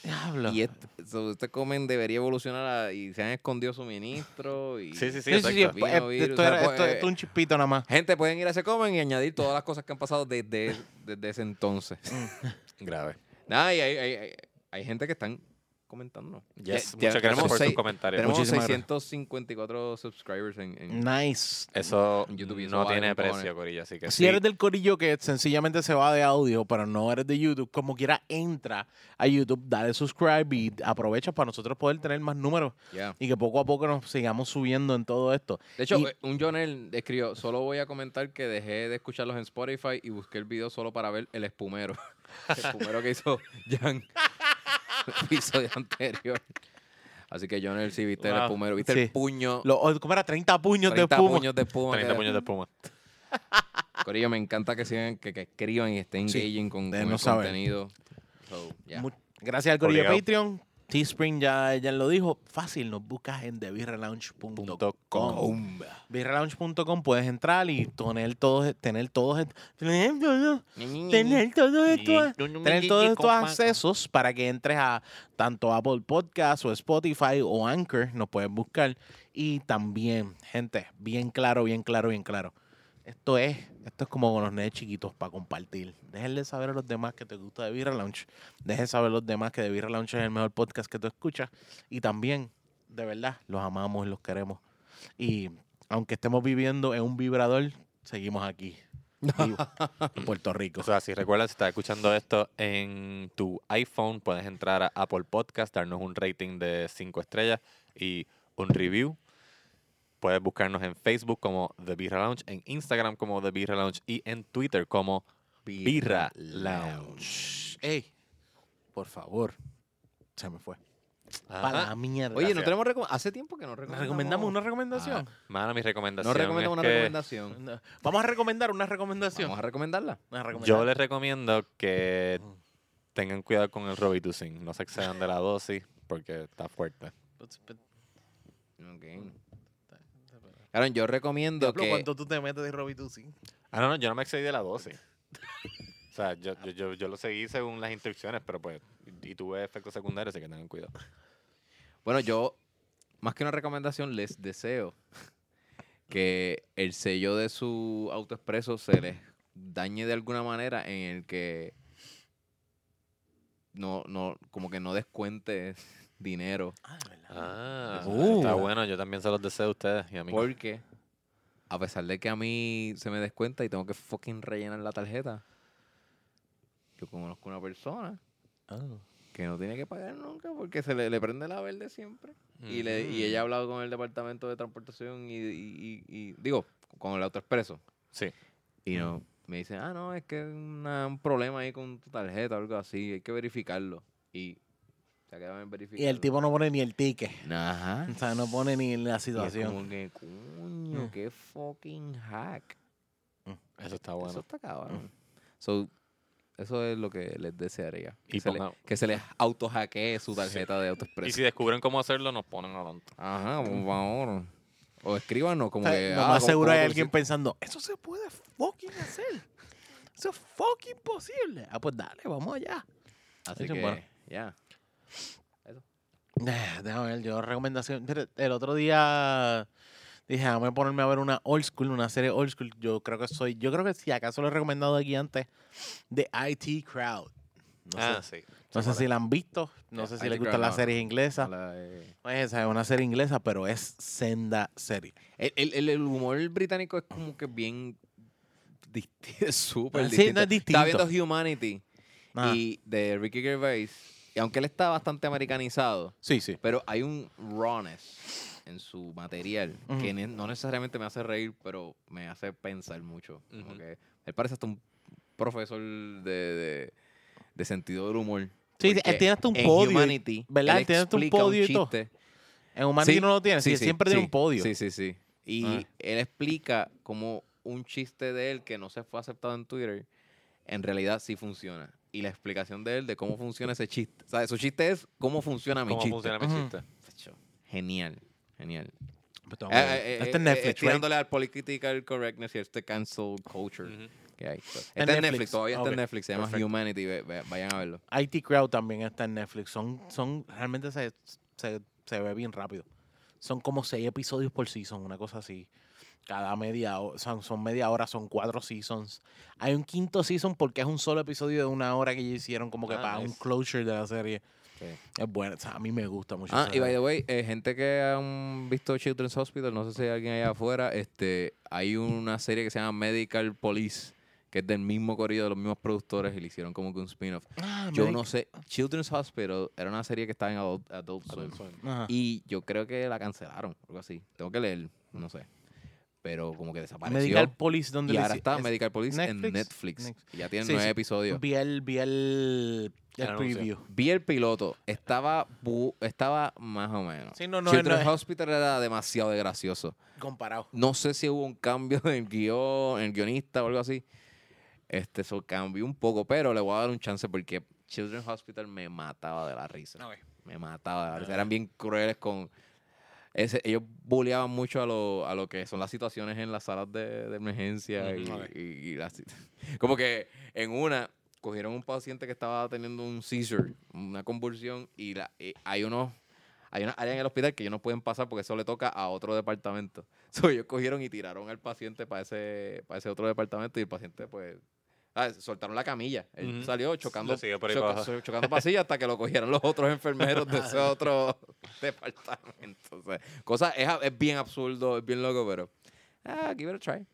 Speaker 1: Diablo.
Speaker 3: Y este esto, usted comen debería evolucionar a- y se han escondido suministros. Y...
Speaker 2: Sí, sí, sí.
Speaker 1: Sí, sí, sí,
Speaker 2: exacto.
Speaker 1: es-
Speaker 3: Vino,
Speaker 1: es-
Speaker 3: virus,
Speaker 1: Esto
Speaker 3: o sea,
Speaker 1: era-
Speaker 3: pues,
Speaker 1: esto-
Speaker 3: eh,
Speaker 1: esto es un chispito nada más.
Speaker 3: Gente, pueden ir a ese comen y añadir todas las cosas que han pasado desde, desde ese entonces.
Speaker 2: Mm. Grave.
Speaker 3: Nada, y hay, hay, hay- hay gente que están comentando.
Speaker 2: Yes,
Speaker 3: Ya- ya
Speaker 2: muchas gracias
Speaker 3: tenemos
Speaker 2: por tus
Speaker 3: seis-
Speaker 2: comentarios.
Speaker 3: Tenemos
Speaker 1: Muchísimas gracias.
Speaker 3: 654 subscribers en, en-
Speaker 1: Nice.
Speaker 2: Eso
Speaker 3: en YouTube y eso
Speaker 2: no
Speaker 3: vale
Speaker 2: tiene
Speaker 3: con cojones.
Speaker 2: precio, Corillo, así que
Speaker 1: Si
Speaker 2: sí.
Speaker 1: eres del corillo que sencillamente se va de audio, pero no eres de YouTube, como quiera, entra a YouTube, dale subscribe y aprovecha para nosotros poder tener más números
Speaker 3: Ya.
Speaker 1: y que poco a poco nos sigamos subiendo en todo esto.
Speaker 3: De hecho,
Speaker 1: Y-
Speaker 3: eh, un Jonel escribió, solo voy a comentar que dejé de escucharlos en Spotify y busqué el video solo para ver el espumero. <laughs> el espumero que hizo Jan <laughs> el episodio anterior. Así que Jonel, sí, viste el
Speaker 1: Wow.
Speaker 3: espumero, viste el
Speaker 1: Sí.
Speaker 3: puño,
Speaker 1: Lo, o- ¿Cómo era? 30 puños
Speaker 3: 30
Speaker 1: de espuma.
Speaker 3: puños de espuma.
Speaker 2: 30
Speaker 3: que-
Speaker 2: puños de espuma.
Speaker 3: Corillo, me encanta que sigan, que, que escriban y estén
Speaker 1: Sí,
Speaker 3: engaging con, con
Speaker 1: de
Speaker 3: el
Speaker 1: no saber.
Speaker 3: contenido. So, ya.
Speaker 1: Mu- Gracias al corillo de
Speaker 2: Obligado.
Speaker 1: Patreon. Teespring ya, ya lo dijo. Fácil, nos buscas en
Speaker 2: Punto
Speaker 1: TheBeerLounge.com.
Speaker 2: com.
Speaker 1: Beerlounge.com puedes entrar y tener todos, tener todos, est- tener todos, tener todos estos tener todos estos accesos para que entres a tanto Apple Podcast o Spotify o Anchor, nos puedes buscar. Y también, gente, bien claro, bien claro, bien claro. Esto es, esto es como con los nenes chiquitos para compartir. Déjenle saber a los demás que te gusta de Beer Lounge. Dejen saber a los demás que de Beer Lounge es el mejor podcast que tú escuchas. Y también, de verdad, los amamos y los queremos. Y aunque estemos viviendo en un vibrador, seguimos aquí. vivos, en Puerto Rico.
Speaker 2: O sea, si recuerdas, si estás escuchando esto en tu iPhone, puedes entrar a Apple Podcast, darnos un rating de 5 estrellas y un review. Puedes buscarnos en Facebook como The Birra Lounge, en Instagram como The Birra Lounge y en Twitter como Birra Lounge.
Speaker 1: Ey, por favor. Se me fue.
Speaker 2: Ajá.
Speaker 1: Para la mierda.
Speaker 3: Oye, no
Speaker 2: Gracias.
Speaker 3: tenemos recom- hace tiempo que no recomendamos.
Speaker 1: ¿Recomendamos una recomendación?
Speaker 3: Ah,
Speaker 2: Mano, mi recomendación.
Speaker 3: No
Speaker 2: es
Speaker 3: recomendamos una
Speaker 2: que
Speaker 3: recomendación.
Speaker 1: No. Vamos a recomendar una recomendación.
Speaker 3: Vamos a recomendarla.
Speaker 1: Una recomendación.
Speaker 2: Yo les recomiendo que
Speaker 3: Mm.
Speaker 2: tengan cuidado con el Robitussin. No se excedan de la dosis porque está fuerte.
Speaker 1: Pues,
Speaker 3: Claro, yo recomiendo
Speaker 1: Diablo,
Speaker 3: que.
Speaker 1: ¿Cuánto tú te metes de Robitussin?
Speaker 2: Ah, no, no, yo no me excedí de la dosis. O sea, yo, yo, yo, yo lo seguí según las instrucciones, pero pues, y y tuve efectos secundarios, así que tengan cuidado.
Speaker 3: Bueno, yo, más que una recomendación, les deseo que el sello de su autoexpreso se les dañe de alguna manera en el que no, no, como que no descuente dinero.
Speaker 1: Ah, de verdad.
Speaker 2: Ah,
Speaker 3: Uh.
Speaker 2: está bueno, yo también se los deseo a ustedes y a mí.
Speaker 3: Porque a pesar de que a mí se me descuenta y tengo que fucking rellenar la tarjeta, yo conozco una persona
Speaker 1: Ah.
Speaker 3: que no tiene que pagar nunca porque se le, le prende la verde siempre. Y, le, y ella ha hablado con el departamento de transportación y, y- y- y- digo, con el autoexpreso.
Speaker 2: Sí.
Speaker 3: Y no, me dicen, ah, no, es que hay una- un problema ahí con tu tarjeta o algo así, hay que verificarlo. Y se quedan en
Speaker 1: Y
Speaker 3: verificar.
Speaker 1: el tipo no pone ni el ticket.
Speaker 3: Ajá.
Speaker 1: <laughs> O sea, no pone ni la
Speaker 3: Y es
Speaker 1: situación.
Speaker 3: como que, coño,
Speaker 1: Mm.
Speaker 3: qué fucking hack.
Speaker 2: Eso está
Speaker 3: Eso
Speaker 2: bueno. Mm.
Speaker 3: está cabrón. So, eso es lo que les desearía.
Speaker 2: Y
Speaker 3: que, se le-
Speaker 2: ponga-
Speaker 3: que se les autohackee su tarjeta de autoexpreso.
Speaker 2: Y si descubren cómo hacerlo, nos ponen adelante.
Speaker 3: Ajá, por favor. O escríbanos como
Speaker 1: O sea,
Speaker 3: que.
Speaker 1: lo
Speaker 3: ah,
Speaker 1: más
Speaker 3: ¿cómo-
Speaker 1: seguro
Speaker 3: cómo
Speaker 1: hay
Speaker 3: tú
Speaker 1: alguien
Speaker 3: hiciste?
Speaker 1: pensando, eso se puede fucking hacer. Eso es fucking posible. Ah, pues dale, vamos allá.
Speaker 3: Así
Speaker 1: Eso
Speaker 3: que,
Speaker 1: es bueno.
Speaker 3: ya.
Speaker 1: Ah, Déjame ver, yo recomendación. Mira, El otro día dije, déjame ponerme a ver una old school, una serie old school. Yo creo que soy, yo creo que si acaso lo he recomendado aquí antes, de IT Crowd. No
Speaker 3: Ah,
Speaker 1: sé,
Speaker 2: Ah, sí.
Speaker 1: no sé si la han visto, no
Speaker 3: Yeah,
Speaker 1: sé si
Speaker 3: IT
Speaker 1: les gustan
Speaker 3: Eh, Crowd,
Speaker 1: las
Speaker 3: no.
Speaker 1: series inglesas.
Speaker 3: La, eh,
Speaker 1: Pues esa es una serie inglesa, pero es senda serie.
Speaker 3: el, el- el humor británico es como que bien. <laughs> disti- es súper
Speaker 1: Ah, sí,
Speaker 3: distinto.
Speaker 1: no es
Speaker 3: Estaba
Speaker 1: distinto. Ah.
Speaker 3: viendo Humanity
Speaker 1: Ajá.
Speaker 3: y de Ricky Gervais. Y aunque él está bastante americanizado,
Speaker 1: Sí, sí.
Speaker 3: pero hay un rawness en su material que
Speaker 1: Ujú.
Speaker 3: ne- no necesariamente me hace reír, pero me hace pensar mucho. Como
Speaker 2: Ujú.
Speaker 3: que él parece hasta un profesor de, de- de sentido del humor.
Speaker 1: Sí, sí, él
Speaker 3: porque
Speaker 1: tiene hasta un
Speaker 3: en
Speaker 1: podio y-
Speaker 3: Humanity,
Speaker 1: ¿verdad?
Speaker 3: Él
Speaker 1: Tiene hasta un
Speaker 3: explica un
Speaker 1: podio y todo.
Speaker 3: chiste.
Speaker 1: En Humanity
Speaker 3: Sí,
Speaker 1: no lo tiene,
Speaker 3: Sí,
Speaker 1: sí,
Speaker 3: sí,
Speaker 1: siempre tiene
Speaker 3: sí,
Speaker 1: un podio.
Speaker 3: Sí, sí, sí. Y
Speaker 1: Ah.
Speaker 3: él explica como un chiste de él que no se fue aceptado en Twitter, en realidad sí funciona. Y la explicación de él de cómo funciona ese chiste. O sea, su chiste es cómo funciona mi
Speaker 2: ¿Cómo
Speaker 3: chiste.
Speaker 2: funciona mi
Speaker 1: Ujú.
Speaker 2: chiste?
Speaker 3: Hecho, Genial, genial. Eh,
Speaker 1: Pues
Speaker 3: Ah,
Speaker 1: toma, Está en Netflix, right?
Speaker 3: tirándole al political correctness y este cancel culture
Speaker 2: Ujú.
Speaker 3: que hay. So,
Speaker 1: En
Speaker 3: Está en
Speaker 1: Netflix.
Speaker 3: Netflix, todavía está
Speaker 1: Ok,
Speaker 3: en Netflix. Se llama
Speaker 1: perfecto.
Speaker 3: Humanity, ve- ve- vayan a verlo.
Speaker 1: IT Crowd también está en Netflix. Son, son realmente se, se, se ve bien rápido. Son como seis episodios por season, una cosa así. Cada media hora, son, son media hora, son cuatro seasons. Hay un quinto season porque es un solo episodio de una hora que ellos hicieron como que
Speaker 2: Ah,
Speaker 1: para un
Speaker 2: nice.
Speaker 1: closure de la serie.
Speaker 3: Sí.
Speaker 1: Es bueno, o sea, a mí me gusta mucho.
Speaker 3: Ah,
Speaker 1: esa
Speaker 3: y by
Speaker 1: serie.
Speaker 3: the way, eh, gente que han visto Children's Hospital, no sé si hay alguien allá afuera, este, hay una serie que se llama Medical Police, que es del mismo corrido de los mismos productores y le hicieron como que un spin-off.
Speaker 1: Ah,
Speaker 3: Yo
Speaker 1: Medic-
Speaker 3: no sé, Children's Hospital era una serie que estaba en Adult, Adult Swim.
Speaker 1: Ajá.
Speaker 3: Y yo creo que la cancelaron, algo así. Tengo que leer, no sé. Pero como que desapareció.
Speaker 1: Medical Police, donde
Speaker 3: y
Speaker 1: le
Speaker 3: ahora
Speaker 1: hici-
Speaker 3: está
Speaker 1: es-
Speaker 3: Medical Police en
Speaker 1: Netflix?
Speaker 3: Netflix.
Speaker 1: Next-
Speaker 3: Y ya tienen
Speaker 1: Sí,
Speaker 3: nueve
Speaker 1: sí.
Speaker 3: episodios.
Speaker 1: Vi el, vi el, el
Speaker 2: El anuncio.
Speaker 1: preview.
Speaker 3: Vi el piloto. Estaba, bu- estaba más o menos.
Speaker 1: Sí, no, no, no
Speaker 3: Children's
Speaker 1: es
Speaker 3: Hospital era demasiado de gracioso.
Speaker 1: comparado.
Speaker 3: No sé si hubo un cambio <laughs> en el guión, en el guionista o algo así. Este, eso cambió un poco, pero le voy a dar un chance porque Children's Hospital me mataba de la risa. Me mataba. de la risa. Eran bien crueles con... ese- ellos bulleaban mucho a lo, a lo que son las situaciones en las salas de, de emergencia. y-
Speaker 2: Ujú. Ok.
Speaker 3: y, y las- <laughs> como que en una cogieron un paciente que estaba teniendo un seizure, una convulsión, y, la, y hay unos... Hay una área en el hospital que ellos no pueden pasar porque eso le toca a otro departamento. <laughs> So, ellos cogieron y tiraron al paciente para ese, para ese otro departamento y el paciente, pues, ah, soltaron la camilla. Él
Speaker 2: Ujú.
Speaker 3: salió chocando,
Speaker 2: Lo siguió por ahí
Speaker 3: choca-
Speaker 2: para abajo.
Speaker 3: so- chocando pasillas hasta que lo cogieron los otros enfermeros
Speaker 2: <laughs>
Speaker 3: de ese otro <laughs> departamento. O sea, cosa, es, a- es bien absurdo, es bien loco, pero. Ah, give it a try.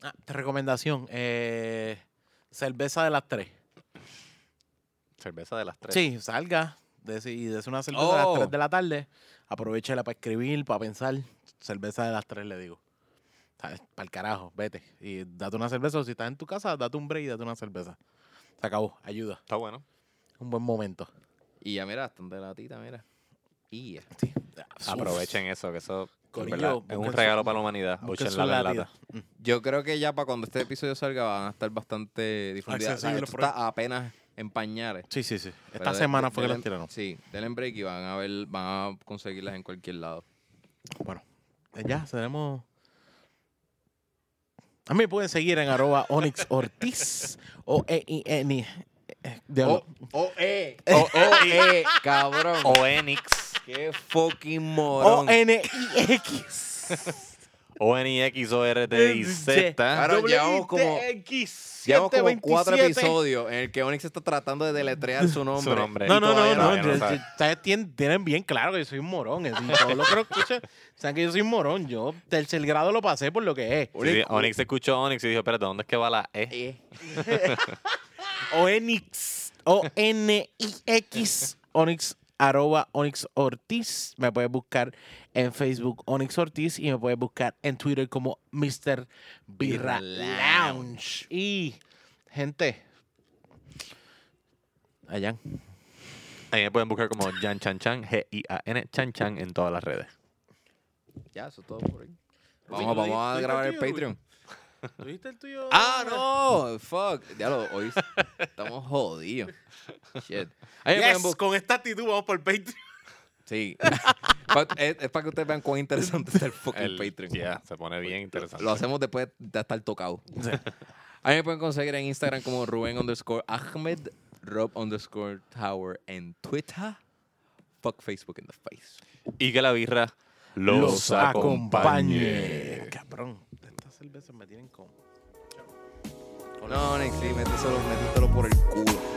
Speaker 1: Ah, te recomendación. eh, cerveza de las tres.
Speaker 2: Cerveza de las tres.
Speaker 1: Sí, salga de, y des una cerveza a las
Speaker 3: Oh.
Speaker 1: 3 de la tarde. Aprovechela para escribir, para pensar. cerveza de las tres le digo. Para el carajo, vete. Y date una cerveza. O si estás en tu casa, date un break y date una cerveza. Se acabó. Ayuda.
Speaker 2: Está bueno.
Speaker 1: Un buen momento.
Speaker 3: Y ya, mira, están de latita, mira. Y ya.
Speaker 1: Sí.
Speaker 2: Aprovechen eso, que eso en
Speaker 1: Corillo,
Speaker 2: verdad, es
Speaker 1: busquen
Speaker 2: un
Speaker 1: su-
Speaker 2: regalo para la humanidad.
Speaker 1: Busquen
Speaker 2: Ochen
Speaker 1: su
Speaker 2: la
Speaker 1: latida.
Speaker 2: lata.
Speaker 3: Yo creo que ya para cuando este episodio salga van a estar bastante difundidas. O sea,
Speaker 1: Accesible
Speaker 3: esto
Speaker 1: por
Speaker 3: está apenas en pañales.
Speaker 1: Sí, sí, sí. Esta
Speaker 3: Pero de-
Speaker 1: semana
Speaker 3: de-
Speaker 1: fue que
Speaker 3: denle-
Speaker 1: las tiraron.
Speaker 3: Sí, denle break y van a ver, van a conseguirlas en cualquier lado.
Speaker 1: Bueno, eh, ya tenemos. A mí me pueden seguir en arroba <laughs> Onyx Ortiz o e i n eh, eh, diablo.
Speaker 3: eh. O, o, eh, cabrón.
Speaker 2: O Enix.
Speaker 3: Qué fucking morón.
Speaker 1: O-N-I-X.
Speaker 2: O N-I-X, O R
Speaker 1: Eh,
Speaker 2: T I Z.
Speaker 3: Claro, llevamos como-
Speaker 1: WITX,
Speaker 3: Llevamos como cuatro
Speaker 1: 727.
Speaker 3: episodios en el que Onyx está tratando de deletrear su nombre.
Speaker 2: nombre.
Speaker 1: No, no, no,
Speaker 2: Todavía
Speaker 1: no.
Speaker 2: todavía no
Speaker 1: yo-
Speaker 2: sabe.
Speaker 1: yo- Ustedes tien- tienen bien claro que yo soy un morón. Es decir, todos los que lo escuchan saben que yo soy un morón. Yo tercer grado lo pasé por lo que es.
Speaker 2: Sí, sí, Onyx escuchó Onyx y dijo, espérate, ¿dónde es que va la E?
Speaker 3: Eh.
Speaker 1: Onix, O-N-I-X, Onix, arroba Onix Ortiz. Me puedes buscar en Facebook Onix Ortiz y me puedes buscar en Twitter como Mr. Birra
Speaker 3: Birra
Speaker 1: Lounge. Y, gente, allá.
Speaker 2: Ahí me pueden buscar como Jan Chan Chan, G-I-A-N, Chan Chan en todas las redes.
Speaker 3: Ya, eso es todo por hoy. Vamos,
Speaker 1: Rubén, ¿tú
Speaker 3: vamos a
Speaker 1: dijiste
Speaker 3: grabar
Speaker 1: el
Speaker 3: el
Speaker 1: tuyo,
Speaker 3: Patreon.
Speaker 1: ¿Tuviste el tuyo?
Speaker 3: ¡Ah, no! ¡Fuck! Ya lo, hoy estamos jodidos. Shit. Ahí me pueden buscar-
Speaker 1: con esta actitud vamos por Patreon.
Speaker 3: Sí. <laughs> Pa- es, es para que ustedes vean cuán interesante está el fucking
Speaker 2: El-
Speaker 3: Patreon.
Speaker 2: yeah, se pone bien interesante.
Speaker 3: Lo hacemos después de estar tocado. <laughs> A mí me pueden conseguir en Instagram como Rubén underscore Ahmed, Rob underscore Tower en Twitter. Fuck Facebook in the face.
Speaker 2: Y que la birra los,
Speaker 1: Los acompañe.
Speaker 2: acompañe.
Speaker 1: Cabrón, estas cervezas me tienen con...
Speaker 3: No, Nexi, méteselo, métetelo por el culo.